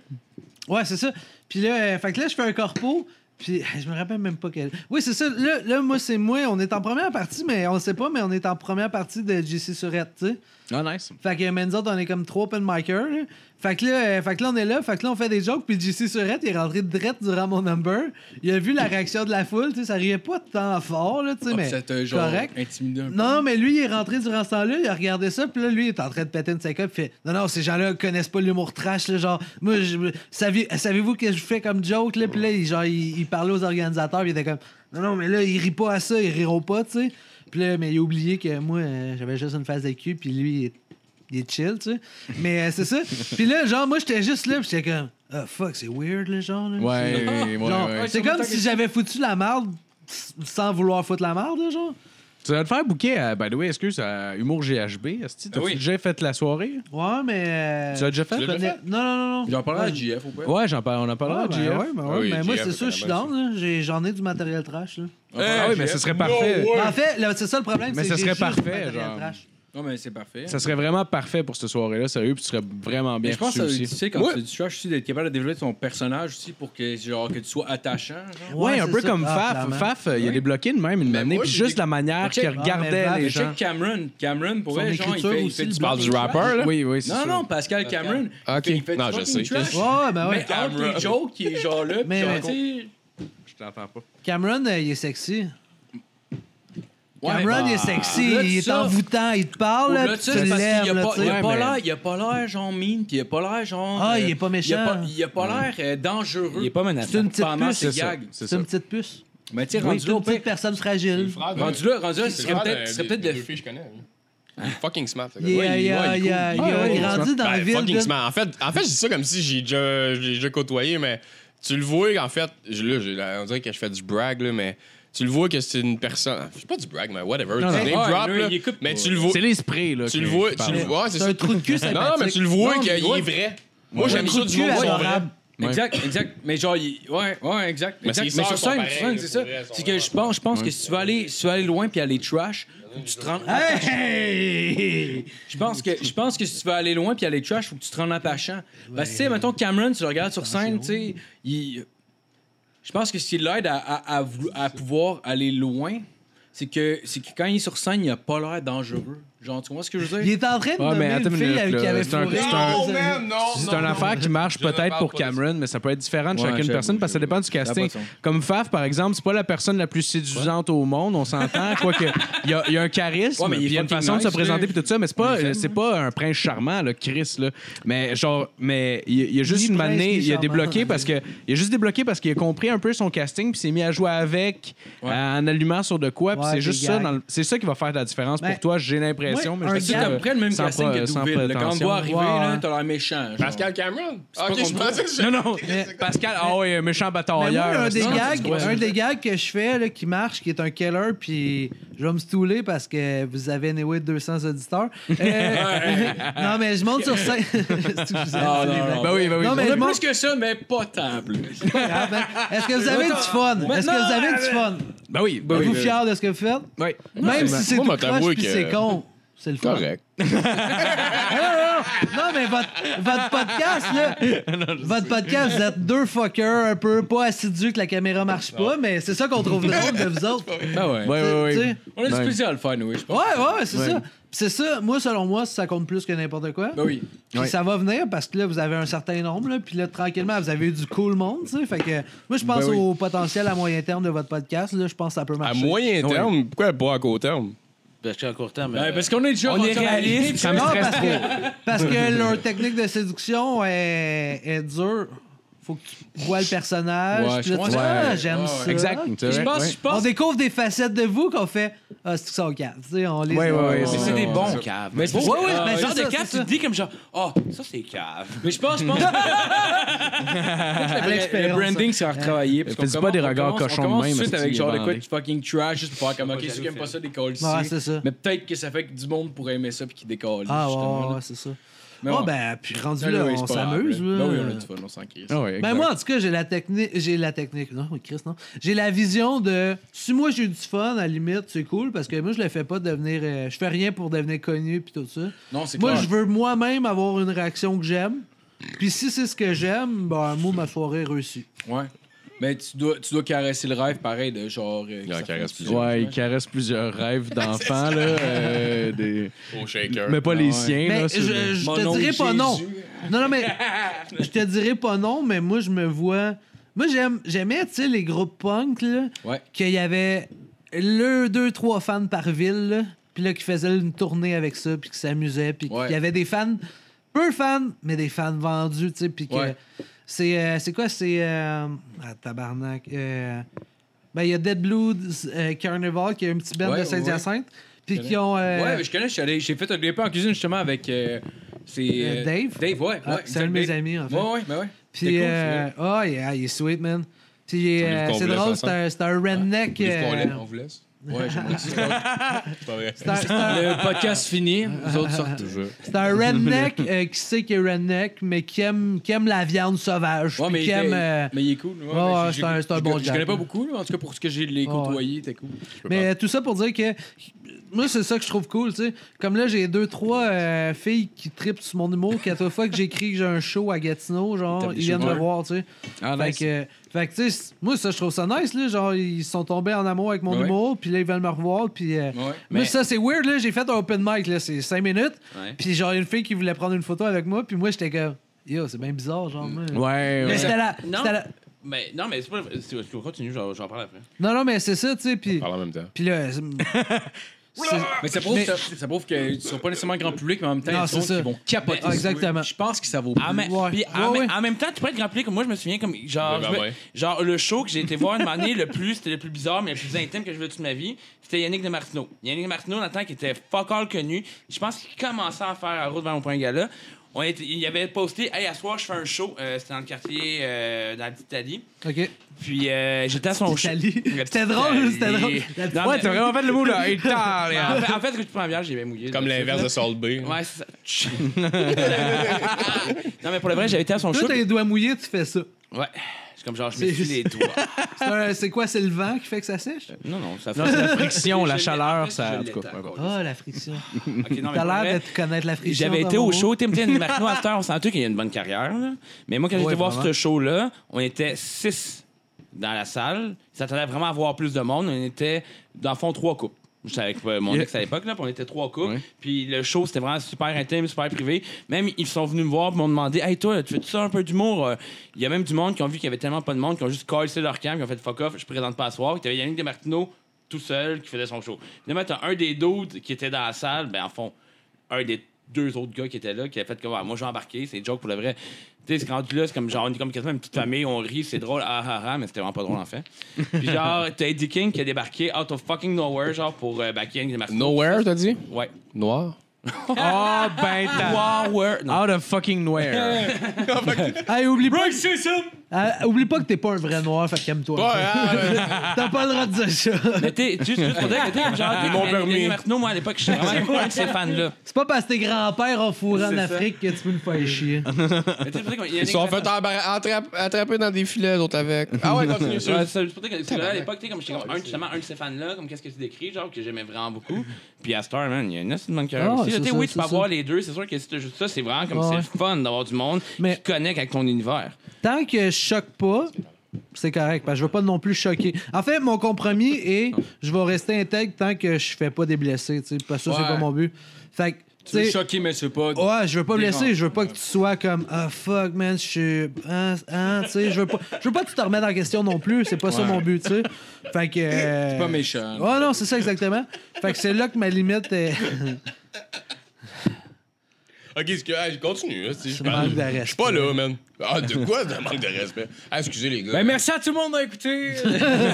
S4: Ouais, c'est ça. Puis là, euh, fait que là, je fais un corpo. Puis *laughs* je me rappelle même pas quel. Oui, c'est ça. Là, là moi, c'est moi. On est en première partie, mais on sait pas, mais on est en première partie de JC Surette, tu sais.
S6: Ah, nice.
S4: Fait que, mais nous autres, on est comme trois open micers. là. Fait que là, euh, fait que là, on est là. Fait que là, on fait des jokes. Puis JC Surette, il est rentré direct durant mon number. Il a vu la réaction de la foule, tu sais. Ça riait pas tant fort, là, tu sais, mais.
S3: Ah, Ça t'a genre
S4: correct.
S3: intimidé un peu.
S4: Non, non, mais lui, il est rentré durant ce temps-là, il a regardé ça, puis là, lui, il est en train de péter une sacoche, puis il fait Non, non, ces gens-là connaissent pas l'humour trash, là, genre, moi, je- savez- savez-vous que je fais comme joke, là, puis là, il, genre, il, il parlait aux organisateurs, puis il était comme Non, non, mais là, ils rient pas à ça, ils riront pas, tu sais. Puis là, mais il a oublié que moi, euh, j'avais juste une face de cul, puis lui, il est il est chill, tu sais. Mais euh, c'est ça. Puis là, genre, moi, j'étais juste là, puis j'étais comme, ah fuck, c'est weird, le genre. Là.
S6: Ouais,
S4: Genre,
S5: Ah,
S6: ouais, ouais.
S4: C'est comme si j'avais foutu la merde s- sans vouloir foutre la merde, là, genre.
S6: Tu vas le faire bouquer à, by the way, excuse, à Humour GHB. Asti,
S3: Ah
S6: t'as-tu
S5: oui.
S6: déjà fait la soirée?
S4: Ouais, mais. euh,
S6: Tu l'as déjà fait?
S5: Tu l'as déjà fait?
S4: Non, non, non, non.
S3: J'en parlais à JF ou quoi?
S6: Ouais, j'en parle, on en parlera.
S4: Ah, ben
S6: JF.
S4: ouais, ben ouais,
S5: Ah oui,
S4: mais moi,
S5: JF,
S4: c'est sûr, je suis
S5: c'est la
S4: down. là. J'ai- J'en ai du matériel trash. Là. Ben,
S6: Ah oui, mais ce serait parfait.
S4: En fait, là, c'est ça le problème.
S6: Mais
S4: c'est
S6: ce
S4: que j'ai
S6: serait
S4: juste du
S6: parfait,
S4: matériel
S6: genre.
S4: trash.
S3: Non, mais c'est parfait.
S6: Ça serait vraiment parfait pour cette soirée-là, sérieux, puis tu serais vraiment bien
S3: Mais je pense
S6: reçu
S3: que
S6: aussi.
S3: tu sais, quand
S6: Ouais.
S3: tu fais du trash aussi, d'être capable de développer ton personnage aussi pour que, genre, que tu sois attachant. genre.
S6: Ouais, un
S4: c'est
S6: peu
S4: ça.
S6: comme
S4: Ah,
S6: Faf.
S4: clairement.
S6: Faf, euh, il a débloqué de même une
S5: Ben,
S6: année,
S5: moi,
S6: puis
S5: j'ai
S6: juste
S5: des-
S6: la manière qu'il
S3: Ah, mais
S6: regardait
S4: Faf,
S6: les
S3: Mais
S6: gens.
S3: check Cameron. Cameron, pour
S4: Son
S3: vrai, genre, il
S4: écriture
S3: fait, il
S4: aussi,
S3: fait
S4: le
S3: du
S5: Tu parles du
S3: trash.
S5: rapper, là?
S6: Oui, oui, c'est
S3: Non,
S6: sûr.
S3: non, Pascal Cameron.
S6: Ok.
S3: Il fait- Il fait
S5: Non,
S3: du
S5: je
S3: fucking
S5: sais.
S3: trash.
S4: Ouais, ben ouais.
S3: Mais entre les jokes, il est genre là.
S4: Mais-
S3: puis
S4: mais-
S3: genre, tu sais,
S6: Je t'entends pas.
S4: Cameron, euh, il est sexy.
S3: Ouais, bah,
S4: Cameron, il est sexy.
S3: au-delà de
S4: Il est
S3: ça-
S4: envoûtant. Il te parle.
S3: Au-delà
S4: là,
S3: de
S4: tu
S3: ça, c'est parce qu'il
S4: l'aimes.
S3: y a
S4: là,
S3: pas-
S4: tu
S3: il y
S4: sais.
S3: a pas l'air- il y a pas l'air genre mine, puis il y a pas l'air genre.
S4: Ah,
S3: euh,
S4: il est pas
S3: il y a
S4: méchant.
S3: pas- Il y a pas l'air euh, dangereux.
S9: Il est pas
S4: C'est
S9: menaçant.
S4: une petite
S3: pendant
S4: puce.
S3: ses
S6: C'est ça.
S3: gags.
S6: C'est
S4: C'est
S6: ça.
S4: une petite puce.
S3: Mais tu sais,
S4: Oui,
S3: rendu
S4: C'est
S3: là, au
S4: une
S3: pire-
S4: petite personne fragile.
S3: rendu là, rendu là, ce serait peut-être ce serait peut-être
S5: de.
S3: de. Ah.
S5: je connais. Il est fucking smart. ce
S4: Il est-
S5: gars-là.
S4: il
S5: Ouais,
S4: a
S5: il
S4: il
S5: est
S4: a- il
S5: cool.
S4: a
S5: Ouais, ouais,
S4: grandi dans la
S5: Ben,
S4: ville.
S5: fucking
S4: là.
S5: smart. En fait, en fait, je dis ça comme si j'ai déjà, j'ai déjà côtoyé, mais tu le vois en fait. je- là, je- on dirait que je fais du brag, là, mais tu le vois que c'est une personne. Je sais pas du brag, mais
S6: Non,
S5: whatever. tu
S6: non.
S5: name
S3: Ouais, là,
S5: drop, là,
S3: il écoute
S5: mais
S3: pas.
S5: tu le vois.
S6: C'est l'esprit, là.
S5: Tu le
S6: qui-
S5: vois,
S6: qui
S5: tu
S6: parle.
S5: le vois, c'est
S4: C'est
S5: ça.
S4: un trou de cul,
S5: Non, mais tu le vois qu'il est vrai. Moi, j'aime
S4: trou
S5: ça
S4: de
S5: du
S4: cul
S5: monde qui sont vrais.
S4: adorable.
S6: Ouais.
S3: Exact, exact. Mais genre, il- ouais, ouais, exact.
S5: Mais
S3: exact.
S5: ses sœurs
S3: sur
S5: sont
S3: scène,
S5: pareilles,
S3: sur scène,
S5: là,
S3: c'est
S5: pour
S3: ça.
S5: vrai, elles sont
S3: C'est que je pense, je pense que si tu veux aller, si tu veux aller loin puis aller trash, faut que tu te rends.
S4: Hey!
S3: Je pense que je pense que si tu veux aller loin puis aller trash, faut que tu te rendes attachant. Parce que tu sais, mettons Cameron, tu le regardes sur scène, tu sais, il- je pense que ce qui l'aide à, à- à vou- à pouvoir aller loin, c'est que c'est que quand il est sur scène, il a pas l'air dangereux. Genre, tu comprends ce que je veux
S4: Il
S3: dire?
S4: est en train de
S6: Ouais, mais
S4: nommer
S6: attends
S4: une
S6: une
S4: fille
S6: minute,
S4: avec
S6: là.
S4: qui avait
S6: C'est un-
S4: fourré. Ben
S6: c'est un-
S5: Non, Oh, man, non,
S6: C'est
S5: non,
S6: une
S5: non.
S6: affaire qui marche
S5: Je ne
S6: peut-être
S5: parle
S6: pour
S5: pas de ça.
S6: Cameron, mais ça peut être différent de
S3: Ouais,
S6: chacune
S3: j'avoue,
S6: personne parce que ça
S3: j'avoue.
S6: dépend du
S3: Ça a pas de
S6: casting.
S3: sens.
S6: Comme Faf, par exemple, c'est pas la personne la plus séduisante au monde, on s'entend. Quoique, il y, a- il y a un charisme,
S3: Ouais, mais il est
S6: puis il y a une
S3: fucking
S6: façon de se
S3: nice,
S6: présenter,
S3: là.
S6: puis tout ça, mais c'est pas, euh, c'est pas un prince charmant, là, Chris. Là. Mais genre, mais il, il y a juste
S4: Ni
S6: une
S4: prince,
S6: année,
S4: ni
S6: il a
S4: charmant.
S6: débloqué parce que il a juste débloqué parce qu'il a compris un peu son casting, puis s'est mis à jouer avec, euh, en allumant sur de quoi, puis
S4: Ouais,
S6: c'est juste
S4: des
S6: ça.
S4: gags.
S6: dans le- C'est ça qui va faire la différence
S4: Ben,
S6: pour toi, j'ai l'impression.
S4: ouais,
S6: mais
S4: un
S6: je
S3: C'est
S6: sais
S4: gars
S3: à
S6: pas,
S3: peu près le même
S6: sans
S3: casting
S6: pro-
S3: que
S6: sans
S3: Douville. là. Quand on te
S6: prétention.
S3: voit arriver,
S4: Ouais,
S3: là,
S4: ouais.
S3: t'as l'air méchant. genre.
S5: Pascal Cameron. Ah, ok,
S3: contre
S5: je
S3: moi.
S5: pensais que je-
S6: Non, non. Pascal, ah oui, un méchant
S4: Mais moi,
S6: batailleur.
S4: un des,
S6: Non,
S4: gags,
S6: c'est quoi, ça?
S4: un des gags que je fais là, qui marche, qui est un killer, puis je vais me stouler parce que vous avez anyway 200 auditeurs.
S6: *laughs*
S4: Euh, *laughs* non, mais je monte sur scène. *laughs* C'est tout, je vous aime,
S3: Ah,
S4: c'est
S3: non,
S4: les
S3: non.
S4: blagues.
S6: Ben oui, ben oui.
S4: Non, mais
S3: On a
S4: je
S3: plus
S4: monte-
S3: que ça, mais pas tant plus.
S4: Ah, ben, Est-ce que vous avez du fun? Est-ce que vous avez du fun?
S6: Ben oui, ben oui.
S4: Êtes-vous fiers de ce que vous faites?
S6: Oui.
S4: Même si c'est
S5: Moi,
S4: tout
S5: moi, t'avouer
S4: croche puis
S5: que-
S4: c'est con, c'est le fun.
S5: Correct.
S4: Hein, Non, mais votre, votre podcast, là, votre podcast, vous êtes deux fuckers un peu pas assidus que la caméra marche pas, mais c'est ça qu'on trouve drôle de vous autres.
S3: Ben ouais.
S6: Oui, oui,
S4: Tu
S6: oui.
S4: sais.
S3: On a du
S6: Ben.
S3: plaisir à le faire, nous, je pense.
S4: Ouais, ouais, c'est ça. Puis c'est ça, moi, selon moi, ça compte plus que n'importe quoi.
S3: Ben oui.
S4: Puis
S6: Ouais.
S4: ça va venir parce que là, vous avez un certain nombre, là, puis là, tranquillement, vous avez eu du cool monde, tu sais. Fait que moi, je pense
S6: Ben oui.
S4: au potentiel à moyen terme de votre podcast, là, je pense que ça peut
S5: À
S4: marcher.
S5: moyen terme, pourquoi pas à court terme?
S9: Ben, je suis à court terme.
S3: Ben,
S9: euh,
S3: parce qu'on est déjà
S6: On est réaliste, ça me
S4: Non,
S6: stresse
S4: parce
S6: trop.
S4: que, parce que leur technique de séduction est, est dure. Faut que tu vois le personnage.
S3: Ouais,
S4: puis
S3: je
S4: là, tu fais,
S3: comprends.
S4: Ah,
S3: Ouais.
S4: j'aime
S3: Ouais,
S4: ça.
S3: ouais.
S6: Exact.
S3: Je pense, je
S4: On
S3: pense.
S4: découvre des facettes de vous qu'on fait Ah, c'est tout ça, on calme. Tu sais, on les
S6: Ouais, ouais, ouais,
S9: mais
S6: Ouais,
S9: c'est des
S6: ouais,
S9: bons caves.
S3: Mais c'est parce que-
S4: Ouais, ouais,
S3: Ah,
S4: ben,
S9: Le
S4: c'est
S9: genre
S4: ça,
S9: de
S4: c'est
S9: cave, tu
S4: ça.
S9: te dis comme genre, ah, ça c'est cave.
S3: Mais je pense, je
S9: *laughs*
S3: pense. le
S4: l'expérience,
S3: branding, c'est à retravailler. parce
S6: Fais
S3: qu'on
S6: pas
S3: commence-
S6: des
S3: on
S6: regards
S3: commence-
S6: cochons
S3: On commence
S6: de
S3: tout de
S6: même,
S3: suite
S6: parce
S3: avec
S6: qu'il
S3: genre
S6: est
S3: de quoi
S6: bandé.
S3: de fucking trash, juste pour faire comme, ok, ceux qui aiment pas ça décollent ici.
S4: Ouais, c'est ça.
S3: Mais peut-être que ça fait que du monde pourrait aimer ça puis qu'ils décollent.
S4: Ah, ouais,
S3: justement,
S4: ouais,
S3: là.
S4: c'est ça.
S3: Mais
S4: Ah,
S3: bon.
S4: ben, puis rendu
S3: Ben,
S4: là,
S3: oui, c'est
S4: on
S3: pas grave,
S4: s'amuse.
S3: là.
S4: là.
S3: Ben oui, on a du fun, on s'en crisse.
S6: Ah ouais,
S4: Ben,
S6: exact.
S4: moi, en tout cas, j'ai la technique. J'ai la technique. Non, oui, Chris, non. J'ai la vision de. Si moi, j'ai eu du fun, à la limite, c'est cool, parce que moi, je le fais pas devenir. euh, je fais rien pour devenir connu, puis tout ça.
S3: Non, c'est
S4: Moi,
S3: clair.
S4: je veux moi-même avoir une réaction que j'aime. Puis si c'est ce que j'aime, ben, moi, ma soirée est réussie.
S3: Ouais. Mais tu dois, tu dois caresser le rêve, pareil, de genre. euh, que
S5: en
S3: ça
S5: caresse
S3: fonctionne.
S6: Ouais, il caresse plusieurs rêves d'enfants, là. euh, des-
S5: Au shaker.
S6: Mais pas les
S3: ouais.
S6: siens,
S4: Mais
S6: là.
S4: je,
S6: c'est le-
S4: je
S3: Mon
S4: te
S3: nom
S4: dirais pas
S3: Jésus.
S4: non. Non, non, mais *laughs* je te dirais pas non, mais moi, je me vois. Moi, j'aime, j'aimais, tu sais, les groupes punk, là,
S3: Ouais.
S4: qu'il y avait le, deux, trois fans par ville, là, puis là, qui faisaient une tournée avec ça, puis qui s'amusaient, puis
S3: Ouais.
S4: qu'il y avait des fans, peu fans, mais des fans vendus, tu sais, puis que.
S3: Ouais.
S4: C'est, euh, c'est quoi, c'est. euh, ah, tabarnak. euh, ben, il y a Dead Blue euh, Carnival, qui est un petit band
S3: Ouais,
S4: de Saint-Hyacinthe, puis qui ont. euh,
S3: Ouais, mais je connais, je suis allé- j'ai fait un départ en cuisine justement avec. euh, c'est.
S4: Euh,
S3: euh,
S4: Dave?
S3: Dave, ouais.
S4: Ah,
S3: ouais,
S4: c'est un de
S3: exact,
S4: mes
S3: Dave.
S4: amis, en fait.
S3: Ouais, ouais, ben ouais. C'était
S4: Puis,
S3: cool,
S4: euh, oh, yeah, il est sweet, man. Puis, euh,
S5: qu'on
S4: c'est
S5: vous laisse
S3: hein.
S4: drôle, c'est un, c'est un redneck.
S3: Ah,
S5: Voulez-vous qu'on
S4: euh,
S5: laisse- on vous laisse.
S3: Ouais, j'aimerais ça.
S4: *laughs*
S5: C'est pas vrai.
S4: C'est un, c'est un-
S3: Le podcast fini, les autres
S4: *laughs*
S3: sortent.
S4: c'est un redneck euh, qui sait qu'il est redneck, mais qui aime, qui aime la viande sauvage.
S3: Ouais,
S4: puis
S3: mais,
S4: qui
S3: il était-
S4: aime, euh,
S3: mais il est cool. Ouais,
S4: ouais,
S3: mais
S4: ouais,
S3: j'ai-
S4: c'est un-
S3: j'ai-
S4: c'est un
S3: je-
S4: bon
S3: Je
S4: Jack.
S3: connais pas beaucoup, mais en tout cas, pour ce que j'ai les
S4: Ouais,
S3: côtoyé, t'es cool.
S4: Mais euh, tout ça pour dire que moi, c'est ça que je trouve cool, tu sais. Comme là, j'ai deux, trois euh, filles qui tripent sur mon humour, qu'à chaque fois que j'écris que j'ai un show à Gatineau, genre, ils viennent me voir, tu sais. fait, que, euh, fait que, tu sais, moi, ça, je trouve ça nice, là. Genre, ils sont tombés en amour avec mon
S3: Ouais.
S4: humour, puis là, ils veulent me revoir, puis... euh,
S3: Ouais.
S4: Mais
S9: Mais-
S4: ça, c'est weird, là. J'ai fait un open mic, là, c'est cinq minutes.
S9: Ouais.
S4: Puis genre, une fille qui voulait prendre une photo avec moi, puis moi, j'étais comme... Yo, c'est bien bizarre, genre, moi.
S6: Ouais,
S4: Mais
S6: ouais.
S4: c'était la...
S9: Non.
S4: c'était la-
S9: Mais non, mais c'est pas. c'est- Tu continues, j'en j'en parle après.
S4: Non, non, mais c'est ça, tu sais, puis...
S5: Parle en même temps.
S4: Puis là... c'est- c'est-
S3: Mais ça prouve,
S4: Mais-
S3: que- ça prouve que tu seras pas nécessairement grand public, mais en même temps,
S4: Non,
S3: ils
S4: c'est ça.
S3: sont qui vont capoter.
S4: Ah, exactement.
S3: Je pense que ça vaut
S9: Ah, mais,
S4: Ouais.
S9: puis en,
S4: Ouais,
S9: même-
S4: ouais.
S9: en même temps, tu peux être rappelé que moi, je me souviens comme genre,
S5: Ouais,
S9: je me-
S5: ouais.
S9: genre le show que j'ai été voir une année, le plus, c'était le plus bizarre, mais le plus intime que j'ai vu de toute ma vie, c'était Yannick de Martineau. Yannick de Martineau, dans le temps, qui était fuck all connu, je pense qu'il commençait à faire à route vers mon point gala. On était- il avait posté, hey, à ce soir, je fais un show, Euh, c'était dans le quartier, euh, dans la petite Italie.
S4: OK.
S9: Puis euh, j'étais à son show.
S4: Italie.
S9: La petite
S4: C'était drôle,
S9: Italie.
S4: c'était drôle. La
S9: Non,
S6: Ouais,
S9: mais-
S6: t'as vraiment fait le mot, là.
S9: en
S6: Italia.
S9: fait, en fait, que tu prends bien, j'ai bien mouillé.
S5: Comme
S9: Là,
S5: l'inverse
S9: là.
S5: de Salt Bay.
S9: Ouais, c'est ça. *laughs* non, mais pour le vrai, j'avais été à son
S4: Toi,
S9: show.
S4: t'as les doigts mouillés, tu fais ça.
S9: Ouais. C'est comme genre, je me suis les doigts.
S4: C'est
S9: *laughs*
S4: un- C'est quoi, c'est le vent qui fait que ça sèche?
S9: Non, non, ça fait.
S6: Non, c'est la friction,
S9: Je
S6: la
S9: l'ai- en
S6: chaleur,
S9: fait,
S6: ça.
S9: je
S6: En tout cas,
S9: l'étais,
S6: ouais,
S9: quoi.
S4: Ah, la friction.
S9: Ok, non, mais
S4: T'as
S9: pour
S4: l'air
S9: vrai,
S4: de connaître la friction.
S9: J'avais
S4: dans
S9: été
S4: mon
S9: au
S4: mot.
S9: show
S4: *laughs*
S9: Tim Tim Martineau à cette heure, on s'entend qu'il y a une bonne carrière. là. Mais moi, quand j'étais
S4: Ouais,
S9: voir
S4: vraiment.
S9: ce show-là, on était six dans la salle. Ils s'attendaient vraiment à voir plus de monde. On était, dans le fond, trois couples. J'étais avec euh, mon ex à l'époque, là, puis on était trois couples. Puis le show, c'était vraiment super intime, super privé. Même, ils sont venus me voir, puis m'ont demandé Hey, toi, tu fais ça un peu d'humour Euh, Il y a même du monde qui ont vu qu'il y avait tellement pas de monde, qui ont juste collé leur cam, qui ont fait fuck off, je présente pas à soir. Tu avais Yannick Desmartineaux tout seul qui faisait son show. Finalement, t'as un des d'autres qui était dans la salle, ben, en fond, un des deux autres gars qui étaient là, qui a fait comme Ah, moi j'ai embarqué, c'est une joke pour le vrai. Tu sais, c'est rendu là, c'est comme genre, on est comme quasiment une petite famille, on rit, c'est drôle, ah ah ah, mais c'était vraiment pas drôle en fait. Puis genre, t'as Eddie King qui a débarqué out of fucking nowhere, genre pour euh, back in
S6: Nowhere, t'as dit?
S9: Ouais.
S6: Noir. Ah, ben, t'as.
S9: Nowhere. Non.
S6: Out of fucking nowhere.
S4: Hey, oublie pas,
S9: c'est ça!
S4: Ah, oublie pas que t'es pas un vrai noir, fait qu'aime-toi.
S5: ah,
S4: T'as pas le droit de dire ça.
S9: hein. Mais t'es juste, juste pour dire que t'es comme genre. Ils m'ont permis. Martineau, moi à l'époque, je suis vraiment un de ces fans-là.
S4: C'est pas parce que tes grands-pères ont fourré en
S9: C'est ça.
S4: Afrique que tu peux me faire chier.
S9: Mais t'sais, c'est pour dire qu'il
S5: Ils
S9: y a une-
S5: se sont fait embar- attrape- attraper dans des filets, d'autres avec. Ah ouais, continue.
S9: Ouais, c'est pour dire que c'est là, à l'époque, t'es comme j'étais comme un, justement, un de ces fans-là, comme qu'est-ce que tu décris, genre, que j'aimais
S3: *laughs*
S9: vraiment beaucoup. Puis à Star, man, il y a une assez de bonne carrière
S4: Ah,
S9: aussi.
S4: c'est
S9: là. Tu sais,
S4: ça,
S9: oui, tu
S4: c'est
S9: peux
S4: ça.
S9: avoir les deux, c'est sûr que si t'as juste ça, c'est vraiment comme
S4: Ouais.
S9: c'est le fun d'avoir du monde
S4: Mais-
S9: qui connecte avec ton univers.
S4: Tant que je choque pas, c'est correct, parce que je veux pas non plus choquer. En fait, mon compromis est je vais rester intègre tant que je fais pas des blessés, tu sais, parce que ça, c'est
S3: Ouais.
S4: pas mon but. Fait que,
S3: Tu veux
S4: sais,
S3: choquer, mais c'est pas.
S4: Ouais, je veux pas
S3: Des
S4: blesser,
S3: gens.
S4: je veux pas que tu sois comme ah fuck man, je suis hein, hein, tu sais, je veux pas je veux pas que tu te remettes en question non plus, c'est pas ça mon but, tu sais. Fait que euh,
S3: C'est pas méchant. hein.
S4: Ouais, non, c'est ça exactement. Fait que c'est là que ma limite est *laughs*
S5: Ok, excuse- ah, je continue. hein, si Je
S4: manque
S5: parle.
S4: de respect.
S5: Je suis pas là, man. Ah, de quoi de manque de respect? Ah, excusez les gars.
S3: Ben, merci à tout le monde d'avoir
S4: *laughs*
S3: écouté.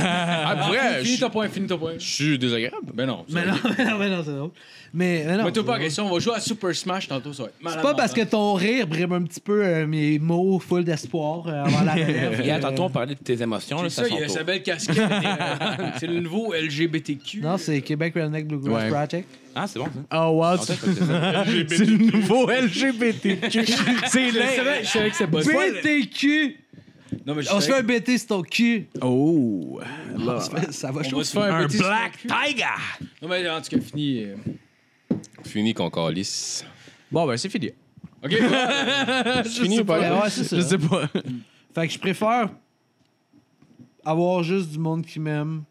S5: ah, pour vrai,
S3: Finis
S5: je
S3: ton point, finis ton point.
S5: je suis désagréable.
S3: Ben non.
S4: Mais non, mais non, mais non, c'est drôle. Mais, mais non.
S3: Mets-toi pas en
S4: c'est
S3: question, on va jouer à Super Smash tantôt, ça va être malade
S4: pas parce que
S3: mental.
S4: ton rire brime un petit peu euh, mes mots full d'espoir euh, avant la
S9: *laughs*
S4: Euh, relève.
S9: Hier, tantôt, on parlait de tes émotions, là,
S3: C'est
S9: ça
S3: ça, il y a
S9: son
S3: sa
S9: tour.
S3: belle casquette. *laughs* euh, c'est le nouveau LGBTQ.
S4: Non, c'est Québec Redneck Bluegrass
S6: Ouais.
S4: Project.
S9: Ah, c'est bon, ça.
S6: Oh, wow.
S9: En fait, c'est ça.
S6: C'est le nouveau LGBTQ. C'est l'in...
S3: Je savais que c'est pas
S4: BTQ!
S3: Non, mais je
S4: On se fait
S3: savais-
S4: un BT sur ton cul.
S6: Oh.
S4: On se fait- Ça va
S3: on
S4: chaud.
S3: va se faire un, petit snack.
S9: Tiger!
S3: Non, mais en tout cas, fini. euh.
S5: Fini qu'on calisse.
S6: Bon, ben, c'est fini.
S3: OK,
S5: Fini ou
S4: Ouais,
S5: pas?
S4: ouais, c'est ça.
S6: Je sais pas.
S4: Fait que je préfère avoir juste du monde qui m'aime,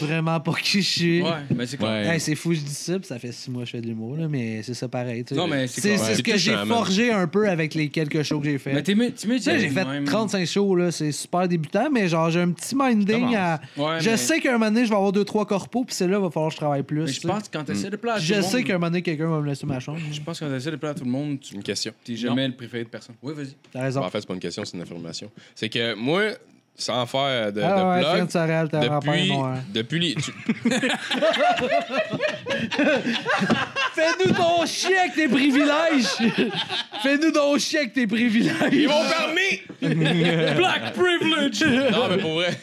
S4: vraiment pas qui je suis.
S3: ouais, mais ben, c'est quoi?
S4: Hey, c'est fou, je dis ça, puis ça fait six mois que je fais de l'humour, là, mais c'est ça pareil. tu sais.
S3: Non, mais c'est
S4: c'est
S3: quoi?
S4: c'est ce
S5: C'est
S4: que j'ai
S5: touchant, man.
S4: forgé un peu avec les quelques shows que j'ai fait.
S3: Mais t'es
S4: Tu
S3: mieux, t'es mieux de
S4: sais,
S3: dire
S4: j'ai fait
S3: Ben, même.
S4: 35 shows, là, c'est super débutant, mais genre, j'ai un petit minding à.
S3: Ouais,
S4: je
S3: mais-
S4: sais qu'à un moment donné, je vais avoir deux, trois corpos, puis c'est là, il va falloir que je travaille plus.
S3: Mais
S4: tu
S3: je
S4: sais.
S3: pense que quand t'essaies de plaire à tout
S4: Je
S3: le
S4: sais
S3: monde-
S4: qu'à un moment donné, quelqu'un va me laisser ma chambre.
S3: Je pense que quand t'essaies de plaire à tout le monde, tu
S5: Une question.
S3: t'es jamais le préféré de personne. Oui, vas-y.
S4: T'as raison.
S5: En fait, c'est pas une question, c'est une affirmation. C'est que moi, sans faire de,
S4: Ah ouais,
S5: de plug,
S4: Étienne Sorel, t'as un hein.
S5: depuis,
S4: père noir.
S5: depuis les- tu-
S4: Fais-nous ton chien avec tes privilèges! *laughs* Fais-nous ton chien avec tes privilèges!
S5: Ils m'ont permis!
S8: Black privilege!
S5: Non, mais pour *laughs* vrai.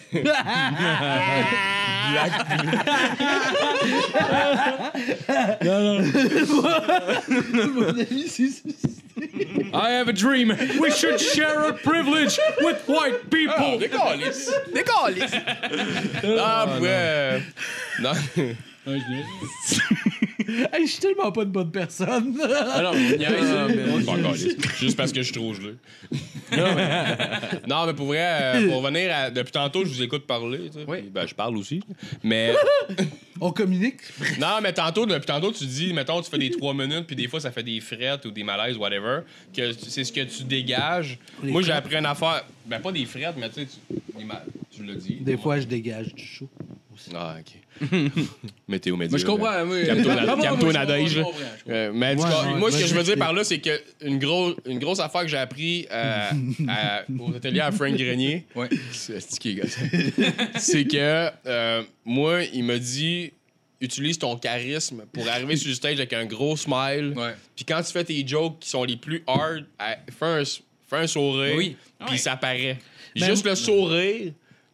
S8: I have a dream. We should share our privilege with white people.
S5: Décalisse! Décalisse! *laughs* Non, pour vrai. Non.
S4: Hey, je suis tellement pas une bonne personne!
S3: Ah,
S5: Alors, il y
S3: Euh,
S5: Juste parce que je suis
S3: *laughs*
S5: trop gelé. Non, mais pour vrai, euh, pour revenir à. Depuis tantôt, je vous écoute parler. tu sais, puis, Ben, je parle aussi.
S3: *laughs*
S5: Mais.
S4: On communique?
S5: Non, mais tantôt, depuis tantôt, tu dis, mettons, tu fais des trois minutes, puis des fois, ça fait des frettes ou des malaises, whatever, que tu- c'est ce que tu dégages. Moi, j'ai appris une affaire. Ben, pas des frettes, mais tu sais, tu, des ma- tu l'as dit.
S4: Des fois, je dégage du show.
S5: Ah,
S3: *laughs*
S5: OK. Météo, météo.
S3: Mais je comprends. moi. *laughs*
S5: Calme-toi,
S3: Ah, moi,
S5: calme-toi,
S3: moi, je
S5: Nadège,
S3: comprends,
S5: là.
S3: je comprends.
S5: Euh, mais en tout
S4: Ouais,
S5: cas,
S4: ouais,
S5: moi, ce que
S4: vas-y.
S5: je veux dire par là, c'est qu'une grosse, une grosse affaire que j'ai appris euh, à- aux ateliers à Frank Grenier,
S3: Ouais.
S5: c'est c'est qui, gars? c'est que euh, moi, il m'a dit utilise ton charisme pour arriver sur le stage avec un gros smile.
S3: Ouais.
S5: Puis quand tu fais tes jokes qui sont les plus hard, à- fais, un, s- fais un sourire,
S3: Oui.
S5: puis ça paraît.
S4: Ben,
S5: Juste le sourire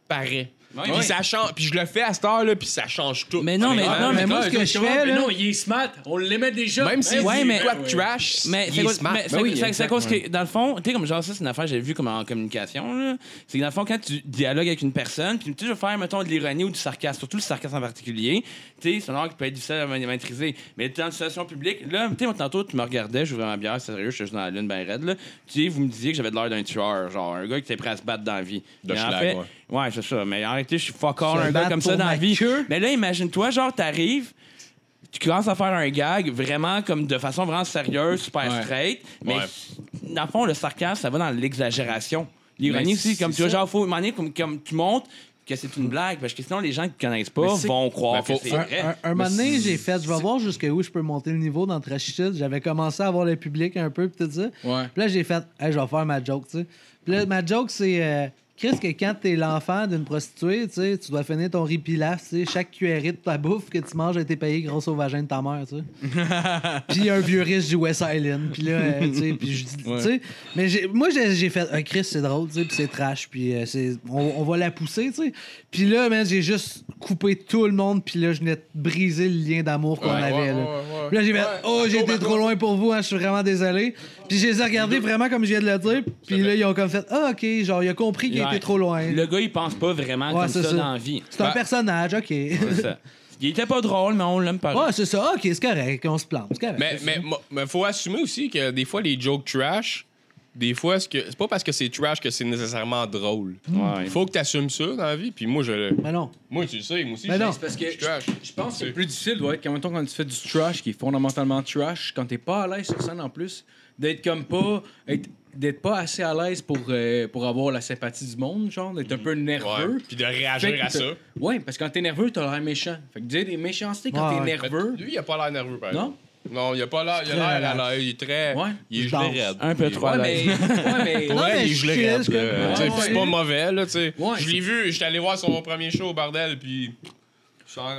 S5: paraît. Puis
S3: Ouais.
S5: ça change, puis je le fais à cette heure-là, puis ça change tout.
S9: Mais non, mais-
S5: Honnêtement,
S9: non, mais
S4: moi, ce que je fais,
S3: Ah, Mais
S4: là-
S3: non, il est smart. On l'aimait déjà. Ben
S5: même si
S9: Ouais,
S5: Ben ouais,
S9: mais-
S5: mais quoi de trash,
S9: Mais
S5: il
S9: c'est
S5: est
S9: quoi-
S5: smart. Ben
S9: mais c'est- c'est- c'est à cause que, dans le fond, tu sais, comme genre ça, c'est une affaire que j'avais vue comme en communication. là. C'est que dans le fond, quand tu dialogues avec une personne, puis tu sais, je vais faire, mettons, de l'ironie ou du sarcasme, surtout le sarcasme en particulier, tu sais, c'est un art qui peut être difficile à ma- maîtriser. Mais dans une situation publique, là, tu sais, moi, tantôt, tu me regardais, j'ouvrais ma bière, sérieux, je suis juste dans la lune, ben raide, là. Tu sais, vous me disiez que j'avais de l'air d'un tueur, genre un gars qui était prêt à se battre dans la vie.
S5: De
S9: Mais en
S5: schlag,
S9: fait-
S5: ouais.
S9: Ouais, c'est ça. Mais arrêtez, je suis fuck all,
S4: Se
S9: un gars
S4: battre
S9: comme ça
S4: pour
S9: dans
S4: ma
S9: la vie.
S4: queue.
S9: Mais là, imagine-toi, genre, t'arrives, tu commences à faire un gag vraiment comme de façon vraiment sérieuse, super
S3: Ouais.
S9: straight, mais
S5: Ouais.
S9: dans le fond, le sarcasme, ça va dans l'exagération. L'ironie
S3: Mais
S9: aussi, comme
S3: c'est
S9: tu vois,
S3: ça.
S9: genre, faut demander comme, comme tu montres que c'est une blague, parce que sinon, les gens qui te connaissent pas
S3: Mais c'est-
S9: vont
S5: Ben,
S9: croire
S5: faut-
S9: que c'est
S5: faut-
S4: Un,
S9: vrai.
S4: un- un moment donné, j'ai fait, je vais voir jusqu'à où je peux monter le niveau dans Trash Shit. J'avais commencé à voir le public un peu, pis tout ça.
S3: Ouais.
S4: Puis là, j'ai fait, Hey, je vais faire ma joke, tu sais. Puis là, ma joke, c'est, euh, Chris, que quand t'es l'enfant d'une prostituée, tu sais, tu dois finir ton riz pilaf, tu sais. Chaque cuillerée de ta bouffe que tu manges a été payée grosse au vagin de ta mère, tu sais. Puis un vieux riche du West Island. Puis là, euh, tu sais, puis je dis, tu sais. Mais j'ai- moi, j'ai j'ai fait, Ah, Chris, c'est drôle, tu sais, puis c'est trash, puis euh, c'est- on, on va la pousser, tu sais. Puis là, man, j'ai juste coupé tout le monde, puis là, je venais de briser le lien d'amour qu'on
S5: Ouais,
S4: avait,
S5: ouais,
S4: là.
S5: ouais, ouais.
S4: Puis là, j'ai fait,
S5: Ouais,
S4: oh, j'ai
S5: go,
S4: été
S5: Marco.
S4: trop loin pour vous, hein, je suis vraiment désolé. Puis je les ai regardés vraiment comme je viens de le dire, puis là, ils ont comme fait, ah, ok, genre, il a compris qu'il
S9: Ouais.
S4: était trop loin.
S9: Le gars, il pense pas vraiment
S4: Ouais,
S9: comme
S4: c'est
S9: ça,
S4: ça.
S9: dans la vie. Bah.
S4: C'est un
S5: Ben-
S4: personnage, ok. *laughs* Ouais,
S9: C'est ça. Il était pas drôle, mais on l'aime pas.
S4: c'est ça, ok, c'est correct, on se plante, c'est correct.
S5: Mais, mais, mo- mais faut assumer aussi que des fois, les jokes trash, des fois, c'est que- c'est pas parce que c'est trash que c'est nécessairement drôle.
S9: Ouais.
S5: Faut que t'assumes ça dans la vie, puis moi, je le.
S4: Mais non.
S5: Moi, tu le sais, moi aussi,
S4: Mais
S5: je-
S4: non.
S3: C'est parce que
S5: je suis trash.
S3: je, je pense que le plus difficile doit être quand, mettons, quand tu fais du trash qui est fondamentalement trash, quand t'es pas à l'aise sur scène en plus, d'être comme pas. être- d'être pas assez à l'aise pour, euh, pour avoir la sympathie du monde, genre, d'être un peu nerveux.
S5: Mhm. Ouais. Puis de réagir à ça.
S3: Oui, parce que quand t'es nerveux, t'as l'air méchant. Fait que dire des méchancetés quand
S4: Ouais,
S3: t'es
S4: ouais.
S3: nerveux.
S5: Lui, il a pas l'air nerveux, par
S3: Non?
S5: exemple. Non, il a pas l'air. Il a
S4: Très
S5: l'air à l'aise. Il est très.
S3: Ouais.
S5: Il est
S4: Je danse.
S5: gelé raide.
S9: Un peu trop à
S3: Ouais,
S9: l'aise.
S3: mais. *laughs* Ouais, mais.
S5: Pour
S4: Non,
S5: vrai, il
S4: mais
S5: est
S4: je
S5: gelé
S4: suis
S5: raide,
S4: chill,
S5: là.
S3: je
S5: Tu sais,
S3: comprends.
S5: puis
S3: Ouais.
S5: c'est pas mauvais, là, tu sais.
S3: Ouais,
S5: je l'ai vu, j'étais allé voir son premier show au bordel, puis.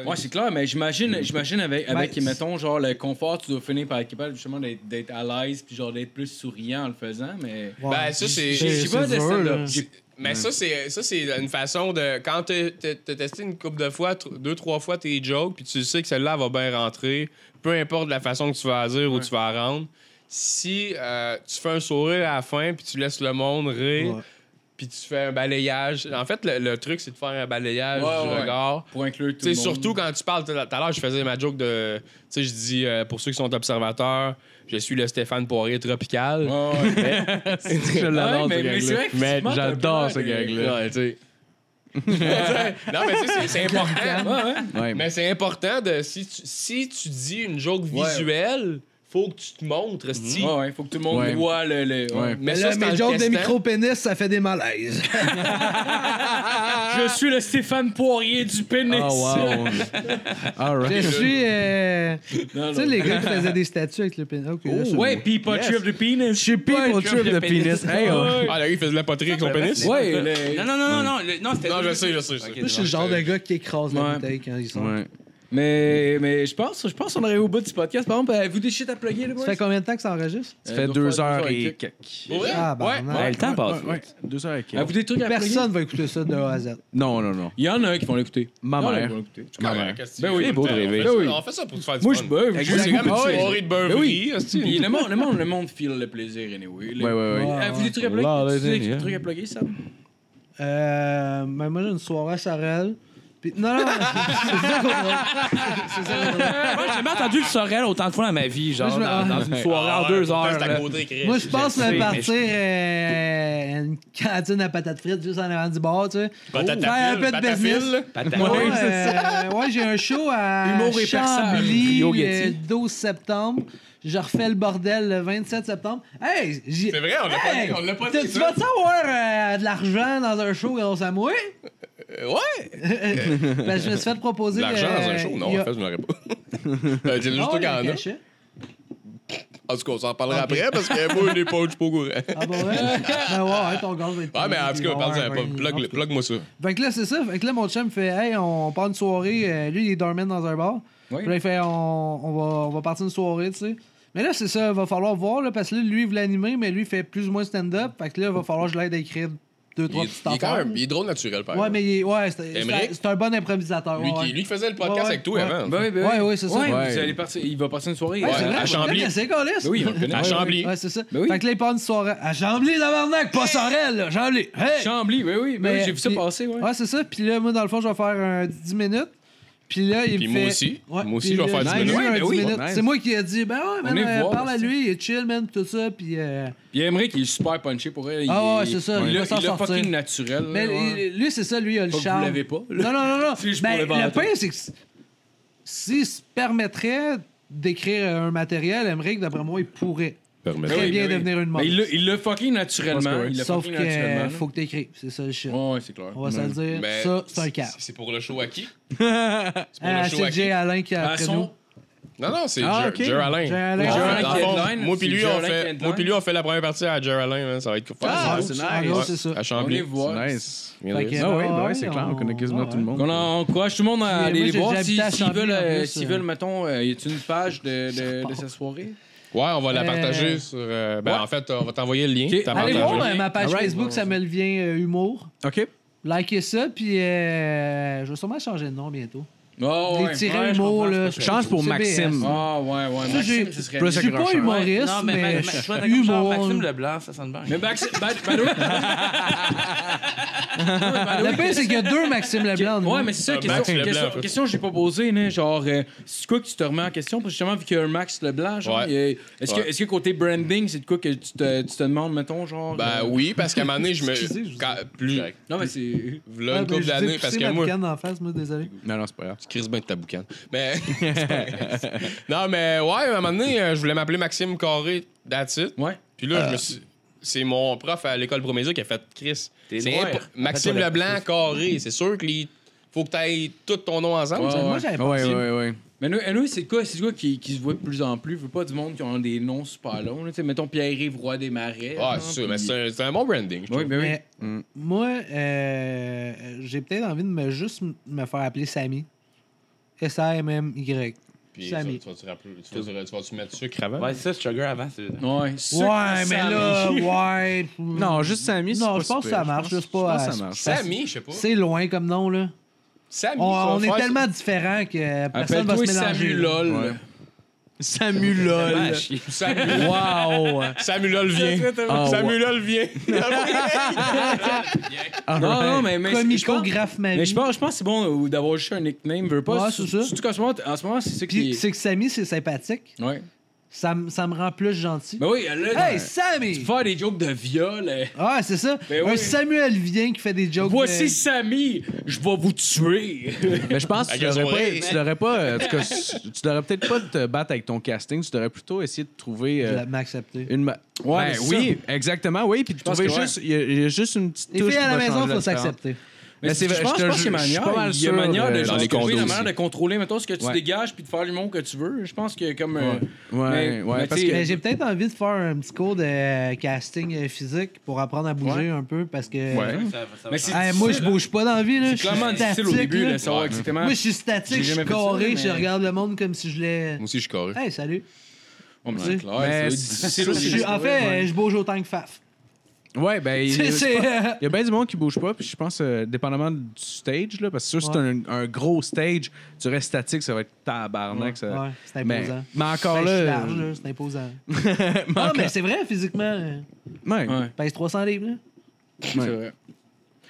S3: Ouais, c'est clair, mais j'imagine, j'imagine avec, avec
S4: Ben,
S3: mettons, genre le confort, tu dois finir par être capable justement d'être, d'être à l'aise puis genre d'être plus souriant en le faisant, mais.
S4: Ouais.
S5: Ben, ça, c'est.
S4: J'ai-
S3: J'ai
S4: c'est
S3: pas de
S4: dur,
S3: stand-up.
S5: Ben,
S4: là.
S3: J'ai-
S5: Mais ça, c'est ça, c'est une façon de. Quand t'as t'as- t'as testé une couple de fois, tr- deux, trois fois tes jokes, puis tu sais que celle-là elle va bien rentrer, peu importe la façon que tu vas la dire ou tu vas la rendre, si euh, tu fais un sourire à la fin, puis tu laisses le monde rire,
S4: Ouais.
S5: puis tu fais un balayage. En fait, le, le truc, c'est de faire un balayage
S3: Ouais,
S5: du
S3: ouais.
S5: regard.
S3: Pour inclure tout
S5: Tu sais,
S3: le monde.
S5: surtout quand tu parles, tout à l'heure, je faisais ma joke de. Tu sais, je dis, euh, pour ceux qui sont observateurs, je suis le Stéphane Poirier tropical.
S3: Ouais, ouais.
S6: Je
S9: *laughs*
S6: l'adore,
S3: Ouais, mais- mais
S6: ce
S3: c'est
S6: gag-là.
S3: vrai que
S6: Mais
S3: physiquement,
S6: j'adore
S3: t'as
S6: ce
S3: un peu l'air de-
S6: gag-là.
S5: Ouais, tu sais. *laughs* non, mais tu sais, c'est- c'est important.
S3: Ouais, ouais.
S6: Ouais.
S5: Mais c'est important de. Si tu, si tu dis une joke
S3: Ouais. Mhm.
S5: visuelle, faut que tu te montres, esti.
S3: Ouais, ouais, faut que tout le monde
S6: Ouais.
S3: voit le. le- ouais.
S5: Mais ça,
S4: là,
S5: c'est dans
S4: mes
S5: le
S4: jokes de
S5: restant.
S4: micro-pénis, ça fait des malaises.
S3: Je suis le Stéphane Poirier du pénis.
S6: Oh, wow. All
S4: Je
S6: right.
S4: suis. euh, Tu sais, les gars qui faisaient des statues avec le pénis. Ok,
S9: Oh,
S4: là, c'est
S3: Ouais,
S4: bon.
S3: pis pas trip de pénis.
S6: Je suis people trip de pénis. Hey, oh.
S5: Ah, le gars, il faisait de la poterie avec son pénis?
S3: Ouais,
S9: Non, non, non, non, non, le- non, c'était.
S5: Non, je sais, je sais. je sais.
S9: Ok,
S4: Moi, je suis le genre de gars qui écrase
S3: Ouais.
S4: la bouteille quand ils sont.
S3: Mais, mais je pense, je pense qu'on aurait au bout du podcast. Par exemple, avez-vous des shit à plugger, les
S4: Ça
S3: boys?
S4: fait combien de temps que ça enregistre?
S6: Ça
S3: Euh,
S6: fait
S3: doit
S6: deux
S3: faire
S6: heures et
S3: quelques.
S6: quelques.
S5: Pour vrai?
S4: Ah, bah.
S9: Ouais, le temps passe.
S6: Ouais, ouais. Deux heures et quelques.
S3: Avez-vous des trucs à plugger?
S4: Personne va écouter ça de A à Z.
S6: Non, non, non.
S3: Il y en a qui vont l'écouter.
S6: Ma
S3: Il y en a
S6: mère.
S3: qui vont l'écouter.
S6: Ma
S5: Comment,
S6: mère.
S5: qu'est-ce que
S3: Ben
S5: tu-
S3: oui,
S5: Putain,
S6: beau de
S5: on fait
S6: rêver.
S5: ça-
S3: Ben oui.
S5: On fait ça pour te faire du
S3: Moi, je Ben
S5: fun.
S3: beuve.
S5: C'est comme une soirée de beuverie,
S3: Puis
S5: esti.
S3: le monde, le monde, le monde feel le plaisir anyway.
S6: Ouais, ouais, ouais.
S4: Ouais.
S3: Avez-vous des trucs à plugger?
S6: Là,
S3: As-tu
S6: là,
S3: des
S6: là.
S3: trucs à plugger, ça?
S4: Euh, ben, moi, j'ai une soirée à Sorel. Puis... Non, *laughs* non, c'est ça qu'on C'est ça qu'on
S9: Moi, j'ai jamais entendu le Sorel autant de fois dans ma vie, genre,
S4: Moi, je me-
S9: dans, dans une soirée
S5: Ah,
S9: en deux
S5: ouais,
S9: heures.
S5: c'est à
S9: là.
S5: côté, Chris.
S4: Moi, je pense
S9: sais,
S4: me
S9: mais
S4: partir euh, une cantine à patates frites juste en avant du bar, tu sais.
S5: Patate à
S4: Faire un
S5: fil,
S4: peu de
S5: patate à
S4: business.
S5: fil, là.
S9: Patate.
S4: Ouais, euh, ouais, j'ai un show à
S3: Humour et
S4: Chambly
S3: personne. Rio
S4: le
S3: Getty.
S4: 12 septembre. Je refais le bordel le 27 septembre. Hey! j'y-
S5: C'est vrai, on l'a pas
S4: Hey!
S5: dit, on l'a pas
S4: Tu
S5: dit,
S4: tu
S5: ça.
S4: vas-tu avoir euh, de l'argent dans un show grâce à moi?
S5: Euh, Ouais!
S4: *laughs* Ben, je me suis fait proposer.
S5: L'argent dans
S4: euh,
S5: un show? Non,
S4: il y a-
S5: en fait, je n'aurais pas.
S4: *laughs*
S5: Euh, C'est
S4: Ah,
S5: juste
S4: ouais,
S5: au
S4: il y a un
S5: Canada.
S4: cachet.
S5: En tout cas, on s'en reparlera après parce
S4: *laughs*
S5: que moi, les punch, je suis pas au courant. *laughs*
S4: Ah, bon, ouais? Ben, ouais, ouais, ton gars va être.
S5: Ouais, mais en tout
S4: il
S5: cas,
S4: va avoir
S5: parle-en
S4: un
S5: pas.
S4: ring.
S5: Plug- Plug-moi ça.
S4: Fait que là, c'est ça. Fait que là, mon chum fait Hey, on part une soirée. Euh, lui, il est dormant dans un bar.
S3: Oui.
S4: Puis là, il fait on, on va, on va partir une soirée, tu sais. Mais là, c'est ça. va falloir voir, là, parce que là, lui, il veut l'animer, mais lui, il fait plus ou moins stand-up. Fait que là, il va falloir que je l'aide à écrire deux,
S5: Il
S4: trois
S5: est
S4: petites
S5: il est quand
S4: affaires.
S5: même il est drôle naturel, par
S4: Ouais,
S5: exemple.
S4: mais il est- ouais, c'est c'est
S5: Émeric?
S4: un- c'est un bon improvisateur.
S5: Lui
S4: ouais,
S5: qui lui qui faisait le
S4: Ouais,
S5: podcast avec toi
S4: ouais.
S5: avant.
S3: oui,
S4: ouais. Ouais, ouais, c'est ça.
S3: ben, Ouais,
S4: Ouais,
S3: vous allez partir- il va passer une soirée.
S5: Ouais,
S4: c'est vrai,
S5: à
S4: faut
S5: Chambly.
S4: le laisser, câlisse.
S3: Ben oui, il va le connaître.
S5: À
S3: Ouais,
S5: Chambly.
S4: Ouais, c'est ça.
S3: Ben oui.
S4: Fait que là, il part une soirée à Chambly, tabarnak, pas Sorel, là, Chambly. Hey!
S3: Chambly, oui, oui. Ben
S4: Mais-
S3: oui, j'ai vu ça
S4: puis-
S3: passer, ouais.
S4: Ouais, c'est ça. Puis là, moi, dans le fond, je vais faire un 10 minutes. Puis là, il
S5: Puis
S4: me
S5: moi
S4: fait-
S5: aussi.
S4: Ouais,
S5: Moi aussi,
S4: puis
S5: je vais faire
S4: là,
S5: 10
S4: nice.
S5: minutes.
S4: Ouais,
S3: Ouais,
S4: ben
S3: ben oui.
S4: minutes.
S6: Nice.
S4: C'est moi qui ai dit, ben ouais, man,
S3: est
S4: euh,
S3: voir,
S4: parle à
S3: c'est- Ben
S4: lui, il est chill, man, pis tout ça. Puis, euh,
S3: Puis Emmerich, il est super punché pour elle. Il
S4: Ah ouais,
S3: est-
S4: c'est ça, il
S3: Il
S4: va
S3: a
S4: s'en
S3: il a
S4: sortir.
S3: fucking naturel.
S4: mais
S3: ouais.
S4: il- lui, c'est ça, lui, il a le
S3: Pas que vous
S4: charme.
S3: l'avez pas, là.
S4: Non, non, non, non.
S3: C'est juste
S4: Ben,
S3: pour le
S4: le
S3: vanter.
S4: pain, c'est que s- s'il se permettrait d'écrire un matériel, Emmerich, d'après moi, il pourrait
S5: Permettez.
S3: Ben
S4: très
S3: oui,
S4: bien
S3: ben oui.
S4: devenir une
S3: Ben,
S4: mode.
S3: il l'a- il l'a fucking naturellement. Il l'a
S4: Sauf
S3: fucking
S4: que
S3: naturellement.
S4: euh, faut que t'écrives, c'est ça le shit.
S3: Ouais, Mm. Ben, c'est clair.
S4: On va se le dire,
S5: Mais
S4: ça, c'est un cas.
S5: C'est pour le show à qui? C'est pour
S4: Ah,
S5: le show à
S4: c'est
S5: qui?
S4: Jay Alain qui a
S3: À
S4: après
S3: son-
S4: nous.
S5: Non, non, c'est
S4: Ah,
S5: Jer
S4: ok.
S5: Jer
S4: Jer
S5: Alain.
S4: Alain. Ah,
S5: Dans
S4: Jer
S5: le
S3: Alain
S5: fond,
S3: qui headline,
S5: Moi puis
S3: c'est
S5: lui,
S3: Jer
S5: on
S3: Alain qui
S5: fait,
S3: headline.
S5: moi puis lui, on fait la première partie à Jer Alain. hein, Ça va être fun.
S4: Ah,
S6: c'est
S4: en
S6: nice.
S4: gros,
S6: Ouais.
S4: c'est ça.
S5: À
S3: On
S5: Chambly.
S3: les voit.
S6: Nice.
S5: Viens
S4: Fait
S5: lire.
S4: que-
S6: Ah ouais, bah
S4: ouais,
S6: ouais, c'est clair, on
S4: on-
S6: connaît quasiment
S4: ouais,
S6: tout le monde.
S3: On, en- on encourage tout le monde à
S4: Mais
S3: aller
S4: moi,
S3: les
S4: j'ai-
S3: voir.
S4: j'habite
S3: S'ils
S4: à
S3: s'ils
S4: Chambly,
S3: veulent,
S4: en
S3: euh,
S4: plus,
S3: s'ils
S4: euh.
S3: veulent, mettons, euh, y a-tu une page de, de, de cette soirée?
S5: Ouais, on va la
S4: Euh,
S5: partager sur. euh, ben,
S3: ouais.
S5: en fait, on va t'envoyer le lien.
S3: Ok.
S5: T'as
S4: Allez
S5: partagé.
S4: voir
S6: hein.
S4: euh, ma page
S6: Alright.
S4: Facebook, Samuel Vient euh, Humour.
S6: OK.
S4: Likez ça, puis euh, je vais sûrement changer de nom bientôt.
S3: Oh,
S4: Les
S3: ouais.
S4: tirés
S3: Ouais, je
S4: humour,
S3: comprends
S4: là.
S3: ce que tu
S6: Change pour
S4: C'est
S6: Maxime.
S4: BS.
S3: Ah, ouais, ouais.
S4: Ça, j'ai-
S3: Maxime, ce serait
S4: Je
S6: Plus
S4: suis
S6: avec
S4: pas
S6: Rachel.
S4: humoriste,
S9: Non, mais,
S4: mais,
S9: ma- ma-
S4: je
S9: je
S4: suis
S9: suis
S4: humour.
S9: Maxime Leblanc, ça sonne bien.
S3: Mais Maxime, ben, ben, oui.
S4: Le pire, c'est qu'il y a deux Maxime Leblanc. nous.
S3: Ouais, mais c'est ça,
S5: Euh,
S3: question,
S5: Max Leblanc,
S3: question,
S5: en fait.
S3: question que j'ai pas posée, né, genre, euh, c'est quoi que tu te remets en question? Parce que justement, vu qu'il y a un Max Leblanc, genre,
S5: Ouais.
S3: il y a- est-ce que,
S5: Ouais.
S3: est-ce que côté branding, c'est de quoi que tu te, tu te demandes, mettons, genre.
S5: Ben
S3: euh,
S5: oui, parce qu'à un moment donné, je
S4: Excusez, je
S5: me.
S4: vous-
S5: quand- Plus.
S3: Non, mais c'est.
S4: Ah,
S5: V'là une
S4: ben,
S5: couple
S4: je vous ai
S5: d'années,
S4: poussé
S5: parce
S4: ma
S5: que moi.
S4: boucane en face, moi, désolé.
S6: Non, non, c'est pas grave.
S5: Tu crises bien de ta boucane. Mais. c'est pas vrai. non, mais ouais, à un moment donné, euh, je voulais m'appeler Maxime Carré, that's it.
S3: Ouais.
S5: Puis là, je me suis. C'est mon prof à l'école Promédia qui a fait Chris.
S9: T'es
S5: c'est
S9: noir.
S5: impo- Maxime
S9: Fais-toi la-
S5: Leblanc Carré. C'est sûr que les- faut que tu ailles tout ton nom ensemble.
S3: Ouais,
S5: ça.
S4: Ben, Moi, j'avais
S6: Ouais,
S4: pas.
S6: ouais, ouais, ouais.
S3: Mais nous, nous, c'est quoi, c'est quoi qui, qui se voit de plus en plus? Je veux pas du monde qui ont des noms super longs. là. Tu sais, mettons Pierre-Yves Roy des Marais.
S5: Ah, c'est sûr, mais c'est un, c'est un bon branding. je trouve.
S3: Oui, ben oui.
S4: Mais moi, euh, j'ai peut-être envie de me juste m- me faire appeler Sammy. S-A-M-M-Y.
S5: Puis ça,
S4: Sammy.
S5: tu vas-tu rappeler- tu vas- tu vas-tu mettre sucre avant?
S9: Ouais, c'est ça, Sugar avant. c'est-
S3: Ouais,
S4: Ouais, mais là, ouais.
S6: Non, juste Sammy. c'est
S4: Non,
S6: pas
S4: je pense que
S6: super.
S4: ça marche,
S6: Je pense-
S4: juste pas
S6: Je
S4: à-
S6: pense que ça marche.
S5: Sammy, je sais pas.
S4: C'est loin comme nom, là.
S5: Sammy,
S4: On,
S5: ça va
S4: on est
S5: faire-
S4: tellement différents que personne va se
S3: Appelle-toi
S4: mélanger.
S3: Samuel
S4: là.
S3: LOL.
S5: *laughs*
S6: Ouais. *laughs* Samu LOL.
S9: Ah, chier.
S5: Samu-
S6: *laughs* Wow.
S5: Samuel vient.
S6: Ah, ouais.
S3: *laughs*
S5: Samuel vient. Ah,
S3: Non, non, mais, mais c'est- je pense-
S4: Comicographe ma
S3: Mais je
S4: vie.
S3: pense, je pense que c'est bon euh, d'avoir juste un nickname. Veux pas,
S4: Ouais,
S3: sur-
S4: c'est ça.
S3: Surtout qu'en ce moment, t- en ce moment, c'est ça qui
S4: Puis
S3: est.
S4: c'est que Sammy, c'est sympathique.
S3: Ouais.
S4: ça, me- ça me rend plus gentil.
S3: Ben oui, là,
S4: hey,
S3: tu
S4: Sammy!
S3: peux faire des jokes de viol. euh,
S4: Ah, c'est ça.
S3: Ben
S4: Un
S3: oui.
S4: Samuel Vien qui fait des jokes.
S3: Voici
S4: de-
S3: Samy, je vais vous tuer.
S6: Mais je pense que tu
S5: Avec les
S6: devrais
S5: oreilles.
S6: pas. Tu devrais pas. euh, en tout cas, *laughs* tu devrais peut-être pas te battre avec ton casting. Tu devrais plutôt essayer de trouver.
S4: Je
S6: euh,
S4: la- m'accepter.
S6: Une ma-
S3: mais
S6: ouais,
S3: c'est
S6: Ben oui, exactement, oui. Puis tu
S3: pense
S6: trouves
S3: que ouais.
S6: juste, il y a- il y, a juste une petite
S4: Les
S6: touche.
S4: filles à
S6: qui
S4: la
S6: va
S4: maison,
S6: changer
S4: faut
S6: la différence.
S4: s'accepter.
S6: Mais c'est
S3: je
S6: vrai,
S3: pense,
S6: je te
S3: je pense
S6: ju-
S3: qu'il y a
S6: je suis
S3: manière,
S6: pas mal
S3: il y a
S6: sûr,
S3: manière de,
S6: euh,
S5: dans
S3: genre,
S5: les
S3: trouver la
S5: condos
S3: manière de
S5: aussi.
S3: contrôler mettons ce que tu
S6: Ouais.
S3: dégages puis de faire l'humour que tu veux. Je pense que comme euh,
S6: Ouais,
S3: Mais-
S6: ouais,
S3: mais
S6: parce
S3: tu sais,
S4: Mais
S6: que.
S4: j'ai peut-être envie de faire un petit cours de euh, casting euh, physique pour apprendre à bouger un peu parce que.
S6: Ouais.
S3: Mais c'est hein.
S4: Hey, moi, je bouge pas dans la vie. Là. Je
S3: c'est
S4: suis
S3: clairement difficile au
S4: statique,
S3: début
S4: là.
S3: de savoir exactement.
S4: Moi, je suis statique,
S3: J'ai
S4: je
S3: jamais
S4: suis
S3: fait ça,
S4: carré,
S3: mais-
S4: je regarde le monde comme si je l'ai.
S5: Moi aussi, je suis carré.
S4: Hey, salut.
S3: Oh, mais
S4: Tu sais.
S3: c'est clair,
S6: Mais
S3: c'est
S6: c'est-
S3: difficile
S4: Je
S3: au début.
S4: suis- en fait, euh, je bouge autant que Faf.
S6: Ouais, ben. il y a-
S4: *laughs* C'est- c'est, euh,
S6: Il y a bien du monde qui bouge pas, puis je pense, euh, dépendamment du stage, là, parce que sûr, c'est un, un gros stage, tu restes statique, ça va être tabarnak. ça-
S3: euh,
S4: Ouais, c'est
S6: mais,
S4: imposant.
S6: mais encore
S4: Ben, je
S6: là.
S4: suis large, là, c'est imposant.
S3: *laughs*
S4: Ah, mais c'est vrai, physiquement. euh,
S6: Ouais.
S3: Ouais.
S4: je Pèse 300 livres, là.
S3: C'est vrai.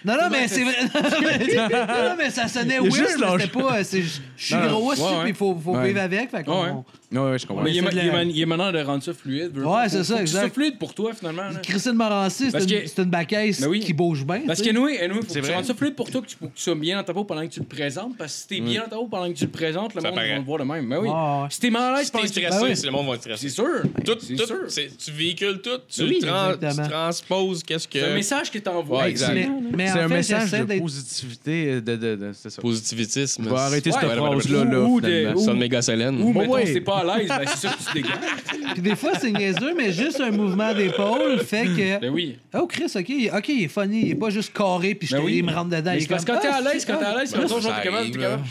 S4: Non, *laughs* non, mais c'est vrai. Non, mais- non, mais ça sonnait
S6: Il a
S4: weird,
S6: juste
S4: mais
S6: lâché.
S4: c'était pas. euh, c'est- Je je suis
S6: Non, non.
S4: gros aussi,
S3: Ouais, ouais.
S4: puis il faut, faut
S6: Ouais.
S4: vivre avec. Fait qu'on-
S3: Ouais, ouais.
S6: Ouais, ouais, je comprends.
S3: Mais il y a
S4: c'est
S3: ma-
S4: de la-
S3: il y a ma- il y a maintenant de rendre ça fluide. veux
S4: Ouais,
S3: pas.
S4: c'est
S3: Faut-
S4: ça,
S3: faut que
S4: exact.
S3: soit fluide pour toi finalement. là.
S4: Christine Morancy, c'est
S3: Parce
S4: une,
S3: que-
S4: c'est une bacaise
S3: Ben oui.
S4: qui bouge bien.
S3: Parce
S4: tu
S3: que
S4: sais.
S3: anyway, anyway, faut que
S6: C'est
S3: tu
S6: vrai.
S3: rendes ça fluide pour toi, que tu, pour que tu sois bien dans ta peau pendant que tu le présentes. Parce que si t'es bien dans ta peau pendant que tu le présentes, le
S5: Mm. Ça
S3: monde va
S5: paraît.
S3: le voir de même. Mais oui.
S4: Ah, ouais.
S3: Si t'es mal à l'aise
S5: Si t'es
S3: pendant que tu-
S5: stressé,
S4: Ben oui.
S5: c'est le monde va être stressé.
S3: C'est sûr.
S5: Tout,
S3: C'est
S5: tout,
S3: sûr.
S5: Ben c'est- tu véhicules tout, tu,
S4: Oui,
S5: trans- tu
S4: exactement.
S5: transposes qu'est-ce
S3: C'est un
S5: que.
S3: message que t'envoies.
S5: Ouais, exact.
S4: Mais, mais en
S6: C'est un
S4: fait,
S6: message
S4: j'essaie
S6: de
S4: d'être.
S6: positivité, euh, de. de, de- c'est ça.
S5: Positivitisme.
S6: On va arrêter
S3: Ouais,
S6: cette
S5: ouais,
S6: phrase-là,
S3: ouais, ouais.
S6: là.
S3: Ou de-
S6: finalement.
S3: ou-
S5: Sonne méga solenne.
S3: Ou,
S6: Bon,
S3: mettons,
S6: ouais.
S3: si t'es pas à l'aise, ben c'est sûr que tu dégages.
S4: Puis des fois, c'est niaiseux, mais juste un mouvement d'épaule fait que.
S3: Ben oui.
S4: Oh, Chris, OK, il- OK, il est funny. Il est pas juste carré, puis je
S3: Ben
S4: te-
S3: oui.
S4: il me rentre dedans.
S3: Mais
S4: il
S3: c'est
S4: est
S3: parce que
S4: comme,
S3: quand t'es
S4: ah,
S3: à l'aise, quand t'es à l'aise,
S5: Ben,
S3: quand t'es
S5: ça
S3: genre, t'es capable,
S5: arrive,
S3: t'es capable.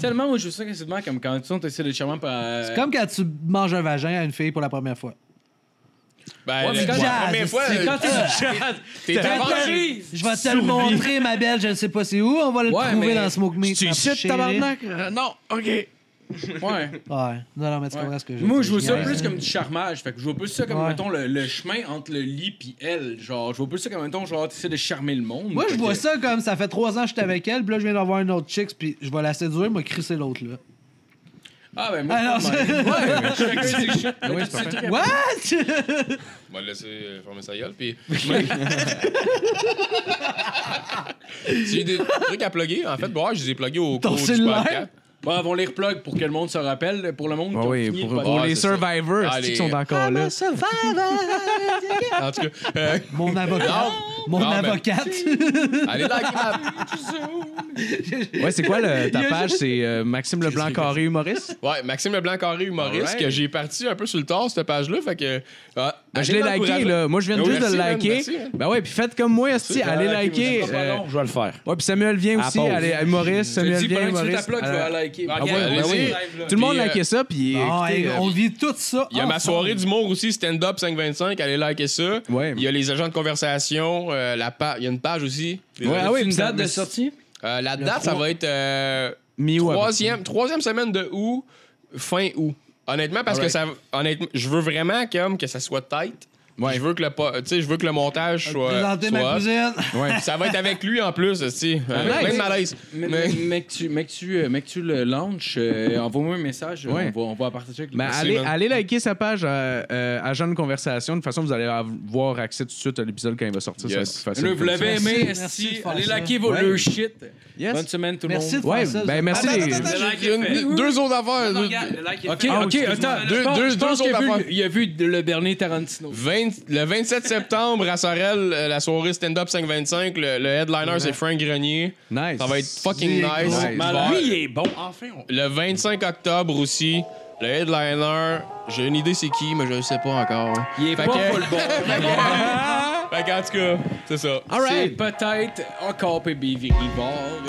S3: Tellement, moi, je trouve ça que c'est de même comme quand tu sais, t'essaies de charmant par.
S4: c'est Comme quand tu manges un vagin à une fille pour la première fois.
S5: Ben,
S3: Ouais, mais
S5: la
S3: quand-
S5: première fois, euh,
S3: C'est quand t'es
S5: *laughs* t'es
S4: Attends,
S3: t'es
S4: Je vais te le montrer, ma belle. Je ne sais pas c'est où. On va le
S3: Ouais,
S4: trouver
S3: mais
S4: dans Smoke Meat.
S6: Tu
S4: ma
S6: ici,
S4: chérie.
S6: tabarnak? Euh, Non, ok.
S3: Ouais.
S4: Ouais. Non, non, mais tu comprends ce que je veux
S3: Moi,
S4: dire.
S3: je vois ça
S4: Ouais.
S3: plus comme du charmage. Fait que je vois plus ça comme,
S4: Ouais.
S3: mettons, le, le chemin entre le lit pis elle. Genre, je vois plus ça comme, mettons, genre, t'essaies de charmer le monde.
S4: Moi,
S3: Fait
S4: je vois
S3: que-
S4: ça comme ça fait trois ans que j'étais avec elle, puis là, je viens d'avoir une autre chick, puis je vais la séduire, moi, crisser l'autre, là.
S3: Ah, ben, moi,
S4: Ah non,
S3: je suis pas
S4: *laughs* c'est.
S3: mal. Chacun ses choix.
S6: Oui,
S3: Chacun ses trucs.
S4: *laughs* What?
S5: On va le laisser euh, fermer sa gueule, puis... *laughs* J'ai des trucs à plugger. En fait, bon, ouais, je les ai pluggés au
S4: Ton
S5: cours du
S4: cellulaire?
S5: podcast.
S3: Bon, on les replug pour que le monde se rappelle. Pour le monde qui
S6: Ouais,
S3: a
S6: oui,
S3: fini le
S6: pour,
S3: podcast.
S6: pour
S5: Ah,
S6: les
S5: c'est ça.
S6: survivors,
S5: Ah,
S6: ceux qui
S5: les-
S6: sont encore là.
S5: En tout cas, euh,
S4: Mon avocat. Mon
S5: Non, mais-
S4: avocate.
S5: allez liker ma...
S6: Ouais, c'est quoi le,
S4: *laughs* Il y
S6: ta
S4: a
S6: page? C'est euh, Maxime Leblanc Carré humoriste?
S5: Ouais, Maxime Leblanc Carré, humoriste,
S6: Alright.
S5: que j'ai parti un peu sur le tard, cette page-là, fait que... ah,
S6: Ben, je
S5: allez
S6: l'ai liké,
S5: l'encourager.
S6: là. Moi, je viens
S5: Ben oui,
S6: juste de le
S5: merci, man,
S6: liker.
S5: merci, man.
S6: ben ouais, puis faites comme moi, aussi. Allez liker. euh,
S9: Je vais le faire.
S6: Ouais, puis Samuel vient
S9: À
S6: aussi.
S9: pause.
S6: Allez, à Maurice,
S3: Je te
S6: Samuel
S3: dis,
S6: vient,
S3: pendant que tu fais
S6: Maurice.
S3: ta plug, tu vas
S6: Euh,
S3: la liker.
S5: Ah,
S3: Ok,
S5: ouais,
S3: allez-y.
S5: vas-y.
S3: Live,
S6: Tout le monde
S5: Puis, euh,
S6: likait ça, puis
S4: Ah,
S6: écoutez,
S4: hey,
S6: euh,
S4: on vit tout ça.
S6: Ah,
S5: Il y a ma
S4: ensemble.
S5: soirée d'humour aussi, stand-up 525, allez liker ça.
S6: Ouais.
S5: Il y a les agents de conversation, euh, la pa- il y a une page aussi.
S6: Ouais, ah oui,
S3: Une
S6: mais-
S3: date de
S6: mais-
S3: sortie?
S5: Euh, la date, ça
S4: trois.
S5: va être... euh,
S6: Mi-août, à peu
S5: troisième, troisième semaine de août, fin août. Honnêtement, parce que ça, honnêtement, je veux vraiment comme que ça soit tête. Je veux que le, po- tu sais, je veux que le montage soit.
S4: Présenter Euh, ma
S5: soit-
S4: cousine.
S5: Ouais. ça va être avec lui en plus,
S6: *laughs*
S5: tu sais. Euh,
S3: nice.
S5: plein de malaise.
S3: Mais,
S5: Mais-
S3: mais- mais que tu, mais que tu, euh, mais que tu le launches, euh, envoie-moi un message. euh,
S6: Ouais.
S3: On, va, on va partager avec
S6: Ben,
S3: les-
S6: allez,
S5: man.
S6: allez liker sa page euh, euh, Agent de conversation. De toute façon, vous allez avoir accès tout de suite à l'épisode quand il va sortir.
S5: Yes.
S6: Ça va être plus
S3: Là,
S6: facile.
S3: vous l'avez
S4: Merci,
S3: aimé,
S4: merci
S3: esti.
S4: de faire
S3: Allez
S4: ça.
S3: liker vos
S6: Ouais.
S3: deux shit.
S6: Yes.
S3: Bonne semaine, tout le
S4: Merci de
S3: monde.
S4: faire
S6: Ouais,
S4: ça. vous
S6: ben,
S4: êtes-
S6: merci
S4: Attends,
S6: les-
S4: attends, attends,
S3: Le like est fait.
S5: Une- deux autres affaires. deux-
S3: Ok,
S6: Ah,
S3: ok,
S6: excuse-moi.
S3: attends.
S5: Deux-
S3: je pense-
S5: deux-
S3: je pense
S5: deux
S3: qu'il a
S5: autres
S3: vu-
S5: affaires.
S3: Il a vu de- le Bernier Tarantino.
S5: 20 le 27 septembre à Sorel, euh, la soirée stand-up 525, le, le headliner c'est Frank Grenier.
S6: Nice.
S5: Ça va être fucking
S4: Des
S5: nice.
S4: gros
S5: Il
S6: malades.
S5: va-
S9: Lui, il est bon. Enfin, on...
S5: Le 25 octobre aussi, le headliner, j'ai une idée c'est qui, mais je le sais pas encore.
S3: Il est
S5: Fait
S3: pas
S5: que-
S3: full bon.
S5: Fait qu'en tout cas, c'est ça.
S6: All
S3: C'est
S6: right.
S3: peut-être encore PB Vigibard.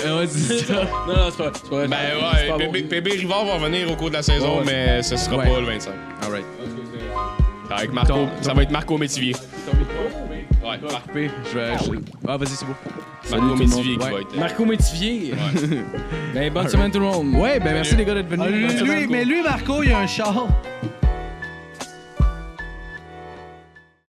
S6: Euh, ouais, c'est ça.
S3: Non, non, c'est pas, c'est pas- c'est pas
S5: Ben
S3: bon.
S5: ouais, PB, PB Rivard va revenir au cours de la saison,
S6: Ouais, ouais.
S5: mais ce sera
S6: Ouais.
S5: pas le 25.
S6: All right.
S5: Avec Marco,
S6: Ton-
S5: ça va être Marco Métivier. Ouais, Mar-
S6: Coupé. Je vais- je- Ah, vas-y, c'est beau.
S5: Marco Métivier qui
S6: Ouais.
S5: va être.
S3: Marco Métivier. Ben, bonne semaine, tout le monde.
S6: Ouais, ben merci les gars d'être venus.
S4: Ah, lui-
S6: Bonne semaine,
S4: lui-
S6: quoi.
S4: mais lui, Marco, il a un char.